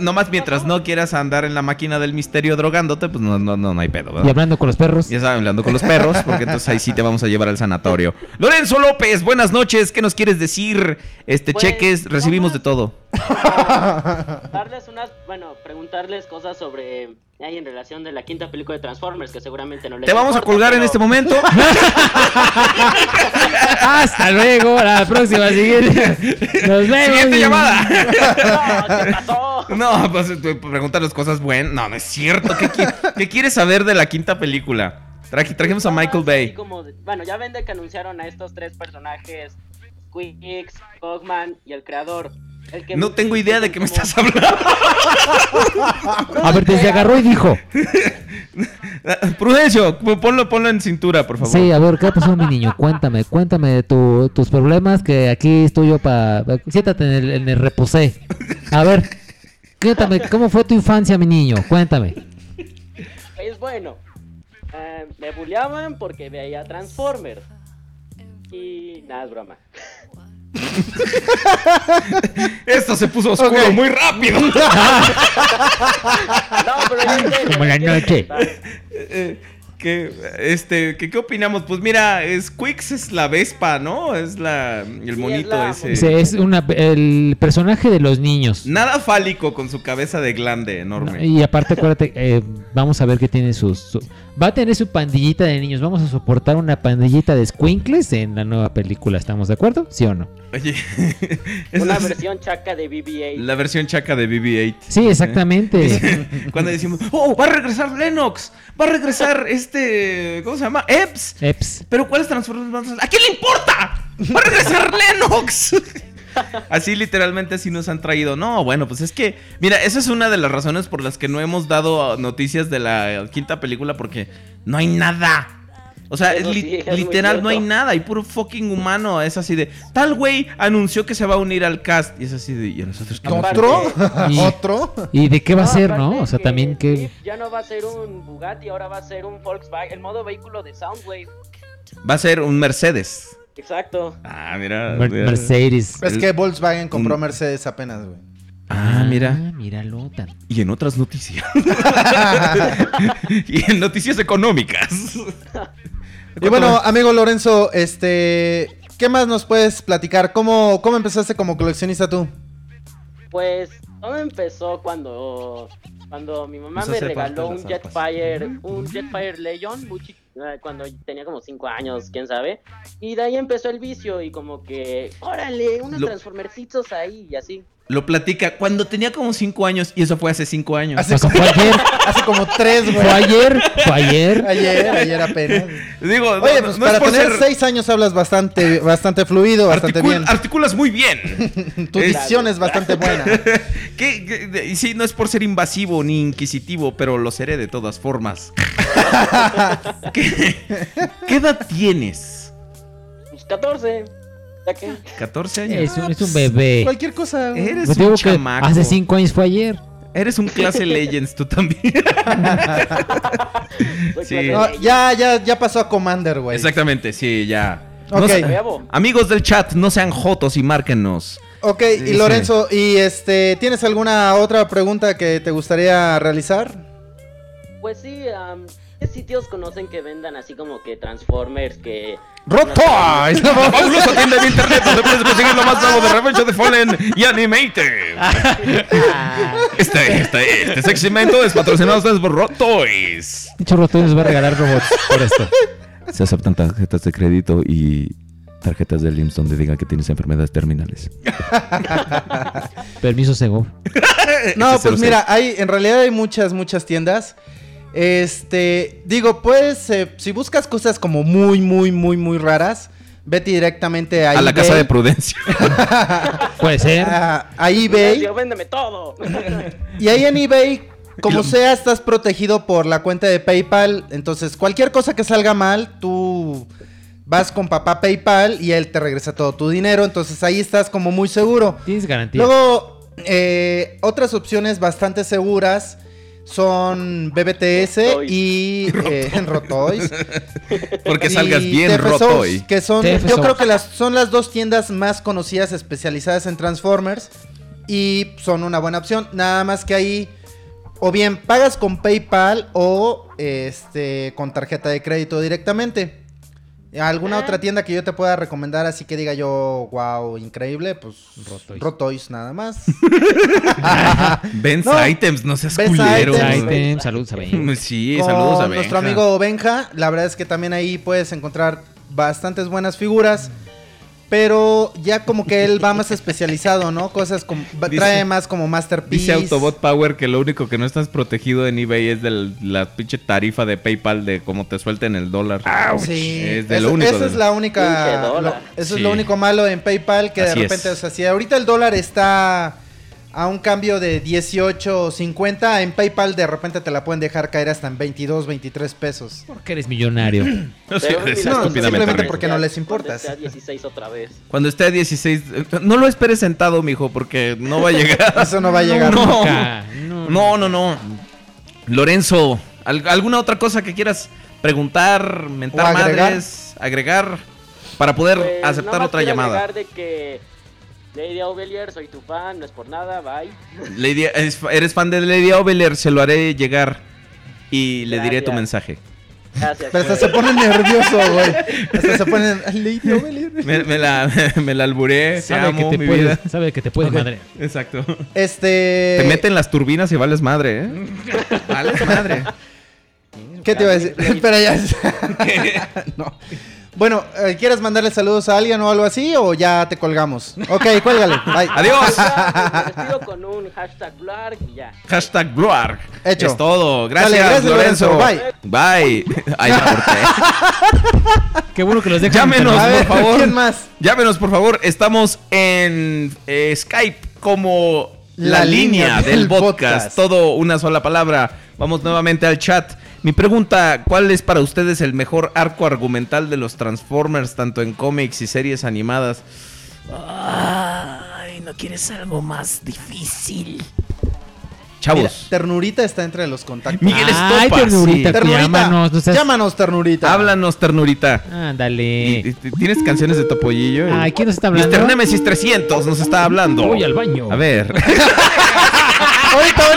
Speaker 2: Nomás mientras no quieras andar en la máquina del misterio drogándote, pues no, no, no, no hay pedo. ¿verdad?
Speaker 4: Y hablando con los perros.
Speaker 2: Ya saben, hablando con los perros, porque entonces ahí sí te vamos a llevar al sanatorio. Lorenzo López, buenas noches. ¿Qué nos quieres decir? Este
Speaker 14: Pues,
Speaker 2: cheques, recibimos de todo.
Speaker 14: Darles unas. Bueno, preguntarles cosas sobre. Hay en relación de la quinta película de Transformers, que seguramente no les.
Speaker 2: Te vamos a
Speaker 14: importa,
Speaker 2: colgar en
Speaker 14: pero-
Speaker 2: este momento.
Speaker 4: Hasta luego, a la próxima, siguiente. Nos vemos.
Speaker 2: Siguiente llamada. No, pues tú pregúntanos cosas buenas. No, no es cierto. ¿Qué, qui- qué quieres saber de la quinta película? Traj- trajimos a Michael
Speaker 14: Así
Speaker 2: Bay.
Speaker 14: como de- bueno, ya ven de que anunciaron a estos tres personajes: Quicks, Bogman y el creador. El que
Speaker 2: No tengo idea de qué me estás hablando.
Speaker 4: A ver, desde agarró y dijo.
Speaker 2: Prudencio, ponlo, ponlo en cintura, por favor.
Speaker 4: Sí, a ver, ¿qué pasó, mi niño? Cuéntame, cuéntame de tu- tus problemas, que aquí estoy yo para... Siéntate en el, en el reposé. A ver, cuéntame, ¿cómo fue tu infancia, mi niño? Cuéntame.
Speaker 14: Es bueno. Eh, me bulleaban porque veía Transformers. Y nada, es broma.
Speaker 2: Esto se puso oscuro
Speaker 14: Ok.
Speaker 2: muy rápido.
Speaker 14: No, pero en serio,
Speaker 4: Como la noche.
Speaker 2: Eh, que, este, que, ¿Qué opinamos? Pues mira, es Quicks es la Vespa, ¿no? Es la, el monito ese.
Speaker 4: Ese Es una, el personaje de los niños.
Speaker 2: Nada fálico con su cabeza de glande enorme.
Speaker 4: Y aparte, acuérdate, eh, vamos a ver qué tiene sus... su- Va a tener su pandillita de niños. Vamos a soportar una pandillita de squinkles en la nueva película. ¿Estamos de acuerdo? ¿Sí o no?
Speaker 2: Oye,
Speaker 14: Una
Speaker 2: esa es
Speaker 14: versión chaca de BB-8.
Speaker 2: la versión chaca de BB-8.
Speaker 4: Sí, exactamente.
Speaker 2: Cuando Eh. decimos, oh, va a regresar Lennox, va a regresar este, ¿cómo se llama? Epps.
Speaker 4: Eps.
Speaker 2: Pero ¿cuáles transformes van a regresar? ¿A quién le importa? ¡Va a regresar Lennox! Así literalmente así nos han traído. No, bueno, pues es que, mira, esa es una de las razones por las que no hemos dado noticias de la quinta película porque no hay nada. O sea,
Speaker 14: Eso
Speaker 2: li-
Speaker 14: sí, es muy
Speaker 2: literal no hay
Speaker 14: cierto.
Speaker 2: nada, hay puro fucking humano, es así de, tal güey anunció que se va a unir al cast y es así de, y a nosotros qué nos
Speaker 3: ¿Otro?
Speaker 4: Y-
Speaker 3: ¿Otro?
Speaker 4: ¿Y de qué va a
Speaker 14: No,
Speaker 4: ser,
Speaker 14: aparte
Speaker 4: no? O sea,
Speaker 14: que
Speaker 4: también que...
Speaker 14: Jeep Ya no va a ser un Bugatti, ahora va a ser un Volkswagen. El modo vehículo de Soundwave.
Speaker 2: Va a ser un Mercedes.
Speaker 14: Exacto.
Speaker 2: Ah, mira.
Speaker 4: Mer-
Speaker 2: mira.
Speaker 4: Mercedes.
Speaker 3: Es que Volkswagen compró
Speaker 2: Mm.
Speaker 3: Mercedes apenas, güey.
Speaker 2: Ah, mira.
Speaker 4: míralo. tan-
Speaker 2: Y en otras noticias. y en noticias económicas.
Speaker 3: Y bueno, amigo Lorenzo, este, ¿qué más nos puedes platicar? ¿Cómo, cómo empezaste como coleccionista tú?
Speaker 14: Pues todo empezó cuando cuando mi mamá
Speaker 3: Nos
Speaker 14: me
Speaker 3: hace
Speaker 14: regaló
Speaker 3: falta
Speaker 14: un
Speaker 3: las arpas.
Speaker 14: Jetfire, un Jetfire Legion, muy chi- eh, cuando tenía como 5 años, quién sabe. Y de ahí empezó el vicio y como que, órale, unos
Speaker 2: Lo-
Speaker 14: transformercitos ahí y así.
Speaker 2: Lo platica cuando tenía como 5 años y eso fue hace 5 años.
Speaker 4: O sea, fue ayer,
Speaker 3: Hace como tres, güey.
Speaker 4: fue ayer, fue ayer.
Speaker 3: Ayer, ayer apenas.
Speaker 2: Digo,
Speaker 3: Oye, pues para tener seis años hablas bastante, bastante fluido, bastante
Speaker 2: articul-
Speaker 3: bien.
Speaker 2: articulas muy bien.
Speaker 3: Tu
Speaker 2: Eh,
Speaker 3: dicción es bastante buena.
Speaker 2: ¿Qué- qué- de- y sí, no es por ser invasivo ni inquisitivo, pero lo seré de todas formas. ¿Qué, qué edad tienes?
Speaker 14: Pues 14. ¿Ya qué?
Speaker 2: ¿14 años?
Speaker 4: Es un, es un bebé.
Speaker 3: Cualquier cosa. güey.
Speaker 2: Eres
Speaker 4: Yo digo
Speaker 2: un
Speaker 4: que
Speaker 2: chamaco.
Speaker 4: hace cinco años fue ayer.
Speaker 2: Eres un clase Legends tú también. sí.
Speaker 3: No, ya, ya, ya pasó a Commander, güey.
Speaker 2: Exactamente, sí, ya.
Speaker 3: Ok.
Speaker 2: No se- amigos del chat, no sean jotos y márquenos.
Speaker 3: Ok, y
Speaker 2: Sí.
Speaker 3: Lorenzo, ¿y este tienes alguna otra pregunta que te gustaría realizar?
Speaker 14: Pues sí, am, ¿qué sitios conocen que vendan así como que Transformers que...
Speaker 2: ¡Rota! Es la fabulosa tienda de internet donde puedes conseguir lo más nuevo de Revenge de Fallen y Animated. Este, este, este segmento es patrocinado a ustedes por Rotoys.
Speaker 4: Dicho Rotoy nos va a regalar robots por esto.
Speaker 15: Se aceptan tarjetas de crédito y tarjetas de IMSS donde diga que tienes enfermedades terminales.
Speaker 4: Permiso Segov.
Speaker 2: Eh,
Speaker 3: No,
Speaker 15: Este 06.
Speaker 3: pues mira, hay, en realidad hay muchas, muchas tiendas. Este, digo, pues, eh, si buscas cosas como muy, muy, muy, muy raras, vete directamente a,
Speaker 2: A la
Speaker 3: eBay.
Speaker 2: casa de Prudencia.
Speaker 4: Puede ser.
Speaker 3: A,
Speaker 2: Ah,
Speaker 3: a eBay.
Speaker 14: Yo, véndeme todo. Eh,
Speaker 3: Y ahí en eBay, como sea, estás protegido por la cuenta de PayPal. Entonces, cualquier cosa que salga mal, tú vas con papá PayPal y él te regresa todo tu dinero. Entonces, ahí estás como muy seguro.
Speaker 4: Tienes garantía.
Speaker 3: Luego, eh, otras opciones bastante seguras son BBTS y eh, Rotoys.
Speaker 2: Porque
Speaker 3: Y
Speaker 2: salgas bien,
Speaker 3: TFSOs,
Speaker 2: Rotoy.
Speaker 3: Que son, yo
Speaker 2: TFSOs.
Speaker 3: creo que las, son las dos tiendas más conocidas especializadas en Transformers. Y son una buena opción. Nada más que ahí, o bien pagas con PayPal o este con tarjeta de crédito directamente. ¿Alguna otra tienda que yo te pueda recomendar así que diga yo, wow, increíble? Pues Rotoys, nada más.
Speaker 2: Benz
Speaker 3: No.
Speaker 2: Items, no seas
Speaker 3: Benz
Speaker 2: culero.
Speaker 3: Items.
Speaker 4: Item, saludos a Ben.
Speaker 2: Sí,
Speaker 3: con
Speaker 2: saludos a Benja.
Speaker 3: nuestro amigo Benja. La verdad es que también ahí puedes encontrar bastantes buenas figuras. Pero ya como que él va más especializado, ¿no? Cosas como... va-
Speaker 2: Dice-
Speaker 3: trae más como Masterpiece.
Speaker 2: Dice Autobot Power que lo único que no estás protegido en eBay es de la pinche tarifa de PayPal de cómo te suelten el dólar.
Speaker 3: Sí.
Speaker 2: Es de
Speaker 3: Eso-
Speaker 2: lo único.
Speaker 3: Eso
Speaker 2: de-
Speaker 3: es la única...
Speaker 14: Pinche dólar.
Speaker 3: lo-
Speaker 2: Sí.
Speaker 3: eso es lo único malo en PayPal que
Speaker 2: Así
Speaker 3: de
Speaker 2: es.
Speaker 3: repente... O sea, si ahorita el dólar está a un cambio de 18.50, en PayPal de repente te la pueden dejar caer hasta en 22, 23 pesos.
Speaker 4: Que eres millonario.
Speaker 2: No
Speaker 14: Pero
Speaker 2: sé, es
Speaker 14: mira,
Speaker 2: estúpidamente
Speaker 3: simplemente
Speaker 2: rico.
Speaker 3: porque no les
Speaker 14: Cuando
Speaker 3: importas.
Speaker 14: esté a 16 otra vez.
Speaker 2: Cuando esté a 16, eh, no lo esperes sentado, mijo, porque no va a llegar.
Speaker 3: Eso no va a llegar
Speaker 2: No,
Speaker 3: nunca.
Speaker 2: no, no. no. Lorenzo, ¿al- ¿alguna otra cosa que quieras preguntar, mentar
Speaker 3: O agregar.
Speaker 2: madres, agregar para poder
Speaker 14: Pues, nada
Speaker 2: aceptar
Speaker 14: más
Speaker 2: otra
Speaker 14: quiero
Speaker 2: llamada?
Speaker 14: agregar de que Lady Ovelier, soy tu fan, no es por nada, bye.
Speaker 2: Lady- es- eres fan de Lady Oveler, se lo haré llegar y le diré tu
Speaker 14: Gracias.
Speaker 2: mensaje.
Speaker 14: Gracias.
Speaker 3: Pero hasta se pone nervioso, güey. Hasta se pone... "Ay, Lady Ovelier".
Speaker 2: Me, me la, me la alburé, te
Speaker 4: Sabe
Speaker 2: amo,
Speaker 4: que te
Speaker 2: mi
Speaker 4: puedes,
Speaker 2: vida.
Speaker 4: sabe que te puedes
Speaker 2: Ok.
Speaker 4: madre.
Speaker 2: Exacto.
Speaker 3: Este...
Speaker 2: Te meten las turbinas y vales madre, ¿eh? Vales madre.
Speaker 3: ¿Qué te iba a decir? Espera ya. no. Bueno, eh, ¿quieres mandarle saludos a alguien o algo así? ¿O ya te colgamos? Ok, cuélgale. Bye.
Speaker 14: Ah.
Speaker 2: Adiós.
Speaker 14: Me despido con un hashtag Blarg y ya.
Speaker 2: Hashtag Bloarg.
Speaker 3: Hecho.
Speaker 2: Es todo. Gracias,
Speaker 3: Dale, gracias,
Speaker 2: Lorenzo.
Speaker 3: Lorenzo.
Speaker 2: Bye. Ahí la corté.
Speaker 4: Qué bueno que los dejan.
Speaker 2: Llámenos,
Speaker 3: A ver,
Speaker 2: por favor.
Speaker 3: ¿quién más?
Speaker 2: Llámenos, por favor. Estamos en eh, Skype como la,
Speaker 3: La
Speaker 2: línea
Speaker 3: línea
Speaker 2: del,
Speaker 3: del
Speaker 2: podcast.
Speaker 3: podcast.
Speaker 2: Todo una sola palabra. Vamos nuevamente al chat. Mi pregunta, ¿cuál es para ustedes el mejor arco argumental de los Transformers, tanto en cómics y series animadas?
Speaker 1: Ay, ¿no quieres algo más difícil?
Speaker 3: Mira,
Speaker 2: Chavos,
Speaker 3: ternurita está entre los contactos.
Speaker 2: Miguel Estopa.
Speaker 4: Ay, ternurita,
Speaker 2: sí.
Speaker 3: Ternurita.
Speaker 4: llámanos. No seas-
Speaker 3: Llámanos, ternurita.
Speaker 2: háblanos, ternurita.
Speaker 4: Ándale.
Speaker 2: Y- y- ¿Tienes canciones de Topollillo?
Speaker 4: Ay, ¿quién nos está hablando?
Speaker 2: Mr. Nemesis 300 nos está hablando.
Speaker 4: Voy al baño.
Speaker 2: A ver.
Speaker 3: Ahorita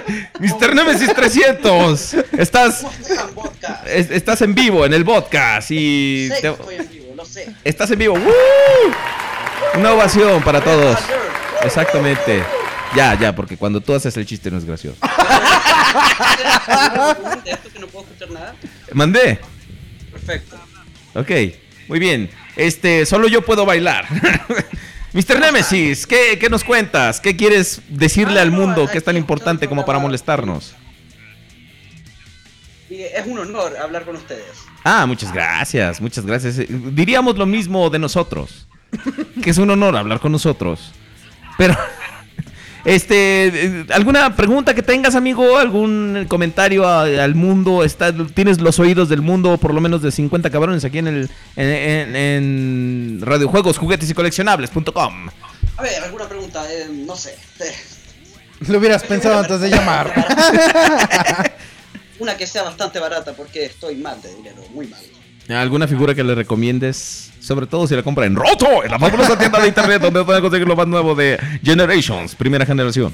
Speaker 3: venimos.
Speaker 2: Mr. Nemesis 300. Estás, es- estás en vivo en el podcast y... te- Estás en vivo. ¡Woo! Una ovación para todos. Exactamente. Ya, ya, porque cuando tú haces el chiste no es gracioso. Mandé.
Speaker 16: Perfecto.
Speaker 2: Ok, muy bien. Este, solo yo puedo bailar. Mr. Nemesis, ¿qué, qué nos cuentas? ¿Qué quieres decirle al mundo que es tan importante como para molestarnos?
Speaker 16: Y es un honor hablar con ustedes.
Speaker 2: Ah, muchas gracias, muchas gracias. Eh, Diríamos lo mismo de nosotros. Que es un honor hablar con nosotros. Pero, este, eh, ¿alguna pregunta que tengas, amigo? ¿Algún comentario a- al mundo? Está, ¿Tienes los oídos del mundo por lo menos de 50 cabrones aquí en el en, en- en radiojuegos, juguetes y coleccionables.com?
Speaker 16: A ver, alguna pregunta, eh, no sé. Eh,
Speaker 3: Lo hubieras pensado antes de llamar.
Speaker 16: Una que sea bastante barata porque estoy mal de dinero, muy mal. Eh,
Speaker 2: ¿Alguna figura que le recomiendes? Sobre todo si la compra en Roto, en la fabulosa tienda de internet donde pueden conseguir lo más nuevo de Generations, primera generación.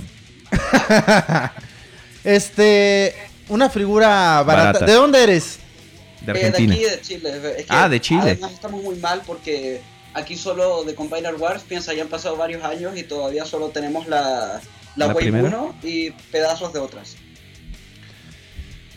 Speaker 3: Este, una figura barata.
Speaker 2: Barata.
Speaker 3: ¿De dónde eres?
Speaker 2: De
Speaker 16: Eh,
Speaker 2: Argentina.
Speaker 16: aquí, de Chile. Es que
Speaker 2: Ah, de Chile.
Speaker 16: Además estamos muy mal porque aquí solo de Combiner Wars, piensa, ya han pasado varios años y todavía solo tenemos la,
Speaker 2: ¿La
Speaker 16: la, Wave
Speaker 2: primera?
Speaker 16: 1 y pedazos de otras.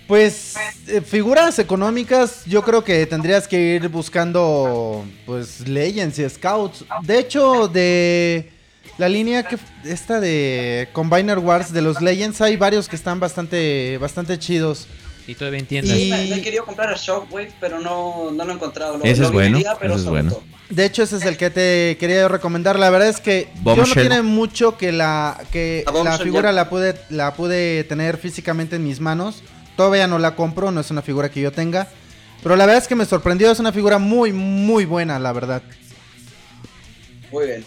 Speaker 3: Pues eh, figuras económicas, yo creo que tendrías que ir buscando pues Legends y Scouts. De hecho, de la línea que esta de Combiner Wars de los Legends hay varios que están bastante bastante chidos.
Speaker 4: Y todavía
Speaker 16: Sí, me, me he querido comprar el Shockwave, pero no, no lo he encontrado. Lo,
Speaker 2: Ese
Speaker 16: lo
Speaker 2: es
Speaker 16: que
Speaker 2: bueno,
Speaker 16: quería, pero
Speaker 2: ese es
Speaker 16: se
Speaker 2: bueno.
Speaker 4: Eh,
Speaker 16: agotó.
Speaker 3: De hecho, ese es el que te quería yo recomendar. La verdad es que yo no
Speaker 2: Bombshell.
Speaker 3: tiene mucho que la que
Speaker 16: La
Speaker 3: la
Speaker 16: Bombshell
Speaker 3: figura
Speaker 16: ya-
Speaker 3: la pude la pude tener físicamente en mis manos. Todavía no la compro, no es una figura que yo tenga. Pero la verdad es que me sorprendió, es una figura muy, muy buena, la verdad.
Speaker 16: Muy bien.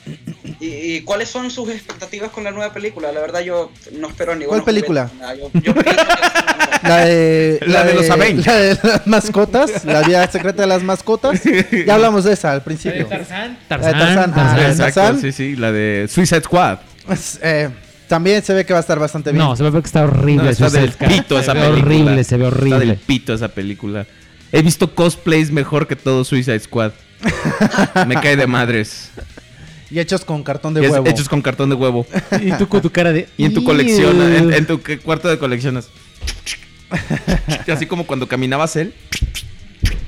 Speaker 16: ¿Y, y cuáles son sus expectativas con la nueva película? La verdad yo no espero ni
Speaker 3: ¿Cuál
Speaker 16: buenos
Speaker 3: película?
Speaker 16: juguetes, nada. Ah, Yo- yo pienso
Speaker 3: La de,
Speaker 16: La de los Avengers.
Speaker 3: La de las mascotas, la vida secreta de las mascotas. Ya hablamos de esa al principio.
Speaker 4: Tarzán?
Speaker 3: La de Tarzán, ah, la de
Speaker 2: Exacto,
Speaker 3: Tarzán.
Speaker 2: sí, sí, la de Suicide Squad.
Speaker 3: Es, eh, también se ve que va a estar bastante bien.
Speaker 4: No, se ve que está horrible.
Speaker 2: No, está
Speaker 4: Suicide
Speaker 2: del
Speaker 4: Squad.
Speaker 2: pito esa
Speaker 4: se ve
Speaker 2: película.
Speaker 4: horrible, se ve
Speaker 2: Está del
Speaker 4: horrible.
Speaker 2: pito esa película. He visto cosplays mejor que todo Suicide Squad. Me cae de madres.
Speaker 3: Y hechos con cartón de
Speaker 2: Es-
Speaker 3: huevo.
Speaker 2: Hechos con cartón de huevo.
Speaker 4: Y tú con tu cara de...
Speaker 2: Y en tu
Speaker 4: "Ew".
Speaker 2: colección, en, en tu que- cuarto de colecciones. Así como cuando caminabas él.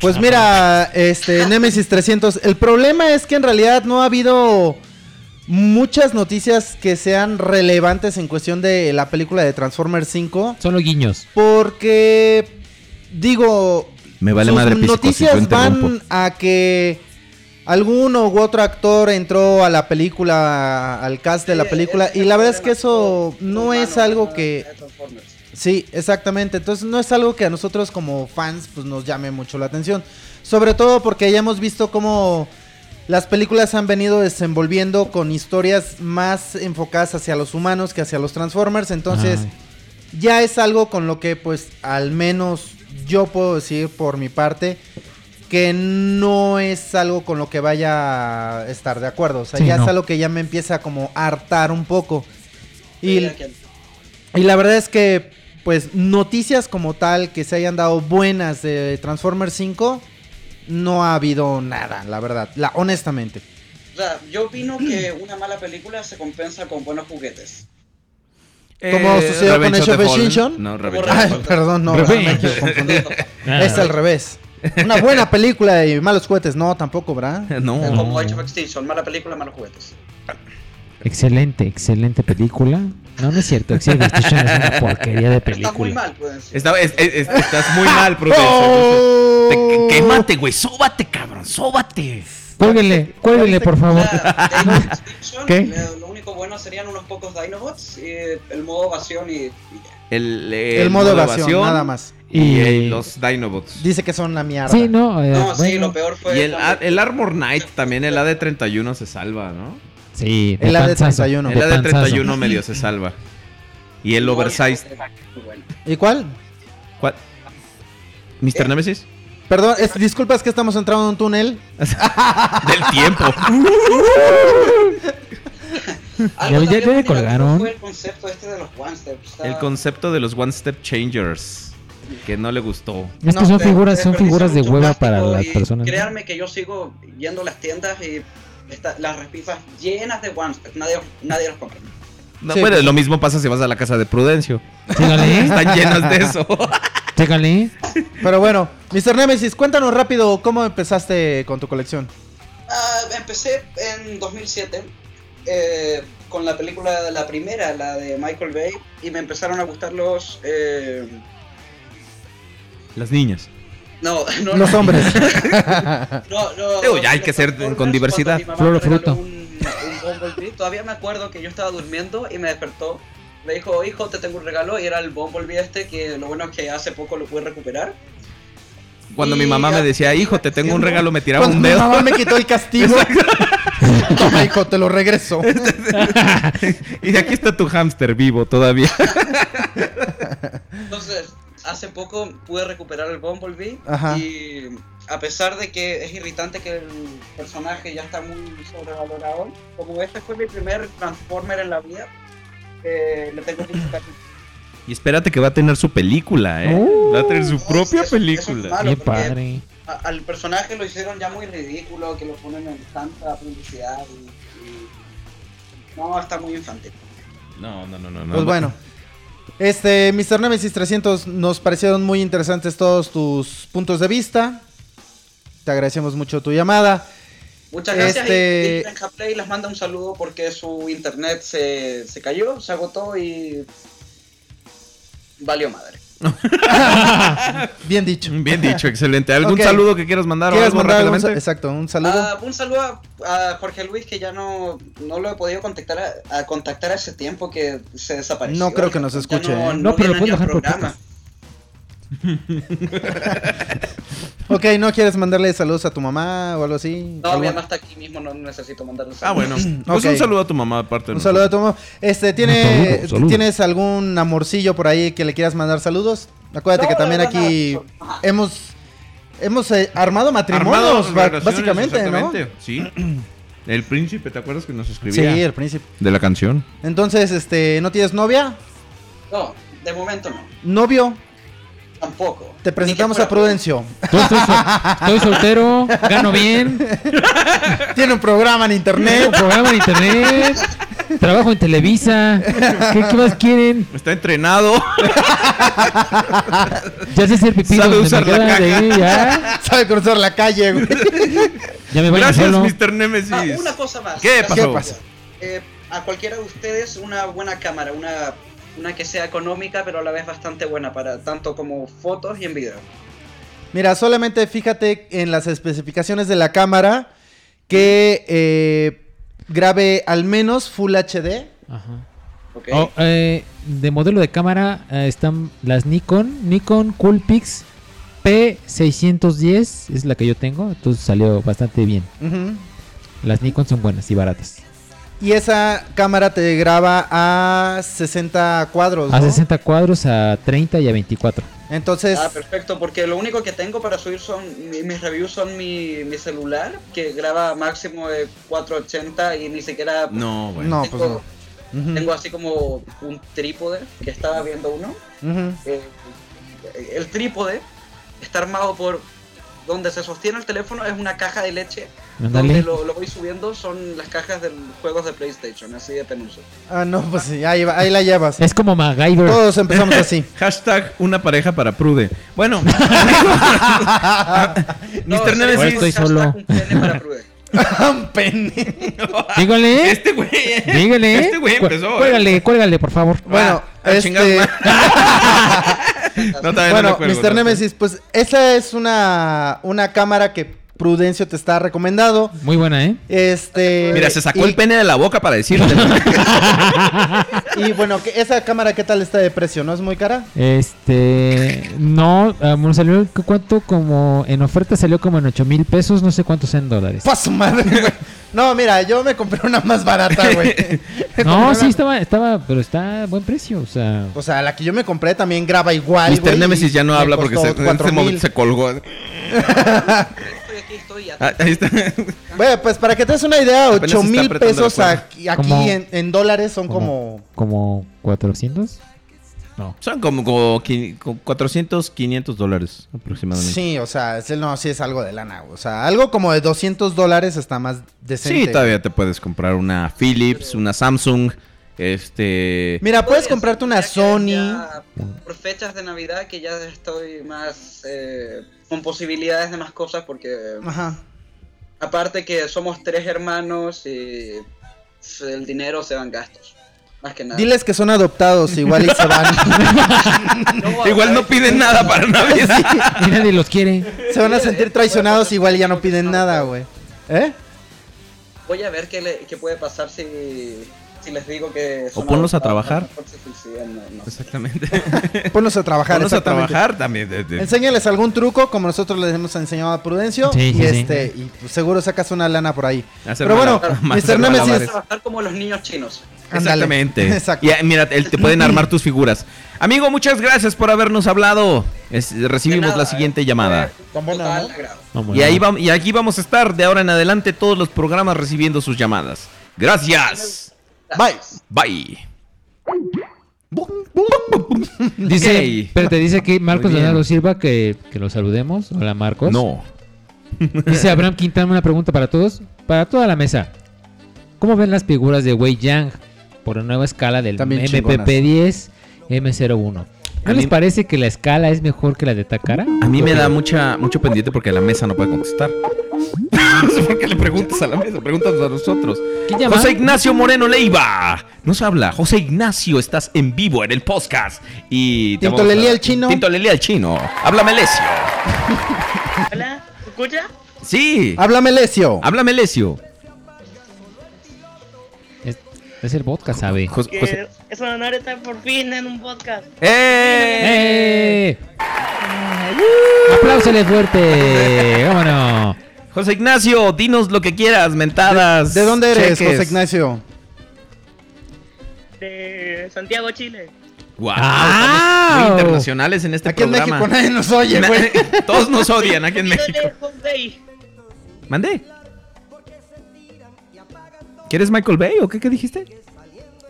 Speaker 3: Pues mira, este Nemesis 300, el problema es que en realidad no ha habido muchas noticias que sean relevantes en cuestión de la película de Transformers 5,
Speaker 4: Son los guiños.
Speaker 3: porque digo,
Speaker 2: Me vale
Speaker 3: sus
Speaker 2: madre pisco, si yo
Speaker 3: noticias van
Speaker 2: interrumpo.
Speaker 3: a que alguno u otro actor entró a la película, al cast de la película, y la verdad es que eso no es algo que... Sí, exactamente. Entonces no es algo que a nosotros como fans pues nos llame mucho la atención. Sobre todo porque ya hemos visto cómo las películas han venido desenvolviendo con historias más enfocadas hacia los humanos que hacia los Transformers. Entonces ya es algo con lo que pues al menos yo puedo decir por mi parte que no es algo con lo que vaya a estar de acuerdo. O sea,
Speaker 4: Sí,
Speaker 3: ya
Speaker 4: no.
Speaker 3: es algo que ya me empieza como a hartar un poco. Y...
Speaker 16: que- que-
Speaker 3: Y la verdad es que, pues, noticias como tal que se hayan dado buenas de Transformers 5, no ha habido nada, la verdad, la, honestamente.
Speaker 16: o sea, yo opino que una mala película se compensa con buenos juguetes.
Speaker 3: Como sucedió con Age of Extinction.
Speaker 2: No,
Speaker 16: Revenge
Speaker 2: of the
Speaker 3: Ay,
Speaker 2: Fallen.
Speaker 3: perdón, no,
Speaker 2: Revenge.
Speaker 3: me quiero confundir.
Speaker 2: Ah.
Speaker 3: es al revés. Una buena película y malos juguetes, no, tampoco, ¿verdad?
Speaker 2: No.
Speaker 16: Como Age of Extinction, mala película, malos juguetes.
Speaker 4: Excelente, excelente película. No, no es cierto. Excelente Station es una porquería de
Speaker 16: Estás muy
Speaker 4: película.
Speaker 16: mal, pues.
Speaker 2: Está- es- es- es- estás muy mal, Prudencio.
Speaker 3: Oh.
Speaker 2: Te- Quémate, güey. Sóbate, cabrón. Sóbate.
Speaker 4: Cuélguenle, cuélguenle, por favor.
Speaker 3: Ah,
Speaker 4: ¿Qué?
Speaker 16: Lo, lo único bueno serían unos pocos Dinobots, y el modo evasión y, y ya.
Speaker 2: El,
Speaker 3: El modo evasión, nada más.
Speaker 2: Y,
Speaker 4: Y-
Speaker 2: eh, los Dinobots.
Speaker 3: Dice que son la mierda.
Speaker 4: Sí, no. eh,
Speaker 16: No, sí,
Speaker 4: bueno.
Speaker 16: lo peor fue.
Speaker 2: Y el,
Speaker 16: cuando-
Speaker 2: el Armor Knight también, el AD31 se salva, ¿no?
Speaker 4: Sí, de
Speaker 3: El AD
Speaker 4: panzazo,
Speaker 3: 31.
Speaker 4: de
Speaker 2: El AD31
Speaker 4: panzazo.
Speaker 2: medio se salva. Y el Oversized.
Speaker 16: Muy bueno.
Speaker 3: ¿Y cuál? Eh,
Speaker 2: ¿Cuál? ¿Mr. Nemesis?
Speaker 3: Perdón, es- disculpa, es que estamos entrando en un túnel.
Speaker 2: Del tiempo.
Speaker 16: Algo
Speaker 4: ya- ya
Speaker 16: también
Speaker 4: le colgaron.
Speaker 16: bonito Fue el concepto este de los One Step. está-
Speaker 2: El concepto de los One Step Changers. Que no le gustó.
Speaker 4: Es que
Speaker 16: No,
Speaker 4: son
Speaker 16: te-
Speaker 4: figuras,
Speaker 16: te
Speaker 4: son figuras de
Speaker 16: desperdicia
Speaker 4: hueva
Speaker 16: mucho
Speaker 4: para
Speaker 16: plástico
Speaker 4: las
Speaker 16: y
Speaker 4: personas. ¿no?
Speaker 16: Créanme que yo sigo yendo a las tiendas y está- las repisas llenas de One Step. Nadie, nadie los compra.
Speaker 2: No,
Speaker 3: Sí.
Speaker 2: Bueno, lo mismo pasa si vas a la casa de Prudencio.
Speaker 4: Chécale,
Speaker 2: Están llenas de eso.
Speaker 4: chécale.
Speaker 3: Pero bueno, Mr. Nemesis, cuéntanos rápido cómo empezaste con tu colección.
Speaker 16: Ah, empecé en 2007 eh, con la película, la primera, la de Michael Bay, y me empezaron a gustar los. eh,
Speaker 2: Las niñas.
Speaker 16: no, no,
Speaker 3: Los hombres.
Speaker 16: No, no,
Speaker 2: Digo,
Speaker 16: no,
Speaker 2: ya hay
Speaker 16: los
Speaker 2: que ser
Speaker 16: Transformers,
Speaker 2: con diversidad.
Speaker 16: cuando mi mamá
Speaker 4: Flor o
Speaker 16: me regaló
Speaker 4: fruto.
Speaker 16: Un, un Bumblebee. Todavía me acuerdo que yo estaba durmiendo y me despertó. Me dijo, hijo, te tengo un regalo. Y era el Bumblebee este, que lo bueno es que hace poco lo pude recuperar.
Speaker 2: Cuando
Speaker 16: Y
Speaker 2: mi mamá
Speaker 16: ya-
Speaker 2: me decía, hijo, te tengo un regalo, me tiraba
Speaker 3: Cuando
Speaker 2: un
Speaker 3: mi
Speaker 2: dedo.
Speaker 3: mamá me quitó el castigo. Toma, hijo, te lo regreso.
Speaker 2: y aquí está tu hámster vivo todavía.
Speaker 16: Entonces, hace poco pude recuperar el Bumblebee
Speaker 3: Ajá.
Speaker 16: y a pesar de que es irritante que el personaje ya está muy sobrevalorado, como este fue mi primer Transformer en la vida, eh, le tengo que quitar.
Speaker 2: Y espérate que va a tener su película, ¿eh?
Speaker 4: Uh.
Speaker 16: Oh.
Speaker 2: va a tener su propia
Speaker 16: Eso- eso es
Speaker 2: película.
Speaker 16: malo, Qué porque- padre. A- al personaje lo hicieron ya muy ridículo, que lo ponen en tanta publicidad y, y- no, está muy infantil.
Speaker 2: No, no, no, no. no.
Speaker 3: Pues bueno. Este, Mr. Nemesis 300, nos parecieron muy interesantes todos tus puntos de vista. Te agradecemos mucho tu llamada.
Speaker 16: Muchas gracias.
Speaker 3: Este-
Speaker 16: Y, y Granja Play les manda un saludo porque su internet se, se cayó, se agotó y valió madre.
Speaker 3: Bien dicho.
Speaker 2: Bien dicho, excelente. ¿Algún
Speaker 3: Ok.
Speaker 2: saludo que quieras mandar o
Speaker 3: ¿Quieres
Speaker 2: algo
Speaker 3: mandar algún sa-
Speaker 2: rápidamente?
Speaker 3: Exacto, un saludo.
Speaker 16: Ah, un saludo a, a Jorge Luis que ya no, no lo he podido contactar a, a contactar hace tiempo que se desapareció.
Speaker 3: No creo que nos
Speaker 16: Ya
Speaker 3: escuche, ¿eh?
Speaker 16: No,
Speaker 3: No, pero
Speaker 16: pero
Speaker 3: lo puedes dejar por ok, ¿no quieres mandarle saludos a tu mamá o algo así?
Speaker 16: No,
Speaker 3: ¿Algo?
Speaker 16: mi mamá está aquí mismo, no necesito mandarle
Speaker 2: Ah, bueno. Pues
Speaker 3: Ok.
Speaker 2: un saludo a tu mamá, aparte de
Speaker 3: Un saludo a
Speaker 2: nosotros.
Speaker 3: tu mamá. Este, ¿tiene,
Speaker 2: saludo, saludo.
Speaker 3: ¿tienes algún amorcillo por ahí que le quieras mandar saludos? Acuérdate
Speaker 16: No,
Speaker 3: que
Speaker 16: la
Speaker 3: también
Speaker 16: verdad,
Speaker 3: aquí hemos, hemos eh, armado matrimonios,
Speaker 2: Armados,
Speaker 3: ba-
Speaker 2: relaciones,
Speaker 3: básicamente, ¿no?
Speaker 2: exactamente. Sí. El príncipe, ¿te acuerdas que nos
Speaker 3: Sí,
Speaker 2: escribía?
Speaker 3: el príncipe.
Speaker 2: De la canción.
Speaker 3: Entonces, este, ¿no tienes novia?
Speaker 16: No, de momento no,
Speaker 3: ¿Novio?
Speaker 16: tampoco.
Speaker 3: Te presentamos a Prudencio.
Speaker 4: Estoy, soltero, gano bien.
Speaker 3: Tiene un programa en internet.
Speaker 4: Un programa en internet. Trabajo en Televisa. ¿Qué, qué más quieren?
Speaker 2: Está entrenado.
Speaker 4: Ya sé hacer pipí.
Speaker 2: Sabe
Speaker 4: donde me
Speaker 2: usar la
Speaker 4: queda
Speaker 2: caja.
Speaker 4: de ahí, ya.
Speaker 3: Sabe cruzar la calle, güey.
Speaker 4: Ya me baño
Speaker 2: Gracias,
Speaker 4: solo.
Speaker 2: Mr. Nemesis.
Speaker 16: Ah, una cosa más.
Speaker 2: ¿Qué
Speaker 16: Gracias.
Speaker 2: pasó? ¿Qué pasó?
Speaker 16: Eh, a cualquiera de ustedes una buena cámara, una, una que sea económica, pero a la vez bastante buena para tanto como fotos y en video.
Speaker 3: Mira, solamente fíjate en las especificaciones de la cámara que eh, grabe al menos Full HD.
Speaker 4: Ajá.
Speaker 16: Ok.
Speaker 4: Oh, eh, de modelo de cámara eh, están las Nikon, Nikon Coolpix P610, es la que yo tengo, entonces salió bastante bien.
Speaker 3: Ujú.
Speaker 4: Las Nikon son buenas y baratas.
Speaker 3: Y esa cámara te graba a 60 cuadros.
Speaker 4: A
Speaker 3: Pues ¿no?
Speaker 4: 60 cuadros, a 30 y a 24.
Speaker 3: Entonces,
Speaker 16: Ah, perfecto, porque lo único que tengo para subir son mi- mis reviews son mi, mi celular, que graba máximo de 480 y ni siquiera...
Speaker 2: No, bueno.
Speaker 3: No,
Speaker 16: tengo,
Speaker 3: pues no. Ujú.
Speaker 16: tengo así como un trípode, que estaba viendo uno.
Speaker 3: Ujú.
Speaker 16: Eh, el trípode está armado por... Donde se sostiene el teléfono es una caja de leche.
Speaker 4: Ándale.
Speaker 16: Donde lo, lo voy subiendo son las cajas de juegos de PlayStation, así de penoso.
Speaker 3: Ah, no, pues sí, ahí, va- ahí la llevas.
Speaker 4: Es como MacGyver.
Speaker 3: Todos empezamos así.
Speaker 2: Hashtag una pareja para Prude. Bueno. Mr.
Speaker 4: Ahora estoy
Speaker 2: Nemesis.
Speaker 4: solo.
Speaker 3: Un pene.
Speaker 4: Dígale.
Speaker 2: Este güey.
Speaker 4: Dígale.
Speaker 2: Este güey
Speaker 4: Cu-
Speaker 2: empezó,
Speaker 4: Cuélgale, cuélgale, por favor.
Speaker 3: Bueno,
Speaker 2: ah, chingada
Speaker 3: este,
Speaker 2: No, todavía no
Speaker 3: bueno
Speaker 2: me acuerdo,
Speaker 3: Mr.
Speaker 2: no.
Speaker 3: Nemesis, pues esa es una, una cámara que Prudencio te está recomendando.
Speaker 4: Muy buena, ¿eh?
Speaker 3: Este.
Speaker 2: Mira, se sacó
Speaker 3: y-
Speaker 2: el pene de la boca para decirte.
Speaker 3: Y bueno, que esa cámara, ¿qué tal está de precio? ¿No es muy cara?
Speaker 4: Este. No, ah, bueno, salió. ¿cu- ¿Cuánto? Como. En oferta salió como en 8 mil pesos. No sé cuántos en dólares.
Speaker 3: Pa' su madre, güey. No, mira, yo me compré una más barata, güey. Me compré
Speaker 4: No,
Speaker 3: una-
Speaker 4: sí, estaba, estaba. Pero está a buen precio. O sea.
Speaker 3: O sea, la que yo me compré también graba igual,
Speaker 2: Mr.
Speaker 3: güey.
Speaker 2: Nemesis
Speaker 3: y
Speaker 2: ya no
Speaker 3: me
Speaker 2: habla porque se,
Speaker 3: costó
Speaker 2: en
Speaker 3: cuatro
Speaker 2: este
Speaker 3: mil.
Speaker 2: momento se colgó. Ah, ahí está.
Speaker 3: Bueno, pues para que te des una idea,
Speaker 2: Apenas
Speaker 3: 8
Speaker 2: está
Speaker 3: mil
Speaker 2: apretando la
Speaker 3: pesos
Speaker 2: cuerda.
Speaker 3: aquí, aquí
Speaker 4: Como-
Speaker 3: en, en dólares son como...
Speaker 4: Como 400.
Speaker 2: Son como, como qui- como 400, 500 dólares aproximadamente.
Speaker 3: Sí, o sea, sí, no, sí es algo de lana. O sea, algo como de 200 dólares está más decente.
Speaker 2: Sí, todavía te puedes comprar una Philips, una Samsung, este...
Speaker 3: Mira, puedes comprarte una Sony.
Speaker 16: Ya por fechas de Navidad que ya estoy más eh, con posibilidades de más cosas porque
Speaker 3: Ajá.
Speaker 16: aparte que somos tres hermanos y s- el dinero se van gastos. Más que nada.
Speaker 3: Diles que son adoptados igual y se van.
Speaker 2: Igual no piden nada para nadie.
Speaker 4: Y nadie los quiere.
Speaker 3: se van a sentir traicionados igual y ya no piden nada, güey. ¿Eh?
Speaker 16: Voy a ver qué, le- qué puede pasar si si les digo que...
Speaker 2: O ponlos a trabajar.
Speaker 16: por si suicidan, no, no.
Speaker 2: Exactamente.
Speaker 3: Ponlos a trabajar.
Speaker 2: Ponlos a
Speaker 3: exactamente.
Speaker 2: trabajar también. de- de-
Speaker 3: Enséñales algún truco, como nosotros les hemos enseñado a Prudencio.
Speaker 2: Sí,
Speaker 3: y
Speaker 2: sí, sí.
Speaker 3: este, y pues, seguro sacas una lana por ahí.
Speaker 2: Hacer
Speaker 3: Pero bueno,
Speaker 2: malabares.
Speaker 3: Mr.
Speaker 2: Hacer
Speaker 3: Nemesis.
Speaker 2: malabares.
Speaker 16: Trabajar como los niños chinos.
Speaker 3: Ándale.
Speaker 2: Exactamente.
Speaker 3: Exacto.
Speaker 2: Y, eh, mira, el- te pueden armar tus figuras. Amigo, muchas gracias por habernos hablado. Es- recibimos la siguiente llamada.
Speaker 16: Total agrado.
Speaker 3: Ah,
Speaker 2: y, ahí vam- y aquí vamos a estar de ahora en adelante todos los programas recibiendo sus llamadas. Gracias.
Speaker 3: Bye.
Speaker 2: Bye.
Speaker 4: Dice,
Speaker 2: Ey.
Speaker 4: pero te dice que Marcos
Speaker 2: Muy bien.
Speaker 4: Leonardo Silva que, que lo saludemos. Hola Marcos.
Speaker 2: No.
Speaker 4: Dice Abraham Quintana una pregunta para todos, para toda la mesa. ¿Cómo ven las figuras de Wei Yang por la nueva escala del
Speaker 3: También
Speaker 4: MPP10 M01? ¿No les parece que la escala es mejor que la de Takara?
Speaker 2: A mí me da mucha, mucho pendiente porque la mesa no puede contestar. no sé por qué le preguntas a la mesa, pregúntanos a nosotros.
Speaker 4: ¿Quién llama?
Speaker 2: José Ignacio Moreno Leiva nos habla. José Ignacio, estás en vivo en el podcast. Y te
Speaker 3: Tinto
Speaker 2: vamos a-
Speaker 3: Lelí al chino.
Speaker 2: Tinto Lelí al chino. Háblame Lesio.
Speaker 17: Hola, ¿se escucha?
Speaker 2: Sí.
Speaker 3: Háblame, Lesio.
Speaker 2: Háblame Lesio.
Speaker 4: Es el podcast, sabe.
Speaker 14: Que es un honor estar por fin en un podcast.
Speaker 4: ¡Eh! ¡Apláusele fuerte! ¡Vámonos!
Speaker 2: José Ignacio, dinos lo que quieras, mentadas.
Speaker 3: ¿De dónde eres,
Speaker 2: cheques.
Speaker 3: José Ignacio?
Speaker 14: De Santiago, Chile.
Speaker 2: Guau, estamos muy internacionales en este
Speaker 3: Aquí en
Speaker 2: programa.
Speaker 3: México nadie nos oye, güey.
Speaker 2: Todos nos odian aquí en México. ¿Mandé? ¿Quieres Michael Bay o qué, qué dijiste?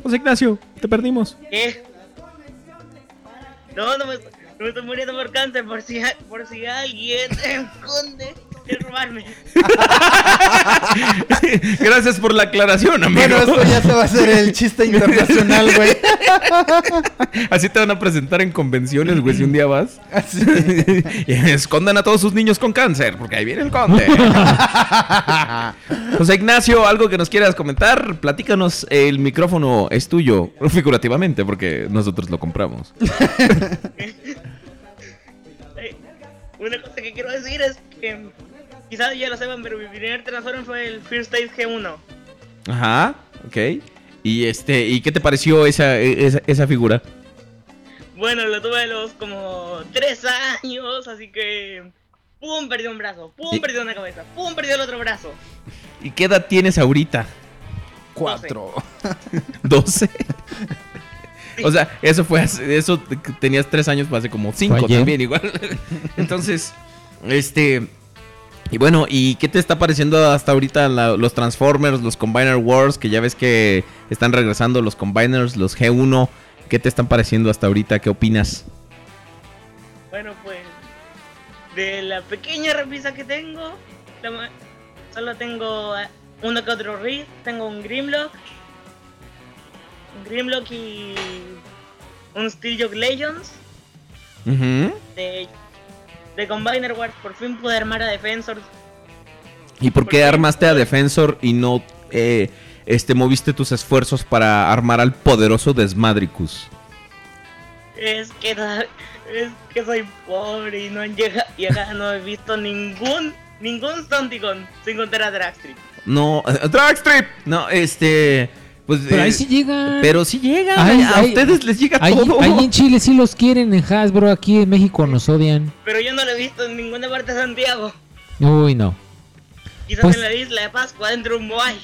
Speaker 2: José Ignacio, te perdimos.
Speaker 14: ¿Qué? No, no me, no me estoy muriendo por cáncer, por si, a- por si alguien se esconde de robarme.
Speaker 2: Gracias por la aclaración, amigo.
Speaker 3: Bueno, esto ya se va a hacer el chiste internacional, güey.
Speaker 2: Así te van a presentar en convenciones, güey, si un día vas. y escondan a todos sus niños con cáncer, porque ahí viene el conde. José Ignacio, algo que nos quieras comentar, platícanos, el micrófono es tuyo, figurativamente, porque nosotros lo compramos.
Speaker 14: Eh, Una cosa que quiero decir es que quizás ya lo sepan, pero mi primer transform fue el First Stage G1.
Speaker 2: Ajá, ok. Y este, ¿y qué te pareció esa, e, esa, esa figura?
Speaker 14: Bueno, lo tuve a los como tres años, así que. ¡Pum! Perdí un brazo, ¡pum!
Speaker 2: Y-
Speaker 14: Perdí una cabeza, ¡pum! Perdí el otro brazo.
Speaker 2: ¿Y qué edad tienes ahorita?
Speaker 14: Cuatro.
Speaker 2: 12. O sea, eso fue hace- eso te- tenías tres años, fue hace como cinco
Speaker 4: ayer.
Speaker 2: también, igual. Entonces, este. Y bueno, ¿y qué te está pareciendo hasta ahorita la- los Transformers, los Combiner Wars? Que ya ves que están regresando los Combiners, los G1. ¿Qué te están pareciendo hasta ahorita? ¿Qué opinas?
Speaker 14: Bueno, pues. De la pequeña repisa que tengo, la ma- solo tengo eh, uno que otro Riz, tengo un Grimlock, un Grimlock y. un Steeljock Legends. De, de Combiner Wars, por fin pude armar a Defensors.
Speaker 2: ¿Y por qué armaste a Defensor y no eh, este, moviste tus esfuerzos para armar al poderoso Desmadricus?
Speaker 14: Es que, no- es que soy pobre y no han llegado, y acá no he visto ningún, ningún Stunticon sin contar a Dragstrip.
Speaker 2: No, eh, Dragstrip. No, este. Pues,
Speaker 4: Pero ahí
Speaker 2: eh,
Speaker 4: sí llegan.
Speaker 2: Pero sí llegan.
Speaker 4: Ahí-
Speaker 2: a
Speaker 4: ahí-
Speaker 2: ustedes les llega
Speaker 4: ahí,
Speaker 2: todo.
Speaker 4: ahí en Chile sí los quieren, en Hasbro, aquí en México nos odian.
Speaker 14: Pero yo no lo he visto en ninguna parte de Santiago.
Speaker 4: Uy, no.
Speaker 14: Quizás
Speaker 4: Pues-
Speaker 14: en la isla de Pascua, dentro de un Moai.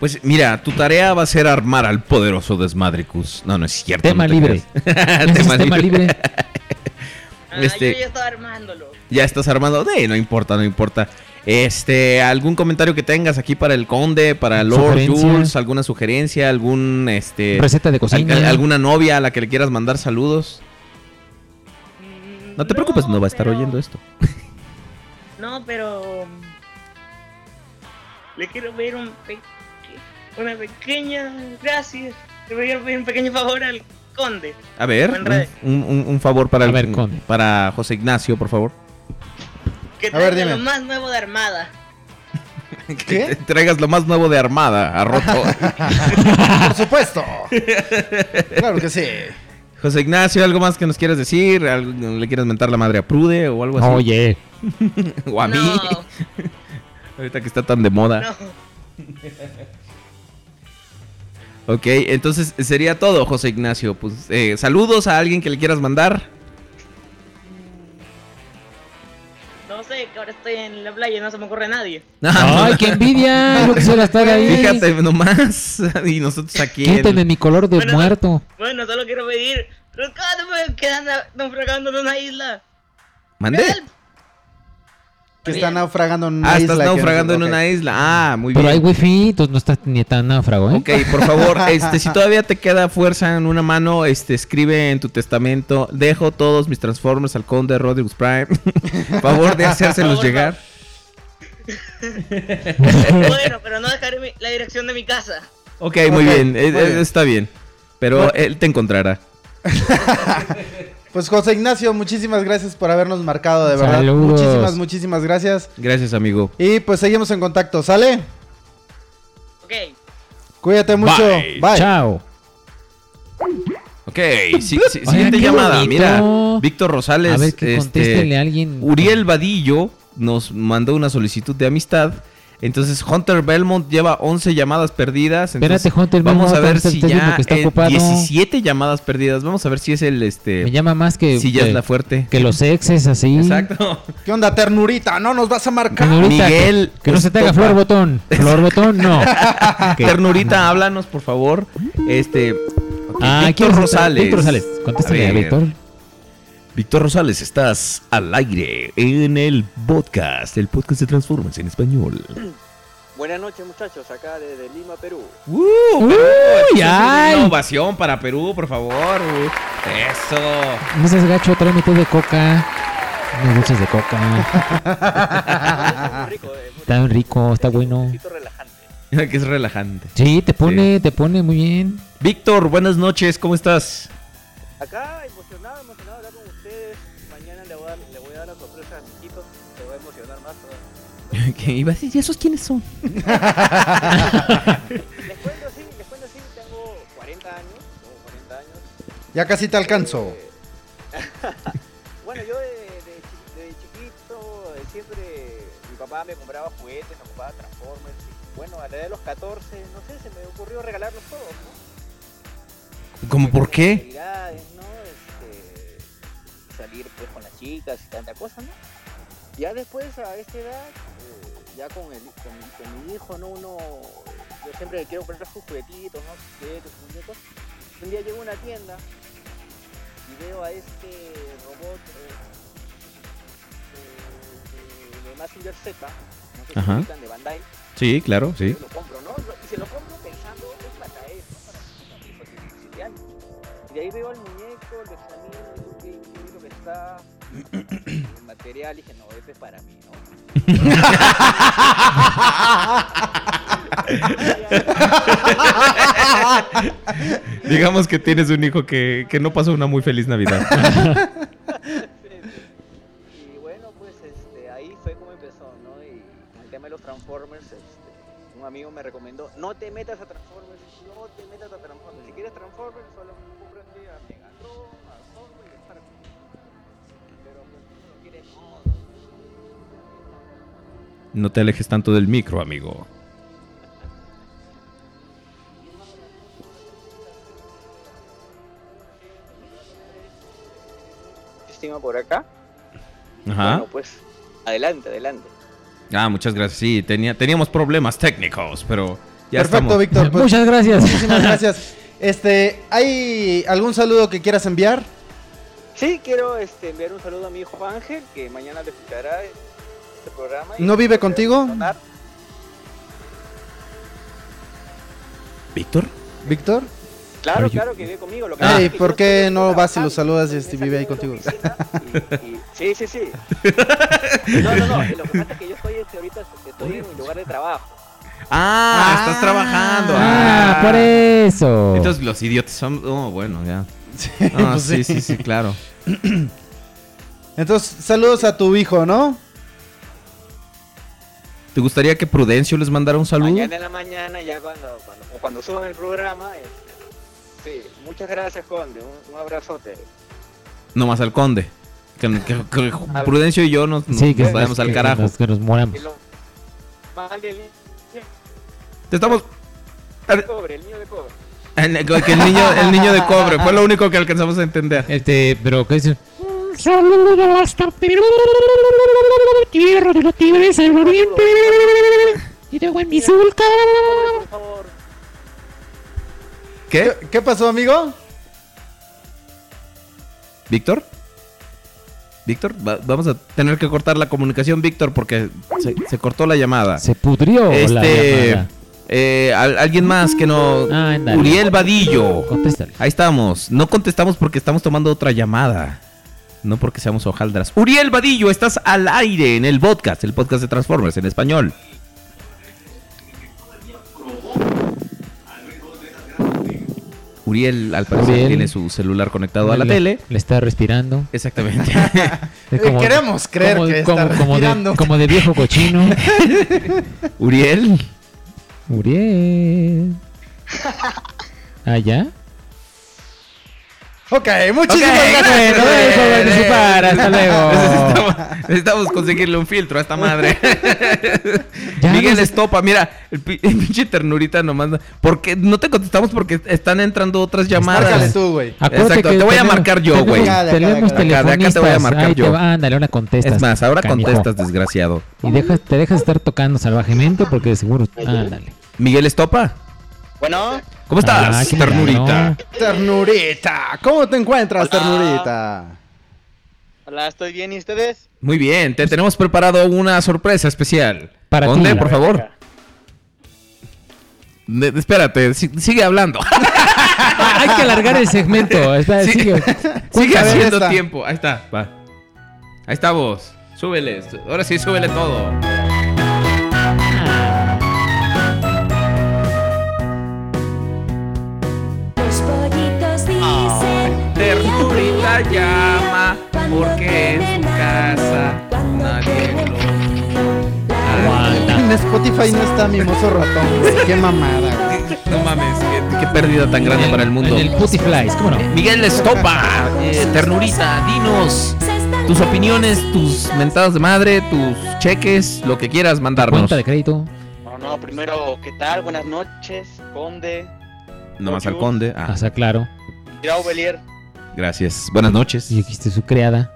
Speaker 2: Pues mira, tu tarea va a ser armar al poderoso Desmadricus. No, no es cierto.
Speaker 4: Tema
Speaker 2: no te
Speaker 4: libre.
Speaker 2: creas.
Speaker 4: Ese es tema libre.
Speaker 14: Ah,
Speaker 2: Este-
Speaker 14: Yo ya estaba armándolo.
Speaker 2: Ya estás armando. De, no importa, no importa. Este, algún comentario que tengas aquí para el conde, para Lord
Speaker 4: Sugerencia.
Speaker 2: Jules, alguna sugerencia, algún este
Speaker 4: Receta de cocina.
Speaker 2: al- alguna novia a la que le quieras mandar saludos.
Speaker 14: Mm,
Speaker 2: No te preocupes, pues, no va a estar oyendo esto.
Speaker 14: No, pero. um, Le quiero pedir un pe- una pequeña. Gracias. Le quiero pedir un pequeño favor al conde.
Speaker 2: A ver,
Speaker 14: Buen rey.
Speaker 2: un, un- un favor para, el- para José Ignacio, por favor.
Speaker 14: Que
Speaker 2: A ver,
Speaker 14: traiga
Speaker 2: dime.
Speaker 14: lo más nuevo de Armada.
Speaker 2: Que te traigas lo más nuevo de Armada, a roto.
Speaker 3: Por supuesto. Claro que sí.
Speaker 2: José Ignacio, ¿algo más que nos quieras decir? ¿Algo- ¿Le quieres mentar la madre a Prude o algo así?
Speaker 4: Oye.
Speaker 2: o a mí.
Speaker 14: No.
Speaker 2: Ahorita que está tan de moda.
Speaker 14: No.
Speaker 2: Ok, entonces sería todo, José Ignacio. Pues, eh, saludos a alguien que le quieras mandar.
Speaker 14: No sé, que ahora estoy en la playa y no se me ocurre a nadie.
Speaker 4: ¡Ay, qué envidia! Yo quisiera estar ahí.
Speaker 2: Fíjate nomás. Y nosotros aquí. en-
Speaker 4: Quítenme mi color de muerto.
Speaker 14: Bueno, solo quiero pedir. Rescátame, que anda naufragando en una isla.
Speaker 2: ¿Mande?
Speaker 3: Que está naufragando en una
Speaker 2: Ah,
Speaker 3: isla.
Speaker 2: estás
Speaker 3: que no sé-
Speaker 2: naufragando en
Speaker 3: ok.
Speaker 2: una isla. Ah, muy
Speaker 4: Pero
Speaker 2: bien.
Speaker 4: hay wifi, entonces no estás ni tan náufrago, ¿eh?
Speaker 2: Ok, por favor, este, si todavía te queda fuerza en una mano, este, escribe en tu testamento, dejo todos mis Transformers al conde Rodriguez Prime. favor de hacérselos llegar.
Speaker 14: bueno, pero no dejaré mi- la dirección de mi casa.
Speaker 2: Ok, muy
Speaker 3: Ok,
Speaker 2: bien, eh,
Speaker 3: muy bien.
Speaker 2: eh, está bien. Pero
Speaker 3: Bueno.
Speaker 2: él te encontrará.
Speaker 3: Pues José Ignacio, muchísimas gracias por habernos marcado, de verdad.
Speaker 2: Saludos.
Speaker 3: Muchísimas, muchísimas gracias.
Speaker 2: Gracias, amigo.
Speaker 3: Y pues seguimos en contacto, ¿sale? Ok. Cuídate mucho.
Speaker 2: Bye.
Speaker 3: Bye.
Speaker 4: Chao.
Speaker 2: Ok, sí- sí- siguiente
Speaker 4: qué
Speaker 2: llamada.
Speaker 4: bonito.
Speaker 2: Mira, Víctor Rosales. este,
Speaker 4: A ver, que contéstenle a alguien.
Speaker 2: Uriel Vadillo nos mandó una solicitud de amistad. Entonces, Hunter Belmont lleva 11 llamadas perdidas. Entonces,
Speaker 4: Espérate, Hunter
Speaker 2: Vamos
Speaker 4: Belmont,
Speaker 2: a ver
Speaker 4: ahorita
Speaker 2: si
Speaker 4: estás viendo
Speaker 2: ya.
Speaker 4: que está
Speaker 2: eh,
Speaker 4: ocupado.
Speaker 2: 17 llamadas perdidas. Vamos a ver si es el. este
Speaker 4: Me llama más que.
Speaker 2: Si ya
Speaker 4: que-
Speaker 2: es la fuerte.
Speaker 4: Que los exes así.
Speaker 2: Exacto.
Speaker 3: ¿Qué onda, ternurita? No nos vas a marcar.
Speaker 4: Ternurita,
Speaker 2: Miguel
Speaker 4: Que, que no se te haga
Speaker 2: Cristopa.
Speaker 4: flor botón. Flor botón, no. Que-
Speaker 2: Ah, Ternurita, háblanos, por favor. Este. ok,
Speaker 4: Ah, ¿quién
Speaker 2: Víctor
Speaker 4: es?
Speaker 2: Rosales.
Speaker 4: Víctor Rosales, contéstale a
Speaker 2: ver.
Speaker 4: Víctor.
Speaker 18: Víctor Rosales, estás al aire en el podcast, el podcast de Transformers en español.
Speaker 1: Buenas noches muchachos, acá desde Lima, Perú.
Speaker 2: ¡Uh! Perú, entonces,
Speaker 4: ay.
Speaker 2: Una ovación para Perú, por favor. Eso.
Speaker 4: No seas gacho, tráeme té de coca. Unas dulces de coca. Está rico, está bueno.
Speaker 2: que es relajante.
Speaker 4: Sí, te pone, te pone muy bien.
Speaker 2: Víctor, buenas noches, ¿cómo estás?
Speaker 1: Acá emocionado, emocionado de hablar con ustedes. Mañana le voy a dar, le voy a dar la sorpresa a Chiquito, te voy a emocionar más todavía.
Speaker 2: ¿Qué iba a decir? ¿Y esos quiénes son?
Speaker 1: les cuento así, les cuento así, tengo 40 años, tengo 40 años.
Speaker 3: Ya casi te alcanzo.
Speaker 1: Bueno, yo de, de chi- de chiquito eh, siempre mi papá me compraba juguetes, me compraba Transformers. y, bueno, a la edad de los 14, no sé, se me ocurrió regalarlos todos, ¿no?
Speaker 2: ¿Cómo por qué?
Speaker 1: Actividades, ¿no? Este, salir pues con las chicas y tanta cosa, ¿no? Ya después a esta edad, eh, ya con, el, con, mi- con mi hijo, ¿no? Uno, eh, yo siempre le quiero comprar sus juguetitos, ¿no? Sus juguetes, sus muñecos. Un día llego a una tienda y veo a este robot eh, de, de, de Mazinger Z, ¿no? Que se
Speaker 2: Ajá.
Speaker 1: ubican de Bandai.
Speaker 2: Sí, claro, sí.
Speaker 1: Lo compro, ¿no? Y se lo compro pensando, es para caer, ¿no? Para para mi hijo de 17 años. Y de ahí veo al muñeco, lo examino, digo, qué qué lindo que está, el material, y dije, no, este es para mí, ¿no?
Speaker 2: Digamos que tienes un hijo que, que no pasó una muy feliz Navidad.
Speaker 1: y bueno, pues este, ahí fue como empezó, ¿no? Y con el tema de los Transformers, este, un amigo me recomendó, no te metas a Transformers, no te metas a Transformers. Si quieres Transformers, solo cómprate a Megatron, a Zorro y a Spark. Pero pues, si no quieres, no.
Speaker 2: no te alejes tanto del micro, amigo.
Speaker 1: Estima por acá.
Speaker 2: Ajá.
Speaker 1: Bueno, pues, adelante, adelante.
Speaker 2: Ah, muchas gracias. Sí, tenía, teníamos problemas técnicos, pero ya
Speaker 3: Perfecto,
Speaker 2: estamos.
Speaker 3: Víctor. pues,
Speaker 4: Muchas gracias.
Speaker 3: Muchísimas gracias. Este, ¿hay algún saludo que quieras enviar?
Speaker 1: Sí, quiero este, enviar un saludo a mi hijo Ángel, que mañana lo escuchará este programa. y-
Speaker 3: ¿No vive contigo?
Speaker 18: ¿Víctor?
Speaker 3: ¿Víctor?
Speaker 1: Claro, claro que vive conmigo. Lo que pasa
Speaker 3: Ey,
Speaker 1: es que
Speaker 3: ¿por
Speaker 1: yo
Speaker 3: qué
Speaker 1: estoy
Speaker 3: no vas y
Speaker 1: trabajando,
Speaker 3: lo saludas y si vive ahí contigo?
Speaker 1: y- sí, sí, sí. No, no, no. Lo que pasa es que yo estoy este, ahorita estoy en mi lugar de trabajo.
Speaker 2: Ah, estás trabajando.
Speaker 4: Ah, por eso.
Speaker 2: Entonces los idiotas son. Oh, bueno, ya. Ah,
Speaker 3: pues
Speaker 2: sí,
Speaker 3: sí.
Speaker 2: sí, sí, claro.
Speaker 3: Entonces, saludos a tu hijo, ¿no?
Speaker 2: ¿Te gustaría que Prudencio les mandara un saludo?
Speaker 1: Mañana en la mañana, ya cuando, cuando, cuando suban el programa. eh, sí, muchas gracias, Conde. Un, un abrazote.
Speaker 2: Nomás al conde. Que, que- que
Speaker 1: Ah.
Speaker 2: Prudencio y yo nos, nos
Speaker 4: Sí, que nos-
Speaker 2: vayamos al
Speaker 4: que-
Speaker 2: carajo.
Speaker 4: que nos- que nos moramos.
Speaker 1: Mándale el
Speaker 2: Te estamos.
Speaker 1: de cobre, el mío de cobre.
Speaker 2: El, que el niño, el niño de cobre, fue lo único que alcanzamos a entender.
Speaker 4: Este, pero ¿qué dice?
Speaker 8: Saludos de las tartarugas, tierra de los tigres del oriente. Y de Guamizulca.
Speaker 3: ¿Qué? ¿Qué pasó, amigo?
Speaker 2: ¿Víctor? ¿Víctor? va- vamos a tener que cortar la comunicación, Víctor, porque se, se cortó la llamada.
Speaker 4: Se pudrió
Speaker 2: Este,
Speaker 4: la llamada.
Speaker 2: eh, al- alguien más que no.
Speaker 4: Ah, ándale.
Speaker 2: Uriel Vadillo.
Speaker 4: Contéstale.
Speaker 2: Ahí estamos. No contestamos porque estamos tomando otra llamada. No porque seamos hojaldras. Uriel Vadillo, estás al aire en el podcast, el podcast de Transformers en español. Uriel, al parecer,
Speaker 4: Uriel.
Speaker 2: tiene su celular conectado a la
Speaker 4: Le-
Speaker 2: tele.
Speaker 4: Le está respirando.
Speaker 2: Exactamente.
Speaker 4: Es
Speaker 3: Eh, Queremos creer
Speaker 4: como-
Speaker 3: que
Speaker 4: como-
Speaker 3: está
Speaker 4: como de,
Speaker 3: respirando.
Speaker 4: como de viejo cochino.
Speaker 2: Uriel.
Speaker 4: Uriel. ¿Ah, ya?
Speaker 3: Ok, muchísimas
Speaker 2: Ok,
Speaker 3: gracias.
Speaker 2: bueno,
Speaker 3: Eh,
Speaker 2: eso,
Speaker 3: eh,
Speaker 2: participar,
Speaker 3: eh,
Speaker 2: hasta
Speaker 3: luego.
Speaker 2: Necesitamos, necesitamos conseguirle un filtro a esta madre. Miguel Estopa, mira, el, pi- el pinche ternurita nomás. no- Porque no te contestamos porque están entrando otras llamadas.
Speaker 3: Márcale tú, güey.
Speaker 4: Acuérdate
Speaker 2: Exacto,
Speaker 4: que
Speaker 2: te voy a
Speaker 4: tenemos-
Speaker 2: marcar yo,
Speaker 4: tenemos-
Speaker 2: güey.
Speaker 4: Acá, de acá, tenemos
Speaker 2: De acá, de acá te voy a
Speaker 4: telefonistas.
Speaker 2: marcar
Speaker 4: Ahí te
Speaker 2: yo.
Speaker 4: va, ándale, ahora contestas,
Speaker 2: Es más, ahora
Speaker 4: canijo.
Speaker 2: contestas, desgraciado.
Speaker 4: Y dejas, te dejas estar tocando salvajemente porque de seguro. Ándale.
Speaker 2: Miguel Estopa,
Speaker 16: Bueno,
Speaker 2: ¿cómo estás,
Speaker 4: Ah, qué
Speaker 2: ternurita?
Speaker 4: raro.
Speaker 3: Ternurita, ¿cómo te encuentras, ternurita?
Speaker 16: hola, estoy bien, ¿y ustedes?
Speaker 2: Muy bien, te tenemos preparado una sorpresa especial.
Speaker 4: Para ti.
Speaker 2: Conde, por favor. Ne- espérate, si- sigue hablando.
Speaker 4: Hay que alargar el segmento. Espera,
Speaker 2: Sí.
Speaker 4: sigue.
Speaker 2: Sigue
Speaker 4: A ver,
Speaker 2: haciendo
Speaker 4: esta.
Speaker 2: tiempo. Ahí está, va. Ahí está vos. Súbele. su- Ahora sí, súbele todo.
Speaker 7: Los pollitos
Speaker 2: dicen, Ternurita llama porque en su casa nadie
Speaker 3: En Spotify no está mimoso ratón, güey. Qué mamada, güey.
Speaker 2: No mames, qué, qué pérdida tan grande para el mundo.
Speaker 4: En el Putiflies, ¿cómo no?
Speaker 2: Miguel Estopa, eh, ternurita, dinos tus opiniones, tus mentadas de madre, tus cheques, lo que quieras mandarnos.
Speaker 4: Cuenta de crédito.
Speaker 19: No, no, primero, ¿qué tal? Buenas noches, Conde.
Speaker 2: Nomás al conde. Ah,
Speaker 4: O sea, claro.
Speaker 19: Tirao Belier.
Speaker 2: gracias. Buenas noches.
Speaker 4: Y dijiste su creada.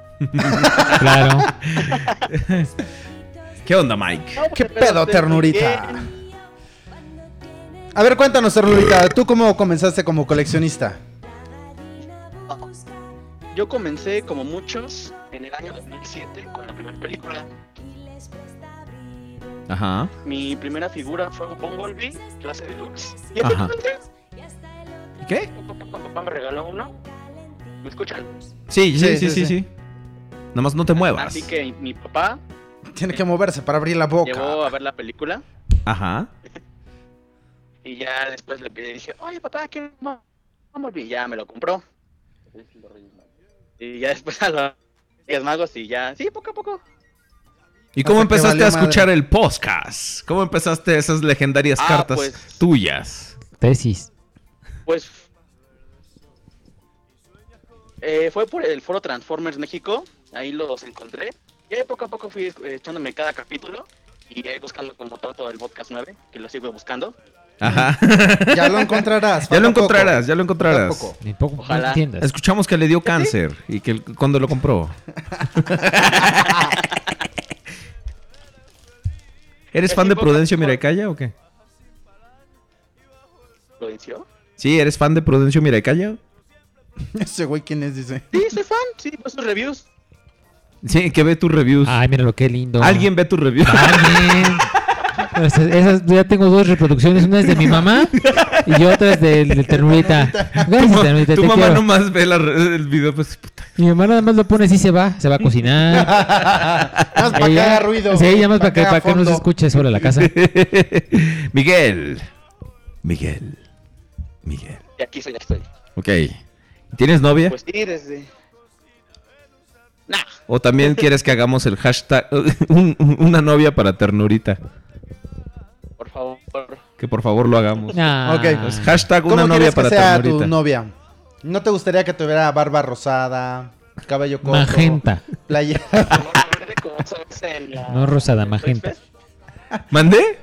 Speaker 4: claro.
Speaker 2: ¿Qué onda, Mike?
Speaker 3: ¿Qué pedo, ternurita? A ver, cuéntanos, ternurita, ¿tú cómo comenzaste como coleccionista?
Speaker 19: Yo comencé, como muchos, en el año 2007 con la primera película.
Speaker 2: Ajá.
Speaker 19: Mi primera figura fue un Bumblebee, clase deluxe. ¿Y
Speaker 2: Ajá.
Speaker 19: Ajá.
Speaker 2: ¿Qué?
Speaker 19: Papá me regaló uno. ¿Me escuchan?
Speaker 2: Sí, sí, sí, sí,
Speaker 3: Sí, sí,
Speaker 2: sí.
Speaker 3: sí. Ah,
Speaker 2: Nomás no te muevas.
Speaker 19: Así que mi papá
Speaker 3: Tiene que moverse para abrir la boca.
Speaker 19: llevó a ver la película
Speaker 2: Ajá.
Speaker 19: y ya después le pedí, dije, oye papá, ¿qué ma- Bumblebee? Y ya me lo compró. Y ya después a los Reyes Magos y ya, sí, poco a poco.
Speaker 2: ¿Y cómo
Speaker 3: Hasta que
Speaker 2: empezaste
Speaker 3: valió
Speaker 2: a escuchar
Speaker 3: madre.
Speaker 2: el podcast? ¿Cómo empezaste esas legendarias
Speaker 19: Ah,
Speaker 2: cartas
Speaker 19: pues.
Speaker 2: tuyas?
Speaker 4: Tesis.
Speaker 19: Pues eh, fue por el foro Transformers México, ahí los encontré. Y ahí poco a poco fui eh, echándome cada capítulo y ahí buscando como tanto el podcast 9, que lo sigo buscando.
Speaker 2: Ajá.
Speaker 3: Ya lo
Speaker 2: ya
Speaker 3: encontrarás. falta
Speaker 2: lo
Speaker 3: poco.
Speaker 2: encontrarás, ya lo encontrarás.
Speaker 3: Falta poco.
Speaker 4: Ni poco no
Speaker 19: Ojalá.
Speaker 4: entiendas.
Speaker 2: Escuchamos que le dio cáncer y que el- cuando lo compró. ¿Eres
Speaker 19: Es
Speaker 2: fan de
Speaker 19: tipo-
Speaker 2: Prudencio Miracaya o qué?
Speaker 19: ¿Lo venció?
Speaker 2: Sí, ¿eres fan de Prudencio Miracaya?
Speaker 3: Ese güey, ¿quién es? Dice.
Speaker 19: Sí, soy fan, sí, pues sus reviews.
Speaker 2: Sí, que ve tus reviews.
Speaker 4: Ay, mira lo que lindo.
Speaker 2: Alguien ve tus reviews.
Speaker 4: Alguien. O sea, esas- ya tengo dos reproducciones, una es de mi mamá y otra es de, de Ternurita. Gracias, Ternurita,
Speaker 2: tu
Speaker 4: te
Speaker 2: mamá
Speaker 4: quiero.
Speaker 2: nomás ve la re- el video, pues puta.
Speaker 4: Mi mamá nada más lo pone así, se va, se va a cocinar.
Speaker 3: Nada más para que
Speaker 4: Ella-
Speaker 3: haga ruido.
Speaker 4: Ah. Sí,
Speaker 3: güey,
Speaker 4: ella más para que,
Speaker 3: haga
Speaker 4: para que no se
Speaker 3: fondo.
Speaker 4: escuche sobre la casa.
Speaker 2: Miguel. Miguel. Miguel.
Speaker 19: Y aquí soy, ya estoy.
Speaker 2: Ok. ¿Tienes novia?
Speaker 19: Pues sí, desde... Nah,
Speaker 2: ¿O también quieres que hagamos el hashtag un- un- una novia para ternurita?
Speaker 19: por favor.
Speaker 2: Que por favor lo hagamos.
Speaker 4: Ah.
Speaker 3: Ok.
Speaker 2: Pues, hashtag una
Speaker 3: ¿Cómo
Speaker 2: novia
Speaker 3: quieres
Speaker 2: para
Speaker 3: que sea
Speaker 2: ternurita.
Speaker 3: tu novia? ¿No te gustaría que tuviera barba rosada, cabello corto,
Speaker 4: Magenta.
Speaker 3: playa?
Speaker 19: Como sabes en la-
Speaker 4: No rosada, magenta.
Speaker 2: ¿Mandé?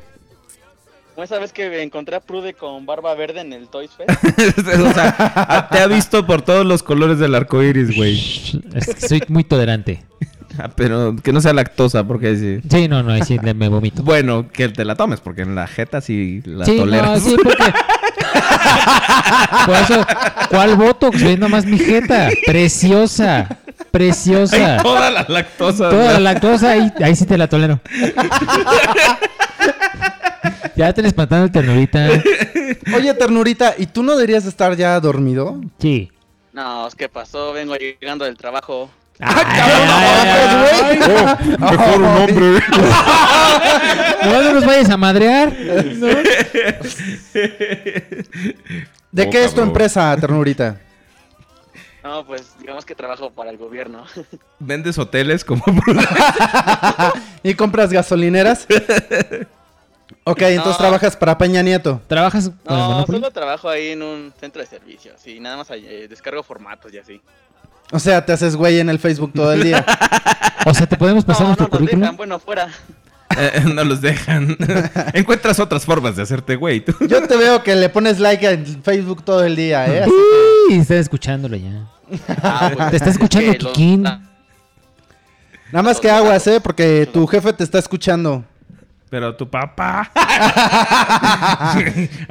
Speaker 20: Como esa vez que encontré a Prude con barba verde en el Toys Fest.
Speaker 2: o sea, te ha visto por todos los colores del arco iris, güey.
Speaker 4: Es que soy muy tolerante.
Speaker 2: Ah, pero que no sea lactosa, porque ahí sí.
Speaker 4: Sí, no, no, ahí sí me vomito.
Speaker 2: Bueno, que te la tomes, porque en la jeta sí la
Speaker 4: sí, no,
Speaker 2: toleras.
Speaker 4: sí, porque... Por eso, ¿cuál Botox? Ve nomás mi jeta. Preciosa. Preciosa.
Speaker 2: Ay, toda la lactosa.
Speaker 4: Toda la lactosa, ahí, ahí sí te la tolero. Ya te espantando el ternurita.
Speaker 3: Oye, ternurita, ¿y tú no deberías estar ya dormido?
Speaker 4: Sí.
Speaker 20: No, ¿qué pasó? Vengo llegando del trabajo.
Speaker 4: mejor un hombre. No, no nos vayas a madrear. ¿no?
Speaker 3: ¿De qué es tu empresa, ternurita?
Speaker 20: No, pues digamos que trabajo para el gobierno.
Speaker 2: Vendes hoteles como
Speaker 3: ¿Y compras gasolineras? Ok, entonces
Speaker 20: No.
Speaker 3: trabajas para Peña Nieto.
Speaker 4: ¿Trabajas
Speaker 20: No, solo trabajo ahí en un centro de servicios y nada más ahí, eh, descargo formatos y así.
Speaker 3: O sea, te haces güey en el Facebook todo el día.
Speaker 4: O sea, ¿te podemos pasar nuestro
Speaker 20: Nos dejan, bueno, fuera.
Speaker 2: eh, no los dejan. Encuentras otras formas de hacerte güey. tú.
Speaker 3: Yo te veo que le pones like en Facebook todo el día, ¿eh? Así
Speaker 4: Sí, está escuchándolo ya.
Speaker 20: Ah,
Speaker 4: Te está escuchando
Speaker 3: es que los-
Speaker 4: Kikín.
Speaker 3: Nada más que aguas, ¿eh? Porque tu jefe te está escuchando.
Speaker 2: Pero tu papá. A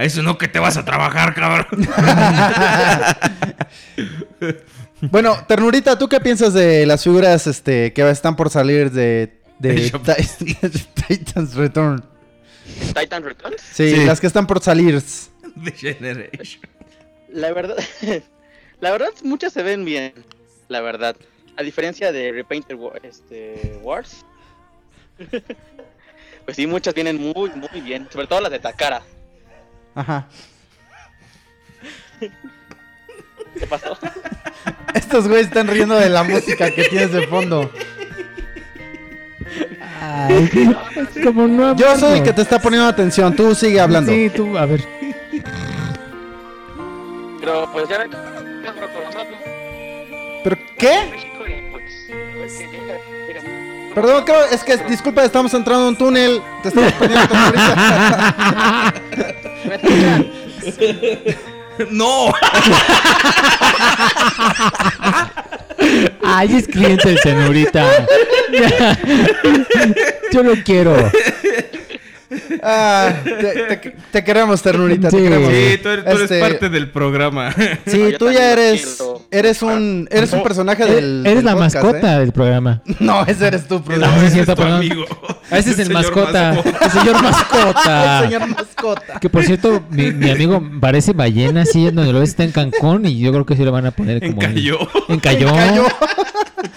Speaker 2: eso no que te vas a trabajar, cabrón.
Speaker 3: Bueno, Ternurita, ¿tú qué piensas de las figuras este, que están por salir de, de
Speaker 20: Age of
Speaker 3: Ti- Titans Return?
Speaker 20: Titan Returns.
Speaker 3: Sí, las que están por salir.
Speaker 2: The Generation.
Speaker 20: La verdad, la verdad muchas se ven bien, la verdad. A diferencia de Repainted Wa- este, Wars. pues sí, muchas vienen muy, muy bien. Sobre todo las de Takara.
Speaker 3: Ajá.
Speaker 20: ¿Qué pasó?
Speaker 3: Estos güeyes están riendo de la música que tienes de fondo.
Speaker 4: como no
Speaker 3: Yo soy el que te está poniendo atención, tú sigue hablando.
Speaker 4: Sí, tú, a ver.
Speaker 20: Pero pues ya ven, pero con nosotros. pues,
Speaker 3: ¿Pero qué? Perdón, creo, es que, disculpa, estamos entrando en un túnel. Te estamos poniendo Ternurita.
Speaker 2: ¡No!
Speaker 4: Ay, es cliente el ternurita. Yo lo quiero.
Speaker 3: Ah, te, te- te queremos, Ternurita. Te
Speaker 4: Sí.
Speaker 3: queremos.
Speaker 2: Sí, tú eres, tú eres
Speaker 3: Este,
Speaker 2: parte del programa.
Speaker 3: Sí, tú ya eres, eres un, eres un personaje del.
Speaker 4: Eh, Eres
Speaker 3: del
Speaker 4: la
Speaker 3: podcast,
Speaker 4: mascota
Speaker 3: ¿eh?
Speaker 4: del programa.
Speaker 3: No, ese eres tú, Prudence.
Speaker 4: No, sí es cierto, perdón. Ese es el, mascota. El señor mascota.
Speaker 3: El señor mascota.
Speaker 4: Que por cierto, mi, mi amigo parece ballena, sí, en donde lo ves está en Cancún y yo creo que sí lo van a poner como.
Speaker 2: Encalló.
Speaker 4: Encalló.
Speaker 2: Encalló.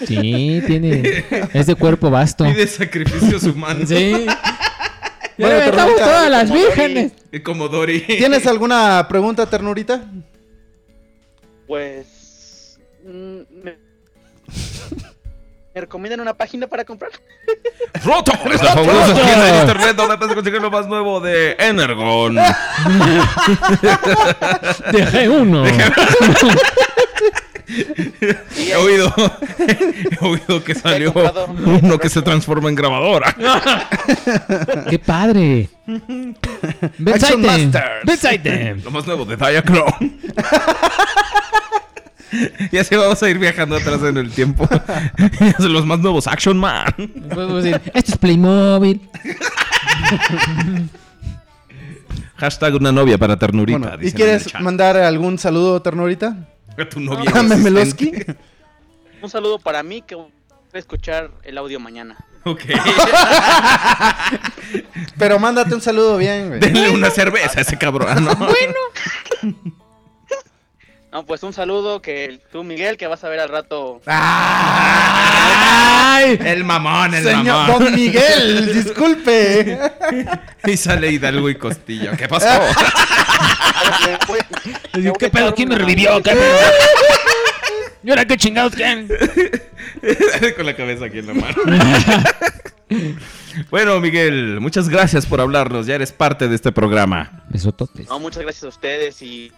Speaker 4: Sí, tiene. Es de cuerpo vasto.
Speaker 2: Pide sacrificios humanos.
Speaker 4: Sí.
Speaker 3: Bueno,
Speaker 4: Estamos
Speaker 3: Ternurita,
Speaker 4: todas las vírgenes.
Speaker 2: Como Dory.
Speaker 3: ¿Tienes alguna pregunta, Ternurita?
Speaker 20: Pues. mm, me... ¿Me recomiendan una página para comprar?
Speaker 10: ¡Roto! Es la fabulosa tienda en internet donde puedes conseguir lo más nuevo de Energon.
Speaker 4: Dejé uno.
Speaker 2: He oído, he oído que salió uno que se transforma en grabadora.
Speaker 4: ¡Qué padre!
Speaker 2: Action
Speaker 4: Saiten.
Speaker 2: Masters.
Speaker 4: Ben Saiten.
Speaker 2: Lo más nuevo de Diaclone. y así vamos a ir viajando atrás en el tiempo. Son los más nuevos Action Man.
Speaker 4: Podemos decir, Esto es Playmobil.
Speaker 2: Hashtag una novia para ternurita.
Speaker 3: ¿Y
Speaker 2: dicen en el
Speaker 3: quieres
Speaker 2: chat.
Speaker 3: mandar algún saludo, Ternurita?
Speaker 2: A tu novia.
Speaker 3: ¿A Memeloski?
Speaker 20: Un saludo para mí que voy a escuchar el audio mañana.
Speaker 2: Ok.
Speaker 3: Pero mándate un saludo bien, güey.
Speaker 2: Denle una cerveza a ese cabrón. Ah, ¿no?
Speaker 20: No, pues un saludo que tú, Miguel, que vas a ver al rato.
Speaker 2: ¡Ay! El mamón, el
Speaker 3: Señor
Speaker 2: mamón.
Speaker 3: Don Miguel, disculpe.
Speaker 2: Y sale Hidalgo y Costillo. ¿Qué pasó?
Speaker 4: ¿Qué pedo? ¿Quién me revivió? ¿Qué ¿Y ahora qué chingados creen?
Speaker 2: Con la cabeza aquí en la mano. bueno, Miguel, muchas gracias por hablarnos. Ya eres parte de este programa. pues.
Speaker 4: Besototes.
Speaker 20: No, muchas gracias a ustedes y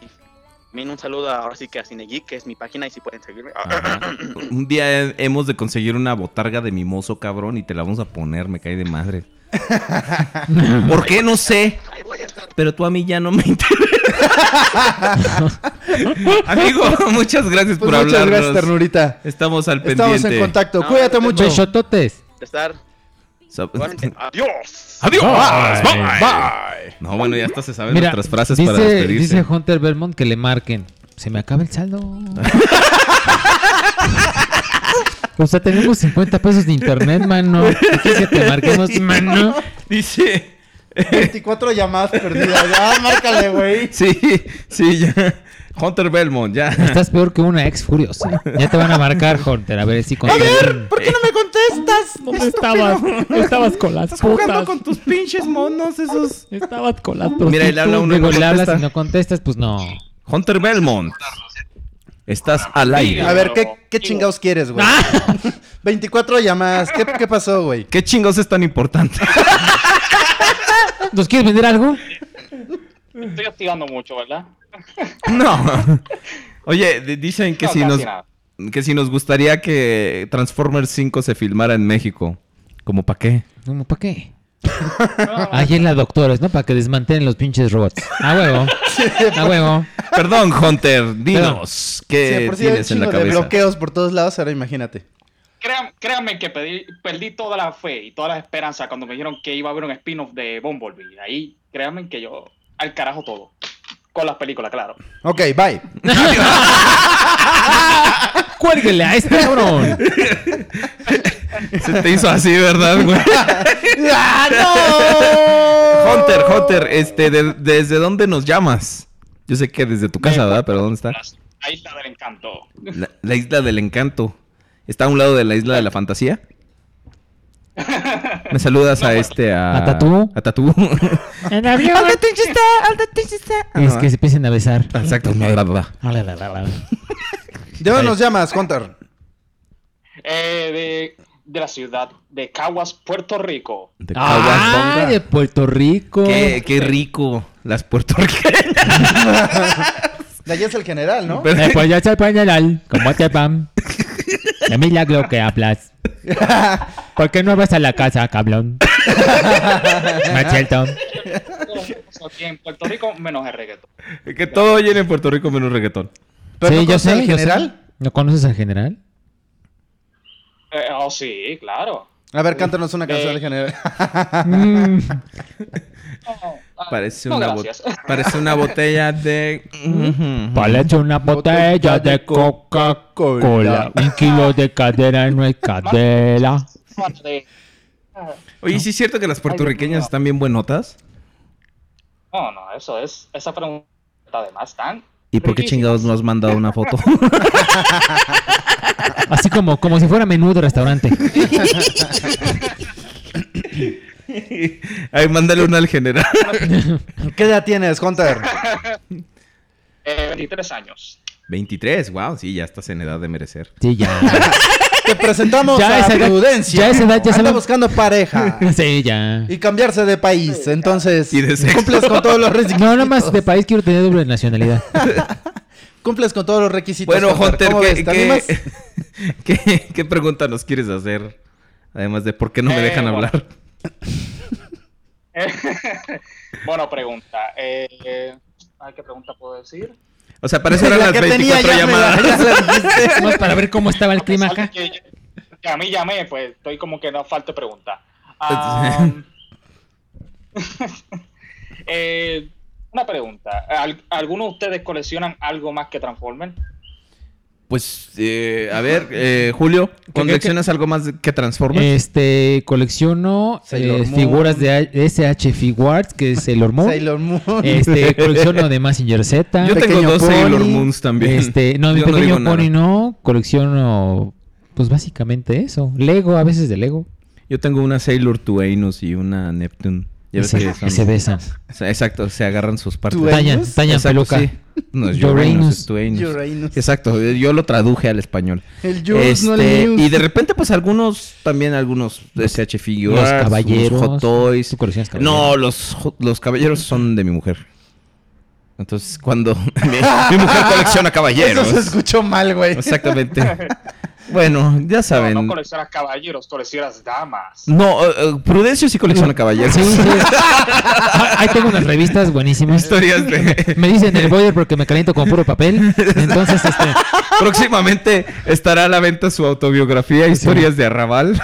Speaker 20: también un saludo ahora sí que a Cinegeek, que es mi página y si pueden seguirme.
Speaker 2: Un día he- hemos de conseguir una botarga de mimoso, cabrón, y te la vamos a poner. Me cae de madre. ¿Por qué? No sé.
Speaker 20: Ahí voy a estar.
Speaker 2: pero tú a mí ya no me interesa. Amigo, muchas gracias
Speaker 3: Pues
Speaker 2: por
Speaker 3: muchas
Speaker 2: hablarnos.
Speaker 3: gracias, ternurita.
Speaker 2: Estamos al pendiente.
Speaker 3: Estamos en contacto.
Speaker 1: Ah,
Speaker 3: Cuídate mucho.
Speaker 4: Besototes.
Speaker 2: So-
Speaker 20: Adiós.
Speaker 2: Adiós.
Speaker 4: Bye.
Speaker 2: Bye. No, bueno, ya hasta se saben
Speaker 4: Mira,
Speaker 2: otras frases
Speaker 4: dice,
Speaker 2: para despedirse.
Speaker 4: dice Hunter Belmont que le marquen. Se me acaba el saldo. o sea, tenemos 50 pesos de internet, mano. ¿Qué quieres que te marquemos, mano?
Speaker 2: Dice. eh,
Speaker 3: 24 llamadas perdidas. Ya, Ah, márcale, güey.
Speaker 2: Sí, sí, ya. Hunter Belmont, ya.
Speaker 4: Estás peor que una ex furiosa. Ya te van a marcar, Hunter. A ver si con.
Speaker 3: ¿Por qué no me contestas? ¿Dónde
Speaker 4: estabas? Estabas con las putas.
Speaker 3: con tus pinches monos esos.
Speaker 4: Estabas con las
Speaker 2: Mira, le habla uno y no
Speaker 4: Digo, le hablas
Speaker 2: contesta.
Speaker 4: y no contestas, pues no.
Speaker 2: Hunter Belmont. Estás al aire.
Speaker 3: A ver, ¿qué, qué chingados quieres, güey?
Speaker 4: Ah.
Speaker 3: 24 llamadas. ¿Qué, qué pasó, güey?
Speaker 2: ¿Qué chingados es tan importante?
Speaker 4: ¿Nos quieres vender algo?
Speaker 21: Estoy castigando mucho, ¿verdad?
Speaker 2: No. Oye, di- dicen que
Speaker 21: No,
Speaker 2: si
Speaker 21: casi
Speaker 2: nos
Speaker 21: nada.
Speaker 2: que si nos gustaría que Transformers 5 se filmara en México. ¿Como para qué?
Speaker 4: No, ¿Para qué? Ahí en la doctores, ¿no? Para que desmantelen los pinches robots. A huevo. A huevo.
Speaker 2: Perdón, Hunter, dinos
Speaker 3: Sí, de
Speaker 2: qué
Speaker 3: por sí hay un
Speaker 2: tienes en la
Speaker 3: chingo de
Speaker 2: cabeza.
Speaker 3: bloqueos por todos lados, ahora imagínate.
Speaker 21: Créan- créanme que pedí- perdí toda la fe y todas las esperanzas cuando me dijeron que iba a haber un spin-off de Bumblebee. Ahí, créanme que yo, al carajo todo. Con las películas, claro.
Speaker 3: Ok, bye.
Speaker 4: Cuélguele a este cabrón.
Speaker 2: Se te hizo así, ¿verdad, güey?
Speaker 3: ¡Ah,
Speaker 2: Hunter, Hunter, este, de- ¿desde dónde nos llamas? Yo sé que desde tu casa, ¿verdad? Pero ¿dónde está?
Speaker 21: La isla del encanto.
Speaker 2: La, la isla del encanto. ¿Está a un lado de la isla de la fantasía? Me saludas a este, a...
Speaker 4: ¿A Tatú?
Speaker 2: A Tatú.
Speaker 12: En avión. ¡Alta tinchista! ¡Alta tinchista!
Speaker 4: es que se empiecen a besar.
Speaker 2: Exacto. No, la verdad.
Speaker 4: Ala, la, la, la.
Speaker 3: ¿De dónde nos llamas, Hunter?
Speaker 21: Eh, de, de la ciudad de Caguas, Puerto Rico.
Speaker 4: Ah, de Puerto Rico.
Speaker 2: Qué, qué rico. Las puertorriqueñas.
Speaker 3: De allá es el general, ¿no?
Speaker 4: Eh, pues ya soy pañalal, como te pam. De milagro que hablas. ¿Por qué no vas a la casa, cabrón? Machelton.
Speaker 21: Aquí en Puerto Rico, menos el reggaetón.
Speaker 2: Que todo oyen en Puerto Rico menos reggaetón.
Speaker 4: Sí, yo sé, yo sé. ¿No conoces al general?
Speaker 21: Eh, oh, sí, claro.
Speaker 3: A ver, cántanos una
Speaker 2: Eh.
Speaker 3: canción del
Speaker 4: Mm.
Speaker 3: general.
Speaker 2: Parece,
Speaker 21: No,
Speaker 2: una, bo-
Speaker 21: gracias.
Speaker 2: parece una botella de...
Speaker 4: Parece una botella de Coca-Cola. Un kilo de cadera no hay cadera.
Speaker 2: Oye, ¿sí es cierto que las puertorriqueñas están bien buenotas?
Speaker 21: No, no, eso es. Esa pregunta, además, tan.
Speaker 2: ¿Y por qué chingados no has mandado una foto?
Speaker 4: Así como, como si fuera menú de restaurante.
Speaker 2: Ay, mándale una al general.
Speaker 3: ¿Qué edad tienes, Hunter?
Speaker 21: Eh, 23 años.
Speaker 2: 23, wow, sí, ya estás en edad de merecer.
Speaker 4: Sí, ya.
Speaker 3: Te presentamos
Speaker 4: Ya
Speaker 3: a
Speaker 4: esa edad-
Speaker 3: Prudencia.
Speaker 4: ya esa edad ya
Speaker 3: Anda
Speaker 4: saben-
Speaker 3: buscando pareja
Speaker 4: Sí, ya.
Speaker 3: y cambiarse de país. Entonces, cumples con todos los requisitos.
Speaker 4: No, nada más de país quiero tener doble nacionalidad.
Speaker 3: Cumples con todos los requisitos.
Speaker 2: Bueno, Hunter,
Speaker 3: Pues,
Speaker 2: ¿qué,
Speaker 3: ¿cómo ves? ¿Te animas?
Speaker 2: qué, qué- qué pregunta nos quieres hacer? Además de por qué no me
Speaker 21: Eh,
Speaker 2: dejan
Speaker 21: bueno.
Speaker 2: hablar.
Speaker 21: Eh, bueno, pregunta. Eh, eh, ay, ¿Qué pregunta puedo decir?
Speaker 2: O sea, para eso eran
Speaker 21: La
Speaker 2: las
Speaker 21: que tenía
Speaker 2: 24
Speaker 21: ya me la-
Speaker 2: llamadas.
Speaker 4: Más para ver cómo estaba el clima acá.
Speaker 21: Que yo- que a mí llamé, pues estoy como que no falta pregunta. Ah, eh, una pregunta. ¿Al- ¿Alguno de ustedes coleccionan algo más que Transformers?
Speaker 2: Pues, eh, a ver, eh, Julio, ¿coleccionas algo más que Transformers?
Speaker 4: Este, colecciono
Speaker 2: Sailor
Speaker 4: eh,
Speaker 2: Moon.
Speaker 4: figuras de A- SH Figuarts, que es Sailor Moon.
Speaker 3: Sailor Moon.
Speaker 4: Este, colecciono de Massinger Z.
Speaker 2: Yo tengo
Speaker 4: Pequeño
Speaker 2: dos
Speaker 4: Pony.
Speaker 2: Sailor Moons también.
Speaker 4: Este, no, mi
Speaker 2: Yo no digo
Speaker 4: pequeño
Speaker 2: nada.
Speaker 4: pony no. Colecciono, pues básicamente eso. Lego, a veces de Lego.
Speaker 2: Yo tengo una Sailor Tuanus y una Neptune.
Speaker 4: Y se- y se besan.
Speaker 2: O sea, exacto, se agarran sus partes.
Speaker 4: Tuanus. Tallan- tallan
Speaker 2: Exacto,
Speaker 4: peluca.
Speaker 2: sí. No, es
Speaker 4: Uranus.
Speaker 2: Uranus, es Tuanus.
Speaker 3: Uranus.
Speaker 2: Exacto, yo lo traduje al español.
Speaker 3: El Uranus, no el News.
Speaker 2: Y de repente, pues algunos, también algunos SH Figures.
Speaker 4: los caballeros.
Speaker 2: unos Hot Toys.
Speaker 4: caballeros?
Speaker 2: No, los, jo- los caballeros son de mi mujer. Entonces, cuando mi, mi mujer colecciona caballeros.
Speaker 3: Eso se escuchó mal, güey.
Speaker 2: Exactamente. Bueno, ya
Speaker 21: No,
Speaker 2: saben.
Speaker 21: no
Speaker 2: No,
Speaker 21: coleccionas caballeros, coleccionas damas.
Speaker 2: eh, eh, Prudencio sí colecciona caballeros.
Speaker 4: Ah, Ahí tengo unas revistas buenísimas.
Speaker 2: Historias de-
Speaker 4: Me dicen el boiler porque me caliento con puro papel. Entonces, este.
Speaker 2: Próximamente estará a la venta su autobiografía Historias de Arrabal.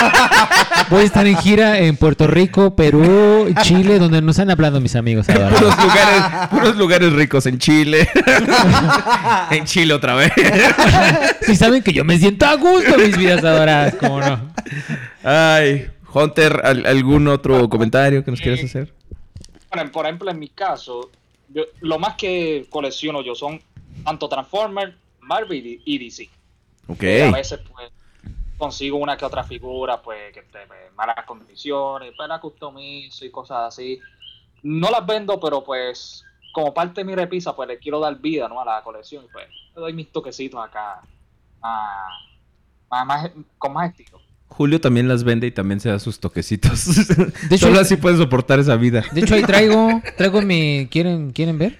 Speaker 4: Ah. Voy a estar en gira en Puerto Rico, Perú, Chile, donde nos han hablado mis amigos ahora.
Speaker 2: Puros lugares, puros lugares ricos en Chile. en Chile otra vez.
Speaker 4: Si saben que yo me siento a gusto, mis vidas adoradas, cómo no.
Speaker 2: Ay, Hunter, ¿al- ¿algún otro comentario que nos quieras hacer?
Speaker 21: Bueno, por ejemplo, en mi caso, yo- lo más que colecciono yo son tanto Transformers, Marvel y- y DC.
Speaker 2: Ok.
Speaker 21: Y a veces, pues, consigo una que otra figura, pues, que esté en malas condiciones, pues la customizo y cosas así. No las vendo, pero pues, como parte de mi repisa, pues le quiero dar vida, ¿no? A la colección y pues le doy mis toquecitos acá. ah, más- más- con más estilo.
Speaker 2: Julio también las vende y también se da sus toquecitos.
Speaker 4: hecho,
Speaker 2: Solo así puedes soportar esa vida.
Speaker 4: De hecho, ahí traigo, traigo mi. ¿Quieren, ¿quieren ver?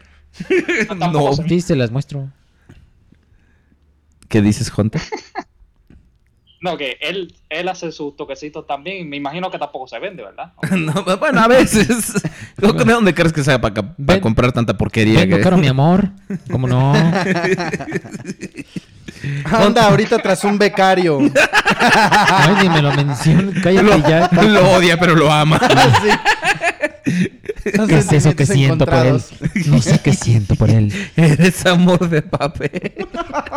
Speaker 2: No.
Speaker 4: Sí, se las muestro.
Speaker 2: ¿Qué dices, Hunter?
Speaker 21: No, que él, él hace sus toquecitos también y me imagino que tampoco se vende, ¿verdad?
Speaker 2: No, bueno, a veces. ¿De dónde crees que sea para, ca- para comprar tanta porquería? eh?
Speaker 4: Vengo
Speaker 2: que-
Speaker 4: caro, mi amor. ¿Cómo no?
Speaker 2: Ah,
Speaker 3: Anda ahorita tras un becario.
Speaker 4: Ay, ni me lo menciono. Cállate
Speaker 2: Lo-
Speaker 4: ya.
Speaker 2: lo odia, pero lo ama.
Speaker 4: ¿Qué es eso que siento por él? No sé qué siento por él.
Speaker 2: Eres amor de papel.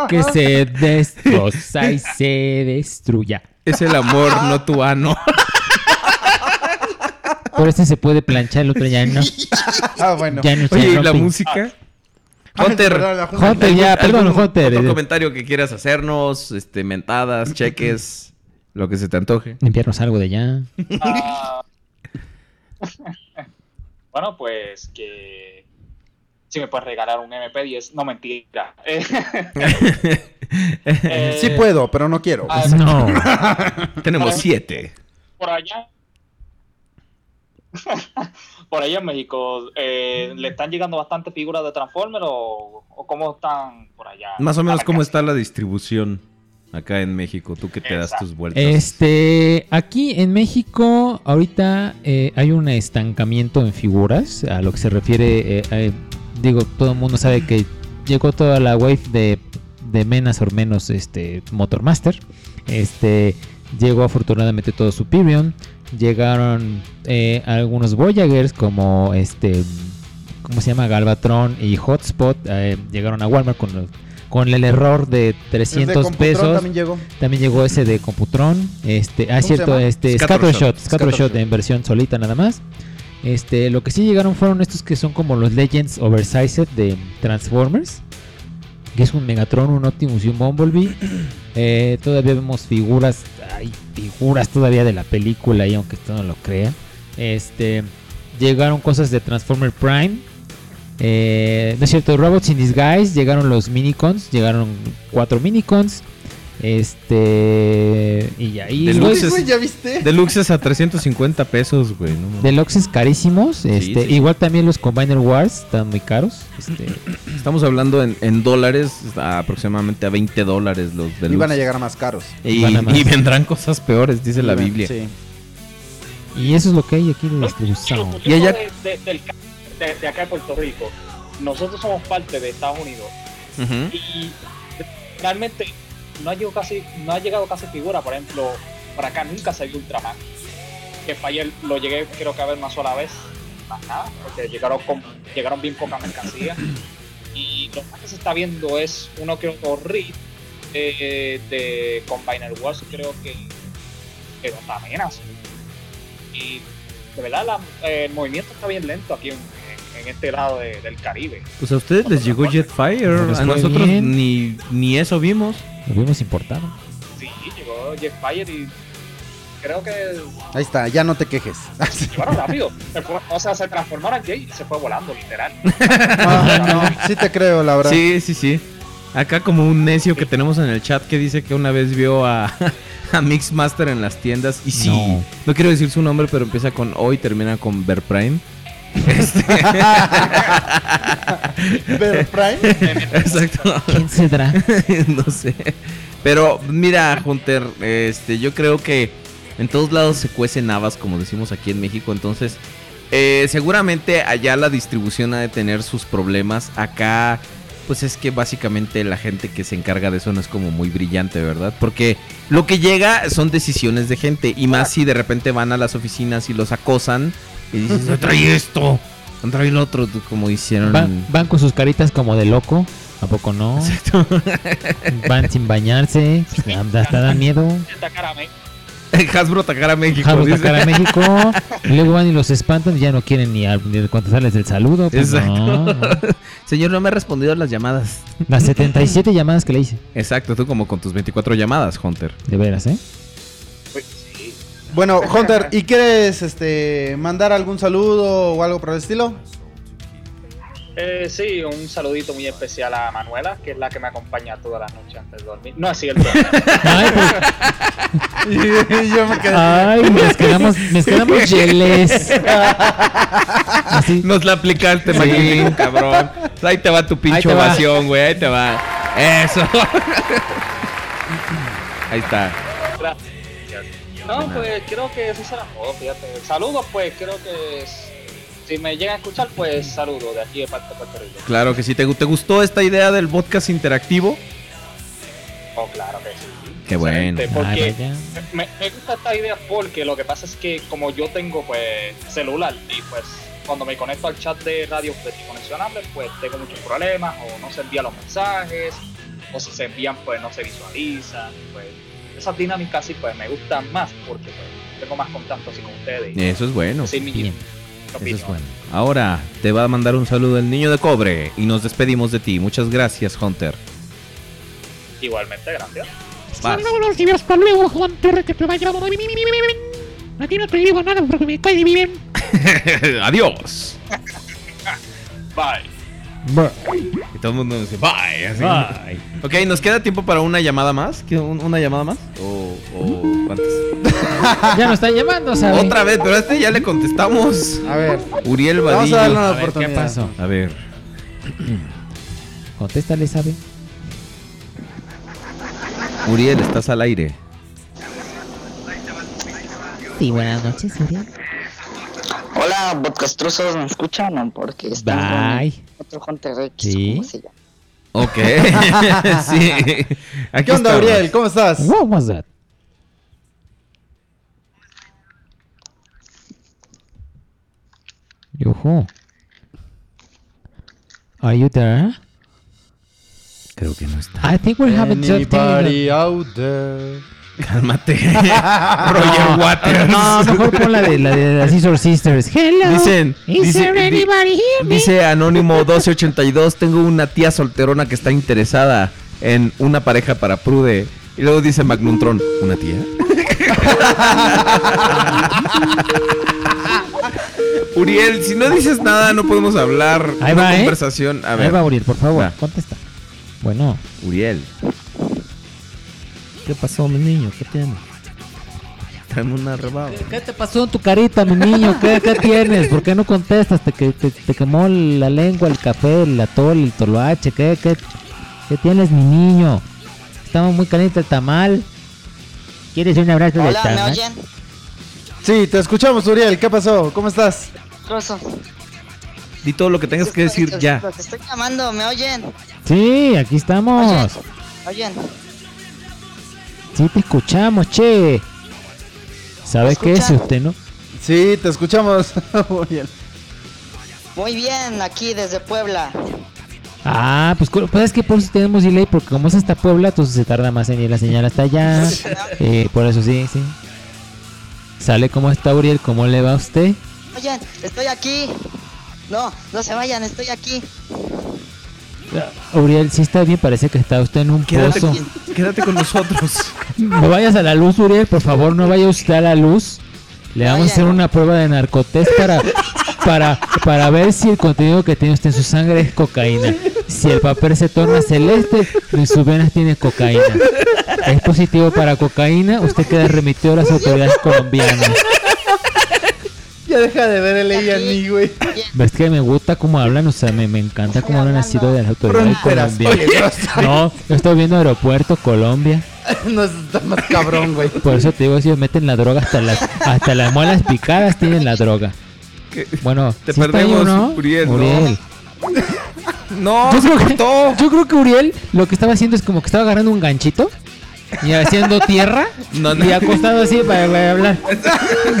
Speaker 4: Que se destroza y se destruya.
Speaker 2: Es el amor, no tu ano.
Speaker 4: Por este se puede planchar, el otro ya no.
Speaker 3: Ah, bueno.
Speaker 4: Ya no se
Speaker 2: Oye, ¿y la
Speaker 4: rompe.
Speaker 2: música?
Speaker 3: Ay,
Speaker 2: Hunter,
Speaker 3: perdón, la
Speaker 4: Hunter. Hunter, ya,
Speaker 2: ¿algún-
Speaker 4: perdón,
Speaker 2: algún
Speaker 4: Hunter.
Speaker 2: Otro comentario que quieras hacernos, este, mentadas, cheques, lo que se te antoje.
Speaker 4: Limpiarnos algo de allá.
Speaker 21: Ah. bueno, pues que si me puedes regalar un MP10, no mentira. Eh, eh,
Speaker 22: Sí puedo, pero no quiero.
Speaker 21: Ah, No.
Speaker 2: Tenemos siete.
Speaker 21: Por allá. por allá en México, eh, ¿le están llegando bastantes figuras de Transformers o, o cómo están por allá?
Speaker 2: Más o menos, ¿cómo está la distribución acá en México? Tú que te das tus
Speaker 4: Eh,
Speaker 2: vueltas.
Speaker 4: Este, aquí en México ahorita eh, hay un estancamiento en figuras, a lo que se refiere, eh, eh, digo, todo el mundo sabe que llegó toda la wave de, de menas o menos este, Motormaster, este, llegó afortunadamente todo Superion, llegaron eh, algunos Voyagers como este, ¿cómo se llama? Galvatron y Hotspot, eh, llegaron a Walmart con los- Con el error de 300
Speaker 3: Computron
Speaker 4: pesos.
Speaker 3: también llegó.
Speaker 4: También llegó ese de Computron. Este, ah,
Speaker 3: ¿Cómo se
Speaker 4: cierto,
Speaker 3: llama?
Speaker 4: este
Speaker 3: Scattershot.
Speaker 4: Scattershot, Scattershot en versión solita nada más. Este, lo que sí llegaron fueron estos que son como los Legends Oversized de Transformers, que es un Megatron, un Optimus y un Bumblebee. Eh, todavía vemos figuras, hay figuras todavía de la película ahí, aunque esto no lo crea. Este, llegaron cosas de Transformer Prime. Eh, no es cierto, Robots in Disguise, llegaron los minicons, llegaron cuatro minicons. Este y ahí
Speaker 2: Deluxes-
Speaker 4: güey,
Speaker 2: Deluxes a 350 pesos, güey. no mames.
Speaker 4: Deluxes carísimos, este,
Speaker 2: sí.
Speaker 4: igual también los Combiner Wars están muy caros. Este,
Speaker 2: Estamos hablando en, en dólares, a aproximadamente a 20 dólares los deluxe.
Speaker 22: Y van a llegar más caros.
Speaker 2: Y,
Speaker 4: Van a más.
Speaker 2: y vendrán cosas peores, dice la
Speaker 22: Sí,
Speaker 2: Biblia.
Speaker 22: sí.
Speaker 4: y eso es lo que hay aquí de distribución.
Speaker 21: Nosotros de, de- del ca- de- de acá de Puerto Rico, nosotros somos parte de Estados Unidos
Speaker 2: Ujú.
Speaker 21: y realmente no ha llegado casi, no ha llegado casi figura, por ejemplo, por acá nunca se vio Ultraman, que para ayer lo llegué creo que a ver una sola vez, más nada, porque llegaron con- llegaron bien poca mercancía y lo más que se está viendo es uno que otro read eh, de Combiner Wars, creo que que no está apenas. Y de verdad la- eh, el movimiento está bien lento aquí en, en- en este lado de- del Caribe.
Speaker 2: Pues a ustedes les llegó Jetfire,
Speaker 4: Pues
Speaker 2: a
Speaker 4: muy
Speaker 2: nosotros
Speaker 4: bien.
Speaker 2: ni, ni eso vimos.
Speaker 4: Lo vimos importado.
Speaker 21: Sí, llegó Jetfire y creo que
Speaker 22: Ahí está, ya no te quejes.
Speaker 21: llevaron rápido. Se fue- o sea, se transformaron en Jay y se fue volando, literal.
Speaker 22: Ah, no, sí te creo, la verdad.
Speaker 2: Sí, sí, sí. Acá como un necio que tenemos en el chat que dice que una vez vio a, a Mixmaster en las tiendas. Y sí, no. quiero decir su nombre, pero empieza con O y termina con Verprime.
Speaker 10: Este...
Speaker 3: ¿Pero Prime?
Speaker 2: Exacto.
Speaker 4: ¿Quién será?
Speaker 2: no sé. Pero mira, Hunter, este, yo creo que en todos lados se cuecen habas, como decimos aquí en México. Entonces, eh, seguramente allá la distribución ha de tener sus problemas. Acá, pues es que básicamente la gente que se encarga de eso no es como muy brillante, ¿verdad? Porque lo que llega son decisiones de gente. Y más si de repente van a las oficinas y los acosan. Y dices, no trae esto, no trae el otro, como hicieron.
Speaker 4: Van, van con sus caritas como de loco. ¿A poco no? Exacto. Van sin bañarse. pues, Hasta da miedo.
Speaker 2: Hasbro atacar a México.
Speaker 4: Vamos a
Speaker 2: dice.
Speaker 4: sacar a México. y luego van y los espantan y ya no quieren ni, a- ni contestarles el saludo. pues,
Speaker 2: Exacto.
Speaker 4: no, no.
Speaker 2: Señor, no me ha respondido a las llamadas.
Speaker 4: Las 77 llamadas que le hice.
Speaker 2: Exacto, tú como con tus 24 llamadas, Hunter.
Speaker 4: De veras, ¿eh?
Speaker 3: Bueno, Hunter, ¿y quieres este, mandar algún saludo o algo por el estilo?
Speaker 21: Eh, sí, un saludito muy especial a Manuela, que es la que me acompaña toda la noche antes de dormir. No así el
Speaker 3: Y yo me quedé.
Speaker 4: Ay, nos quedamos, nos quedamos yeles.
Speaker 2: Ah, Nos la aplicaste, Maguín, cabrón. Ahí te va tu
Speaker 4: Ahí
Speaker 2: pinche
Speaker 4: te va.
Speaker 2: ovación, güey. Ahí te va. Eso. Ahí está.
Speaker 21: No, pues creo que eso será todo, fíjate. Saludos, pues creo que s- si me llega a escuchar, pues saludos de aquí de parte de Puerto Rico.
Speaker 2: Claro que sí. ¿Te, gu- te gustó esta idea del podcast interactivo?
Speaker 21: Oh, claro que sí.
Speaker 2: Qué bueno.
Speaker 21: Este, porque me, me gusta esta idea porque lo que pasa es que como yo tengo pues celular y pues cuando me conecto al chat de radio pues, desconexionable pues tengo muchos problemas o no se envían los mensajes o si se envían pues no se visualizan pues esas dinámicas sí pues me gustan más porque pues, tengo más contacto así con ustedes y
Speaker 2: Eso es bueno.
Speaker 21: decir mi opinión.
Speaker 2: Ahora te va a mandar un saludo el niño de cobre y nos despedimos de ti. Muchas gracias, Hunter.
Speaker 21: igualmente gracias
Speaker 2: Vas.
Speaker 8: No, no, si hasta luego, Juan Torre, que te vaya a A ti no te digo nada porque me cae bien.
Speaker 10: Adiós.
Speaker 21: Bye.
Speaker 2: Y todo el mundo dice bye. así. Ok, ¿nos queda tiempo para una llamada más? ¿Qué- un- ¿Una llamada más? ¿O, o cuántas?
Speaker 4: Ya nos están llamando, ¿sabes?
Speaker 2: Otra vez, pero a este ya le contestamos.
Speaker 3: A ver.
Speaker 2: Uriel
Speaker 3: Vamos
Speaker 2: Vadillo.
Speaker 3: a darle una
Speaker 2: A ver,
Speaker 3: oportunidad.
Speaker 2: ¿Qué pasó? A ver.
Speaker 4: Contéstale, ¿sabe?
Speaker 2: Uriel, estás al aire.
Speaker 12: Sí, buenas noches, Uriel.
Speaker 23: Hola, podcastrosos, ¿me escuchan? No, Porque están
Speaker 12: Bye.
Speaker 23: con otro Hunter X.
Speaker 12: Sí.
Speaker 23: ¿cómo se llama?
Speaker 2: Ok. sí. Aquí
Speaker 3: ¿Qué onda,
Speaker 2: estamos.
Speaker 3: Gabriel? ¿Cómo estás?
Speaker 4: What was that? Yuhu. Are you there?
Speaker 2: Creo que no está.
Speaker 4: I think we're having just
Speaker 22: Anybody out there.
Speaker 2: Cálmate.
Speaker 4: No, No, mejor pon la de, la de las Scissor Sisters.
Speaker 8: Hello.
Speaker 2: Dicen,
Speaker 8: Is
Speaker 2: dice-
Speaker 8: there
Speaker 2: di-
Speaker 8: anybody here?
Speaker 2: Dice Anónimo 1282, tengo una tía solterona que está interesada en una pareja para Prude. Y luego dice Magnuntron, ¿una tía? Uriel, si no dices nada no podemos hablar.
Speaker 4: Ahí
Speaker 2: Una
Speaker 4: va, ¿eh?
Speaker 2: conversación. A
Speaker 4: Ahí
Speaker 2: ver,
Speaker 4: va, Uriel, por favor, contesta. Bueno,
Speaker 2: Uriel.
Speaker 4: ¿qué pasó, mi niño? ¿Qué tiene?
Speaker 2: Tráeme una rebaba.
Speaker 4: ¿Qué te pasó en tu carita, mi niño? ¿Qué, qué tienes? ¿Por qué no contestas? ¿Te, que- te, te quemó la lengua, el café, el atol, el toloache? ¿Qué, qué, qué tienes, mi niño? Estamos muy caliente el tamal. ¿Quieres un abrazo de
Speaker 23: Hola, ¿me
Speaker 4: tamal?
Speaker 23: oyen?
Speaker 3: Sí, te escuchamos, Uriel. ¿Qué pasó? ¿Cómo estás?
Speaker 23: Trozo.
Speaker 2: Di todo lo que tengas que decir ya.
Speaker 23: Los estoy llamando, ¿me oyen?
Speaker 4: Sí, aquí estamos.
Speaker 23: ¿Me oyen?
Speaker 4: Sí, te escuchamos, che. ¿Sabe qué es usted, no?
Speaker 3: Sí, te escuchamos, Uriel.
Speaker 23: Muy bien, aquí desde Puebla.
Speaker 4: Ah, pues, cu- pues es que por eso tenemos delay, porque como es hasta Puebla, entonces se tarda más en ir la señal hasta allá. Eh, por eso sí, sí. Sale como está Uriel, ¿cómo le va a usted?
Speaker 23: Oyen, estoy aquí. No, no se vayan, estoy aquí.
Speaker 4: Uriel, sí está bien, parece que está usted en un
Speaker 2: Quédate,
Speaker 4: pozo.
Speaker 2: con- quédate con nosotros.
Speaker 4: No vayas a la luz, Uriel, por favor, no vaya usted a la luz. Le vamos a hacer una prueba de narcotest para, para, para ver si el contenido que tiene usted en su sangre es cocaína. Si el papel se torna celeste, en sus venas tiene cocaína. Es positivo para cocaína, usted queda remitido a las autoridades colombianas.
Speaker 3: Ya deja de ver el ella ni, güey.
Speaker 4: Es que me gusta cómo hablan, o sea, me, me encanta cómo hablan así de las autoridades
Speaker 3: Fronteras
Speaker 4: colombianas.
Speaker 3: peligrosas.
Speaker 4: No, yo estoy viendo Aeropuerto Colombia.
Speaker 3: No está más cabrón, güey.
Speaker 4: Por eso te digo, ellos meten la droga hasta las, hasta las muelas picadas tienen la droga. Bueno,
Speaker 2: Te
Speaker 4: ¿sí está ahí o
Speaker 2: perdemos,
Speaker 4: no?
Speaker 2: Uriel, ¿no?
Speaker 4: Uriel.
Speaker 2: No,
Speaker 4: yo, creo que, yo creo que Uriel lo que estaba haciendo es como que estaba agarrando un ganchito y haciendo tierra
Speaker 2: No, no.
Speaker 4: y acostado así para, para hablar.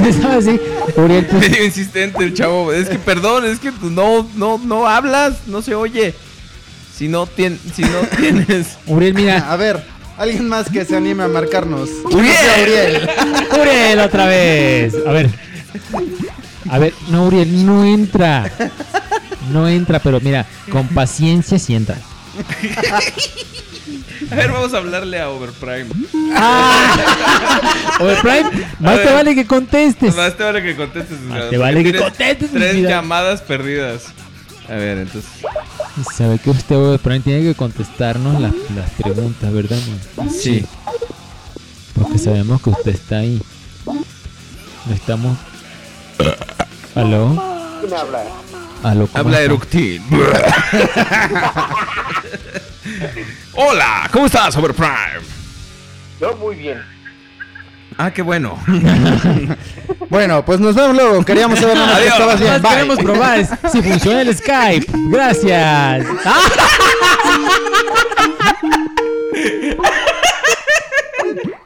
Speaker 4: estaba así. Uriel, pues,
Speaker 2: Medio insistente el chavo. Es que perdón, es que tú no, no, no hablas, no se oye. Si no, tien- si no tienes.
Speaker 4: Uriel, mira.
Speaker 3: A ver, alguien más que se anime a marcarnos.
Speaker 2: Uriel.
Speaker 3: Uriel.
Speaker 4: Uriel otra vez. A ver. A ver, no, Uriel, no entra. No entra, pero mira, con paciencia sí entra.
Speaker 2: A ver, vamos a hablarle a Overprime.
Speaker 4: Ah, Overprime,
Speaker 2: A
Speaker 4: más
Speaker 2: ver.
Speaker 4: te vale que contestes.
Speaker 2: Más te este vale que contestes. desgraciado,
Speaker 4: este Ah, te vale
Speaker 2: porque
Speaker 4: que
Speaker 2: tienes
Speaker 4: contestes, mi
Speaker 2: Tres
Speaker 4: vida.
Speaker 2: llamadas perdidas. A ver, entonces.
Speaker 4: Y Sabe que este usted, Overprime, tiene que contestarnos las, las preguntas, ¿verdad? man?
Speaker 2: Sí.
Speaker 4: Porque sabemos que usted está ahí. No estamos. ¿Aló?
Speaker 24: ¿Quién habla?
Speaker 4: ¿Aló? ¿Cómo
Speaker 2: Habla
Speaker 4: está?
Speaker 2: Eructin. Hola, ¿cómo estás, Overprime?
Speaker 24: Yo muy bien.
Speaker 2: Ah, qué bueno.
Speaker 3: Bueno, pues nos vemos luego. Queríamos saber nada más que
Speaker 2: Adiós.
Speaker 3: estabas bien.
Speaker 4: Más
Speaker 3: Bye.
Speaker 4: queremos probar es- si funciona el Skype. Gracias. Ah.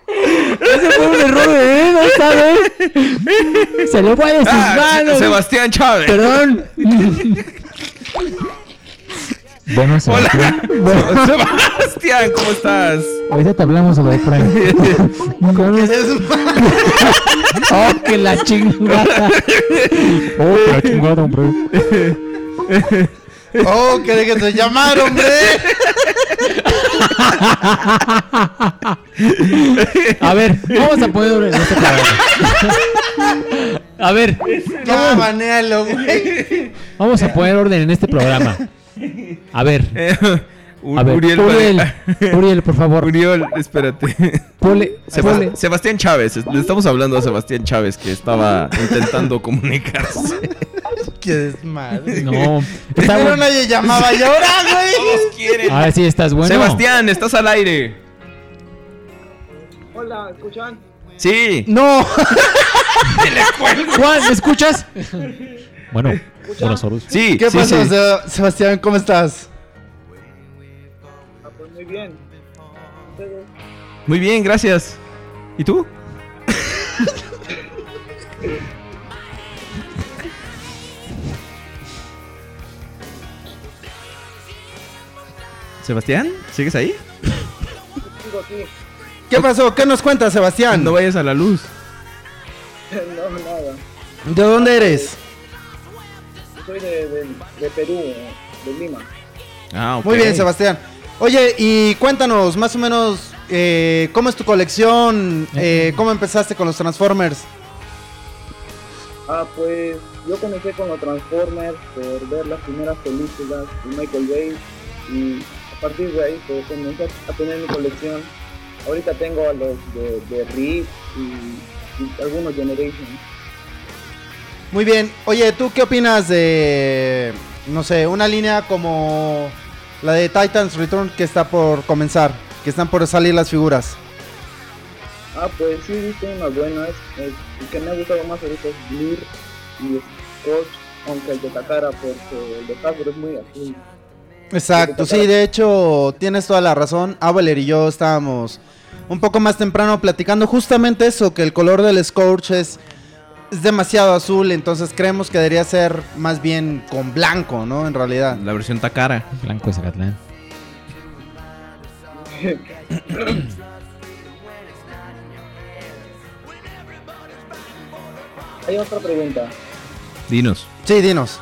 Speaker 4: Ese fue un error de él, ¿no sabe? Se lo fue de sus
Speaker 2: Ah,
Speaker 4: manos.
Speaker 2: Sebastián Chávez.
Speaker 4: Perdón. Bueno, Sebastián. Bueno,
Speaker 2: Sebastián, ¿cómo estás?
Speaker 4: ahorita te hablamos sobre Frank. Con los- oh, que la chingada. Oh, que la chingada, hombre.
Speaker 3: Oh, que dejes de llamar, hombre.
Speaker 4: A ver, vamos a poner en este programa. A ver,
Speaker 3: Ya, banealo, güey.
Speaker 4: vamos a poner orden en este programa. A ver,
Speaker 2: U-
Speaker 4: a ver.
Speaker 2: Eh, Uriel,
Speaker 4: Uriel, Uriel, por favor.
Speaker 2: Uriel, espérate.
Speaker 4: Ponle,
Speaker 2: Seba- Sebastián Chávez, es- le estamos hablando a Sebastián Chávez que estaba intentando comunicarse.
Speaker 3: Qué desmadre.
Speaker 4: No, está
Speaker 3: Primero
Speaker 4: bueno.
Speaker 3: nadie llamaba y ahora, güey.
Speaker 4: Ahora Ah, sí estás bueno.
Speaker 2: Sebastián, estás al aire.
Speaker 1: Hola, ¿escuchan?
Speaker 2: Sí.
Speaker 3: No.
Speaker 4: Juan, ¿me escuchas? Bueno, buenos oros.
Speaker 2: Sí,
Speaker 3: ¿Qué
Speaker 4: sí,
Speaker 3: pasó,
Speaker 4: sí.
Speaker 3: Seb- Sebastián? ¿Cómo estás?
Speaker 1: Ah, pues muy bien. Ustedes,
Speaker 2: Muy bien, gracias. ¿Y tú? Sebastián, ¿sigues ahí?
Speaker 1: digo aquí.
Speaker 3: ¿Qué pasó? ¿Qué nos cuentas, Sebastián? No
Speaker 2: vayas a la luz.
Speaker 1: No, nada.
Speaker 3: ¿De dónde eres?
Speaker 1: Soy de, de, de Perú, de Lima.
Speaker 2: Ah,
Speaker 3: Muy bien, Sebastián. Oye, y cuéntanos más o menos eh, cómo es tu colección, Eh, cómo empezaste con los Transformers.
Speaker 1: Ah, pues yo comencé con los Transformers por ver las primeras películas de Michael Bay y a partir de ahí pues, comencé a tener mi colección. Ahorita tengo a los de, de Rick y, y algunos Generations.
Speaker 3: Muy bien. Oye, ¿tú qué opinas de, no sé, una línea como la de Titans Return que está por comenzar, que están por salir las figuras?
Speaker 1: Ah, pues sí, viste unas buenas. El el que me ha gustado más ahorita es Blur y Scotch, aunque el de Takara, porque el de Hasbro es muy azul.
Speaker 3: Exacto, sí, de hecho tienes toda la razón. Avaler y yo estábamos un poco más temprano platicando justamente eso, que el color del Scourge es, es demasiado azul, entonces creemos que debería ser más bien con blanco, ¿no? En realidad.
Speaker 2: La versión Takara.
Speaker 4: Blanco de Zacatlán.
Speaker 1: Hay otra pregunta.
Speaker 2: Dinos.
Speaker 3: Sí, dinos.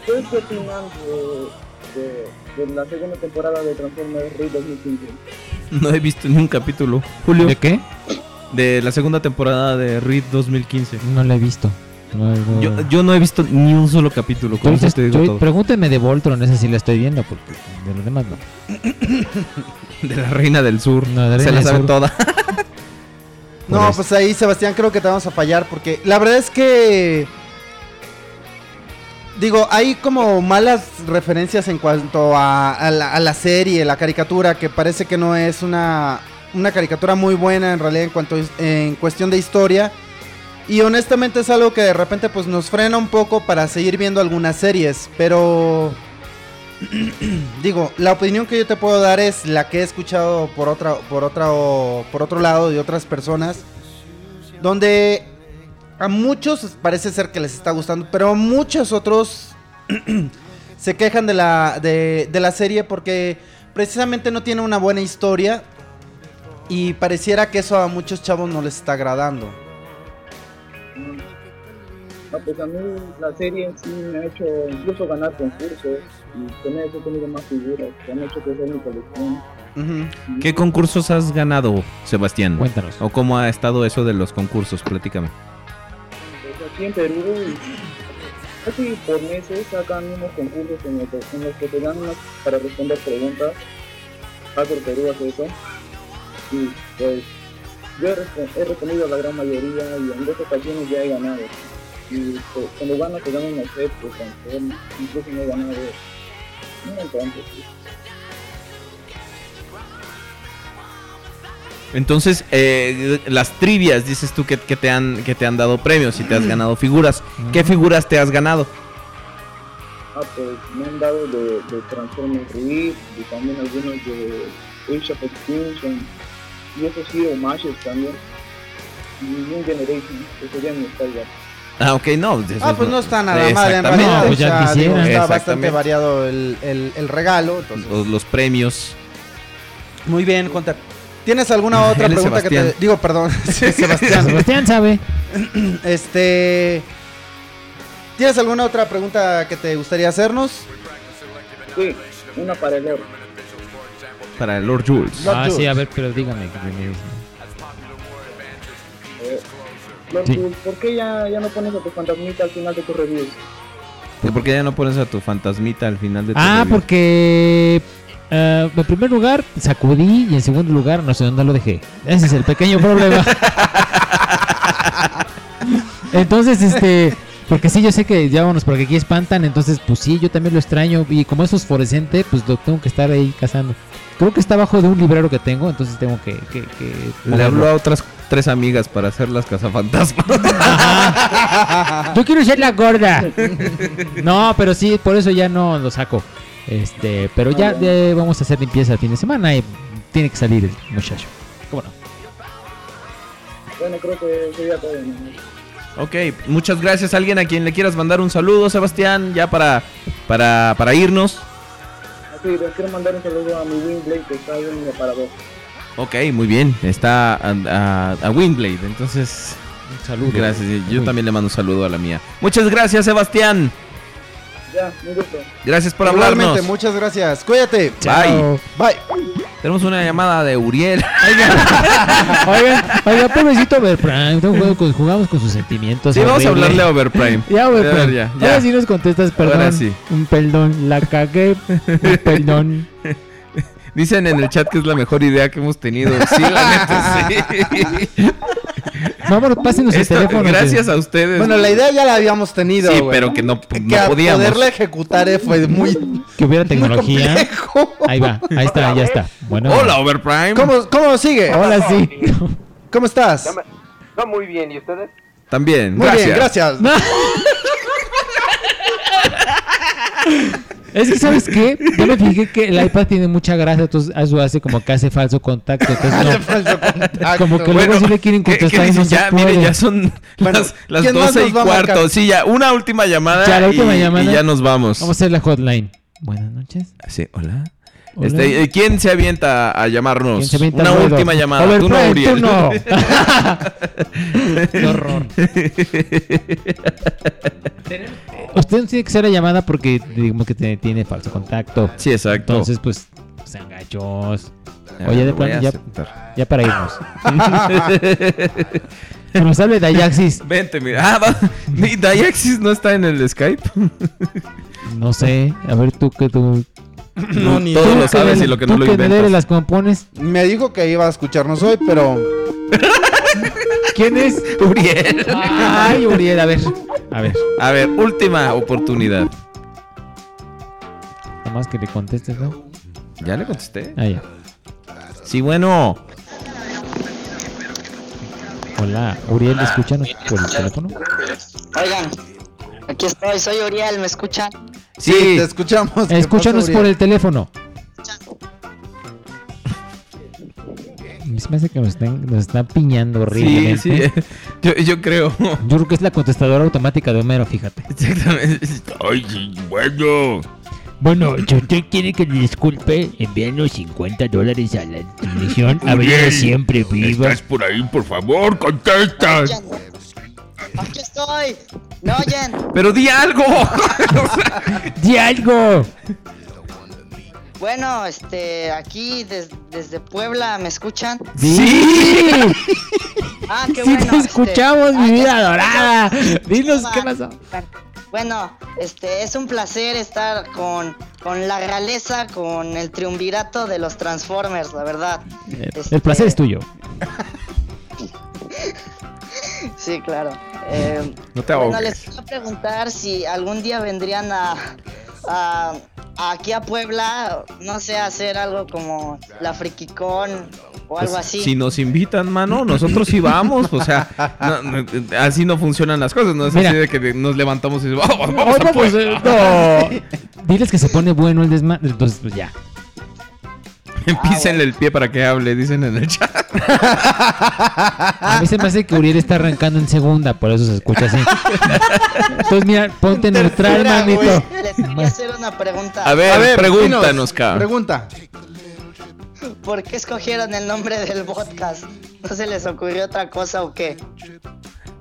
Speaker 1: ¿Ustedes qué opinan de, de- de la segunda temporada de Transformers Re 2015?
Speaker 2: No he visto ni un capítulo. Julio. ¿De qué? De la segunda temporada de Reed 2015.
Speaker 4: No la he visto. No, no.
Speaker 2: Yo, yo no he visto ni un solo capítulo, como
Speaker 4: Entonces,
Speaker 2: eso te digo
Speaker 4: yo-
Speaker 2: todo.
Speaker 4: pregúnteme de Voltron, esa sí la estoy viendo, porque de los demás no.
Speaker 2: De la Reina del Sur.
Speaker 4: No, de la
Speaker 2: Se
Speaker 4: Reina
Speaker 2: la
Speaker 4: del
Speaker 2: sabe
Speaker 4: Sur.
Speaker 2: toda.
Speaker 3: No, pues ahí, Sebastián, creo que te vamos a fallar porque la verdad es que. Digo, hay como malas referencias en cuanto a, a la, a la serie, la caricatura, que parece que no es una, una caricatura muy buena en realidad en, cuanto, a his- en cuestión de historia. Y honestamente es algo que de repente pues nos frena un poco para seguir viendo algunas series, pero... Digo, la opinión que yo te puedo dar es la que he escuchado por otra, por otra, o- por otro lado de otras personas, donde a muchos parece ser que les está gustando, pero muchos otros se quejan de la, de, de la serie porque precisamente no tiene una buena historia y pareciera que eso a muchos chavos no les está agradando.
Speaker 21: No, pues a mí la serie sí me ha hecho incluso ganar concursos y con eso he tenido más figuras que han hecho crecer mi colección.
Speaker 2: ¿Qué concursos has ganado, Sebastián?
Speaker 4: Cuéntanos.
Speaker 2: ¿O cómo ha estado eso de los concursos? Platícame.
Speaker 21: Pues aquí en Perú casi por meses sacan unos concursos en los, que- en los que te dan unas- para responder preguntas. Hacer Perú hace eso. Y pues yo he, respo- he respondido a la gran mayoría y en dos ocasiones ya he ganado. Y pues, cuando gano te gano una set, pues transformo. Incluso no he ganado un montón. pues, sí.
Speaker 2: Entonces, eh, las trivias, dices tú que, que te han, que te han dado premios y te has
Speaker 3: Mm.
Speaker 2: ganado figuras. ¿Qué figuras te has ganado?
Speaker 21: Ah, pues me han dado de, de Transformers Reed y también algunos de Age of Extinction y eso sí, homages también. Y New Generation, eso ya no está igual.
Speaker 2: Ah, ok, no. de
Speaker 3: Ah,
Speaker 2: esos
Speaker 3: pues no está nada mal en
Speaker 2: Exactamente. pues,
Speaker 3: realidad. o sea, digo, está bastante
Speaker 2: Exactamente.
Speaker 3: variado el, el- el regalo.
Speaker 2: Los, los premios.
Speaker 3: Muy bien, Hunter. ¿Tienes alguna otra
Speaker 2: Él es
Speaker 3: pregunta que
Speaker 2: Sebastián.
Speaker 3: te digo, perdón, sí, Sebastián?
Speaker 4: Sebastián sabe.
Speaker 3: Este ¿Tienes alguna otra pregunta que te gustaría hacernos?
Speaker 21: Sí, una para el oro.
Speaker 2: Para el Lord Jules.
Speaker 3: Lord
Speaker 4: Ah,
Speaker 3: Jules.
Speaker 4: sí, a ver, pero dígame. que me-
Speaker 21: Eh, Lord
Speaker 4: Sí.
Speaker 21: Jules, ¿Por qué ya, ya no pones a tu fantasmita al final de tus reviews?
Speaker 2: Pues, ¿Por qué ya no pones a tu fantasmita al final de tu
Speaker 4: Ah,
Speaker 2: review?
Speaker 4: porque. eh, en primer lugar, sacudí y en segundo lugar, no sé dónde lo dejé. Ese es el pequeño problema. entonces, este. Porque sí, yo sé que ya vámonos, porque aquí espantan. Entonces, pues sí, yo también lo extraño. Y como es fosforescente, pues lo tengo que estar ahí cazando. Creo que está abajo de un librero que tengo, entonces tengo que. que, que
Speaker 2: Le
Speaker 4: moverlo.
Speaker 2: habló a otras tres amigas para hacer las cazafantasmas.
Speaker 4: Yo quiero ser la gorda. No, pero sí, por eso ya no lo saco. Este, pero ya eh, vamos a hacer limpieza el fin de semana y tiene que salir el muchacho. ¿Cómo no?
Speaker 21: Bueno, creo que sería todo. ¿no?
Speaker 2: Ok, muchas gracias. ¿Alguien a quien le quieras mandar un saludo, Sebastián? Ya para, para, para irnos.
Speaker 21: Así, les quiero mandar un saludo a mi Winblade que está ahí en el aparador.
Speaker 2: Ok, muy bien. Está a, a, a Windblade, entonces...
Speaker 4: Un saludo.
Speaker 2: Gracias. Yo también le mando un saludo a la mía. Muchas gracias, Sebastián.
Speaker 21: Ya, muy gusto.
Speaker 2: Gracias por
Speaker 3: Igualmente,
Speaker 2: hablarnos.
Speaker 3: muchas gracias. Cuídate.
Speaker 2: Bye.
Speaker 3: Bye.
Speaker 2: Tenemos una llamada de Uriel.
Speaker 4: Oigan, oigan, pobrecito Overprime, un juego con- jugamos con sus sentimientos.
Speaker 2: Sí, vamos a
Speaker 4: horrible.
Speaker 2: hablarle a Overprime.
Speaker 4: Ya,
Speaker 2: A
Speaker 4: Overprime.
Speaker 2: ver, ya, ya.
Speaker 4: Ahora sí nos contestas, perdón.
Speaker 2: Ahora sí.
Speaker 4: Un perdón, la cagué. Un perdón.
Speaker 2: Dicen en el chat que es la mejor idea que hemos tenido. Sí, la neta, sí.
Speaker 4: Vámonos, pásenos
Speaker 2: Esto-
Speaker 4: el teléfono.
Speaker 2: gracias a ustedes.
Speaker 3: Bueno, la idea ya la habíamos tenido,
Speaker 2: Sí,
Speaker 3: güey.
Speaker 2: pero que no,
Speaker 3: que
Speaker 2: no
Speaker 3: a
Speaker 2: podíamos.
Speaker 3: poderla ejecutar eh, fue muy
Speaker 4: Que hubiera tecnología. Ahí va, ahí está, ya está. Bueno.
Speaker 2: Hola, Overprime.
Speaker 3: ¿Cómo, cómo sigue?
Speaker 4: Hola, sí.
Speaker 3: ¿Cómo estás?
Speaker 25: No, muy bien, ¿y ustedes?
Speaker 2: También.
Speaker 3: Muy bien, gracias.
Speaker 4: Es que, ¿sabes qué? Yo me fijé que el iPad tiene mucha grasa, entonces eso hace como que hace falso contacto. Entonces, no. Como que luego
Speaker 2: Bueno,
Speaker 4: sí le quieren
Speaker 2: ¿qué- qué
Speaker 4: contestar y no se
Speaker 2: dicen? ya, mire,
Speaker 4: puede.
Speaker 2: ya son las, las
Speaker 4: ¿quién más
Speaker 2: 12 y
Speaker 4: nos va a marcar?
Speaker 2: cuarto. Sí, ya, una última llamada,
Speaker 4: Ya, la última
Speaker 2: y,
Speaker 4: llamada.
Speaker 2: y ya nos vamos.
Speaker 4: Vamos a hacer la hotline. Buenas noches.
Speaker 2: Sí, hola.
Speaker 4: Hola.
Speaker 2: Este, eh, ¿Quién se avienta a llamarnos?
Speaker 4: ¿Quién se avienta
Speaker 2: una
Speaker 4: ruido?
Speaker 2: última llamada.
Speaker 4: Overprime,
Speaker 2: tú no,
Speaker 4: tú
Speaker 2: Uriel.
Speaker 4: no. Qué horror. Usted no tiene que hacer la llamada porque digamos que te- tiene falso contacto.
Speaker 2: Sí, exacto.
Speaker 4: Entonces, pues, sean gachos.
Speaker 2: Ya,
Speaker 4: Oye, de
Speaker 2: lo voy
Speaker 4: plano,
Speaker 2: a
Speaker 4: ya,
Speaker 2: aceptar.
Speaker 4: ya para irnos. Que nos hable de Ayaxis.
Speaker 2: Vente, mira. Ah, va. Mi Dayaxis no está en el Skype.
Speaker 4: No sé, a ver tú que tú.
Speaker 3: No, ni
Speaker 4: Tú
Speaker 3: idea.
Speaker 4: que del- tú que del- las compones.
Speaker 3: Me dijo que iba a escucharnos hoy, pero
Speaker 4: ¿Quién es?
Speaker 2: Uriel.
Speaker 4: Ay, Uriel, a ver. A ver.
Speaker 2: A ver, última oportunidad.
Speaker 4: Nada más que le contestes, ¿no?
Speaker 2: Ya le contesté.
Speaker 4: Ah, ya.
Speaker 2: Sí, bueno.
Speaker 4: Hola, Uriel, escúchanos por el teléfono.
Speaker 23: Oigan, aquí estoy, soy Uriel, ¿me escuchan?
Speaker 2: Sí,
Speaker 3: te escuchamos. ¿Qué
Speaker 4: Escúchanos
Speaker 3: pasó,
Speaker 4: por
Speaker 3: Uriel?
Speaker 4: el teléfono. Se me hace que nos están, nos están piñando
Speaker 2: sí,
Speaker 4: horriblemente.
Speaker 2: sí. Yo, yo creo.
Speaker 4: Yo creo que es la contestadora automática de Homero, fíjate.
Speaker 2: Exactamente. Ay, sí, bueno.
Speaker 26: Bueno, si usted quiere que le disculpe, envíenos 50 dólares a la televisión
Speaker 2: Uriel,
Speaker 26: Avenida Siempre Viva.
Speaker 2: ¿Estás por ahí, por favor? ¡Contesta!
Speaker 23: Aquí estoy. ¿Me oyen?
Speaker 2: ¡Pero di algo!
Speaker 4: ¡Di algo!
Speaker 23: Bueno, este, aquí des- desde Puebla, ¿me escuchan?
Speaker 4: ¡Sí!
Speaker 23: Ah, qué
Speaker 4: ¡Sí
Speaker 23: bueno. este,
Speaker 4: te escuchamos,
Speaker 23: ay,
Speaker 4: mi vida
Speaker 23: qué-
Speaker 4: dorada! Dinos qué pasó.
Speaker 23: Bueno, este, es un placer estar con, con la realeza, con el triunvirato de los Transformers, la verdad.
Speaker 4: El placer es tuyo.
Speaker 23: Sí, claro. Eh,
Speaker 2: No te
Speaker 23: bueno,
Speaker 2: ahogues.
Speaker 23: les voy a preguntar si algún día vendrían a, a- a aquí a Puebla, no sé, a hacer algo como la Frikicón o algo
Speaker 2: Pues,
Speaker 23: así.
Speaker 2: Si nos invitan, mano, nosotros sí vamos. O sea, no- no, así no funcionan las cosas. No es
Speaker 4: Mira.
Speaker 2: así de que de- nos levantamos y vamos, vamos
Speaker 4: Hoy
Speaker 2: a
Speaker 4: vamos,
Speaker 2: Puebla".
Speaker 4: eh, no. Diles que se pone bueno el desmadre. Entonces, pues ya.
Speaker 2: Písenle el pie para que hable, dicen en el chat.
Speaker 4: A mí se me hace que Uriel está arrancando en segunda, por eso se escucha así. Entonces, mira, ponte neutral,
Speaker 3: Tercera,
Speaker 4: manito.
Speaker 3: güey.
Speaker 23: Les quería hacer una pregunta.
Speaker 2: A ver,
Speaker 3: A ver,
Speaker 2: pregúntanos,
Speaker 3: dinos,
Speaker 2: cabrón.
Speaker 3: Pregunta.
Speaker 23: ¿Por qué escogieron el nombre del podcast? ¿No se les ocurrió otra cosa o qué?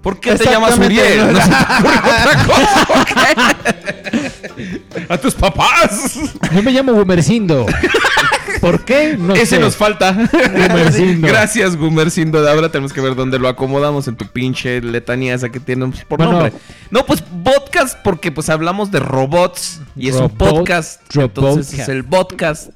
Speaker 2: ¿Por qué te llamas
Speaker 3: Exactamente,
Speaker 2: Uriel?
Speaker 3: no
Speaker 2: ¿No se te ocurre otra cosa, ¿o qué? ¡A tus papás!
Speaker 4: Yo me llamo Gumercindo. ¿Por qué? No
Speaker 2: Ese
Speaker 4: sé.
Speaker 2: nos falta.
Speaker 4: Gumercindo.
Speaker 2: Gracias, Gumercindo. De ahora tenemos que ver dónde lo acomodamos en tu pinche letanía esa que tenemos por
Speaker 4: Bueno.
Speaker 2: nombre. No, pues podcast, porque pues hablamos de robots y es un
Speaker 4: Robot-
Speaker 2: podcast. Entonces es
Speaker 4: Robotcast.
Speaker 2: el podcast.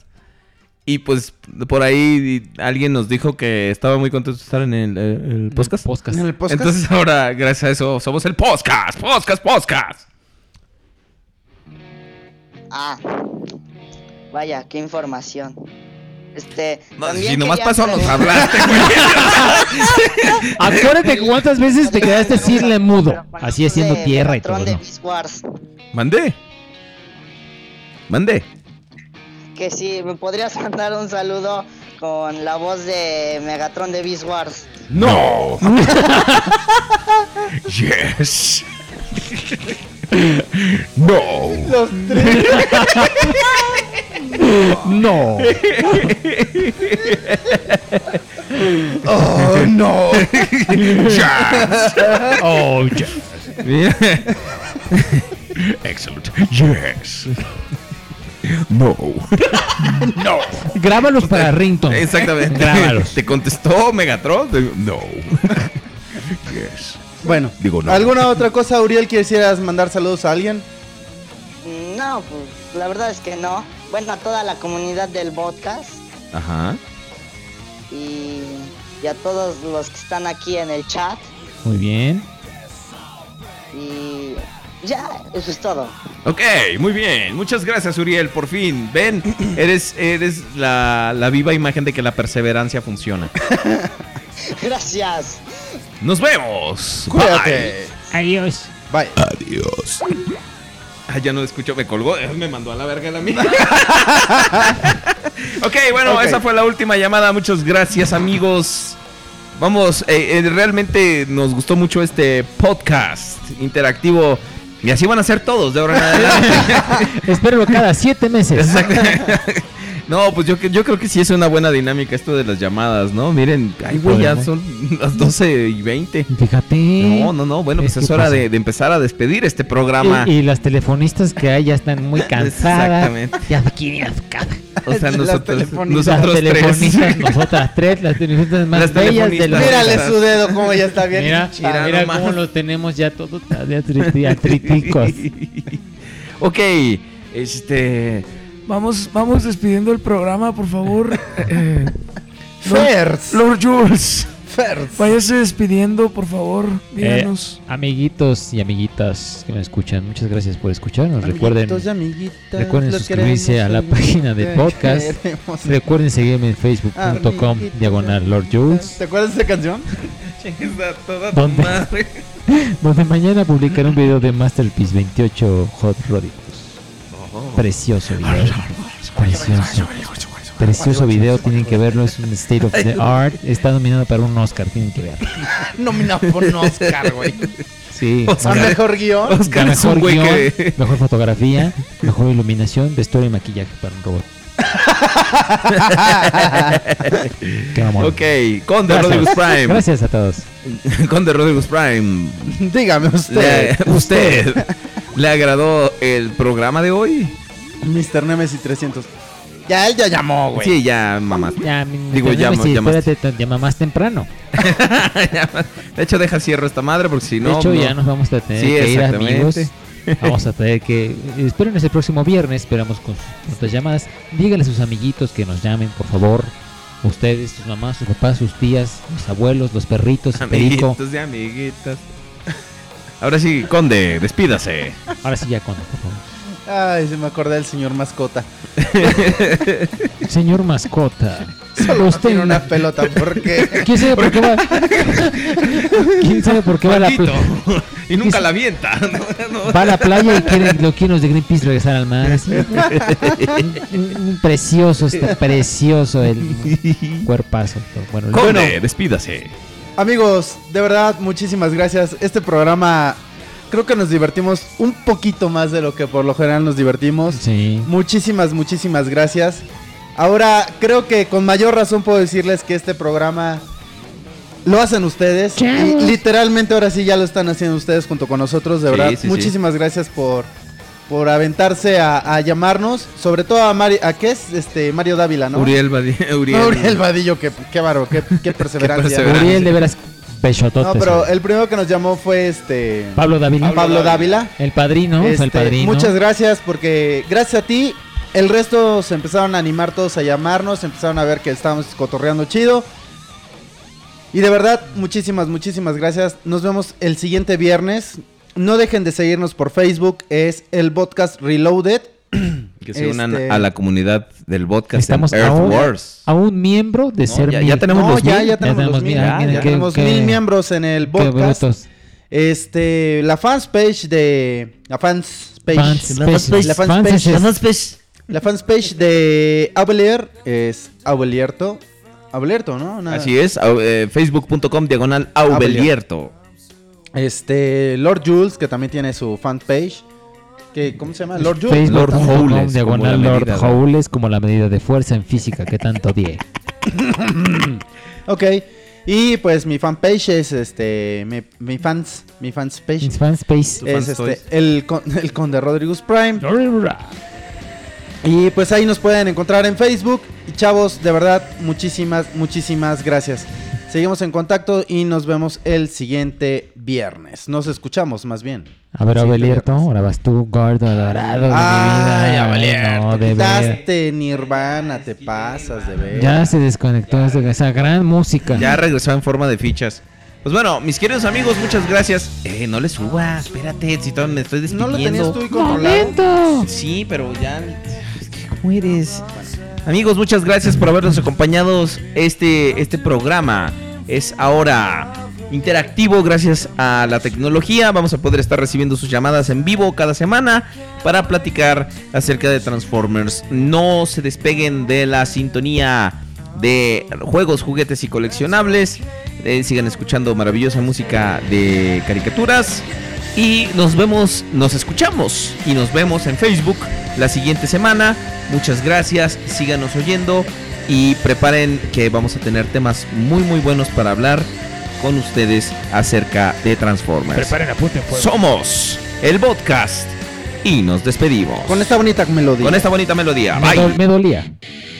Speaker 2: Y pues por ahí alguien nos dijo que estaba muy contento de estar en el, eh, el podcast.
Speaker 4: Podcast.
Speaker 3: ¿En el podcast?
Speaker 2: Entonces ahora, gracias a eso, somos el podcast, podcast, podcast.
Speaker 23: Ah, vaya, qué información. Este.
Speaker 2: No,
Speaker 23: también
Speaker 2: si nomás
Speaker 23: quería
Speaker 2: pasó, nos
Speaker 23: preguntar-
Speaker 2: hablaste, güey.
Speaker 4: Acuérdate cuántas veces te quedaste sin mudo.
Speaker 23: Pero con
Speaker 4: Así
Speaker 23: el
Speaker 4: haciendo
Speaker 23: de
Speaker 4: tierra y todo.
Speaker 23: Megatron de
Speaker 4: ¿no?
Speaker 23: Beast Este, Wars,
Speaker 2: Mandé. Mandé.
Speaker 23: que si me podrías mandar un saludo con la voz de Megatron de Beast Wars.
Speaker 2: No. yes. no.
Speaker 3: Los tres.
Speaker 4: No.
Speaker 3: Oh, no.
Speaker 4: Oh, ya.
Speaker 2: Excellent. Yes. No. no.
Speaker 4: Grábalos para Rington.
Speaker 2: Exactamente.
Speaker 4: Grábalos.
Speaker 2: ¿Te contestó Megatron? Te- No. yes.
Speaker 3: Bueno,
Speaker 2: Digo, no.
Speaker 3: ¿alguna otra cosa, Uriel, quisieras mandar saludos a alguien?
Speaker 23: No, pues la verdad es que no. Bueno, a toda la comunidad del podcast
Speaker 2: Ajá.
Speaker 23: y, y a todos los que están aquí en el chat.
Speaker 4: Muy bien.
Speaker 23: Y ya, eso es todo.
Speaker 2: Ok, muy bien. Muchas gracias, Uriel. Por fin. Ven, eres, eres la, la viva imagen de que la perseverancia funciona.
Speaker 23: Gracias.
Speaker 2: Nos vemos. Bye.
Speaker 3: Cuídate.
Speaker 26: Adiós.
Speaker 3: Bye.
Speaker 2: Adiós. Ah, ya no escucho, me colgó. eh, Me mandó a la verga la mía. ok, bueno,
Speaker 3: Ok.
Speaker 2: esa fue la última llamada. Muchas gracias, amigos. Vamos, eh, eh, realmente nos gustó mucho este podcast interactivo. Y así van a ser todos de ahora en adelante.
Speaker 4: Espérenlo cada siete meses.
Speaker 2: Exacto. No, pues yo, que- yo creo que sí es una buena dinámica esto de las llamadas, ¿no? Miren, ay, güey, ya
Speaker 4: Podemos.
Speaker 2: son las 12 y 20.
Speaker 4: Fíjate.
Speaker 2: No, no, no. Bueno,
Speaker 4: Es
Speaker 2: pues es
Speaker 4: que
Speaker 2: hora
Speaker 4: pasa.
Speaker 2: de, de empezar a despedir este programa.
Speaker 4: Y, y las telefonistas que hay ya están muy cansadas.
Speaker 2: Exactamente.
Speaker 4: Ya quieren ir a su casa.
Speaker 2: O sea,
Speaker 3: Las
Speaker 2: nosotros,
Speaker 3: telefonistas.
Speaker 2: nosotros
Speaker 4: las telefonistas,
Speaker 2: tres.
Speaker 4: nosotras tres, las telefonistas más
Speaker 2: Las
Speaker 4: bellas
Speaker 2: telefonistas.
Speaker 4: de la
Speaker 3: Mírale su dedo como ya está bien.
Speaker 4: Mira,
Speaker 3: hinchado.
Speaker 4: mira
Speaker 2: nomás.
Speaker 4: cómo lo tenemos ya todo atriticos.
Speaker 2: ok, este.
Speaker 1: Vamos, vamos despidiendo el programa, por favor. Eh,
Speaker 3: Fers.
Speaker 1: Lord Jules.
Speaker 3: Fers.
Speaker 1: Váyase despidiendo, por favor. Díganos.
Speaker 4: Eh, amiguitos y amiguitas que me escuchan, muchas gracias por escucharnos. Recuerden,
Speaker 3: Amiguitos y amiguitas,
Speaker 4: recuerden
Speaker 3: los
Speaker 4: suscribirse a la
Speaker 3: queremos,
Speaker 4: página del
Speaker 3: los
Speaker 4: podcast.
Speaker 3: queremos.
Speaker 4: Recuerden seguirme en facebook.com
Speaker 3: Amiguitos y
Speaker 4: diagonal Lord Jules,
Speaker 3: ¿Te acuerdas de esa canción?
Speaker 4: donde, donde mañana publicaré un video de Masterpiece 28 Hot Rodicus. Precioso video. Precioso. Precioso video, tienen que verlo, es un state of the art. Está nominado para un Oscar, tienen que verlo.
Speaker 3: Nominado por un Oscar, güey.
Speaker 4: Sí.
Speaker 3: ¿A mejor guión?
Speaker 4: Oscar
Speaker 3: es
Speaker 4: mejor
Speaker 3: un güey
Speaker 4: guión,
Speaker 3: que-
Speaker 4: mejor fotografía, mejor iluminación, vestuario y maquillaje para un robot. Qué mamón.
Speaker 2: ok, Conde Rodrigus Prime.
Speaker 4: Gracias a todos.
Speaker 2: Conde Rodrigus Prime.
Speaker 3: Dígame usted.
Speaker 2: Le- usted. ¿Le agradó el programa de hoy?
Speaker 3: Mr. Nemesis 300. Ya él ya llamó, güey.
Speaker 2: Sí, ya mamás.
Speaker 4: Ya,
Speaker 2: Digo, ya,
Speaker 4: Espérate,
Speaker 2: ya más.
Speaker 4: espérate, te- llama más temprano.
Speaker 2: De hecho, deja cierro esta madre porque si
Speaker 4: De
Speaker 2: no.
Speaker 4: hecho,
Speaker 2: no.
Speaker 4: ya nos vamos a tener
Speaker 2: Sí,
Speaker 4: que ir,
Speaker 2: exactamente.
Speaker 4: amigos. Vamos a tener que. Esperen el próximo viernes. Esperamos con sus- nuestras llamadas. Díganle a sus amiguitos que nos llamen, por favor. Ustedes, sus mamás, sus papás, sus tías, los abuelos, los perritos, el perico.
Speaker 2: Amiguitos y amiguitas. Ahora sí, Conde, despídase.
Speaker 4: Ahora sí, ya cuando, por favor.
Speaker 3: Ay, se me acordé del señor mascota.
Speaker 4: Señor mascota.
Speaker 3: Solo
Speaker 4: usted
Speaker 3: tiene una pelota, ¿por qué?
Speaker 4: ¿Quién sabe por qué va? ¿Quién sabe por qué va a la
Speaker 2: Maldito.
Speaker 4: pla-
Speaker 2: Y nunca la avienta.
Speaker 4: Va a la playa y quieren los quinos de Greenpeace regresar al mar. así. precioso, está precioso el cuerpazo. Bueno, el-
Speaker 2: Conde, despídase.
Speaker 3: Amigos, de verdad, muchísimas gracias. Este programa creo que nos divertimos un poquito más de lo que por lo general nos divertimos.
Speaker 4: Sí.
Speaker 3: Muchísimas, muchísimas gracias. Ahora creo que con mayor razón puedo decirles que este programa lo hacen ustedes.
Speaker 27: Chavos.
Speaker 3: Y literalmente ahora sí ya lo están haciendo ustedes junto con nosotros, de
Speaker 2: Sí,
Speaker 3: verdad.
Speaker 2: sí, sí.
Speaker 3: muchísimas gracias por por aventarse a, a llamarnos, sobre todo a Mario, a qué es este Mario Dávila, ¿no?
Speaker 2: Uriel Badi- Uriel.
Speaker 3: No, Uriel Vadillo, qué, qué bárbaro, qué, qué perseverancia.
Speaker 2: perseverancia.
Speaker 4: Uriel, de veras, eh. pechotote.
Speaker 3: No, pero el primero que nos llamó fue este
Speaker 4: Pablo Dávila.
Speaker 3: Pablo Dávila.
Speaker 4: El padrino, fue el
Speaker 3: Este,
Speaker 4: padrino.
Speaker 3: Muchas gracias porque gracias a ti el resto se empezaron a animar todos a llamarnos, empezaron a ver que estábamos cotorreando chido. Y de verdad, muchísimas, muchísimas gracias. Nos vemos el siguiente viernes. No dejen de seguirnos por Facebook, es el podcast Reloaded.
Speaker 2: Que se unan
Speaker 3: Este,
Speaker 2: a la comunidad del podcast
Speaker 4: Estamos
Speaker 2: en Earth
Speaker 4: a un,
Speaker 2: Wars.
Speaker 4: a un miembro de
Speaker 2: No,
Speaker 4: ser
Speaker 2: ya- ya
Speaker 4: mil.
Speaker 2: tenemos
Speaker 3: No, ya, ya tenemos, los mil,
Speaker 4: mil. Ah,
Speaker 3: ya
Speaker 4: miren, qué-
Speaker 3: tenemos
Speaker 4: qué-
Speaker 3: mil miembros en el
Speaker 4: qué
Speaker 3: podcast.
Speaker 4: brutos.
Speaker 3: Este, la fanspage de. La fanspage.
Speaker 4: Fans
Speaker 3: la
Speaker 4: page.
Speaker 3: fanspage. La
Speaker 4: Fans
Speaker 3: fanspage.
Speaker 4: page.
Speaker 3: La fanspage. La fanspage de Abelier es Abelierto. Abelierto, ¿no? Nada.
Speaker 2: Así es, au- eh, facebook.com diagonal
Speaker 4: Ah,
Speaker 2: aubelierto.
Speaker 3: Este, Lord Jules, que también tiene su fanpage. Que, ¿Cómo se llama? Lord Jules.
Speaker 2: Lord
Speaker 4: Facebook.com
Speaker 2: Howles, como la
Speaker 4: Diagonal Lord
Speaker 2: medida, ¿no?
Speaker 4: Howles como la medida de fuerza en física que tanto odié.
Speaker 3: Ok. Y pues mi fanpage es este. Mi, mi fans. Mi fanspage.
Speaker 4: Mis fans Space.
Speaker 3: es este, el, con- el conde Rodríguez Prime. Y pues ahí nos pueden encontrar en Facebook. Y chavos, de verdad, muchísimas, muchísimas gracias. Seguimos en contacto y nos vemos el siguiente viernes. Nos escuchamos más bien.
Speaker 4: A ver,
Speaker 3: Sí,
Speaker 4: Abelierto, ahora vas tú, gordo, dorado. de mi
Speaker 2: Ah,
Speaker 3: Ay,
Speaker 4: vida.
Speaker 3: Abelierto,
Speaker 4: No, de veras.
Speaker 3: quitaste Nirvana, te pasas de ver.
Speaker 4: Ya se desconectó esa- esa gran música.
Speaker 2: Ya regresó en forma de fichas. Pues bueno, mis queridos amigos, muchas gracias. Eh, no le suba, espérate, si todavía me estoy
Speaker 3: ¿No
Speaker 2: despidiendo.
Speaker 3: lo tenías tú y controlado?
Speaker 27: ¡Momento!
Speaker 2: Sí, pero ya. es que, ¿Cómo eres? Amigos, muchas gracias por habernos acompañado. Este, este programa es ahora interactivo gracias a la tecnología. Vamos a poder estar recibiendo sus llamadas en vivo cada semana para platicar acerca de Transformers. No se despeguen de la sintonía de juegos, juguetes y coleccionables. Eh, sigan escuchando maravillosa música de caricaturas. Y nos vemos, nos escuchamos y nos vemos en Facebook la siguiente semana. Muchas gracias, síganos oyendo y preparen que vamos a tener temas muy muy buenos para hablar con ustedes acerca de Transformers.
Speaker 4: apunten
Speaker 2: Somos el podcast y nos despedimos
Speaker 3: Con esta bonita melodía.
Speaker 2: con esta bonita melodía.
Speaker 4: Me,
Speaker 2: Bye.
Speaker 4: dol- me dolía.